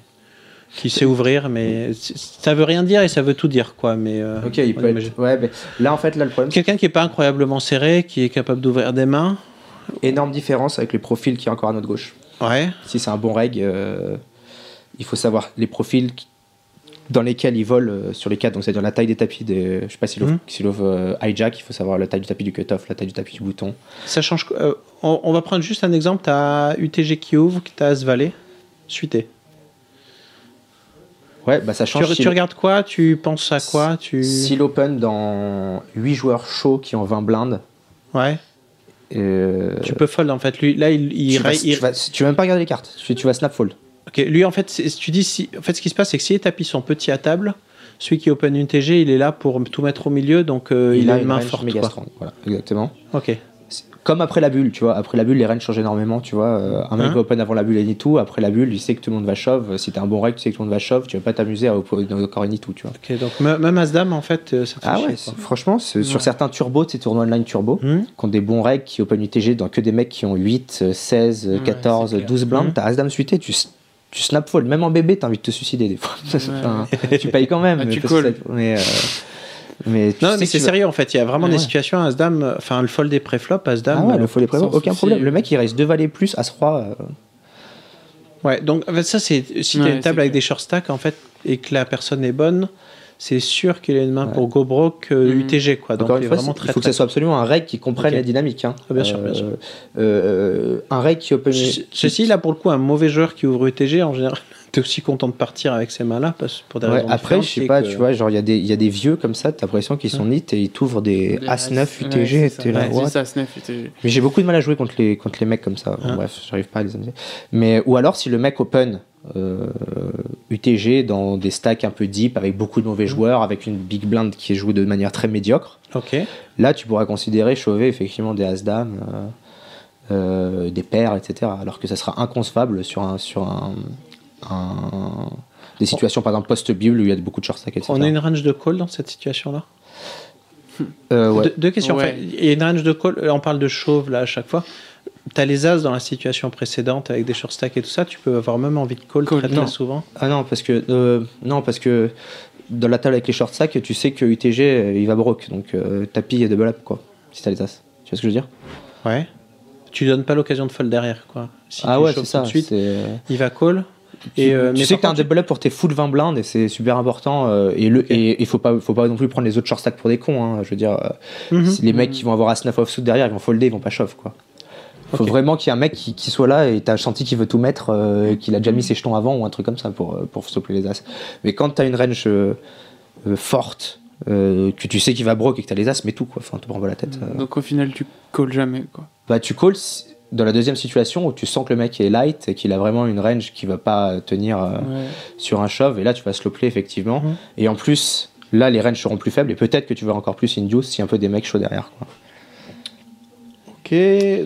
qui sait ouvrir, mais c- ça veut rien dire et ça veut tout dire, quoi. Mais, euh,
Ok, il
on
peut
imagine.
être. Ouais, mais là, en fait, là, le problème.
Quelqu'un qui est pas incroyablement serré, qui est capable d'ouvrir des mains.
Énorme différence avec les profils qui est encore à notre gauche.
Ouais.
Si c'est un bon reg, euh, il faut savoir les profils qui- dans lesquels ils volent euh, sur les quatre. Donc, c'est-à-dire la taille des tapis des. Je sais pas si l'offre
Mhm.
euh, hijack, il faut savoir la taille du tapis du cutoff, la taille du tapis du bouton.
Ça change. quoi Euh, on, on va prendre juste un exemple. T'as UTG qui ouvre, t'as As Valet, suité.
Ouais, bah ça change.
Tu,
si-
tu regardes quoi Tu penses à quoi tu...
Si l'open dans 8 joueurs chauds qui ont 20 blindes.
Ouais.
euh,
Tu peux fold en fait. Lui, là, il, il,
tu, vas,
il- Euh,
tu vas- tu vas même pas regarder les cartes, tu, tu vas snap fold.
Ok, lui en fait, c'est- tu dis si, en fait, ce qui se passe, c'est que si les tapis sont petits à table, celui qui open une TG, il est là pour tout mettre au milieu, donc euh, il, a une main
range
forte.
méga
quoi.
strong, Voilà, exactement.
Ok.
Comme après la bulle, tu vois. Après la bulle, les ranges changent énormément, tu vois. Euh, un mec
Hein
va open avant la bulle et ni tout. Après la bulle, il sait que tout le monde va shove. Si t'es un bon reg, tu sais que tout le monde va shove. Tu vas pas t'amuser à opposer encore et ni tout, tu vois.
Ok, donc me- même As-Dame, en fait, euh, ça te fait
Ah
chier, quoi.
ouais,
Hmm
c'est- franchement, ce-
Ouais.
sur certains turbos, ces tournois online turbo, qui ont des bons règles, qui open UTG dans que des mecs qui ont 8, euh, 16, euh,
Ouais,
14,
c'est clair.
12 blindes,
Mhm.
t'as As-Dame suité, tu, s- tu snap fold, même en bébé, t'as envie de te suicider des fois. Enfin, tu payes quand même.
Ah, tu
parce que
calls.
ça- mais, euh, mais tu
Non,
sais
mais
que
c'est
tu vas-
sérieux en fait. Il y a vraiment
Ah
des
ouais.
situations As-Dame, euh, enfin, le fold des préflops, As-Dame.
Ah ouais, le
euh,
faut les prévoir,
sans
aucun
souci.
problème. Le mec, il reste deux valets plus, As-3. euh,
Ouais, donc en fait, ça, c'est si t'as
Ouais,
une
c'est
table avec des short stacks en fait et que la personne est bonne, c'est sûr qu'il a une main pour euh, Gobro que UTG. Quoi. Ah, Donc,
Mm. Encore une
il est
fois,
vraiment
c'est-
très,
il faut que
très
ce soit absolument un reg qui comprenne
Ok.
la dynamique. hein.
Ah, bien sûr, bien
Euh,
sûr.
euh, un reg qui open.
Ce- Ceci, là, pour le coup, un mauvais joueur qui ouvre UTG, en général, t'es aussi content de partir avec ces mains-là, parce- pour des
Ouais,
raisons
après,
différentes,
je sais
c'est
pas,
que-
tu vois, genre, il y, a des- il y a des vieux comme ça, t'as l'impression qu'ils sont nits et ils t'ouvrent des,
Des
As-9
As,
UTG.
ouais, c'est
t'es
ça.
là,
Ouais,
what
c'est ça, As-9 UTG.
Mais j'ai beaucoup de mal à jouer contre les, contre les mecs comme ça. Bon, Bref, j'arrive pas à les amuser. Mais, ou alors, si le mec open euh, UTG dans des stacks un peu deep, avec beaucoup de
Mm.
mauvais joueurs, avec une big blind qui est jouée de manière très médiocre,
Ok.
là, tu pourras considérer Chauvet effectivement des As-Dames. euh, euh, des paires, etc. Alors que ça sera inconcevable sur un, sur un, un- des situations, par exemple post-bible où il y a beaucoup de short stack, etc.
On a une range de call dans cette situation-là
Euh, ouais.
Deux, deux questions.
Ouais.
enfin, Il y a une range de call, euh, on parle de chauve là à chaque fois. T'as les as dans la situation précédente avec des short stacks et tout ça, tu peux avoir même envie de call, très très
non.
souvent.
Ah non, parce que euh, non parce que dans la table avec les short stacks, tu sais que UTG euh, il va broke, donc euh, tapis et double up quoi. Si t'as les as, tu vois ce que je veux dire
Ouais. Tu donnes pas l'occasion de fold derrière quoi. Si
Ah
tu
ouais,
chauves
c'est ça.
tout de suite,
c'est-
il va call.
Tu,
Et, euh,
tu
mais
sais
par
que t'as un double up pour tes full 20 blindes et c'est super important. euh, et il et, et faut, pas, faut pas non plus prendre les autres short stacks pour des cons. hein, je veux dire, euh,
Mhm.
si les mecs qui vont avoir As-9 off-suit derrière, ils vont folder, ils vont pas shove quoi. Faut vraiment qu'il y ait un mec qui, qui soit là et t'as senti qu'il veut tout mettre, euh, qu'il a déjà mis ses jetons avant ou un truc comme ça pour, euh, pour stopper les As. Mais quand t'as une range euh, euh, forte, euh, que tu sais qu'il va broke et que t'as les As, mais tout quoi. Enfin, te prends pas la tête. euh.
Donc au final, tu calls jamais, quoi.
Bah, tu calls dans la deuxième situation où tu sens que le mec est light et qu'il a vraiment une range qui va pas tenir euh,
Ouais. Mhm.
sur un shove. Et là, tu vas slow play effectivement. Et en plus, là, les ranges seront plus faibles et peut-être que tu vas encore plus induce si un peu des mecs chauds derrière. Quoi.
Ok,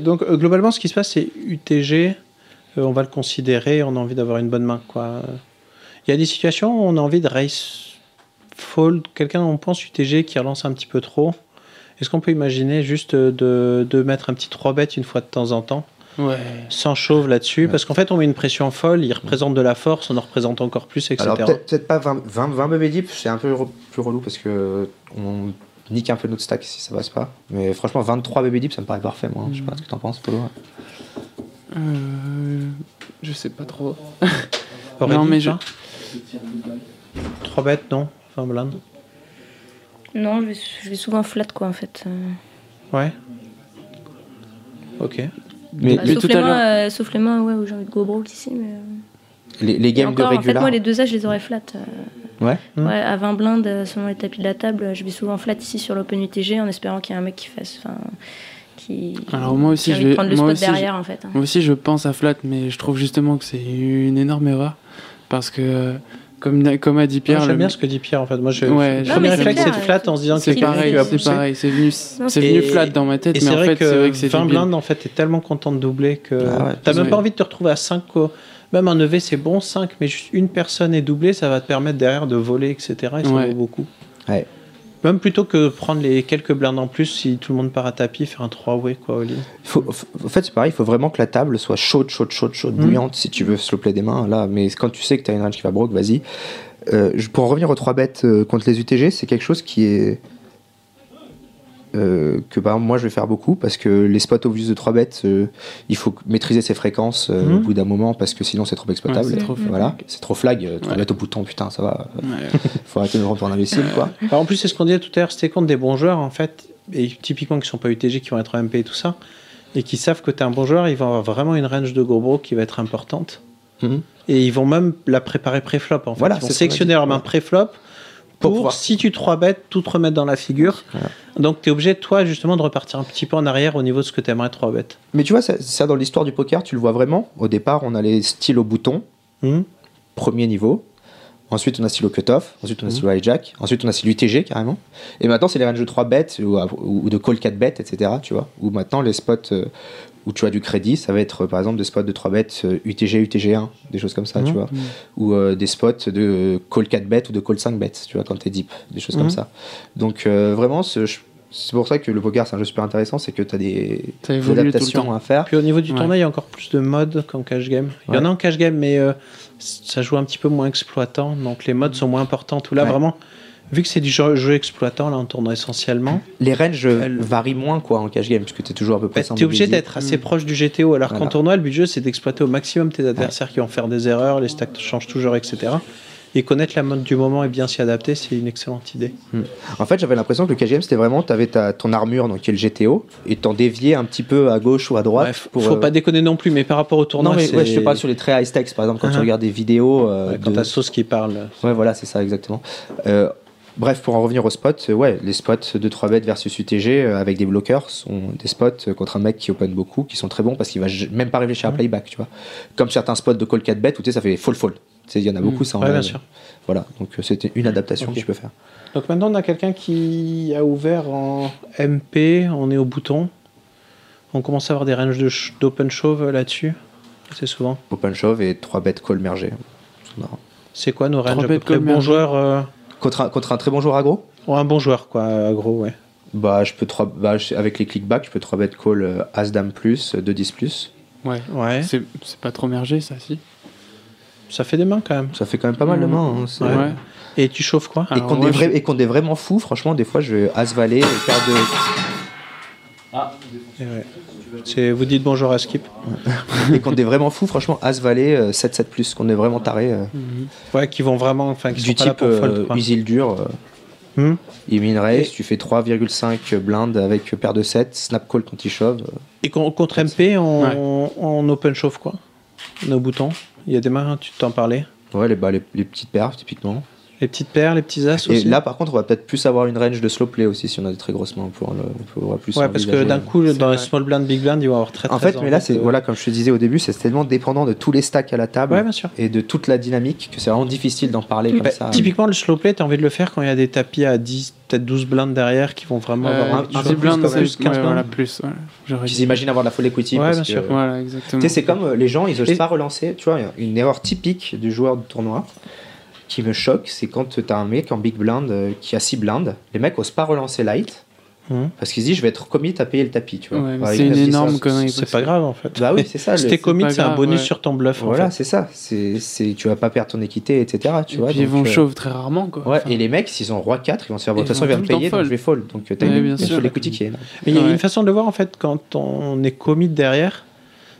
donc euh, globalement, ce qui se passe, c'est UTG, euh, on va le considérer, on a envie d'avoir une bonne main. quoi. Euh, Il y a des situations où on a envie de race fold, quelqu'un, on pense UTG qui relance un petit peu trop. Est-ce qu'on peut imaginer juste euh, de, de mettre un petit 3 bêtes une fois de temps en temps
Ouais.
sans chauve là-dessus, parce qu'en fait on met une pression folle, il représente de la force, on en représente encore plus, etc.
Alors peut-être peut-être pas 20, 20, 20 bébés deep, c'est un peu re- plus relou parce que on nique un peu notre stack si ça passe pas. Mais franchement, 23 bébés deep, ça me paraît parfait, moi. Je sais pas ce que t'en penses, Polo.
Euh, je sais pas trop.
Aurélie,
non, mais je.
pas 3 bêtes, non Enfin, blinde.
Non, je vais, je vais souvent flat, quoi, en fait. euh.
Ouais. Ok.
Mais,
Bah,
mais
sauf,
tout
les
à
mains,
l'heure,
euh, sauf les mains, ouais, où j'ai envie de go broke ici. Mais... euh,
les, les
et
games
encore,
de
en fait,
régular.
moi, les deux as, je les aurais flat. euh.
Ouais.
Hmm.
Ouais, à 20 blindes, euh, selon les tapis de la table, euh, je vais souvent flat ici sur l'Open UTG en espérant qu'il y a un mec qui fasse. enfin, Qui,
Alors moi
qui
aussi,
a envie
je
de
vais.
prendre le
moi
spot
aussi,
derrière,
je-
en fait. hein.
Moi aussi, je pense à flat, mais je trouve justement que c'est une énorme erreur parce que, euh, comme comme a dit Pierre,
Ah, J'aime
le-
bien ce que dit Pierre en fait. Moi, je,
Ouais,
le
je-
premier
Non, mais
réflexe,
c'est
c'est de
clair,
flat en se disant que
c'est
quelqu'un
pareil,
qui va
c'est
pousser.
pareil, c'est venu- c'est venu
Et-
flat dans ma tête,
et
mais en fait, c'est vrai que c'est
20
débile. Ah
blindes, en fait, t'es tellement content de doubler que t'as
c'est
même
vrai.
pas envie de te retrouver à 5. quoi. Même un EV, c'est bon 5, mais juste une personne est doublée, ça va te permettre derrière de voler, etc. Et ça
Ouais.
vaut beaucoup.
Ouais.
Même plutôt que prendre les quelques blindes en plus, si tout le monde part à tapis, faire un 3-way, quoi, au lit.
Faut- faut- en fait, c'est pareil, il faut vraiment que la table soit chaude, chaude, chaude, chaude,
Mm.
bouillante si tu veux slow play des mains. Là, mais quand tu sais que tu as une range qui va broke, vas-y. Euh, je- pour en revenir aux 3 bêtes euh, contre les UTG, c'est quelque chose qui est. euh, que par exemple, moi je vais faire beaucoup parce que les spots obvious de 3 bêtes, euh, il faut maîtriser ses fréquences euh,
Mhm.
au bout d'un moment parce que sinon c'est trop exploitable.
Ouais, c'est trop flag.
voilà, c'est trop flag, euh, 3 bêtes au bouton, putain, ça va. euh, faut arrêter de me rendre pour un imbécile quoi.
Alors, en plus, c'est ce qu'on disait tout à l'heure, c'était contre des bons joueurs, en fait, et typiquement qui sont pas UTG, qui vont être en MP et tout ça, et qui savent que tu es un bon joueur, ils vont avoir vraiment une range de gros bros qui va être importante.
Mhm.
Et ils vont même la préparer pré-flop, en fait.
Voilà,
ils vont
c'est ce qu'on
sélectionner
a dit.
leur main pré-flop pour, si tu 3 bêtes, tout te remettre dans la figure. Donc, tu es obligé, toi, justement, de repartir un petit peu en arrière au niveau de ce que tu aimerais 3 bêtes.
Mais tu vois, ça, ça, dans l'histoire du poker, tu le vois vraiment. Au départ, on a les stylos boutons,
Hmm
premier niveau. Ensuite, on a stylo cutoff. Ensuite, on a
Mhm.
stylo hijack. Ensuite, on a stylo UTG carrément. Et maintenant, c'est les ranges de 3 bêtes ou, à- ou de call 4 bêtes, etc. Tu vois, où maintenant les spots euh, où tu as du crédit, ça va être euh, par exemple des spots de 3 bêtes euh, UTG, UTG1, des choses comme ça, tu
Mhm.
vois.
Mhm.
Ou euh, des spots de euh, call 4 bêtes ou de call 5 bêtes, tu vois, quand t'es deep, des choses
Mhm.
comme ça. Donc, euh, vraiment, ce- je- c'est pour ça que le poker, c'est un jeu super intéressant, c'est que tu as des, des adaptations à faire.
Puis au niveau du
Ouais.
tournoi, il y a encore plus de modes qu'en cash game. Il y en a en cash game, mais euh, ça joue un petit peu moins exploitant, donc les modes sont moins importants. Tout là,
Ouais.
vraiment, vu que c'est du jeu, jeu exploitant, là, en tournoi essentiellement,
les ranges varient moins quoi en cash game puisque t'es toujours à peu près
tu es Bah, obligé d'être assez proche du GTO. Alors qu'en
Mm. Voilà.
tournoi, le but du jeu, c'est d'exploiter au maximum tes adversaires qui vont faire des erreurs, les stacks changent toujours, etc. Et connaître la mode du moment et bien s'y adapter, c'est une excellente idée.
En fait, j'avais l'impression que le KGM, c'était vraiment, t'avais ta, ton armure, donc qui est le GTO, et t'en déviais un petit peu à gauche ou à droite. pour,
Faut
euh,
pas déconner non plus, mais par rapport au tournoi,
Non, mais
c'est-
ouais, je te parle sur les très high stakes, par exemple, quand tu
Ah.
regardes des vidéos. euh,
Ouais, quand
de-
t'as Sauce qui parle.
Ouais, voilà, c'est ça, exactement. Euh, bref, pour en revenir aux spots, euh, ouais, les spots de 3 bêtes versus UTG euh, avec des bloqueurs sont des spots euh, contre un mec qui open beaucoup, qui sont très bons parce qu'il va j- même pas réfléchir à
Mm.
playback, tu vois. Comme certains spots de call 4 bêtes où tu sais, ça fait fall-fall. Tu sais, Il y en a
Mm.
beaucoup, ça en
Ouais,
a-
bien sûr.
Voilà, donc euh, c'était une adaptation que tu peux faire.
Donc maintenant, on a quelqu'un qui a ouvert en MP, on est au bouton. On commence à avoir des ranges de ch- d'open shove euh, là-dessus, c'est souvent.
Open shove et 3 bêtes call mergé. C'est marrant.
C'est quoi nos ranges à peu
bêtes
près
call
bon
mergé.
joueur euh,
Contre un, contre un très bon joueur aggro
Ouais, un bon joueur, quoi, aggro, ouais.
Bah, je peux 3, bah, je- avec les clickbacks, je peux 3 bêtes call euh, As-Dame plus, euh, 2-10 plus.
Ouais.
ouais.
C'est c'est pas trop mergé, ça, si.
Ça fait des mains quand même.
Ça fait quand même pas mal de
Mmh.
mains. hein, c'est-
Ouais. Ah, Et tu chauffes quoi
et, contre des vrais- et contre des vraiment fous, franchement, des fois, je vais as-valer et faire de.
Et ouais. C'est- Vous dites bonjour à Skip.
et contre des vraiment fous, franchement, as-valer euh, 7-7 plus, qu'on est vraiment taré. euh,
Ouais, qui vont vraiment. Enfin, qui
du
sont pas là
type
pour fold,
euh,
quoi.
usile dur.
euh, Hmm.
Il mine race,
Et-
tu fais 3,5 blindes euh, avec paire de 7, snap call quand il shove. euh.
Et con- contre MP, on, on open shove quoi Nos boutons. Il y a des mains, hein, tu t'en parlais.
Ouais, les, bah, les, les petites paires, typiquement.
Les petites paires, les petits as
Et
aussi.
là, par contre, on va peut-être plus avoir une range de slow play aussi si on a des très grosses mains. On pourra le- on pourra plus
ouais, parce que
envisager-
d'un coup, dans les small blind, big blind, ils vont avoir très très
En fait, mais là,
envie
c'est
de-
voilà, comme je te disais au début, c'est tellement dépendant de tous les stacks à la table et de toute la dynamique que c'est vraiment difficile d'en parler
Bah,
comme ça.
Typiquement, le slow play, t'as envie de le faire quand il y a des tapis à 10, peut-être 12 blindes derrière qui vont vraiment
Euh,
avoir
un
tu vois,
petit blind,
plus,
c'est-
plus,
ouais,
15
voilà,
blindes.
plus. voilà. J'aurais
Ils
dit.
imaginent avoir de la full equity.
Ouais,
parce
bien
que-
sûr. Voilà, exactement.
Tu sais, c'est comme euh, les gens, ils osent
Et-
pas relancer. Tu vois, une erreur typique du joueur de tournoi qui me choque, c'est quand t'as un mec en big blind euh, qui a 6 blindes, les mecs osent pas relancer light.
Mhm.
Parce qu'ils se disent, je vais être commit à payer le tapis. Tu vois.
Ouais, mais
Avec
c'est une
la petite
énorme
sauce.
connerie,
C'est pas grave en fait.
Bah oui, c'est ça.
Si
le-
t'es commit, c'est un bonus sur ton bluff. en
Voilà,
fait.
c'est ça. C'est, c'est, tu vas pas perdre ton équité, etc. Tu
Et
vois,
puis ils
donc,
vont
euh,
shove très rarement, quoi.
Ouais, et les mecs, s'ils ont roi 4, ils vont se faire, bon, de
Ils
toute façon, ils
vont
vont
tout le
payer,
temps
donc je vais fold. Donc euh, t'as
Ouais,
une,
bien
une
sûr.
full equity qui est énorme.
Mais il y a
Ouais.
une façon de le voir en fait quand on est commit derrière.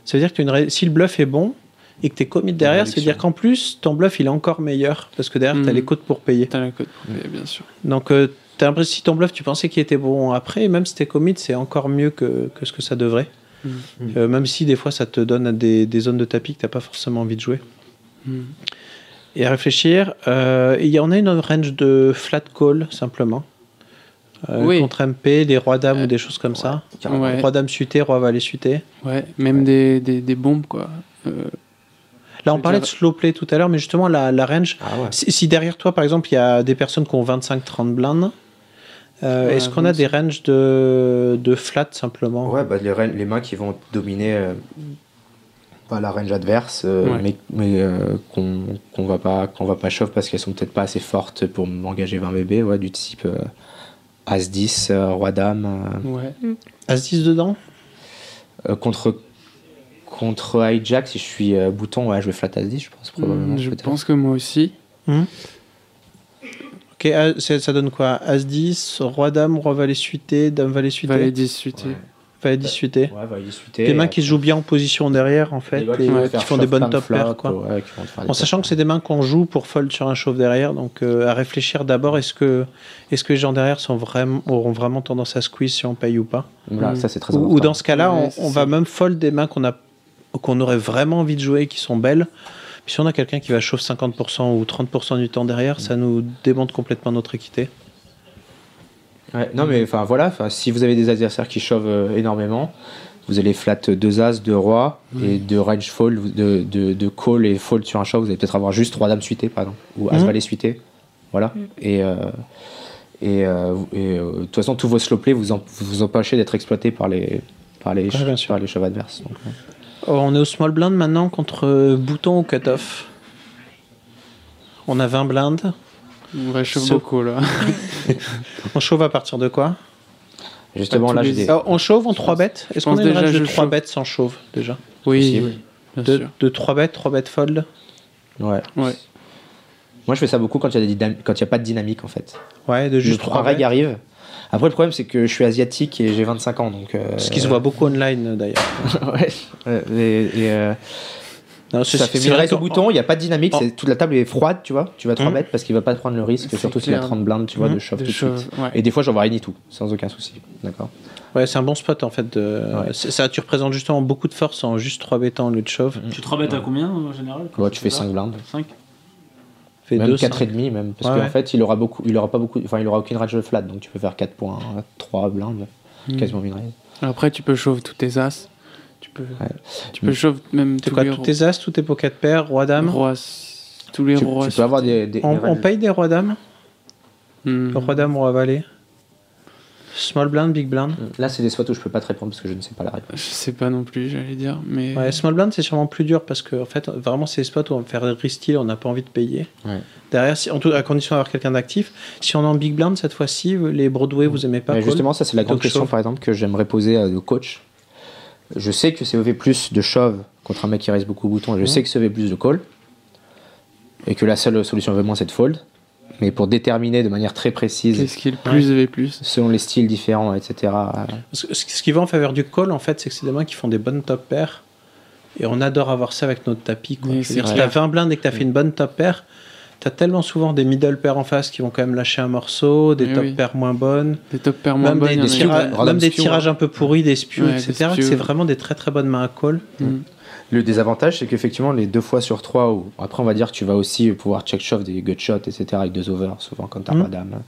Ça veut dire que t'as une ra- si le bluff est bon et que t'es commit derrière, ça veut dire qu'en plus ton bluff il est encore meilleur parce que derrière t'as
Hmm.
Mhm.
les codes pour payer.
T'as la cote pour payer, bien sûr.
Donc euh, t'as l'impression que si ton bluff tu pensais qu'il était bon après, et même si t'es commit, c'est encore mieux que, que ce que ça devrait.
Mm.
Euh, même si des fois ça te donne des, des zones de tapis que t'as pas forcément envie de jouer.
Hmm.
Et à réfléchir, euh, il y en a une range de flat call simplement. Euh,
Oui.
Contre MP, des rois dames ou des choses comme ça.
carrément. Ouais.
Roi dame suité, roi valet suité.
Ouais, même Des, des, des bombes, quoi. Euh,
Là, on
Je
parlait de
dirais-
slow play tout à l'heure, mais justement, la, la range.
Ah
Si, si derrière toi, par exemple, il y a des personnes qui ont 25-30 blindes, euh,
Ouais,
est-ce qu'on a
donc
des ranges de, de flat simplement
Ouais, bah, les, reines- les mains qui vont dominer euh, pas la range adverse, euh,
Ouais.
mais, mais, euh, qu'on qu'on va pas qu'on va pas shove parce qu'elles sont peut-être pas assez fortes pour m'engager 20 bébés, ouais, du type euh, As 10, euh, Roi Dame, euh,
Ouais.
As 10 dedans
euh, contre contre hijack si je suis euh, bouton, ouais, je vais flat As 10, je pense probablement.
Mmh, je
peut-être.
pense que moi aussi.
Ok, ah, c'est- ça donne quoi As 10, roi dame, roi valet suité, dame valet suité.
Valet 10 suité.
Valet 10 suité.
Ouais, valet 10 suité.
Des mains qui se jouent bien en position derrière en fait,
euh, Des euh,
et
gars qui vont
qui
faire
font des
shove plein
bonnes
de
top
flops,
pairs quoi.
ouais, qui vont te faire des
En sachant que c'est des mains qu'on joue pour fold sur un chauve derrière, donc euh, à réfléchir d'abord est-ce que, est-ce que les gens derrière sont vraiment, auront vraiment tendance à squeeze si on paye ou pas
Voilà, ça, c'est très
ou,
important.
ou dans ce cas-là,
Ouais,
on-
c'est
on, va même fold des mains qu'on, a, qu'on aurait vraiment envie de jouer, qui sont belles. Puis si on a quelqu'un qui va chauffe 50% ou 30% du temps derrière, ça nous démonte complètement notre équité.
Ouais, non, mais enfin voilà, enfin, si vous avez des adversaires qui chauvent euh, énormément, vous allez flat deux as, deux rois et deux range fold, vous- de, de, de call et fold sur un shove. Vous allez peut-être avoir juste trois dames suitées, par exemple, ou as
Mhm.
valet suité. Voilà. Et. euh, et, euh, et, euh, de toute façon, tous vos slow play vous, en- vous empêchez d'être exploités par les, par les,
Ouais, bien
par les chauves adverses. donc, ouais.
Oh, on est au small blind maintenant contre euh, bouton ou cutoff. On a 20 blindes.
On va shove
Ce-
beaucoup, là.
on chauffe à partir de quoi
Justement, Pas là, tous j'ai les- des-
Alors, On chauffe en 3 bêtes
je
Est-ce qu'on
pense
a une
déjà
range
je
de 3
chauffe.
bêtes sans shove déjà
Oui, oui, bien
de,
sûr.
de 3 bêtes, 3 bêtes fold
Ouais. Moi, je fais ça beaucoup quand il n'y a, des dynam- quand il y a pas de dynamique, en fait.
Ouais, de juste
Le
trois
un reg
bêtes.
arrive. Après, le problème, c'est que je suis asiatique et j'ai 25 ans. Donc,
Ce qui se voit beaucoup online euh, d'ailleurs.
beaucoup. et, et, euh,
Non, c'est-
ça fait
c'est
mille
vrai
restes au
qu'en-
bouton, il n'y a pas de dynamique,
en-
c'est- toute la table est froide, tu vois. Tu vas te
Mhm.
remettre parce qu'il va pas te prendre le risque,
C'est
surtout s'il a
clair.
30 blindes, tu vois,
Mhm.
de shove
De
tout de
shove,
suite.
ouais.
Et des fois, j'en vois tout, sans aucun souci. D'accord.
Ouais, c'est un bon spot en fait. de- c'est- Ça, tu représentes justement beaucoup de force en juste 3 bêtants au lieu de shove.
Tu te rebêtes à combien en général
Ouais, tu fais 5 blindes.
5
Fais
même
deux,
4
cinq.
et demi même parce
Ouais,
qu'en
ouais.
fait il aura beaucoup il aura pas beaucoup enfin il aura aucune rage de flat donc tu peux faire 4 points 3 blindes
Hum.
Hmm.
quasiment une raise
Après, tu peux chauffer tous tes as. Tu peux, tu peux chauffer même
Tu
tous
quoi,
les
tous tes as, tous tes pocket pairs, roi dame
rois. Tous les
tu,
rois.
tu peux avoir des, des-
on,
des
on
raids.
paye des rois dames
Hmm.
Roi dame, roi valet Small blind, big blind
là c'est des spots où je peux pas te répondre parce que je ne sais pas la réponse
Je sais pas non plus, j'allais dire. Mais
Ouais, small blind c'est sûrement plus dur parce que en fait vraiment c'est les spots où on va faire risk-steal, on n'a pas envie de payer.
Ouais.
Derrière, si, en tout, à condition d'avoir quelqu'un d'actif, si on est en big blind cette fois-ci, les Broadway vous aimez pas.
Mais
call.
justement ça c'est la grande
Donc,
question
shove.
par exemple que j'aimerais poser euh, au coach je sais que c'est EV plus de shove contre un mec qui reste beaucoup au bouton et je
Mhm.
sais que c'est EV plus de call et que la seule solution vraiment c'est de fold mais pour déterminer de manière très précise
Qu'est-ce qui est le plus EV plus
selon les styles différents etc
Parce que Ce, ce qui va en faveur du call en fait, c'est que c'est des mains qui font des bonnes top pairs et on adore avoir ça avec notre tapis. Quoi.
Oui,
Je veux
c'est
dire, si
clair.
t'as 20 blindes et que t'as fait une bonne top pair, t'as tellement souvent des middle pairs en face qui vont quand même lâcher un morceau, des
Eh
top
oui.
pairs moins bonnes.
Des top pairs moins
même
bonnes,
des,
il y en a
des tira-
qui-
même
Rodham
des
Spew, hein.
tirages
ouais.
un peu pourris, des spews,
Ouais, des
etc.
spews.
C'est vraiment des très très bonnes mains à call.
Le désavantage, c'est qu'effectivement, les deux fois sur trois, ou après, on va dire que tu vas aussi pouvoir check shove des gut shots, etc., avec deux overs, souvent quand t'as
Mm.
Mhm.
pas dame.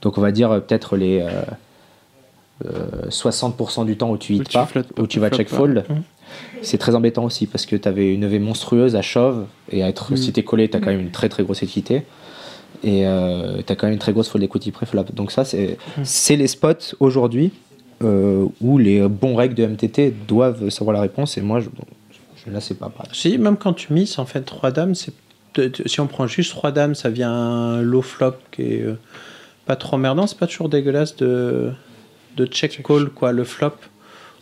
Donc, on va dire euh, peut-être les euh, euh, 60% du temps où tu hits
tu
pas,
flottes pas,
où tu vas
flottes
check
pas. Mm.
fold. C'est très embêtant aussi parce que t'avais une EV monstrueuse à shove, et à être,
Mhm.
si t'es collé, t'as quand même une très très grosse équité. Et euh, t'as quand même une très grosse fold equity pré-flop. Donc, ça, c'est
Mm.
c'est les spots aujourd'hui euh, où les bons règles de MTT doivent savoir la réponse, et moi, je. Je la sais pas. par exemple.
Si, même quand tu mises, en fait, roi dame, c'est. de- de- Si on prend juste roi dame, ça vient un low flop qui est euh, pas trop merdant. C'est pas toujours dégueulasse de, de check call, quoi, le flop,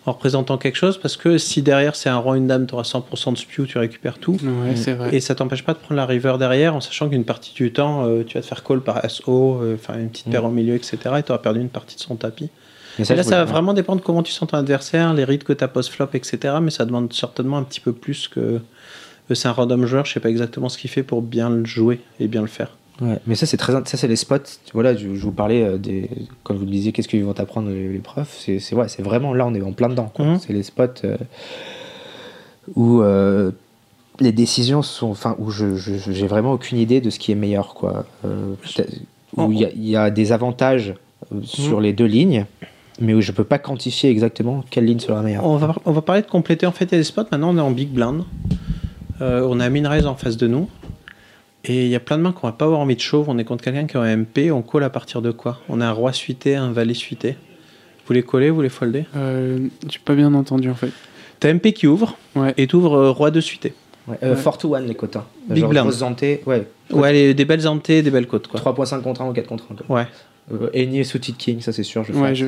en représentant quelque chose. Parce que si derrière c'est un roi, une dame, tu auras 100% de spew, tu récupères tout.
Ouais, c'est vrai.
Et ça t'empêche pas de prendre la river derrière, en sachant qu'une partie du temps, euh, tu vas te faire call par SO, euh, faire une
Mm.
petite paire au milieu, etc. Et tu auras perdu une partie de son tapis.
Mais
Et
ça,
là,
je
ça va
voulais-
vraiment dépendre comment tu sens ton adversaire, les rides que tu as post-flop, etc. Mais ça demande certainement un petit peu plus que. que C'est un random joueur, je sais pas exactement ce qu'il fait pour bien le jouer et bien le faire.
Ouais, mais ça c'est très int- ça c'est les spots. Tu vois, là, je, je vous parlais euh, des comme vous le disiez qu'est-ce qu'ils vont t'apprendre les, les profs. C'est c'est ouais, c'est vraiment là on est en plein dedans. quoi.
Mhm.
C'est les spots euh, où euh, les décisions sont enfin où je je- je- j'ai vraiment aucune idée de ce qui est meilleur quoi. Euh, peut-être- où il y a- il y, a des avantages
Mhm.
euh, sur les deux lignes, mais où je peux pas quantifier exactement quelle ligne sera la meilleure.
On va, on va parler de compléter en fait les spots. Maintenant, on est en big blind. Euh, on a Minrez en face de nous. Et il y a plein de mains qu'on va pas avoir envie de chauffe. On est contre quelqu'un qui a un MP. On colle à partir de quoi On a un roi suité, un valet suité. Vous les collez, vous les foldez
Euh, J'ai pas bien entendu en fait.
T'as MP qui ouvre et t'ouvres euh, roi de suité.
Ouais, euh,
Ouais.
four to one les quotas.
Big
Genre,
blind.
grosse dentée, ouais.
Ouais, les- des belles antées, des belles côtes quoi.
3.5 contre 1 ou 4 contre 1. quoi.
Ouais.
Euh, Aigné sous-titre King, ça c'est sûr. Je
Ouais,
ferai.
je-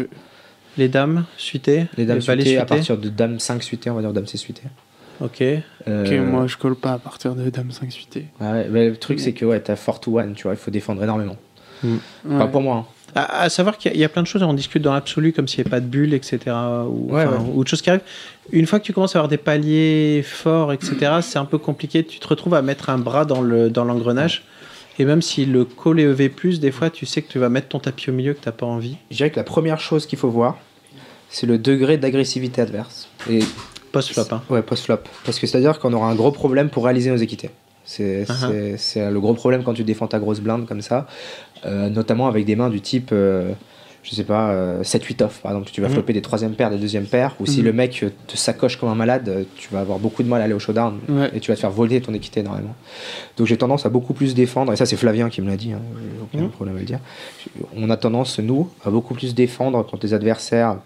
Les dames suitées
Les dames
valets
suitées, à partir de dame 5 suitées, on va dire dame 6 suitées.
Ok.
Euh,
Ok, moi je colle pas à partir de Dame 5 suité.
Ah ouais, mais le truc c'est que ouais, t'as 4 to 1, tu vois, il faut défendre énormément. Pas
Ouais.
pour moi. hein.
À, à savoir qu'il y, a- il y a plein de choses, on discute dans l'absolu comme s'il n'y avait pas de bulle, etc. Ou,
Ouais,
enfin,
ouais.
ou de choses qui arrivent. Une fois que tu commences à avoir des paliers forts, etc., c'est un peu compliqué. Tu te retrouves à mettre un bras dans le- dans l'engrenage. et même si le call est EV, des fois tu sais que tu vas mettre ton tapis au milieu que tu pas envie.
Je dirais que la première chose qu'il faut voir, c'est le degré d'agressivité adverse. Et
post-flop. hein.
Ouais, post-flop. Parce que c'est-à-dire qu'on aura un gros problème pour réaliser nos équités. C'est
Uh-huh.
c'est- c'est le gros problème quand tu défends ta grosse blinde comme ça, euh, notamment avec des mains du type, euh, je sais pas, euh, 7-8 off par exemple. Tu vas
Mhm.
flopper des troisième paires, des deuxième paires, ou si
Mhm.
le mec euh, te sacoche comme un malade, euh, tu vas avoir beaucoup de mal à aller au showdown
Ouais.
et tu vas te faire voler ton équité énormément. Donc j'ai tendance à beaucoup plus défendre, et ça c'est Flavien qui me l'a dit, hein, aucun
Mhm.
problème à le dire. On a tendance, nous, à beaucoup plus défendre contre les adversaires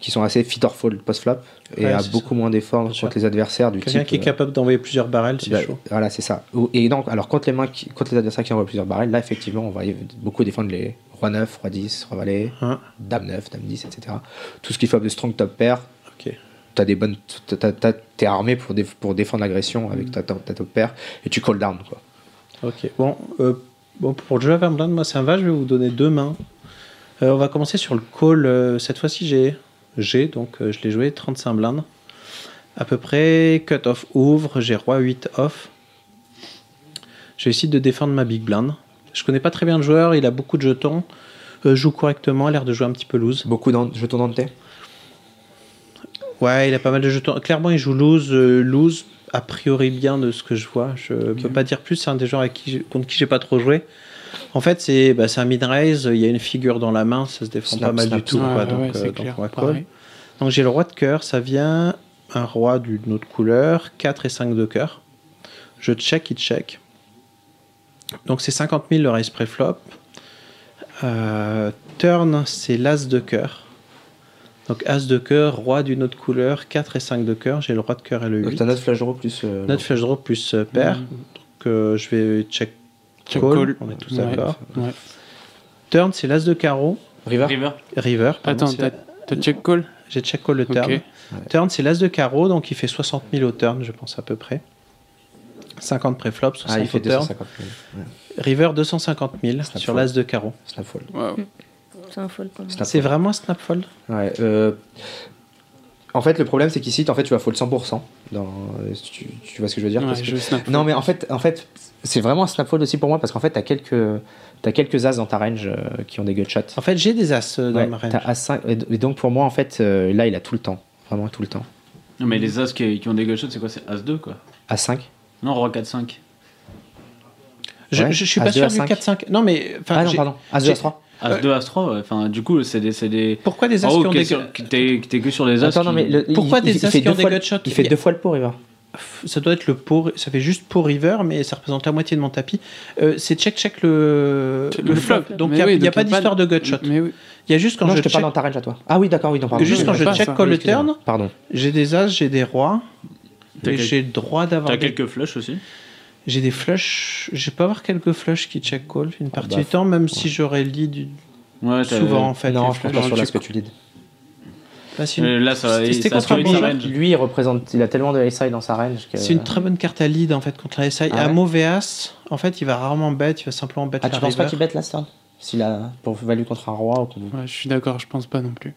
qui sont assez fit or fold post-flop et
Ouais,
à
c'est
beaucoup moins d'efforts
sûr.
contre les adversaires du
Quelqu'un
type.
qui est
euh,
capable d'envoyer plusieurs barrels, c'est
bah,
chaud.
Voilà, c'est ça. Ou- Et donc, alors contre les, mains qui- contre les adversaires qui envoient plusieurs barrels, là effectivement, on va y- beaucoup défendre les Roi 9, Roi 10, Roi Valet,
Hein.
Dame 9, Dame 10, etc. Tout ce qui fait de strong top pair.
Ok.
T'as des bonnes, t'as- t'as- t'as- t'es armé pour, dé- pour défendre l'agression
Mhm.
avec ta, ta, ta top pair et tu call down quoi.
Ok, bon, euh, bon pour le jeu à faire blind, moi ça me va, je vais vous donner deux mains. Euh, on va commencer sur le call. euh, cette fois-ci, j'ai, j'ai donc euh, je l'ai joué 35 blindes. à peu près cut-off ouvre, j'ai roi 8 off. Je vais essayer de défendre ma big blind. Je connais pas très bien le joueur, il a beaucoup de jetons, euh, joue correctement, a l'air de jouer un petit peu loose.
Beaucoup de jetons dentés
Ouais, il a pas mal de jetons. Clairement, il joue loose, euh, loose a priori bien de ce que je vois. Je peux pas dire plus, c'est un des joueurs avec qui j'ai- contre qui j'ai pas trop joué. En fait, c'est bah, c'est un mid-raise, il y a une figure dans la main, ça se défend
Snap,
pas mal
snap,
du tout.
snap.
quoi.
Ouais,
donc
ouais, c'est
euh, donc
clair,
on va call.
pareil.
Donc j'ai le roi de cœur, ça vient un roi d'une autre couleur, 4 et 5 de cœur. Je check, il check. Donc c'est 50 000 le raise pré-flop. Euh, turn, c'est l'as de cœur. Donc as de cœur, roi d'une autre couleur, 4 et 5 de cœur, j'ai le roi de cœur et le 8.
Donc t'as notre flash draw plus. euh,
Notre flash draw plus euh, pair.
Mm,
Mhm.
Donc euh, je vais check,
Check
call.
call.
On est tous
Ouais.
d'accord.
Ouais.
Turn, c'est l'as de carreau.
River.
River.
River. pardon,
Attends,
c'est-
t'as t'as check call
J'ai check call le turn.
Ok. Ouais.
Turn, c'est l'as de carreau, donc il fait 60 000 au turn, je pense à peu près. 50 préflops, 60
Ah, il fait
au turn.
250 000. Ouais.
River 250 000 sur
fold.
l'as de carreau.
Snap fold.
C'est un fold pour moi.
Snap
C'est
fold.
vraiment un snap fold
Ouais, euh, En fait, le problème, c'est qu'ici, en fait, tu vas fold 100%. Dans... Tu, tu vois ce que je veux dire
Ouais,
parce que-
je snap
Non, mais en fait, en fait c'est vraiment un snap fold aussi pour moi parce qu'en fait, t'as quelques... T'as quelques as dans ta range euh, qui ont des gut shots.
En fait, j'ai des as euh, Ah, dans ma range.
T'as as 5, et donc pour moi, en fait, euh, là, il a tout le temps. Vraiment tout le temps.
Non, mais les As qui, qui ont des gueules c'est quoi C'est As 2 quoi
À 5
Non, Roi 4, 5.
Je,
Ouais,
je suis
as
pas
deux,
sûr
as
du
cinq.
4-5. Non, mais. enfin,
Ah non,
j'ai-
pardon. As deux,
j'ai-
as trois.
As 2, As 3, ouais. Enfin, du coup, c'est des, c'est des.
Pourquoi des As
Oh,
qui ont
t'es
des-
sur- que T'es que t'es que sur les As.
Attends, non,
qui-
mais le-
Pourquoi
il-
des
il- il
As
fait
qui ont
deux
des
fois le-
gutshots
Il fait deux fois le pot, River.
ça doit être le pour, ça fait juste pour river, mais ça représente la moitié de mon tapis. Euh, c'est check check le,
Check
le
le
flop.
flop.
Donc il
Mais
n'y a,
oui,
y a
donc
pas
y a pas
d'histoire de
de-
gutshot.
Mais oui.
Il y a juste quand
non,
je,
je te
check,
parle dans ta range à toi. Ah oui, d'accord, oui, non, pardon.
juste quand
Oui,
je
pas
check
ça.
call
Oui,
le
excusez-moi.
turn,
Pardon.
j'ai des as, j'ai des rois,
T'as
et
quel-
j'ai le droit
T'as
d'avoir. Des...
quelques flushs aussi
J'ai des flushs. Je vais pas avoir quelques flushs qui check call
Ah
une partie
bah,
du temps, même si j'aurais lead du-
Ouais, Ah, t'as-
souvent en fait.
Non,
les
je pense
flushs.
pas sur l'axe que tu lead.
Bah, c'est une-
Euh, là, ça va- ça
c'était
se
contre un
trouve,
bon
ça
joueur.
va Bah, être-
Lui, il représente. Il a tellement de SI dans sa range
Euh,
que.
C'est une très bonne carte à lead en fait contre la SI.
Ah
à
ouais
mauvais as, en fait, il va rarement bet, il va simplement bet
Ah,
la
tu penses pas
river.
qu'il bête la turn S'il a. Pour value contre un roi ou contre.
Ouais, je suis d'accord, je pense pas non plus.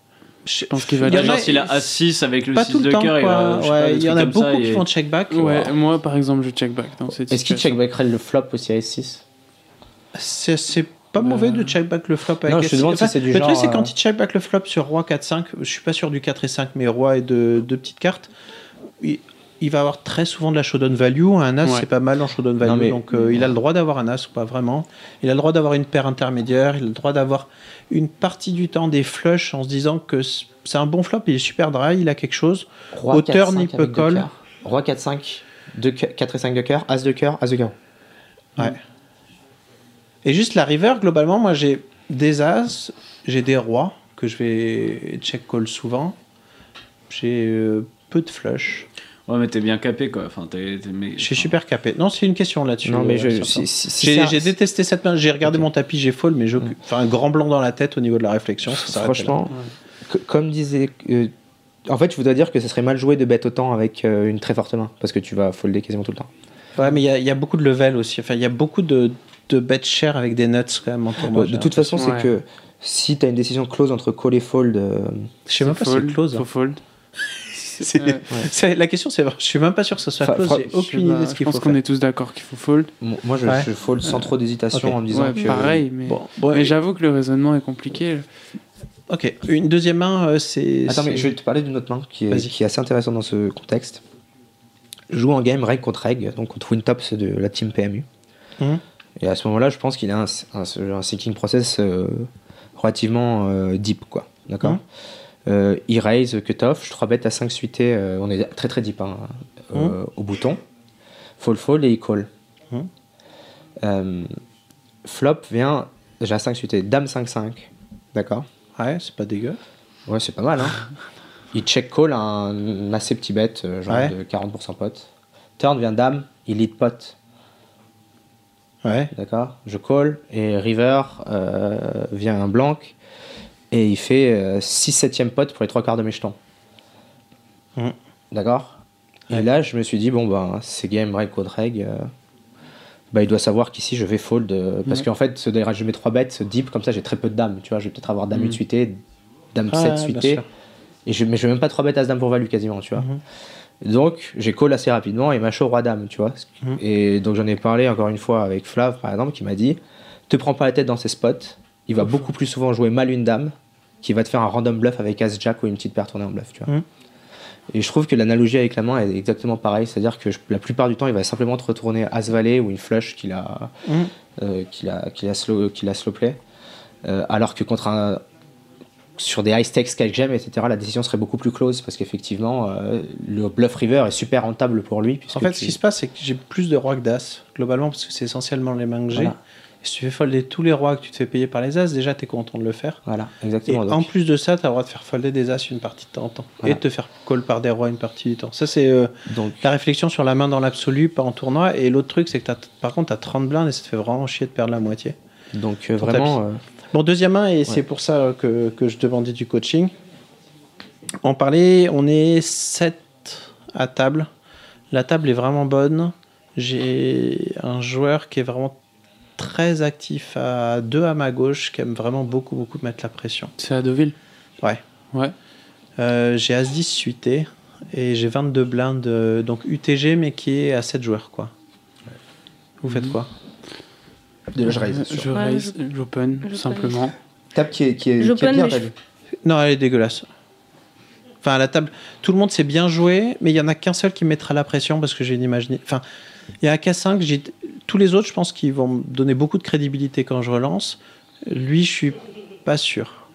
Je
pense qu'il va
Genre,
dire-
s'il a As 6 avec le
Pas
6
tout le
de
temps,
cœur, il
quoi.
va. je sais pas,
Ouais,
des
il y en
trucs
a
comme ça,
beaucoup
et-
qui
font check back.
Ouais, moi par exemple, je check back dans cette
Est-ce qu'il
situation.
checkbackerait le flop aussi à S6
C'est c'est pas mauvais de check back le flop avec
Euh, Non, je te
S6.
demande si c'est du
Le truc,
genre,
c'est quand
euh,
il check back le flop sur roi 4-5, je suis pas sûr du 4 et 5, mais roi et deux, deux petites cartes, il, il va avoir très souvent de la showdown value. Un as,
Ouais.
c'est pas mal en showdown value,
Non, mais-
donc euh, il a le droit d'avoir un as ou pas vraiment. Il a le droit d'avoir une paire intermédiaire, il a le droit d'avoir une partie du temps des flushs en se disant que c- c'est un bon flop, il est super dry, il a quelque chose.
Roi
Au
4,
turn,
5
il peut
avec deux
call.
cœurs. Roi 4, 5, 4 et 5 de cœur, As de cœur, As de cœur.
Ouais. Et juste la river, globalement, moi j'ai des as, j'ai des rois que je vais check call souvent. J'ai euh, peu de flush.
Ouais, mais t'es bien capé quoi. Enfin, t'es. t'es- mais-
Je suis super capé. Non, c'est une question là-dessus.
Non, mais
euh,
je-
certain.
si- si- si
J'ai
ça-
j'ai détesté cette main. J'ai regardé mon tapis, j'ai fold, mais j'ai aucune- enfin, un grand blanc dans la tête au niveau de la réflexion. ça s'arrête là.
Mm. Franchement, co- comme disait. euh, en fait, je voudrais dire que ce serait mal joué de bête autant avec euh, une très forte main parce que tu vas folder quasiment tout le temps.
Ouais, mais il y a- il y, a beaucoup de level aussi. Enfin, il y a beaucoup de, de bêtes chères avec des nuts quand même en tournoi.
de toute façon, c'est que si tu as une décision close entre call et fold. euh,
Je sais même pas si c'est close. hein. C'est-
Ouais.
c'est- La question, c'est je suis même pas sûr que ce soit
Enfin,
close.
fra-
J'ai
je
aucune
sais
idée
pas,
de ce qu'il faut.
je
faire.
pense
qu'on est tous d'accord qu'il faut fold.
Bon, moi, je- je fold sans trop d'hésitation
Ok.
en me disant
Ouais,
que-
Pareil, mais,
Bon,
mais j'avoue que le raisonnement est compliqué.
Ok, une deuxième main, euh, c'est.
Attends, mais
c'est-
je vais te parler d'une autre main qui est,
Vas-y.
qui est assez intéressante dans ce contexte. Je joue en game reg contre reg, donc contre Wintops de la team PMU.
Mhm.
Et à ce moment-là, je pense qu'il a un, un- un thinking process euh, relativement euh, deep, quoi. D'accord
Mhm.
Euh, Il raise cutoff, je 3 bet à 5 suité, euh, on est très très deep hein, euh,
Mhm.
au bouton. Fold fold et il call.
Mhm.
Euh, flop vient, j'ai à 5 suité, dame 5-5. D'accord
Ouais, c'est pas dégueu.
Ouais, c'est pas mal, hein. il check call un assez petit bet, euh, genre
Ouais.
de 40% pot. Turn vient dame, il lead pot.
Ouais.
D'accord Je call et river euh, vient un blank et il fait 6 7 e pot pour les trois quarts de mes jetons.
Mhm.
D'accord Et là, je me suis dit, bon, ben, c'est game reg code reg. euh, bah, il doit savoir qu'ici je vais fold euh, parce
Ouais.
qu'en fait, ce, je mets 3 bêtes, ce deep, comme ça j'ai très peu de dames. Tu vois, je vais peut-être avoir dame
Mhm.
8 suité, dame
Ah,
7
bien
suité.
sûr.
Et je, mais je mets même pas 3 bêtes as dame pour value quasiment, tu vois.
Mhm.
Donc, j'ai call assez rapidement et macho roi dame, tu vois.
Mhm.
Et donc, j'en ai parlé encore une fois avec Flav, par exemple, qui m'a dit Te prends pas la tête dans ces spots, il va beaucoup plus souvent jouer mal une dame qui va te faire un random bluff avec As Jack ou une petite paire tournée en bluff, tu vois.
Mm.
Mhm.
Et je trouve que l'analogie avec la main est exactement pareille, c'est-à-dire que je- la plupart du temps, il va simplement te retourner As Valet ou une flush qu'il a,
Mm.
Mhm.
euh, qu'il a, qu'il a slow, qu'il a slow play. Euh, alors que contre un, sur des high stakes cash jam, etc., la décision serait beaucoup plus close parce qu'effectivement, euh, le bluff river est super rentable pour lui. puisque
En fait,
tu-
ce qui se passe, c'est que j'ai plus de rois que d'as, globalement, parce que c'est essentiellement les mains que j'ai.
Voilà.
Et Si tu fais folder tous les rois que tu te fais payer par les as, déjà, t'es content de le faire.
Voilà,
Et
exactement. donc.
en plus de ça, t'as le droit de faire folder des as une partie de temps en temps.
Voilà.
Et de te faire call par des rois une partie du temps. Ça, c'est euh, la réflexion sur la main dans l'absolu, pas en tournoi. Et l'autre truc, c'est que t'as- par contre, t'as 30 blindes et ça te fait vraiment chier de perdre la moitié.
Donc, euh,
Ton
vraiment,
tapis.
euh,
Bon, deuxième main, et c'est pour ça euh, que, que je demandais du coaching. On parlait, on est 7 à table. La table est vraiment bonne. J'ai un joueur qui est vraiment très actif à deux à ma gauche, qui aime vraiment beaucoup, beaucoup mettre la pression.
C'est à Deauville
Ouais.
Ouais.
Euh, j'ai As-10 suité et j'ai 22 blindes, euh, donc UTG, mais qui est à 7 joueurs, quoi. Vous faites quoi
Déjà, je raise, sûr.
Euh, Je
Ouais,
raise, j'open,
j'open.
simplement.
Tape qui est, qui est, qui est
J'open,
bien,
mais
t'as
je-
vu.
Non, elle est dégueulasse. Enfin, à la table, tout le monde s'est bien joué, mais il y en a qu'un seul qui mettra la pression parce que j'ai une imaginé. Enfin, il y en a qu'à 5. Tous les autres, je pense qu'ils vont me donner beaucoup de crédibilité quand je relance. Lui, je suis pas sûr.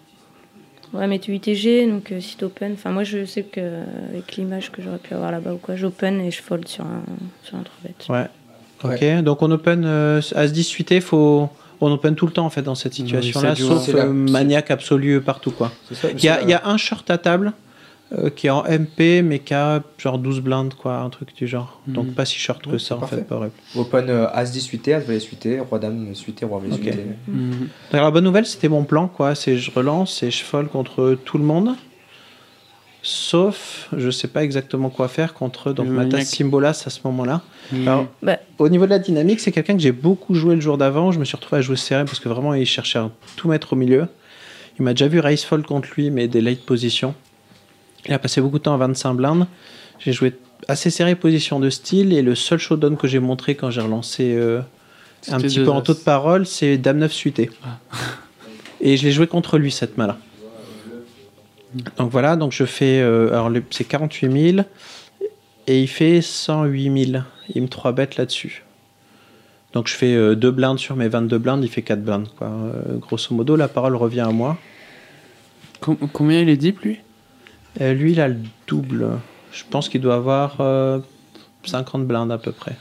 Ouais, mais tu UTG, donc euh, si t'open. Enfin, moi, je sais que euh, avec l'image que j'aurais pu avoir là-bas ou quoi, j'open et je fold sur un, sur un 3 bet.
Ouais. Ok, donc on open euh, à 10 suité, faut. On open tout le temps en fait dans cette situation-là,
ça joue, hein.
sauf
C'est la-
euh, maniaque absolu partout quoi.
C'est ça,
Il y, a-
c'est la-
il y a un short à table euh, qui est en MP mais qui a genre 12 blindes quoi, un truc du genre. Donc pas si short que
Mhm. Ouais,
ça en
parfait.
fait, pas horrible.
Open euh, As 10 suité, As Valet suité, Roi Dame suité, Roi Valet
Ok.
suité.
Mm.
Mm.
Mhm. Alors, la bonne nouvelle, c'était mon plan, quoi. C'est je relance et je folle contre tout le monde. Sauf, je sais pas exactement quoi faire contre donc
Le
Matas
maniaque.
Simbolas à ce moment-là. Alors,
Bah.
Au niveau de la dynamique, c'est quelqu'un que j'ai beaucoup joué le jour d'avant. Je me suis retrouvé à jouer serré parce que vraiment, il cherchait à tout mettre au milieu. Il m'a déjà vu race fold contre lui, mais des late positions. Il a passé beaucoup de temps à 25 blindes. J'ai joué assez serré position de style et le seul showdown que j'ai montré quand j'ai relancé euh, un
C'était
petit
deux
peu en
as.
taux de parole, c'est Dame 9 suité. et je l'ai joué contre lui cette main-là. Donc voilà, donc je fais. euh, alors le- c'est 48 000 et il fait 108 000. Il me 3 bêtes là-dessus. Donc je fais 2 blindes sur mes 22 blindes, il fait 4 blindes. Quoi. Euh, grosso modo, la parole revient à moi.
combien il est deep lui
Euh, Lui, il a le double. Je pense qu'il doit avoir euh, 50 blindes à peu près.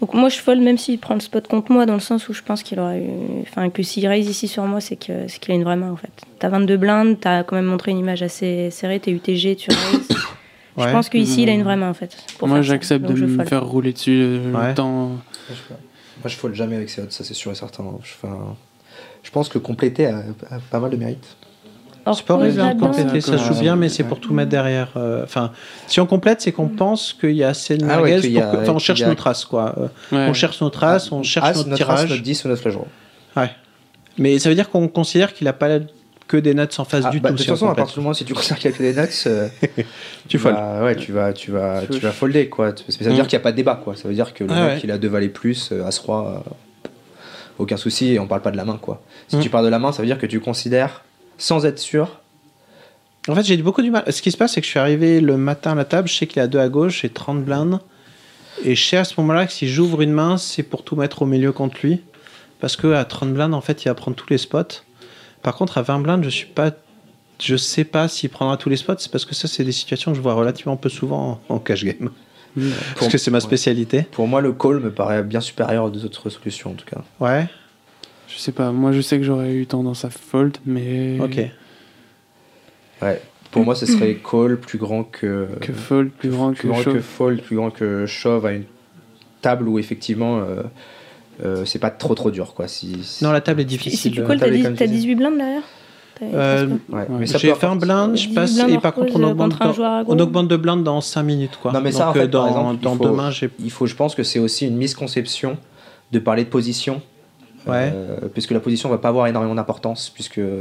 Donc, moi, je fold même s'il prend le spot contre moi, dans le sens où je pense qu'il aura eu. Enfin, que s'il raise ici sur moi, c'est que c'est qu'il a une vraie main en fait. T'as 22 blindes, t'as quand même montré une image assez serrée, t'es UTG, tu raises. Je pense qu'ici, il a une vraie main en fait. pour
Moi
faire ça.
j'accepte
Donc,
de
je
me
fold.
faire rouler dessus euh,
Ouais.
longtemps.
Moi, je fold jamais avec ces odds, ça c'est sûr et certain. hein. Je, fais un- je pense que compléter a, a pas mal de mérite.
C'est pas horrible hein, de compléter, ça se joue
Ouais.
bien, mais c'est pour tout mettre derrière. euh, Enfin, si on complète, c'est qu'on pense qu'il y a assez de
Ah ouais,
merguez.
qu'il y a-
pour que- Enfin, on
qu'il
cherche
y a-
nos traces, quoi. Euh,
Ouais.
On cherche nos traces, on cherche
As,
notre
notre As,
tirage.
notre 10 ou notre flash draw.
Ouais. Mais ça veut dire qu'on considère qu'il a pas que des notes sans face
Ah,
du
bah,
tout.
de toute
si on
façon, à
complète.
partir du moment où si tu considères qu'il y a que des notes, euh,
Tu
bah,
foldes.
ouais, tu vas, tu vas,
Tu
tu
veux-
vas folder quoi. Ça veut
Mm.
dire qu'il n'y a pas de débat quoi. Ça veut dire que le
Ah
mec
ouais.
il a deux valets plus, euh, As roi, euh, aucun souci. Et on parle pas de la main quoi. Si
Mm.
tu parles de la main, ça veut dire que tu considères sans être sûr.
En fait, j'ai eu beaucoup du mal. Ce qui se passe, c'est que je suis arrivé le matin à la table, je sais qu'il a deux à gauche et 30 blindes. Et je sais à ce moment-là que si j'ouvre une main, c'est pour tout mettre au milieu contre lui. Parce que à 30 blindes, en fait, il va prendre tous les spots. Par contre, à 20 blindes, je suis pas. Je sais pas s'il prendra tous les spots. C'est parce que ça, c'est des situations que je vois relativement peu souvent en en cash game.
Mm.
Parce que c'est ma spécialité.
Pour moi, le call me paraît bien supérieur aux deux autres solutions en tout cas.
Ouais.
Je sais pas, moi je sais que j'aurais eu tendance à fold, mais.
Ok. Ouais. Pour
Mm.
moi, ce serait call plus grand que.
Que fold, plus grand que shove.
fold, plus grand que shove à une table où effectivement euh, euh, c'est pas trop trop dur quoi. Si, si-
Non, la table est
Et
difficile.
si tu colles,
La
t'as
table est
dix-
quand même
t'as
difficile.
18 blindes derrière T'as-
Euh,
Ouais, mais ça
J'ai
peut
fait un blind, je passe,
blindes
et
en
par contre, on
repose
augmente,
contre un joueur
dans-
aggro.
on augmente de blindes dans 5 minutes. Quoi.
Non, mais ça,
Donc,
en fait,
euh, dans,
par exemple, il
dans
faut-
deux mains, j'ai
il faut, je pense que c'est aussi une misconception de parler de position,
Ouais.
euh, puisque la position va pas avoir énormément d'importance, puisque euh,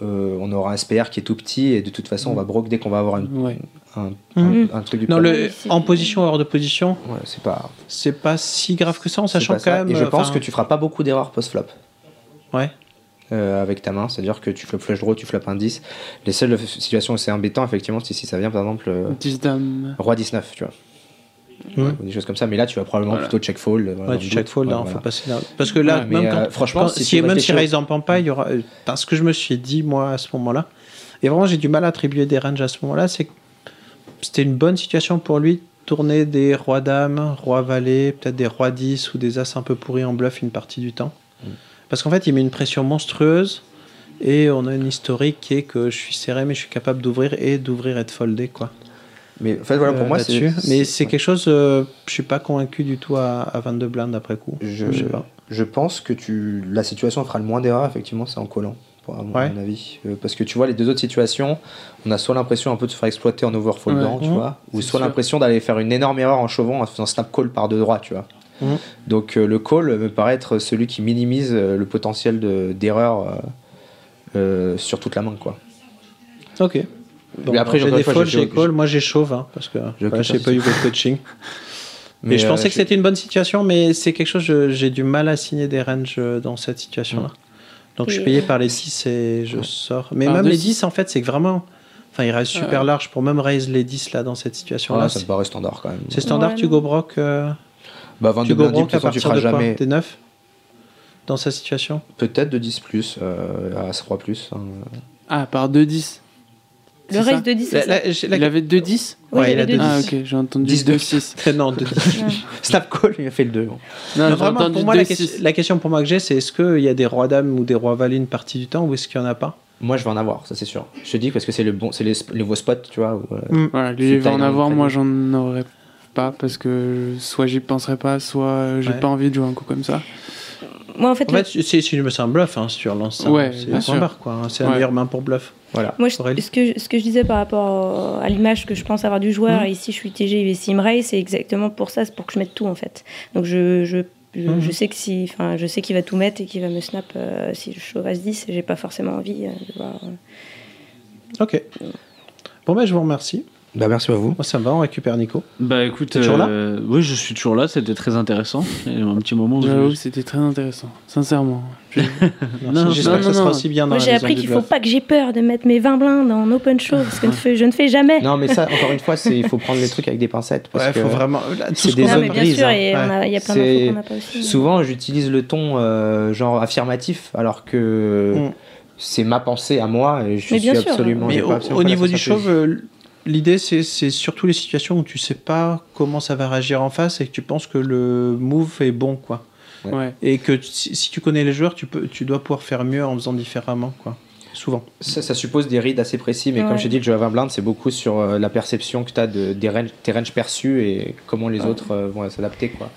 euh, on aura un SPR qui est tout petit et de toute façon on va broc dès qu'on va avoir une- un,
Mhm.
un- un truc du
Non,
plan.
le- en position hors de position,
c'est pas
c'est pas si grave que ça en sachant
C'est pas ça.
quand même.
Et je
euh,
pense
enfin,
que tu feras pas beaucoup d'erreurs post-flop.
Ouais.
euh, avec ta main, c'est-à-dire que tu flops flush draw, tu flops un 10. Les seules situations où c'est embêtant, effectivement, c'est si ça vient par exemple euh,
10 dames.
roi 19, tu vois.
Ouais.
Ou Des choses comme ça, mais là tu vas probablement
Voilà.
plutôt check fold. euh, voilà,
Ouais,
dans
tu
le
check
doute.
fold,
Ouais,
hein,
voilà.
faut passer dans- Parce que là,
Ouais, mais,
même quand,
euh, franchement,
quand-
si
si,
tu
même si
réfléchis-
Rise en prend pas, il y aura. euh, Enfin, ce que je me suis dit, moi, à ce moment-là, et vraiment, j'ai du mal à attribuer des ranges à ce moment-là, c'est que c'était une bonne situation pour lui tourner des rois dames, rois valets, peut-être des rois 10 ou des as un peu pourris en bluff une partie du temps.
Mm.
Parce qu'en fait, il met une pression monstrueuse. Et on a une historique qui est que je suis serré, mais je suis capable d'ouvrir et d'ouvrir et de folder, quoi. Euh,
Mais en fait, voilà, pour moi, c'est-
là-dessus.
c'est-
Mais c'est quelque chose, euh, je suis pas convaincu du tout à, à 22 blindes après coup.
Je,
Je sais pas.
je pense que tu, la situation fera le moins d'erreurs, effectivement, c'est en collant, pour- à mon, à mon avis. Euh, parce que tu vois, les deux autres situations, on a soit l'impression un peu de se faire exploiter en overfoldant,
Ouais.
tu
Mhm.
vois, ou
C'est
soit
sûr.
l'impression d'aller faire une énorme erreur en chauvant en faisant snap call par deux droits, tu vois.
Mhm.
Donc euh, le call me paraît être celui qui minimise euh, le potentiel de- d'erreur euh, euh, sur toute la main, quoi.
Ok.
Mais
Bon,
après,
j'ai
encore
des
une fois,
folds,
j'ai-
j'ai call, moi j'ai chauve, hein, parce que
J'ai
voilà,
aucune
j'ai pas eu
certitude.
votre coaching.
Mais,
Mais je
euh,
pensais que
je-
c'était une bonne situation, mais c'est quelque chose, je- j'ai du mal à signer des ranges euh, dans cette situation-là. Donc je suis
Et-
payé par les 6 et je sors. Mais
Mm. Par
même
deux
les
six.
10, en fait, c'est que vraiment. Enfin, il reste super
Ouais.
large pour même raise les 10 là dans cette situation-là.
Ah, ça me
c'est-
paraît standard quand même.
c'est standard, Hugo Brock. euh,
Bah, 22
Hugo
blindés, de
Brock,
toute façon, tu feras
quoi
jamais.
Des 9 Dans sa situation
Peut-être de 10 plus, euh, à 3 plus. hein.
Ah, par 2-10.
Le raise de 10, c'est ça
Il avait 2-10
Oui, Ouais, il il avait a 2-10.
Ah, ok, j'ai entendu 2-6.
non, 2-10.
Snap call, il a fait le 2.
Non, j'ai
vraiment,
entendu
pour moi, la,
2-6.
question- la question pour moi que j'ai, c'est est-ce qu'il y a des rois dames ou des rois valets une partie du temps ou est-ce qu'il n'y en a pas
Moi, je vais en avoir, ça c'est sûr. Je te dis parce que c'est le bon, c'est les, sp- les nouveaux spots, tu vois. où, euh,
Voilà,
tu
lui il va en
tailles dans
avoir,
le
moi
panier.
j'en aurais pas parce que soit j'y penserais pas, soit euh, j'ai
Ouais.
pas envie de jouer un coup comme ça.
Moi, en fait,
En
le-
fait, c'est- c'est c'est- c'est un bluff hein, si tu relances ça.
Ouais,
c'est
bien
un
sûr.
point barre, quoi. hein. C'est la
Ouais.
meilleure main pour bluff.
Voilà.
Moi, je- ce, que, ce que je disais par rapport à l'image que je pense avoir du joueur,
Mhm.
et ici je suis TG et Sim Ray, c'est exactement pour ça, c'est pour que je mette tout en fait. Donc je, je, je,
Mhm.
je sais que si, enfin, je sais qu'il va tout mettre et qu'il va me snap euh, si je chauffe à 10 et j'ai pas forcément envie euh, de voir. euh.
Ok. Bon, ben, je vous remercie.
Bah, merci à vous.
Moi, ça me va, on récupère Nico.
Bah écoute,
T'es toujours là
euh, oui, je suis toujours là, c'était très intéressant. Il y a eu un petit moment où je-
J'avoue que c'était très intéressant, sincèrement. Je-
Merci, j'espère que ça sera aussi bien dans
Moi
la
j'ai
maison
appris
du
qu'il faut
bluff.
pas que j'ai peur de mettre mes 20 blindes en open show parce que je ne fais jamais.
Non, mais ça, encore une fois, c'est il faut prendre les trucs avec des pincettes. Parce
Ouais,
que
faut vraiment- là, tout
c'est
ce
des
qu'on a-
zones
Non, mais bien
grises.
sûr,
hein.
et
on a- il y a plein
C'est-
d'infos qu'on n'a pas aussi, mais-
Souvent, j'utilise le ton euh, genre affirmatif, alors que
Mm.
c'est ma pensée à moi et je
Mais
suis
bien sûr.
absolument.
Mais
j'ai
au,
pas
au
absolument pas la
niveau du
sensation
chauve, euh, l'idée c'est, c'est surtout les situations où tu sais pas comment ça va réagir en face et que tu penses que le move est bon quoi.
Ouais.
Et que tu- si, si tu connais les joueurs, tu peux, tu dois pouvoir faire mieux en faisant différemment quoi. Souvent.
Ça, ça suppose des rides assez précis, mais comme
Ouais.
je t'ai dit, le jeu à 20 blindes, c'est beaucoup sur euh, la perception que tu as de, des ranges, tes ranges perçus et comment les
Ouais.
autres euh, vont s'adapter. quoi.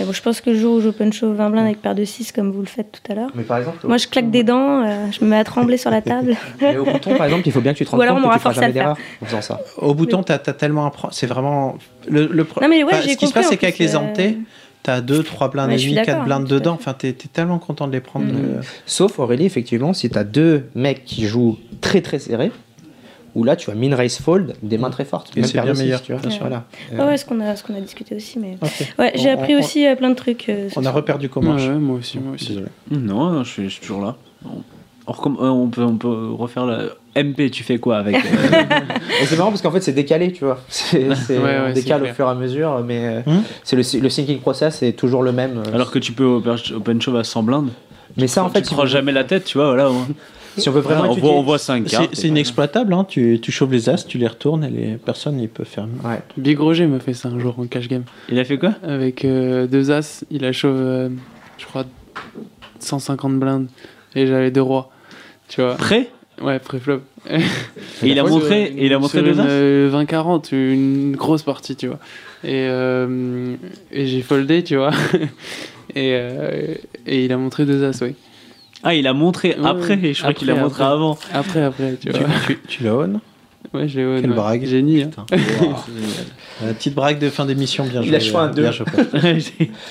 Mais bon, je pense que le jour où j'open show 20 blindes avec paire de 6 comme vous le faites tout à l'heure,
Mais par exemple,
moi je claque des dents, euh, je me mets à trembler sur la table.
Mais au bouton, par exemple, il faut bien que tu te
Ou
rendes
alors,
compte
on
que
m'aura
tu feras
forcé à
jamais
le faire.
d'erreur en faisant ça.
Au bouton, t'as, t'as tellement à prendre. C'est vraiment le, le pro-
Non, mais ouais, j'ai
Ce qui se
compris,
passe,
en
c'est qu'avec
plus,
les
euh,
hantés, t'as 2, 3 blindes
Ouais,
et
je suis
demi, 4
d'accord, hein,
blindes
tout à
dedans. Enfin, t'es, t'es tellement content de les prendre. euh,
Mm. Sauf Aurélie, effectivement, si tu as deux mecs qui jouent très très serré, où là tu vas min race fold, des mains très fortes.
Et
même
c'est
paire de
bien
six,
meilleur,
tu vois,
bien sûr.
voilà.
Ouais,
Euh,
ouais, ce qu'on a, ce qu'on a discuté aussi. Mais...
Ok.
Ouais, j'ai
On-
appris
on-
aussi euh, plein de trucs. euh, ce
On a
soir.
reperdu comment
Ouais, ouais, moi aussi, moi aussi.
Non, non, je suis, je suis toujours là. On, on recomm- euh, on peut, on peut refaire la MP, tu fais quoi avec euh,
Et c'est marrant parce qu'en fait c'est décalé, tu vois. C'est, c'est-
Ouais, ouais,
on
c'est
décale au
clair. Hmm
fur et à mesure, mais euh, c'est le, le thinking process est toujours le même. euh,
Alors que tu peux open open shove à 100 blindes.
Mais ça, en fait,
tu prends jamais la tête, tu vois, voilà. ouais.
Si on veut vraiment
on
étudier-
voit, on voit 5 cartes.
C'est, c'est inexploitable. Hein. Tu, tu chauves les as, tu les retournes et les personnes n'y peuvent faire.
Ouais.
Big Roger m'a fait ça un jour en cash game.
Il a fait quoi
Avec euh, deux as, il a chauve, euh, je crois, 150 blindes. Et j'avais deux rois. Tu vois.
Prêt
Ouais, pré-flop.
Et il a
Sur
montré-
une-
et il a montré
sur
deux
une,
as
euh, 20-40, une grosse partie, tu vois. Et, euh, et j'ai foldé, tu vois. et, euh, et il a montré deux as, oui.
Ah, il a montré après, je crois qu'il a montré avant.
Après, après, tu vois.
Tu, tu l'as on
Ouais, je l'ai on.
Quelle
ouais.
brague.
Génie. hein.
Euh, petite brague de fin d'émission, bien joué.
Il a choisi un
bien
deux.
joué.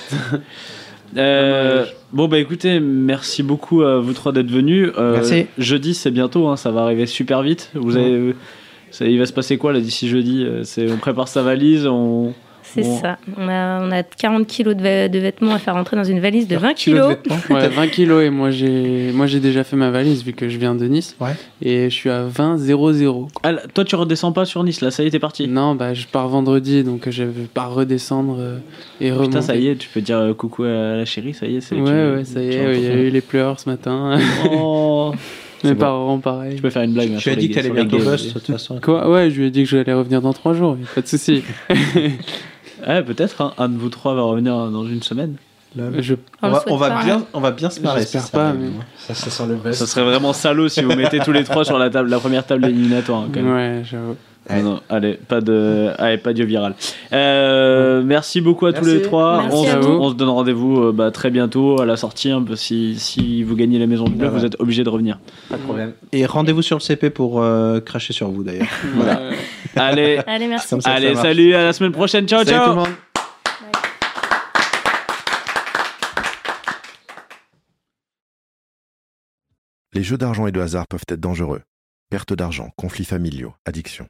Euh, bon bah écoutez, merci beaucoup à vous trois d'être venus. Euh,
Merci.
Jeudi c'est bientôt, hein, ça va arriver super vite. Vous avez, ça- il va se passer quoi là d'ici jeudi Euh, C'est on prépare sa valise, on.
C'est
on-
ça. On a, on a 40 kilos de, vê- de vêtements à faire rentrer dans une valise de 20 kilos.
Ouais, 20 kilos et moi j'ai moi j'ai déjà fait ma valise vu que je viens de Nice. Et je suis à 20 0 0.
ah, toi tu redescends pas sur Nice là, ça y est t'es parti.
Non bah je pars vendredi donc euh, je vais pas redescendre euh, et remonter.
Putain ça y est, tu peux dire euh, coucou à la chérie, ça y est. c'est-
Ouais
tu-
ouais ça y
tu
est, ouais, il y a
entends.
eu les pleurs ce matin.
C'est
Mes
bon.
parents pareil.
Je peux faire une blague. hein, sur les- sur les gays.
Quoi Ouais, je lui ai dit que j'allais revenir dans 3 jours, y a pas de souci.
Ouais, peut-être hein, un de vous trois va revenir dans une semaine.
Je-
On va- on va bien- on va bien se marrer,
J'espère
si ça
pas,
arrive.
mais-
Ça, ça sent le best.
Ça serait vraiment salaud si vous mettez tous les trois sur la table, la première table éliminatoire. hein, quand même.
Ouais, j'avoue.
Non, non, allez, pas de, allez, pas d'yeux viral. Euh, merci beaucoup à tous
Merci.
les trois.
Merci
on,
à
se,
vous.
on se donne rendez-vous euh, bah, très bientôt à la sortie. hein, parce que si, si vous gagnez la maison du bleu,
Voilà.
vous êtes obligé de revenir.
Pas de problème.
Et rendez-vous sur le CP pour euh, cracher sur vous d'ailleurs. voilà.
Euh, Allez,
Allez, merci.
Comme ça que ça
Allez,
marche.
salut, à la semaine prochaine. Ciao,
Salut
ciao.
tout le monde.
Les jeux d'argent et de hasard peuvent être dangereux. Perte d'argent, conflits familiaux, addiction.